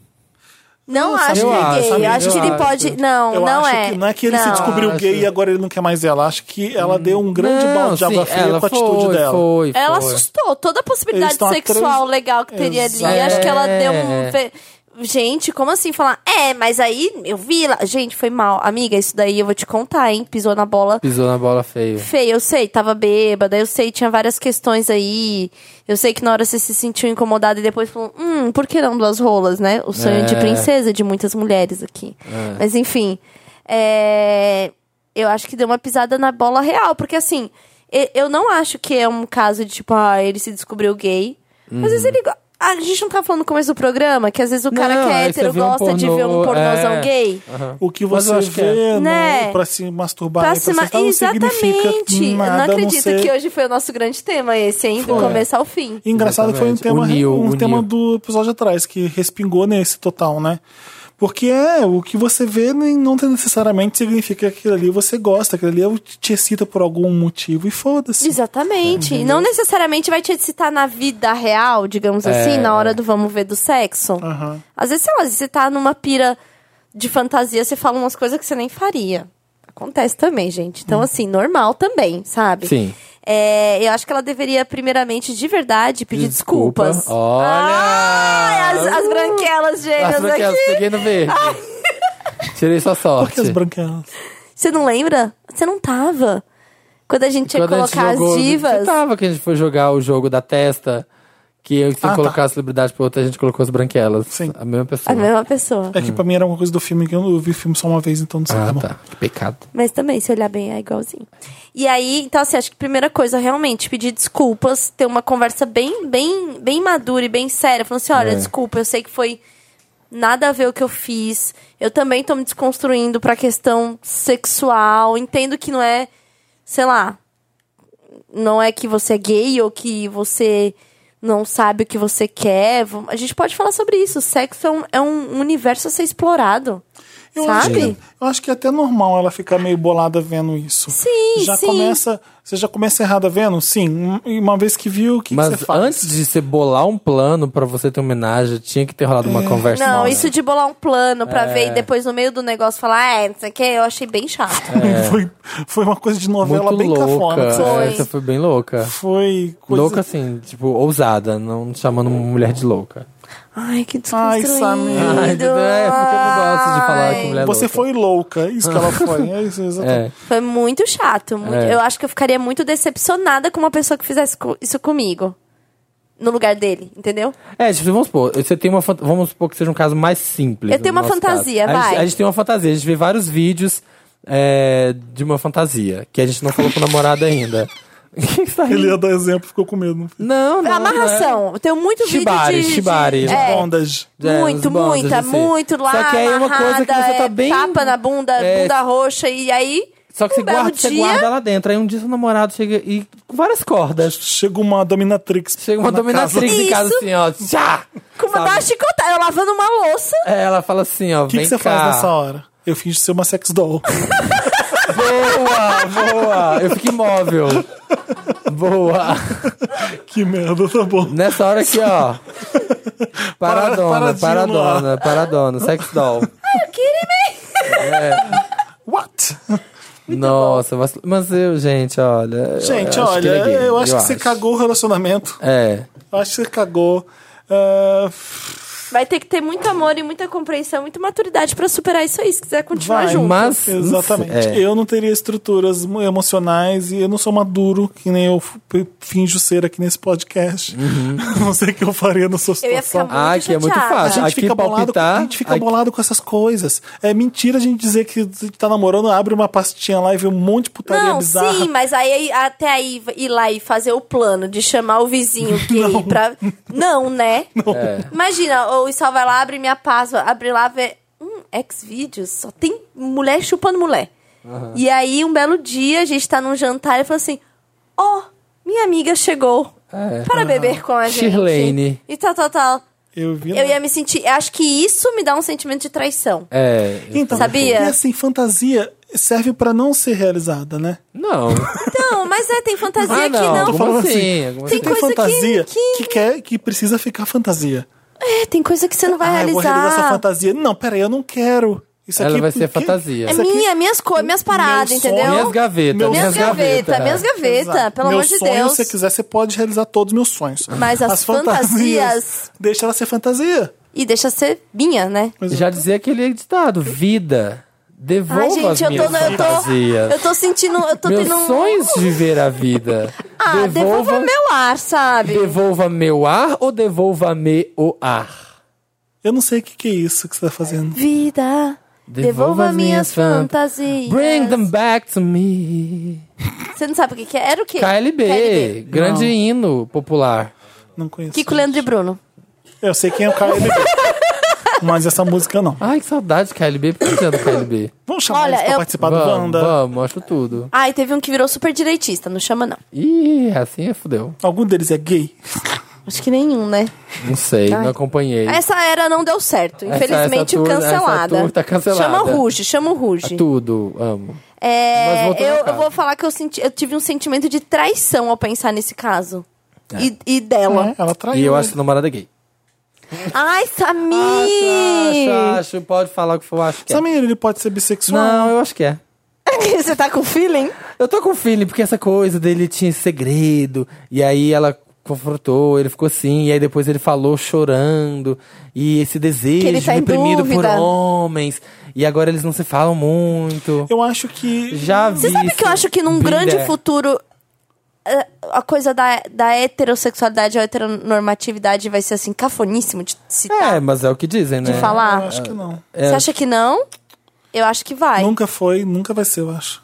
Speaker 5: não
Speaker 1: nossa,
Speaker 5: acho que
Speaker 4: eu
Speaker 5: é
Speaker 4: acho,
Speaker 5: gay.
Speaker 4: amiga,
Speaker 5: acho que
Speaker 4: eu
Speaker 5: ele
Speaker 4: acho.
Speaker 5: pode. Não,
Speaker 1: eu
Speaker 5: não
Speaker 1: acho
Speaker 5: é.
Speaker 1: que não é que ele se
Speaker 5: Não.
Speaker 1: descobriu
Speaker 4: Acho.
Speaker 1: gay e agora ele não quer mais ela. Acho que
Speaker 4: Hum.
Speaker 1: ela deu um grande
Speaker 4: Não,
Speaker 1: balde de água
Speaker 4: sim,
Speaker 1: fria
Speaker 4: ela
Speaker 1: com a atitude
Speaker 4: foi,
Speaker 1: dela.
Speaker 4: Foi,
Speaker 5: Ela
Speaker 4: foi.
Speaker 5: assustou toda a possibilidade
Speaker 1: Eles estão há
Speaker 5: sexual
Speaker 1: três-
Speaker 5: legal que teria ali.
Speaker 1: Exato.
Speaker 5: Acho que ela
Speaker 4: É.
Speaker 5: deu um. fe- Gente, como assim falar? É, mas aí eu vi lá. Gente, foi mal. Amiga, isso daí eu vou te contar, hein? Pisou na bola.
Speaker 4: Pisou na bola feio.
Speaker 5: Feio, eu sei, tava bêbada, eu sei, tinha várias questões aí. Eu sei que na hora você se sentiu incomodada e depois falou, hum, por que não duas rolas, né? O sonho de
Speaker 4: É.
Speaker 5: princesa de muitas mulheres aqui.
Speaker 4: É.
Speaker 5: Mas enfim, é, eu acho que deu uma pisada na bola real, porque assim, e- eu não acho que é um caso de tipo, ah, ele se descobriu gay. Às vezes ele. go- A gente não tá falando no começo do programa, que às vezes o cara
Speaker 4: Uhum. Não,
Speaker 5: que é
Speaker 4: aí
Speaker 5: hétero
Speaker 4: você vê um
Speaker 5: gosta de ver
Speaker 4: pornô,
Speaker 5: um pornozão
Speaker 4: é.
Speaker 5: gay.
Speaker 1: O que
Speaker 4: Mas
Speaker 1: você
Speaker 4: eu acho que é.
Speaker 1: vê no-
Speaker 5: Né?
Speaker 1: pra se masturbar
Speaker 5: Pra
Speaker 1: e pra
Speaker 5: cima-
Speaker 1: sentar não um significa
Speaker 5: Exatamente.
Speaker 1: nada,
Speaker 5: eu
Speaker 1: a
Speaker 5: não acredito
Speaker 1: ser-
Speaker 5: que hoje foi o nosso grande tema esse, hein? Do
Speaker 1: Foi.
Speaker 5: começo ao fim.
Speaker 1: Engraçado que foi um
Speaker 4: Exatamente.
Speaker 1: tema,
Speaker 4: Uniu,
Speaker 1: um
Speaker 4: uniu.
Speaker 1: tema do episódio atrás, que respingou nesse total, né? Porque é, o que você vê nem- não necessariamente significa que aquilo ali você gosta, aquilo ali te excita por algum motivo e foda-se.
Speaker 5: Exatamente.
Speaker 1: Uhum.
Speaker 5: E Não necessariamente vai te excitar na vida real, digamos assim, na hora do vamos ver do sexo.
Speaker 1: É. Aham.
Speaker 5: Às vezes, sei lá, às vezes você tá numa pira de fantasia, você fala umas coisas que você nem faria. Acontece também, gente.
Speaker 1: Hum.
Speaker 5: Então, assim, normal também, sabe?
Speaker 4: Sim.
Speaker 5: É, eu acho que ela deveria, primeiramente, de verdade, pedir
Speaker 4: Desculpa.
Speaker 5: desculpas.
Speaker 4: Olha!
Speaker 5: Ai, as,
Speaker 1: Ah!
Speaker 5: as
Speaker 4: Uh!
Speaker 5: branquelas gêmeas
Speaker 4: As branquelas,
Speaker 5: aqui! Ah.
Speaker 4: peguei no verde. Tirei sua
Speaker 1: Por
Speaker 4: sorte.
Speaker 1: que as branquelas?
Speaker 5: Você não lembra? Você não tava. Quando a gente tinha que
Speaker 4: Quando a gente
Speaker 5: colocar
Speaker 4: jogou- né?
Speaker 5: as divas.
Speaker 4: Você tava que a gente foi jogar o jogo da testa, que eu sem
Speaker 1: Ah, tá.
Speaker 4: colocar a celebridade pra outra, a gente colocou as branquelas.
Speaker 1: Sim.
Speaker 4: A mesma pessoa.
Speaker 5: A mesma pessoa.
Speaker 1: É que pra mim era uma coisa do filme, que eu eu vi o filme só uma vez, então não sei
Speaker 4: Hum. Ah,
Speaker 1: como.
Speaker 4: tá. Que pecado.
Speaker 5: Mas também, se olhar bem, é igualzinho. E aí, então, assim, acho que a primeira coisa, realmente, pedir desculpas, ter uma conversa bem, bem, bem madura e bem séria. Falando assim, olha, desculpa, eu sei que foi nada a ver o que eu fiz. Eu também tô me desconstruindo pra questão sexual. Entendo que não é, sei lá, não é que você é gay ou que você não sabe o que você quer. Vam- A gente pode falar sobre isso. Sexo é um, é um universo a ser explorado.
Speaker 1: Eu,
Speaker 5: sabe?
Speaker 1: Acho que, eu acho que é até normal ela ficar meio bolada vendo isso.
Speaker 5: Sim,
Speaker 1: já
Speaker 5: sim.
Speaker 1: começa. Você já começa errada vendo? Sim. E uma vez que viu, o que, que
Speaker 4: Mas
Speaker 1: você faz?
Speaker 4: antes de você bolar um plano pra você ter homenagem, tinha que ter rolado
Speaker 1: É.
Speaker 4: uma conversa.
Speaker 5: Não, isso de bolar um plano pra ver
Speaker 4: É.
Speaker 5: e depois no meio do negócio falar, é, não sei o que, eu achei bem chato.
Speaker 1: foi, foi uma coisa de novela
Speaker 4: muito
Speaker 1: bem
Speaker 4: louca.
Speaker 1: cafona. que você
Speaker 5: Foi.
Speaker 1: fez.
Speaker 4: Essa foi bem louca.
Speaker 1: Foi coisa
Speaker 4: Louca, assim, tipo, ousada, não chamando uma mulher de louca.
Speaker 5: Ai, que
Speaker 1: Ai,
Speaker 5: desconstruído.
Speaker 1: Samir.
Speaker 4: Ai, Dudu, é, porque eu não gosto de falar que mulher é
Speaker 1: Você
Speaker 4: louca.
Speaker 1: foi louca, isso que ela foi. É isso, exatamente.
Speaker 4: É.
Speaker 5: Foi muito chato. muito-
Speaker 4: É.
Speaker 5: Eu acho que eu ficaria muito decepcionada com uma pessoa que fizesse co- isso comigo. No lugar dele, entendeu?
Speaker 4: É, tipo, vamos supor, você tem uma fan- vamos supor que seja um caso mais simples.
Speaker 5: Eu tenho
Speaker 4: no
Speaker 5: uma
Speaker 4: nosso
Speaker 5: fantasia,
Speaker 4: caso. A
Speaker 5: vai.
Speaker 4: gente, a gente tem uma fantasia, a gente vê vários vídeos é, de uma fantasia, que a gente não falou pro namorado ainda. que você tá rindo?
Speaker 1: Ele ia dar exemplo, ficou com medo. Não fica.
Speaker 4: Não, não. não
Speaker 5: É Amarração. Tem muito
Speaker 4: Shibari,
Speaker 5: vídeo de...
Speaker 4: shibari.
Speaker 5: De,
Speaker 4: De
Speaker 5: é,
Speaker 1: Bondage.
Speaker 4: É,
Speaker 5: muito,
Speaker 4: os bondes,
Speaker 5: muita,
Speaker 4: assim.
Speaker 5: muito lá,
Speaker 4: Só que aí é uma coisa que
Speaker 5: amarrada,
Speaker 4: você tá
Speaker 5: é
Speaker 4: bem-
Speaker 5: Tapa na bunda,
Speaker 4: É.
Speaker 5: bunda roxa, e aí...
Speaker 4: Só que
Speaker 5: um
Speaker 4: você
Speaker 5: belo
Speaker 4: guarda, você
Speaker 5: dia,
Speaker 4: guarda lá dentro. Aí um dia seu namorado chega e. com várias cordas.
Speaker 1: Chega uma dominatrix.
Speaker 4: Chega uma
Speaker 1: na
Speaker 4: dominatrix
Speaker 5: casa.
Speaker 4: em casa assim, ó. Já!
Speaker 5: com uma da chicotada, eu lavando uma louça.
Speaker 4: É, ela fala assim, ó.
Speaker 1: O que,
Speaker 4: vem
Speaker 1: que você
Speaker 4: cá.
Speaker 1: faz nessa hora? Eu finjo ser uma sex doll.
Speaker 4: Boa, boa. Eu fico imóvel. Boa.
Speaker 1: que merda, tá bom.
Speaker 4: Nessa hora aqui, ó. Paradona,
Speaker 1: Para- paradinho no
Speaker 4: paradona, paradona, sex doll.
Speaker 1: What?
Speaker 4: Nossa, mas, mas eu, gente, olha.
Speaker 1: Gente,
Speaker 4: eu acho
Speaker 1: olha,
Speaker 4: que ele é gay,
Speaker 1: eu acho que você cagou o relacionamento.
Speaker 4: É.
Speaker 1: Eu acho que você cagou. Ah,
Speaker 5: Vai ter que ter muito amor e muita compreensão, muita maturidade pra superar isso aí, se quiser continuar
Speaker 1: Vai,
Speaker 5: junto.
Speaker 4: Mas.
Speaker 1: Exatamente.
Speaker 4: É.
Speaker 1: Eu não teria estruturas mo- emocionais e eu não sou maduro, que nem eu f- p- finjo ser aqui nesse podcast.
Speaker 4: Uhum.
Speaker 1: não sei o que eu faria na sua
Speaker 5: Eu ia
Speaker 1: situação.
Speaker 5: ficar muito
Speaker 4: Ah, que é muito
Speaker 1: A
Speaker 5: chateada.
Speaker 4: fácil.
Speaker 1: gente,
Speaker 4: Aqui
Speaker 1: fica bolado, com-
Speaker 4: palpitar,
Speaker 1: a gente fica
Speaker 4: aqui-
Speaker 1: bolado com essas coisas. É mentira a gente dizer que tá namorando, abre uma pastinha lá e vê um monte de putaria
Speaker 5: Não,
Speaker 1: bizarra.
Speaker 5: sim, mas aí até aí ir lá e fazer o plano de chamar o vizinho gay pra. Não, né?
Speaker 4: é,
Speaker 5: Imagina, o Isal vai lá, abre minha paz, abre lá, vê. Hum, ex-vídeos, só tem mulher chupando mulher. E aí, um belo dia, a gente tá num jantar e fala assim: Ó, minha amiga chegou
Speaker 4: É.
Speaker 5: para beber com a gente.
Speaker 4: Shirlene.
Speaker 5: E tal, tal, tal.
Speaker 1: Eu vi.
Speaker 5: Eu ia me sentir. eu Acho que isso me dá um sentimento de traição.
Speaker 4: É.
Speaker 1: Então,
Speaker 5: Sabia?
Speaker 1: E assim, fantasia serve pra não ser realizada, né?
Speaker 4: Não.
Speaker 5: Não, mas é, tem fantasia
Speaker 4: Ah,
Speaker 5: que
Speaker 4: não.
Speaker 5: não.
Speaker 1: Tô falando
Speaker 4: Como assim?
Speaker 1: assim. Tem
Speaker 4: Como
Speaker 5: assim? Tem coisa que-
Speaker 1: fantasia
Speaker 5: que-
Speaker 1: que quer, que precisa ficar fantasia.
Speaker 5: É, tem coisa que você não vai
Speaker 1: ah, eu vou
Speaker 5: realizar.
Speaker 1: realizar sua fantasia. Não, peraí, eu não quero. Isso
Speaker 4: Ela
Speaker 1: aqui
Speaker 4: vai ser
Speaker 1: porque-
Speaker 4: fantasia.
Speaker 5: É
Speaker 1: isso aqui-
Speaker 5: minha, minhas coisas, minhas paradas,
Speaker 1: sonho-
Speaker 5: entendeu?
Speaker 4: Minhas gavetas.
Speaker 1: Meu-
Speaker 5: Minhas É gavetas, é minhas gavetas,
Speaker 1: Exato.
Speaker 5: pelo
Speaker 1: meu
Speaker 5: amor de
Speaker 1: sonho,
Speaker 5: Deus.
Speaker 1: se você quiser, você pode realizar todos os meus sonhos.
Speaker 5: Mas as fantasias-
Speaker 1: Deixa ela ser fantasia.
Speaker 5: E deixa ser minha, né?
Speaker 4: Já dizia aquele ditado: vida. Devolva
Speaker 5: Ai,
Speaker 4: as
Speaker 5: gente, eu
Speaker 4: minhas
Speaker 5: tô, no- eu tô.
Speaker 4: fantasias.
Speaker 5: Eu tô sentindo. Eu tô
Speaker 4: Meus
Speaker 5: tendo um.
Speaker 4: sonhos de viver a vida.
Speaker 5: Ah, devolva... meu ar, sabe?
Speaker 4: Devolva meu ar ou devolva-me o ar?
Speaker 1: Eu não sei o que, que é isso que você tá fazendo.
Speaker 5: Vida. Devolva,
Speaker 4: as
Speaker 5: minhas
Speaker 4: fan-
Speaker 5: fantasias.
Speaker 4: Bring them back to me.
Speaker 5: Você não sabe o que, que é? Era o quê?
Speaker 4: KLB, grande hino popular.
Speaker 1: Não conheço.
Speaker 5: Kiko Leandro e Bruno.
Speaker 1: Eu sei quem é o KLB. mas essa música não.
Speaker 4: Ai, que saudade de KLB. Por que você é do KLB?
Speaker 1: Vamos chamar
Speaker 5: Olha,
Speaker 1: eles pra
Speaker 5: eu-
Speaker 1: participar do
Speaker 4: vamos,
Speaker 1: Wanda.
Speaker 4: vamos, acho tudo.
Speaker 5: Ah, e teve um que virou super direitista, não chama não.
Speaker 4: Ih, assim é fudeu.
Speaker 1: Algum deles é gay?
Speaker 5: Acho que nenhum, né?
Speaker 4: Não sei, não acompanhei.
Speaker 5: Essa era não deu certo,
Speaker 4: Essa- essa
Speaker 5: infelizmente
Speaker 4: tour-
Speaker 5: cancelada.
Speaker 4: essa tour tá cancelada.
Speaker 5: Chama o Ruge, chama o Ruge.
Speaker 4: É Tudo, amo. Mas
Speaker 5: É,
Speaker 4: voltando ao
Speaker 5: eu, eu
Speaker 4: caso.
Speaker 5: vou falar que eu, senti, eu tive um sentimento de traição ao pensar nesse caso. E, e dela.
Speaker 1: É, ela traiu.
Speaker 4: E eu
Speaker 1: ele.
Speaker 4: acho namorada gay.
Speaker 5: Ai, Samir!
Speaker 4: Acho, acho, pode falar o que for, acho que é.
Speaker 1: Samir, ele pode ser bissexual.
Speaker 4: Não, eu acho que é.
Speaker 5: Você tá com feeling?
Speaker 4: Eu tô com o feeling, porque essa coisa dele tinha esse segredo, e aí ela confrontou, ele ficou assim, e aí depois ele falou chorando, e esse
Speaker 5: Que ele
Speaker 4: desejo
Speaker 5: tá em
Speaker 4: reprimido por
Speaker 5: dúvida.
Speaker 4: homens, e agora eles não se falam muito.
Speaker 1: Eu acho que.
Speaker 4: Já vi.
Speaker 5: Você sabe que eu
Speaker 4: isso. né?
Speaker 5: acho que num
Speaker 4: Brilha.
Speaker 5: grande futuro é, a coisa da, da heterossexualidade ou heteronormatividade vai ser assim, cafoníssimo de citar,
Speaker 4: É, mas é o que dizem, né?
Speaker 5: de falar?
Speaker 1: Eu acho que não.
Speaker 4: É.
Speaker 5: Você acha que não? Eu acho que vai.
Speaker 1: Nunca foi, nunca vai ser, eu acho.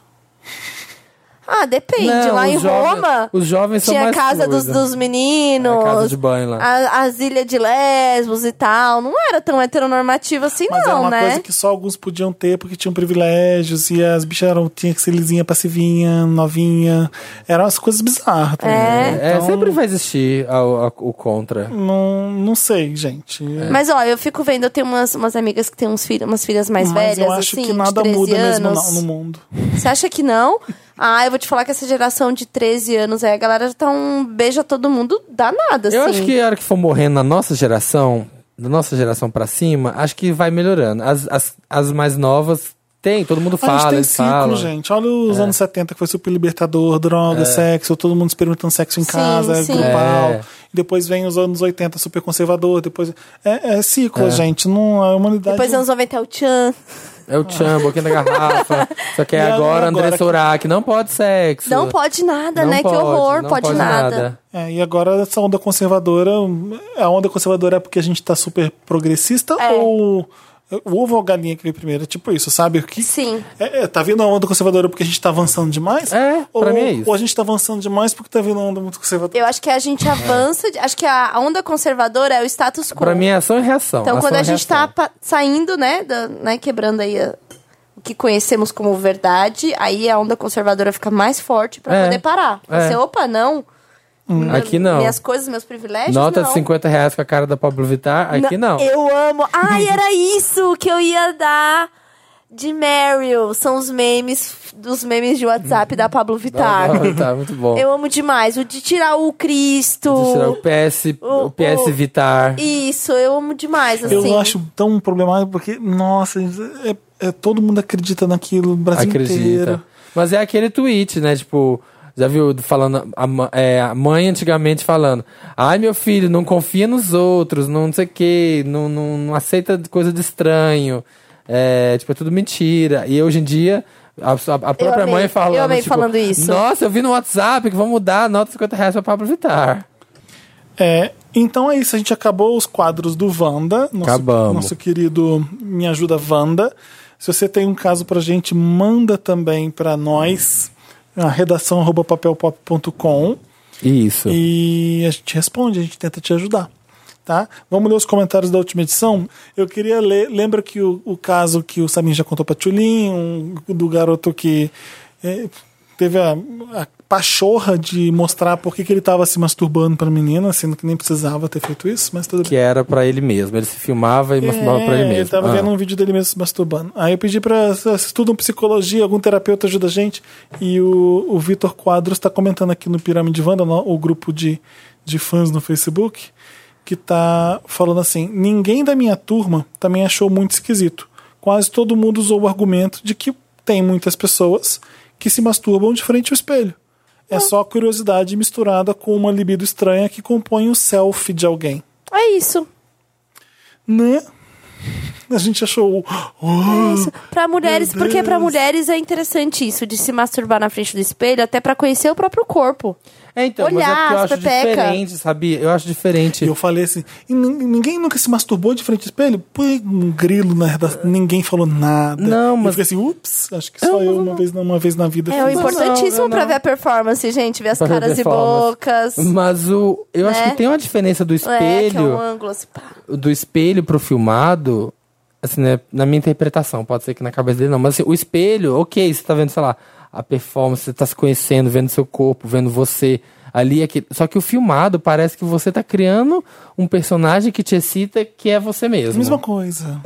Speaker 5: Ah, depende.
Speaker 4: Não,
Speaker 5: Lá
Speaker 4: os
Speaker 5: em
Speaker 4: jovens-
Speaker 5: Roma.
Speaker 4: os jovens são
Speaker 5: tinha
Speaker 4: mais
Speaker 5: casa dos,
Speaker 4: coisa.
Speaker 5: dos meninos.
Speaker 4: É, casa de banho lá.
Speaker 5: a- as ilhas de lesbos e tal. Não era tão heteronormativo assim,
Speaker 1: Mas
Speaker 5: não,
Speaker 1: era uma
Speaker 5: né?
Speaker 1: coisa que só alguns podiam ter porque tinham privilégios e as bichas eram, tinha que ser lisinha, passivinha, novinha. Eram as coisas bizarras. tá
Speaker 5: É.
Speaker 1: ligado?
Speaker 4: É,
Speaker 1: Então,
Speaker 4: sempre vai existir a- a- o contra.
Speaker 1: Não, não sei, gente.
Speaker 5: Mas ó, eu fico vendo, eu tenho umas, umas amigas que têm uns filhos, umas filhas mais
Speaker 1: Mas
Speaker 5: velhas,
Speaker 1: eu acho
Speaker 5: assim,
Speaker 1: que
Speaker 5: de
Speaker 1: nada
Speaker 5: 13
Speaker 1: muda mesmo
Speaker 5: anos.
Speaker 1: não, no mundo.
Speaker 5: Você acha que não? Ah, eu vou te falar que essa geração de 13 anos aí, a galera já tá um beijo a todo mundo danada, assim.
Speaker 4: Eu acho que a hora que for morrendo na nossa geração, da nossa geração pra cima, acho que vai melhorando. As, as, as mais novas tem, todo
Speaker 1: a
Speaker 4: mundo
Speaker 1: gente
Speaker 4: fala, É.
Speaker 1: tem
Speaker 4: eles
Speaker 1: ciclo,
Speaker 4: falam.
Speaker 1: gente. Olha os anos 70 que foi super libertador, droga, sexo, todo mundo experimentando sexo em
Speaker 5: Sim,
Speaker 1: casa,
Speaker 5: sim.
Speaker 1: grupal.
Speaker 4: É.
Speaker 1: E depois vem os anos 80, super conservador, depois. É, é ciclo, gente. Não, a humanidade.
Speaker 5: Depois dos anos 90 é o Tchan.
Speaker 4: É o Tchan, boquinha da garrafa. Só que
Speaker 1: E
Speaker 4: é agora,
Speaker 1: agora
Speaker 4: André
Speaker 1: que-
Speaker 4: Sorak, não pode sexo.
Speaker 5: Não pode nada,
Speaker 4: Não
Speaker 5: né? que
Speaker 4: pode,
Speaker 5: horror,
Speaker 4: não
Speaker 5: pode, nada.
Speaker 1: É, e agora essa é onda conservadora, a onda conservadora é porque a gente tá super progressista
Speaker 5: É.
Speaker 1: ou O ovo ou a galinha que veio primeiro? É tipo isso, sabe? O que,
Speaker 5: Sim.
Speaker 1: É, é, tá vindo a onda conservadora porque a gente tá avançando demais?
Speaker 4: É, pra
Speaker 1: ou,
Speaker 4: mim é isso.
Speaker 1: Ou a gente tá avançando demais porque tá vindo a onda muito conservadora?
Speaker 5: Eu acho que a gente avança, de- acho que a onda conservadora é o status quo.
Speaker 4: Pra mim é ação e reação.
Speaker 5: Então,
Speaker 4: ação
Speaker 5: quando
Speaker 4: e
Speaker 5: a gente
Speaker 4: reação.
Speaker 5: tá pa- saindo, né, da- né, quebrando aí a- o que conhecemos como verdade, aí a onda conservadora fica mais forte pra
Speaker 4: É.
Speaker 5: poder parar.
Speaker 4: É.
Speaker 5: Você, opa, não. Meu-
Speaker 4: Aqui não.
Speaker 5: Minhas coisas, meus privilégios,
Speaker 4: Nota
Speaker 5: não.
Speaker 4: de 50 reais com a cara da Pablo Vittar, aqui não.
Speaker 5: Eu amo. Ai, era isso que eu ia dar de Meryl. São os memes, dos memes de WhatsApp da Pablo Vittar.
Speaker 4: Tá, muito bom.
Speaker 5: Eu amo demais. O de tirar o Cristo.
Speaker 4: De tirar o PS, o,
Speaker 5: o-
Speaker 4: PS
Speaker 5: o-
Speaker 4: Vittar.
Speaker 5: Isso, eu amo demais, assim.
Speaker 1: Eu acho tão problemático porque, nossa, é- é- todo mundo acredita naquilo, o Brasil
Speaker 4: Acredita.
Speaker 1: inteiro.
Speaker 4: Mas é aquele tweet, né? Tipo, já viu falando a, ma- é, a mãe antigamente falando: "Ai, meu filho, não confia nos outros, não sei o quê, não, não, não aceita coisa de estranho". É, tipo, é tudo mentira. E hoje em dia a, a- a própria
Speaker 5: amei,
Speaker 4: mãe falando,
Speaker 5: eu amei
Speaker 4: tipo,
Speaker 5: falando isso.
Speaker 4: Nossa, eu vi no WhatsApp que vão mudar a nota de 50 reais pra Pablo Vittar.
Speaker 1: É, então é isso, a gente acabou os quadros do Wanda. Nosso,
Speaker 4: Acabamos.
Speaker 1: Nosso querido Me Ajuda Wanda. Se você tem um caso pra gente, manda também pra nós. A redação arroba papelpop.com
Speaker 4: Isso.
Speaker 1: e a gente responde, a gente tenta te ajudar. Tá? Vamos ler os comentários da última edição? Eu queria ler. Lembra que o, o caso que o Samir já contou pra Tchulin, um- do garoto que é, teve a, a pachorra de mostrar por que que ele tava se masturbando pra menina, sendo que nem precisava ter feito isso, mas tudo bem.
Speaker 4: Que era pra ele mesmo. Ele se filmava e mostrava
Speaker 5: É,
Speaker 4: pra ele mesmo.
Speaker 1: Eu tava
Speaker 4: Ah.
Speaker 1: vendo um vídeo dele mesmo se masturbando. Aí eu pedi pra. ah, se Estudam psicologia, algum terapeuta ajuda a gente. E o, o Vitor Quadros tá comentando aqui no Pirâmide Wanda, no- o grupo de, de fãs no Facebook, que tá falando assim: ninguém da minha turma também achou muito esquisito. Quase todo mundo usou o argumento de que tem muitas pessoas que se masturbam de frente ao espelho. É só curiosidade misturada com uma libido estranha que compõe o selfie de alguém
Speaker 5: É isso.
Speaker 1: né? A gente achou. "Oh".
Speaker 5: É isso. Pra mulheres,
Speaker 1: Meu
Speaker 5: porque pra
Speaker 1: Deus.
Speaker 5: mulheres é interessante isso, de se masturbar na frente do espelho, até pra conhecer o próprio corpo.
Speaker 4: É, então,
Speaker 5: Olhar
Speaker 4: mas é porque eu
Speaker 5: as
Speaker 4: acho
Speaker 5: pepeca.
Speaker 4: diferente, sabia? Eu acho diferente.
Speaker 1: E eu falei assim, e nin- ninguém nunca se masturbou de frente ao espelho? Põe um grilo na redação, ninguém falou nada.
Speaker 4: É. Não, mas-
Speaker 1: Eu fiquei assim, ups, acho que só eu, uma, vez, na- uma vez na vida
Speaker 5: É o
Speaker 1: fiz isso.
Speaker 5: importantíssimo
Speaker 4: não, não.
Speaker 5: pra ver a performance, gente, ver as
Speaker 4: Pra ver a
Speaker 5: caras e
Speaker 4: performance.
Speaker 5: bocas.
Speaker 4: Mas o, eu acho
Speaker 5: Né?
Speaker 4: que tem uma diferença do
Speaker 5: É, que é um
Speaker 4: espelho,
Speaker 5: ângulo assim, pá.
Speaker 4: do espelho pro filmado, assim, né, na minha interpretação, pode ser que na cabeça dele não, mas assim, o espelho, ok, você tá vendo, sei lá, a performance, você tá se conhecendo, vendo seu corpo, vendo você ali, aqui. Só que o filmado parece que você tá criando um personagem que te excita, que é você mesmo.
Speaker 1: Mesma coisa.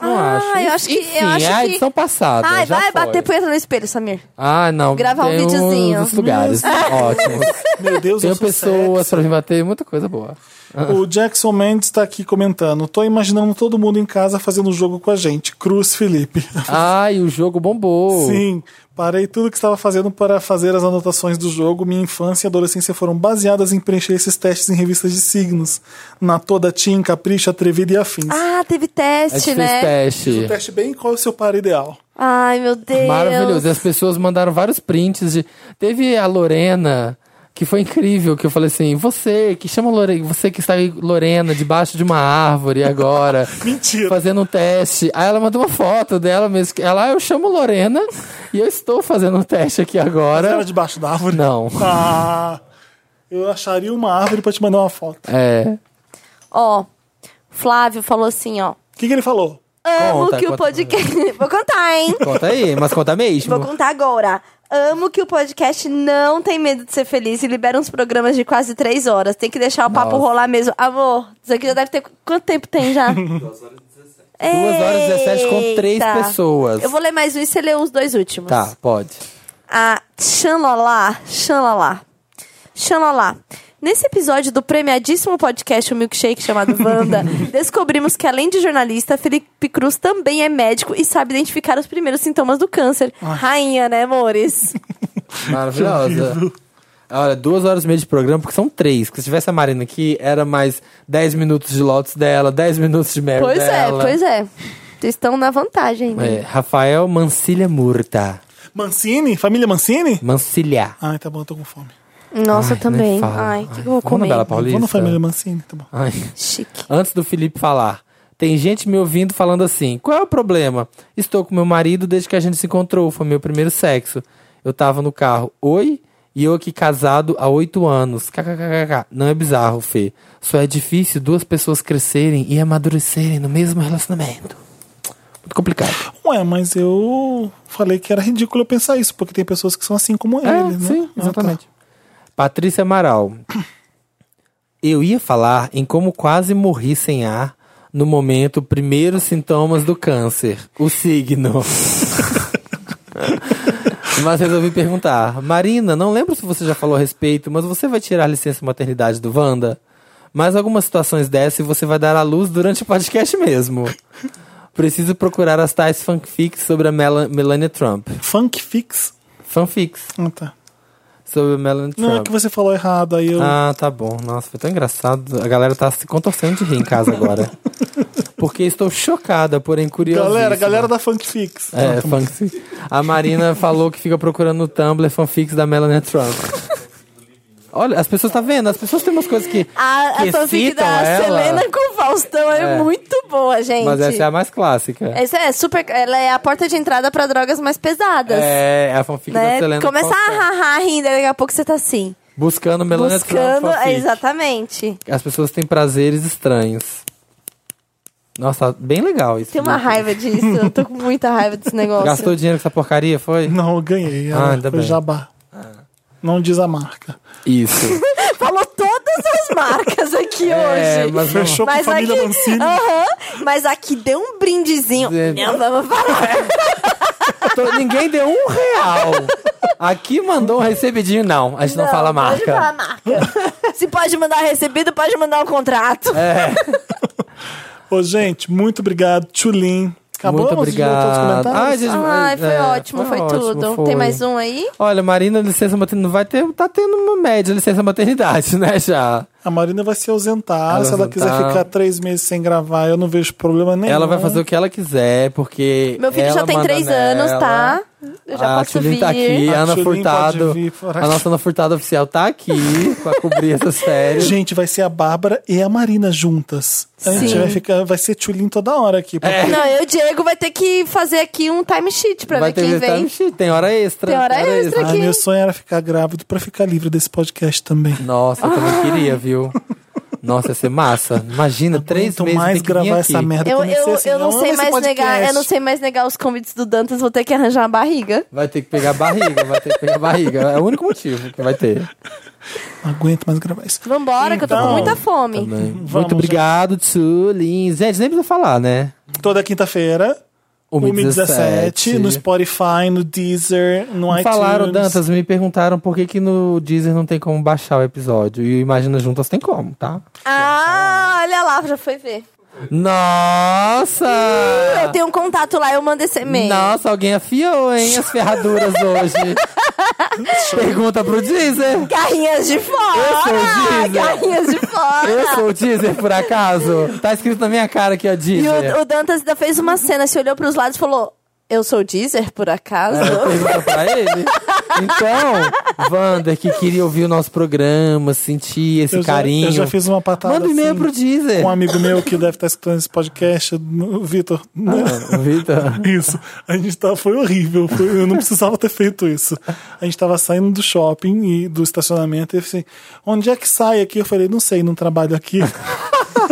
Speaker 4: Não
Speaker 5: Ah,
Speaker 4: acho.
Speaker 5: eu acho que- eu
Speaker 4: Enfim,
Speaker 5: acho
Speaker 4: é a
Speaker 5: que-
Speaker 4: edição passada.
Speaker 5: Ai,
Speaker 4: já
Speaker 5: vai
Speaker 4: foi.
Speaker 5: bater punheta no espelho, Samir.
Speaker 4: Ah, não.
Speaker 5: Gravar um
Speaker 4: tem uns
Speaker 5: videozinho.
Speaker 4: lugares ótimos.
Speaker 1: Meu Deus, eu
Speaker 4: Tem
Speaker 1: sou
Speaker 4: pessoas
Speaker 1: sexy.
Speaker 4: pra me bater, muita coisa boa.
Speaker 1: O Jackson Mendes tá aqui comentando. Tô imaginando todo mundo em casa fazendo jogo com a gente. Cruz Felipe.
Speaker 4: Ai, o jogo bombou.
Speaker 1: Sim, parei tudo que estava fazendo para fazer as anotações do jogo. Minha infância e adolescência foram baseadas em preencher esses testes em revistas de signos. Na toda Tim, Capricho, Atrevida e afins.
Speaker 5: Ah, teve
Speaker 4: A gente
Speaker 5: teste,
Speaker 4: fez
Speaker 5: né?
Speaker 4: teste.
Speaker 1: Um teste bem qual é o seu par ideal.
Speaker 5: Ai, meu Deus.
Speaker 4: Maravilhoso. E as pessoas mandaram vários prints de. Teve a Lorena, que foi incrível, que eu falei assim: você que chama Lorena, você que está aí, Lorena, debaixo de uma árvore agora.
Speaker 1: Mentira.
Speaker 4: Fazendo um teste. Aí ela mandou uma foto dela mesmo. que Ela, "Ah, eu chamo Lorena e eu estou fazendo um teste aqui agora.
Speaker 1: Era debaixo da árvore?
Speaker 4: Não.
Speaker 1: Ah, eu acharia uma árvore para te mandar uma foto.
Speaker 4: É.
Speaker 5: Ó, Flávio falou assim, ó.
Speaker 1: O que, que ele falou?
Speaker 5: Amo
Speaker 4: Conta,
Speaker 5: que o
Speaker 4: conta.
Speaker 5: podcast... Vou contar, hein?
Speaker 4: Conta aí, mas conta mesmo.
Speaker 5: Vou contar agora. Amo que o podcast não tem medo de ser feliz e libera uns programas de quase três horas. Tem que deixar o papo
Speaker 4: Nossa.
Speaker 5: rolar mesmo. Amor, isso aqui já deve ter. Quanto tempo tem já? 2
Speaker 4: horas e 17 com três pessoas.
Speaker 5: Eu vou ler mais um e você lê os dois últimos.
Speaker 4: Tá, pode.
Speaker 5: A Xanlalá, Xanlalá. Xanlalá. Nesse episódio do premiadíssimo podcast O Milkshake, chamado Wanda, descobrimos que, além de jornalista, Felipe Cruz também é médico e sabe identificar os primeiros sintomas do câncer.
Speaker 4: Ah.
Speaker 5: Rainha, né, amores?
Speaker 4: Maravilhosa. Olha, duas horas e meia de programa, porque são três. Porque se tivesse a Marina aqui, era mais dez minutos de Lotus dela, dez minutos de Mary
Speaker 5: pois
Speaker 4: dela. É,
Speaker 5: é, pois é. Vocês estão na vantagem ainda.
Speaker 4: Rafael Mancilha Murta.
Speaker 1: Mancini? Família Mancini?
Speaker 4: Mancilha.
Speaker 1: Ai, tá bom, tô com fome.
Speaker 4: É.
Speaker 5: Nossa, eu
Speaker 4: Ai,
Speaker 5: também.
Speaker 4: nem fala.
Speaker 5: Ai, o que, que eu vou
Speaker 4: Vamos na
Speaker 5: comer?
Speaker 1: Vou
Speaker 4: Bela
Speaker 1: na
Speaker 4: Paulista.
Speaker 1: família Mancini, tá bom.
Speaker 4: Ai.
Speaker 5: Chique.
Speaker 4: Antes do Felipe falar, Tem gente me ouvindo falando assim: qual é o problema? Estou com meu marido desde que a gente se encontrou, foi meu primeiro sexo. Eu tava no carro, oi? E eu aqui casado há oito anos. KKKK. Não é bizarro, Fê. Só é difícil duas pessoas crescerem e amadurecerem no mesmo relacionamento. Muito complicado.
Speaker 1: Ué, mas eu falei que era ridículo eu pensar isso, porque tem pessoas que são assim como
Speaker 4: É,
Speaker 1: ele, né?
Speaker 4: Sim,
Speaker 1: Ah,
Speaker 4: exatamente. Patrícia Amaral. Eu ia falar em como quase morri sem ar no momento primeiros sintomas do câncer, o signo. mas resolvi perguntar. Marina, não lembro se você já falou a respeito, mas você vai tirar a licença maternidade do Wanda? Mas algumas situações dessas e você vai dar à luz durante o podcast mesmo. Preciso procurar as tais fanfics sobre a Mela- Melania Trump.
Speaker 1: tá. Funk Fix?
Speaker 4: Fanfics
Speaker 1: Ah, tá.
Speaker 4: sobre a Melania Trump.
Speaker 1: Não, é que você falou errado, aí eu.
Speaker 4: Ah, tá bom. Nossa, foi tão engraçado. A galera tá se contorcendo de rir em casa agora. Porque estou chocada, porém curiosa.
Speaker 1: galera, galera da Funk Fix.
Speaker 4: É, fanfic. A Marina falou que fica procurando no Tumblr fanfics da Melanie Trump. Olha, as pessoas tá vendo, as pessoas têm umas coisas que.
Speaker 5: A,
Speaker 4: que
Speaker 5: a fanfic
Speaker 4: excitam
Speaker 5: da
Speaker 4: ela,
Speaker 5: Selena com o Faustão é,
Speaker 4: É.
Speaker 5: muito boa, gente.
Speaker 4: Mas essa é a mais clássica.
Speaker 5: Essa é super. Ela é a porta de entrada pra drogas mais pesadas.
Speaker 4: É, é a fanfic da
Speaker 5: Né?
Speaker 4: Selena.
Speaker 5: Começa a
Speaker 4: Faustão.
Speaker 5: rarrar rindo, daqui a pouco você tá assim.
Speaker 4: Buscando Melania
Speaker 5: buscando.
Speaker 4: Trump.
Speaker 5: é,
Speaker 4: fanfic.
Speaker 5: exatamente.
Speaker 4: As pessoas têm prazeres estranhos. Nossa, bem legal isso.
Speaker 5: Tem uma
Speaker 4: né?
Speaker 5: raiva disso. Eu tô com muita raiva desse negócio.
Speaker 4: Gastou dinheiro com essa porcaria, foi?
Speaker 1: Não, eu ganhei.
Speaker 4: Ah,
Speaker 1: Ah,
Speaker 4: ainda
Speaker 1: foi
Speaker 4: bem. Ah.
Speaker 1: jabá. Não diz a marca.
Speaker 4: Isso.
Speaker 5: Falou todas as marcas aqui
Speaker 4: É,
Speaker 5: hoje.
Speaker 4: mas
Speaker 1: Fechou com a família
Speaker 5: aqui,
Speaker 1: Mancini.
Speaker 5: Aham, mas aqui deu um brindezinho.
Speaker 4: É.
Speaker 5: Não vamos falar.
Speaker 4: Tô- ninguém deu um real. Aqui mandou um recebidinho, não. A gente não, fala
Speaker 5: Pode falar
Speaker 4: marca.
Speaker 5: marca. Se pode mandar recebido, pode mandar um contrato.
Speaker 4: É.
Speaker 1: Ô, gente, muito obrigado. Tchulin. Acabou
Speaker 4: Muito
Speaker 1: vamos de ler todos os
Speaker 4: obrigado.
Speaker 1: comentários?
Speaker 4: Ah, gente,
Speaker 5: Ai, foi
Speaker 4: é,
Speaker 5: ótimo, foi,
Speaker 4: ótimo,
Speaker 5: tudo.
Speaker 4: foi.
Speaker 5: Tem mais um aí?
Speaker 4: Olha, Marina, licença maternidade. Vai ter, tá tendo uma média licença maternidade, né? Já.
Speaker 1: A Marina vai se ausentar.
Speaker 4: Ela
Speaker 1: Se ela
Speaker 4: ausentar.
Speaker 1: quiser ficar três meses sem gravar, eu não vejo problema nenhum.
Speaker 4: Ela vai fazer o que ela quiser, porque.
Speaker 5: Meu filho já
Speaker 4: ela
Speaker 5: tem
Speaker 4: manda
Speaker 5: três
Speaker 4: nela.
Speaker 5: anos, tá? Eu já
Speaker 4: a
Speaker 5: posso
Speaker 4: Tulin
Speaker 5: vir.
Speaker 4: tá aqui,
Speaker 1: A
Speaker 4: a Ana
Speaker 1: Tulin Ah, pode
Speaker 4: Furtado.
Speaker 1: vir para
Speaker 4: A nossa Ana Furtado oficial tá aqui pra cobrir essas férias.
Speaker 1: Gente, vai ser a Bárbara e a Marina juntas. A gente
Speaker 5: Sim.
Speaker 1: vai ficar, vai ser tchulin toda hora
Speaker 4: É.
Speaker 1: aqui. porque
Speaker 5: Não, eu, Diego, vai ter que fazer aqui um time sheet pra
Speaker 4: Vai
Speaker 5: ver quem
Speaker 4: ter
Speaker 5: vem.
Speaker 4: time- Tem hora extra.
Speaker 5: Tem hora extra
Speaker 1: Ah,
Speaker 5: aqui.
Speaker 1: meu sonho era ficar grávido pra ficar livre desse podcast também.
Speaker 4: Nossa, eu também queria, viu? Nossa, ia ser massa. Imagina, três
Speaker 1: Muito
Speaker 4: meses
Speaker 1: mais
Speaker 4: tem que vir
Speaker 1: gravar
Speaker 4: aqui.
Speaker 1: essa merda.
Speaker 5: Eu,
Speaker 1: comecei
Speaker 5: eu,
Speaker 1: assim,
Speaker 5: eu não
Speaker 1: amo
Speaker 5: sei
Speaker 1: esse
Speaker 5: mais negar,
Speaker 1: podcast.
Speaker 5: eu não sei mais negar os convites do Dantas, vou ter que arranjar uma barriga.
Speaker 4: Vai ter que pegar a barriga, vai ter que pegar a barriga. É o único motivo que vai ter.
Speaker 1: Não aguento mais gravar isso.
Speaker 5: Vambora, que eu tô com
Speaker 1: Então,
Speaker 5: muita fome.
Speaker 4: Muito obrigado, Tsulin. Gente, nem precisa falar, né?
Speaker 1: Toda quinta-feira, 1h17, no Spotify, no Deezer, no iTunes.
Speaker 4: Falaram, Dantas, me perguntaram por que, que no Deezer não tem como baixar o episódio. E o Imagina Juntas tem como, tá?
Speaker 5: Ah, olha lá, já foi ver. Eu
Speaker 1: Ah.
Speaker 4: Nossa!
Speaker 5: tenho um contato lá, eu mando esse e-mail.
Speaker 4: Nossa, alguém afiou, hein, as ferraduras hoje. Pergunta pro Deezer.
Speaker 5: Garrinhas de
Speaker 1: é
Speaker 5: fora!
Speaker 1: né?
Speaker 4: Deezer.
Speaker 5: Garrinhas de fora!
Speaker 4: Eu sou o Deezer, por acaso? Tá escrito na minha cara aqui, ó,
Speaker 5: E
Speaker 4: Deezer.
Speaker 1: né?
Speaker 5: o, o Dantas ainda fez uma cena, se olhou pros lados e falou: Eu sou o Deezer, por acaso?
Speaker 1: É.
Speaker 4: Ela pergunta pra ele. Então, Wander, que queria ouvir o nosso programa, sentir esse
Speaker 1: Eu já-
Speaker 4: carinho.
Speaker 1: eu já fiz uma patada
Speaker 4: Manda um e-mail
Speaker 1: assim,
Speaker 4: pro Deezer.
Speaker 1: Um amigo meu que deve estar escutando esse podcast, o Vitor.
Speaker 4: Mano, Vitor.
Speaker 1: Isso. A gente tava, foi horrível. foi- eu não precisava ter feito isso. A gente tava saindo do shopping e do estacionamento e eu falei assim, onde é que sai aqui? Eu falei, não sei, não trabalho aqui.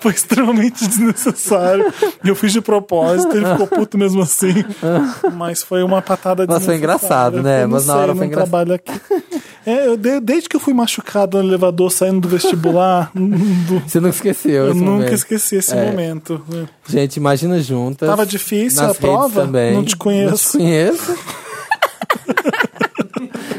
Speaker 1: Foi extremamente desnecessário. E Eu fiz de propósito, ele ficou puto mesmo assim. Mas foi uma patada
Speaker 4: Mas foi
Speaker 1: desnecessária.
Speaker 4: engraçado,
Speaker 1: Eu
Speaker 4: né?
Speaker 1: falei, não
Speaker 4: Mas na
Speaker 1: sei,
Speaker 4: hora
Speaker 1: eu
Speaker 4: foi
Speaker 1: não trabalho aqui. É, eu de- desde que eu fui machucado no elevador saindo do vestibular, do-
Speaker 4: Você nunca esqueceu
Speaker 1: eu
Speaker 4: esse
Speaker 1: nunca
Speaker 4: momento. É.
Speaker 1: esqueci esse momento. né?
Speaker 4: Gente, imagina juntas.
Speaker 1: Tava difícil
Speaker 4: nas
Speaker 1: a
Speaker 4: redes
Speaker 1: prova?
Speaker 4: Também.
Speaker 1: Não te conheço.
Speaker 4: Não te conheço.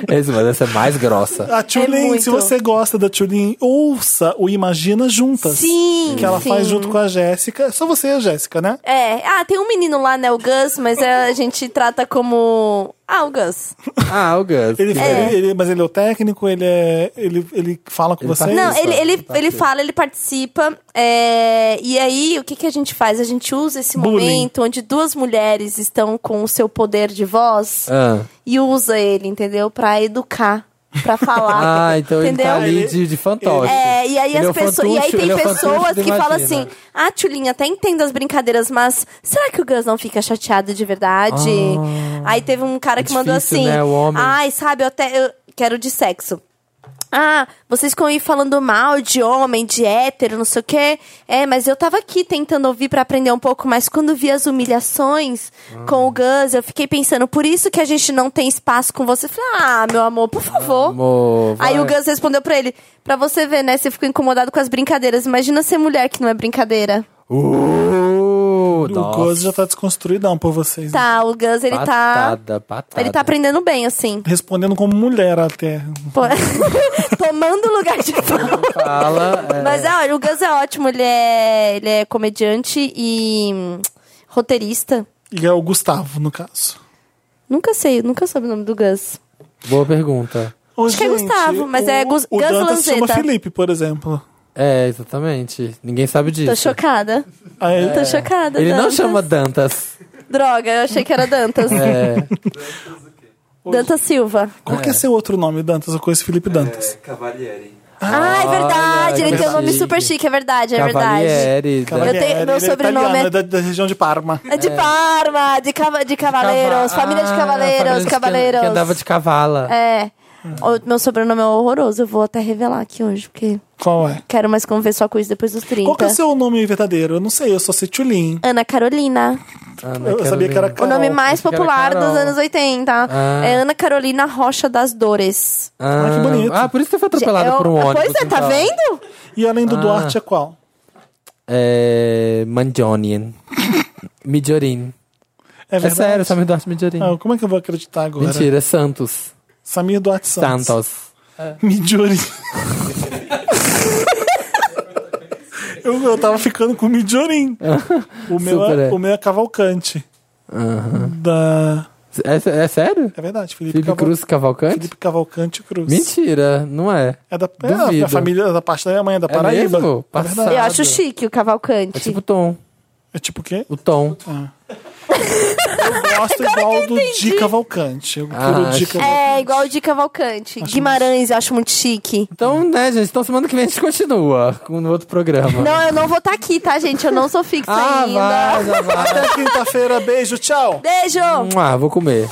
Speaker 4: Esse, mas essa é mais grossa.
Speaker 1: A Tulin,
Speaker 5: muito.
Speaker 1: se você gosta da Tulin, ouça o Imagina Juntas.
Speaker 5: Sim!
Speaker 1: Que ela
Speaker 5: sim.
Speaker 1: faz junto com a Jéssica. Só você e a Jéssica, né?
Speaker 5: É, ah, tem um menino lá, né, o Gus, mas é- a gente trata como. Ah, o Gus.
Speaker 4: Ah, o Gus.
Speaker 1: Ele,
Speaker 4: que-
Speaker 1: ele- ele- mas ele é o técnico, ele é. Ele, ele fala com
Speaker 4: Ele
Speaker 1: vocês.
Speaker 5: Não, é-
Speaker 4: isso,
Speaker 5: ele,
Speaker 4: ó,
Speaker 5: ele,
Speaker 4: tá
Speaker 5: ele
Speaker 4: aqui.
Speaker 5: fala, ele participa. é, e aí, o que, que a gente faz? A gente usa esse
Speaker 1: Bullying.
Speaker 5: momento onde duas mulheres estão com o seu poder de voz
Speaker 4: Ah,
Speaker 5: e usa ele, entendeu? Pra educar pra falar.
Speaker 4: Ah, então ele
Speaker 5: entendeu?
Speaker 4: tá ali de, de fantoche.
Speaker 5: É, e aí
Speaker 4: Ele é
Speaker 5: as
Speaker 4: o
Speaker 5: pessoas. E aí
Speaker 4: fantuche-
Speaker 5: tem
Speaker 4: ele é o
Speaker 5: pessoas
Speaker 4: fantuche do
Speaker 5: que falam
Speaker 4: Imagina.
Speaker 5: assim: Ah, Tchulinha, até entendo as brincadeiras, mas será que o Gus não fica chateado de verdade? aí teve um cara
Speaker 4: É
Speaker 5: que mandou
Speaker 4: difícil,
Speaker 5: assim:
Speaker 4: né, o homem.
Speaker 5: Ai, sabe, eu até. Eu quero de sexo. Ah, vocês ficam aí falando mal de homem, de hétero, não sei o quê. É, mas eu tava aqui tentando ouvir pra aprender um pouco, mas quando vi as humilhações
Speaker 4: Ah.
Speaker 5: com o Gus, eu fiquei pensando, por isso que a gente não tem espaço com você. Eu Falei, ah, meu amor, por favor.
Speaker 4: Amor, vai.
Speaker 5: Aí o Gus respondeu pra ele: Pra você ver, né? Você ficou incomodado com as brincadeiras. Imagina ser mulher que não é brincadeira.
Speaker 4: Uh,
Speaker 1: O Gozo já tá desconstruidão por vocês. né?
Speaker 5: Tá, o Gus, ele tá.
Speaker 4: patada, patada.
Speaker 5: Ele tá aprendendo bem, assim.
Speaker 1: Respondendo como mulher até.
Speaker 5: Pô, Tomando o lugar de Paulo.
Speaker 4: Fala, é,
Speaker 5: Mas é, o Gus é ótimo, ele é, ele é comediante e hum, roteirista.
Speaker 1: E é o Gustavo, no caso.
Speaker 5: Nunca sei, nunca soube o nome do Gus.
Speaker 4: boa pergunta.
Speaker 1: Ô,
Speaker 5: Acho que é Gustavo, mas é Gus-
Speaker 1: O
Speaker 5: Gus
Speaker 1: Dantas se chama
Speaker 5: Lanzetta.
Speaker 1: Felipe, por exemplo.
Speaker 4: É, exatamente. Ninguém sabe disso.
Speaker 5: Tô chocada.
Speaker 1: Aí, então,
Speaker 5: Tô chocada.
Speaker 4: É. Ele não
Speaker 5: Dantas.
Speaker 4: chama Dantas.
Speaker 5: Droga, eu achei que era Dantas.
Speaker 4: É,
Speaker 5: Dantas Silva.
Speaker 1: Qual que é seu outro nome, Dantas? Eu conheço Felipe Dantas.
Speaker 7: Cavalieri.
Speaker 5: Ah, é verdade.
Speaker 4: olha,
Speaker 5: ele
Speaker 4: que
Speaker 5: tem um nome
Speaker 4: chique.
Speaker 5: super chique, é verdade, é verdade.
Speaker 4: Cavalieri. Dan-
Speaker 5: tenho-
Speaker 1: Cavalieri,
Speaker 5: meu
Speaker 1: ele
Speaker 5: sobrenome
Speaker 1: italiano,
Speaker 5: é-
Speaker 1: é da, da região de Parma.
Speaker 5: É de Parma, de, cava, de cavaleiros,
Speaker 4: Cava-
Speaker 5: família de
Speaker 4: Ah,
Speaker 5: cavaleiros,
Speaker 4: família de
Speaker 5: cavaleiros.
Speaker 4: Que, que andava de cavala.
Speaker 5: É. O meu sobrenome é horroroso, eu vou até revelar aqui hoje, porque
Speaker 1: Qual é?
Speaker 5: quero mais conversar com isso depois dos 30.
Speaker 1: Qual que é o seu nome verdadeiro? Eu não sei, eu só sei Tchulin.
Speaker 5: Ana Carolina.
Speaker 4: Ana
Speaker 1: Eu sabia que era
Speaker 5: O
Speaker 1: Carol.
Speaker 5: nome mais
Speaker 4: achei que era
Speaker 5: popular dos
Speaker 4: Carol.
Speaker 5: anos 80.
Speaker 4: Ah.
Speaker 5: É Ana Carolina Rocha das Dores.
Speaker 4: Ah,
Speaker 1: Ah, que bonito.
Speaker 4: Ah, por isso que foi atropelada
Speaker 5: Eu-
Speaker 4: por um
Speaker 5: Ah,
Speaker 4: ônibus.
Speaker 5: Pois é, tá
Speaker 4: então.
Speaker 5: vendo?
Speaker 1: E além do Duarte é qual?
Speaker 4: É... Mandionian. Midiorin.
Speaker 1: É
Speaker 4: É
Speaker 1: verdade.
Speaker 4: sério, Samir Duarte Midiorin.
Speaker 1: Ah, como é que eu vou acreditar agora?
Speaker 4: Mentira, é Santos.
Speaker 1: Samir Duarte Santos. É.
Speaker 4: Santos.
Speaker 1: Midori. eu, eu tava ficando com o Mijorin. O meu,
Speaker 4: Super,
Speaker 1: é,
Speaker 4: é.
Speaker 1: o meu é Cavalcante.
Speaker 4: Aham.
Speaker 1: Da...
Speaker 4: É, é sério?
Speaker 1: É verdade, Felipe,
Speaker 4: Felipe
Speaker 1: Caval...
Speaker 4: Cruz Cavalcante?
Speaker 1: Felipe Cavalcante Cruz.
Speaker 4: Mentira, não é.
Speaker 1: É da é da-
Speaker 4: Duvido.
Speaker 1: da família da parte da minha mãe, é da
Speaker 4: É
Speaker 1: Paraíba.
Speaker 4: mesmo?
Speaker 1: É verdade.
Speaker 5: Eu
Speaker 4: Nada.
Speaker 5: acho chique o
Speaker 4: É
Speaker 5: Cavalcante.
Speaker 4: tipo Tom.
Speaker 1: É tipo o quê?
Speaker 4: O Tom.
Speaker 1: Eu gosto igual do Di Cavalcante. Eu
Speaker 4: Ah,
Speaker 1: procuro o Di
Speaker 4: acho-
Speaker 1: Cavalcante.
Speaker 5: É, igual o de Cavalcante. Guimarães, eu acho muito chique.
Speaker 4: Então, né, gente? Então semana que vem a gente continua com o outro programa.
Speaker 5: Não, eu não vou estar aqui, tá, gente? Eu não sou fixa
Speaker 4: ah,
Speaker 5: ainda.
Speaker 4: vai, já vai.
Speaker 1: Até quinta-feira, beijo, tchau!
Speaker 5: Beijo!
Speaker 4: Ah, vou comer.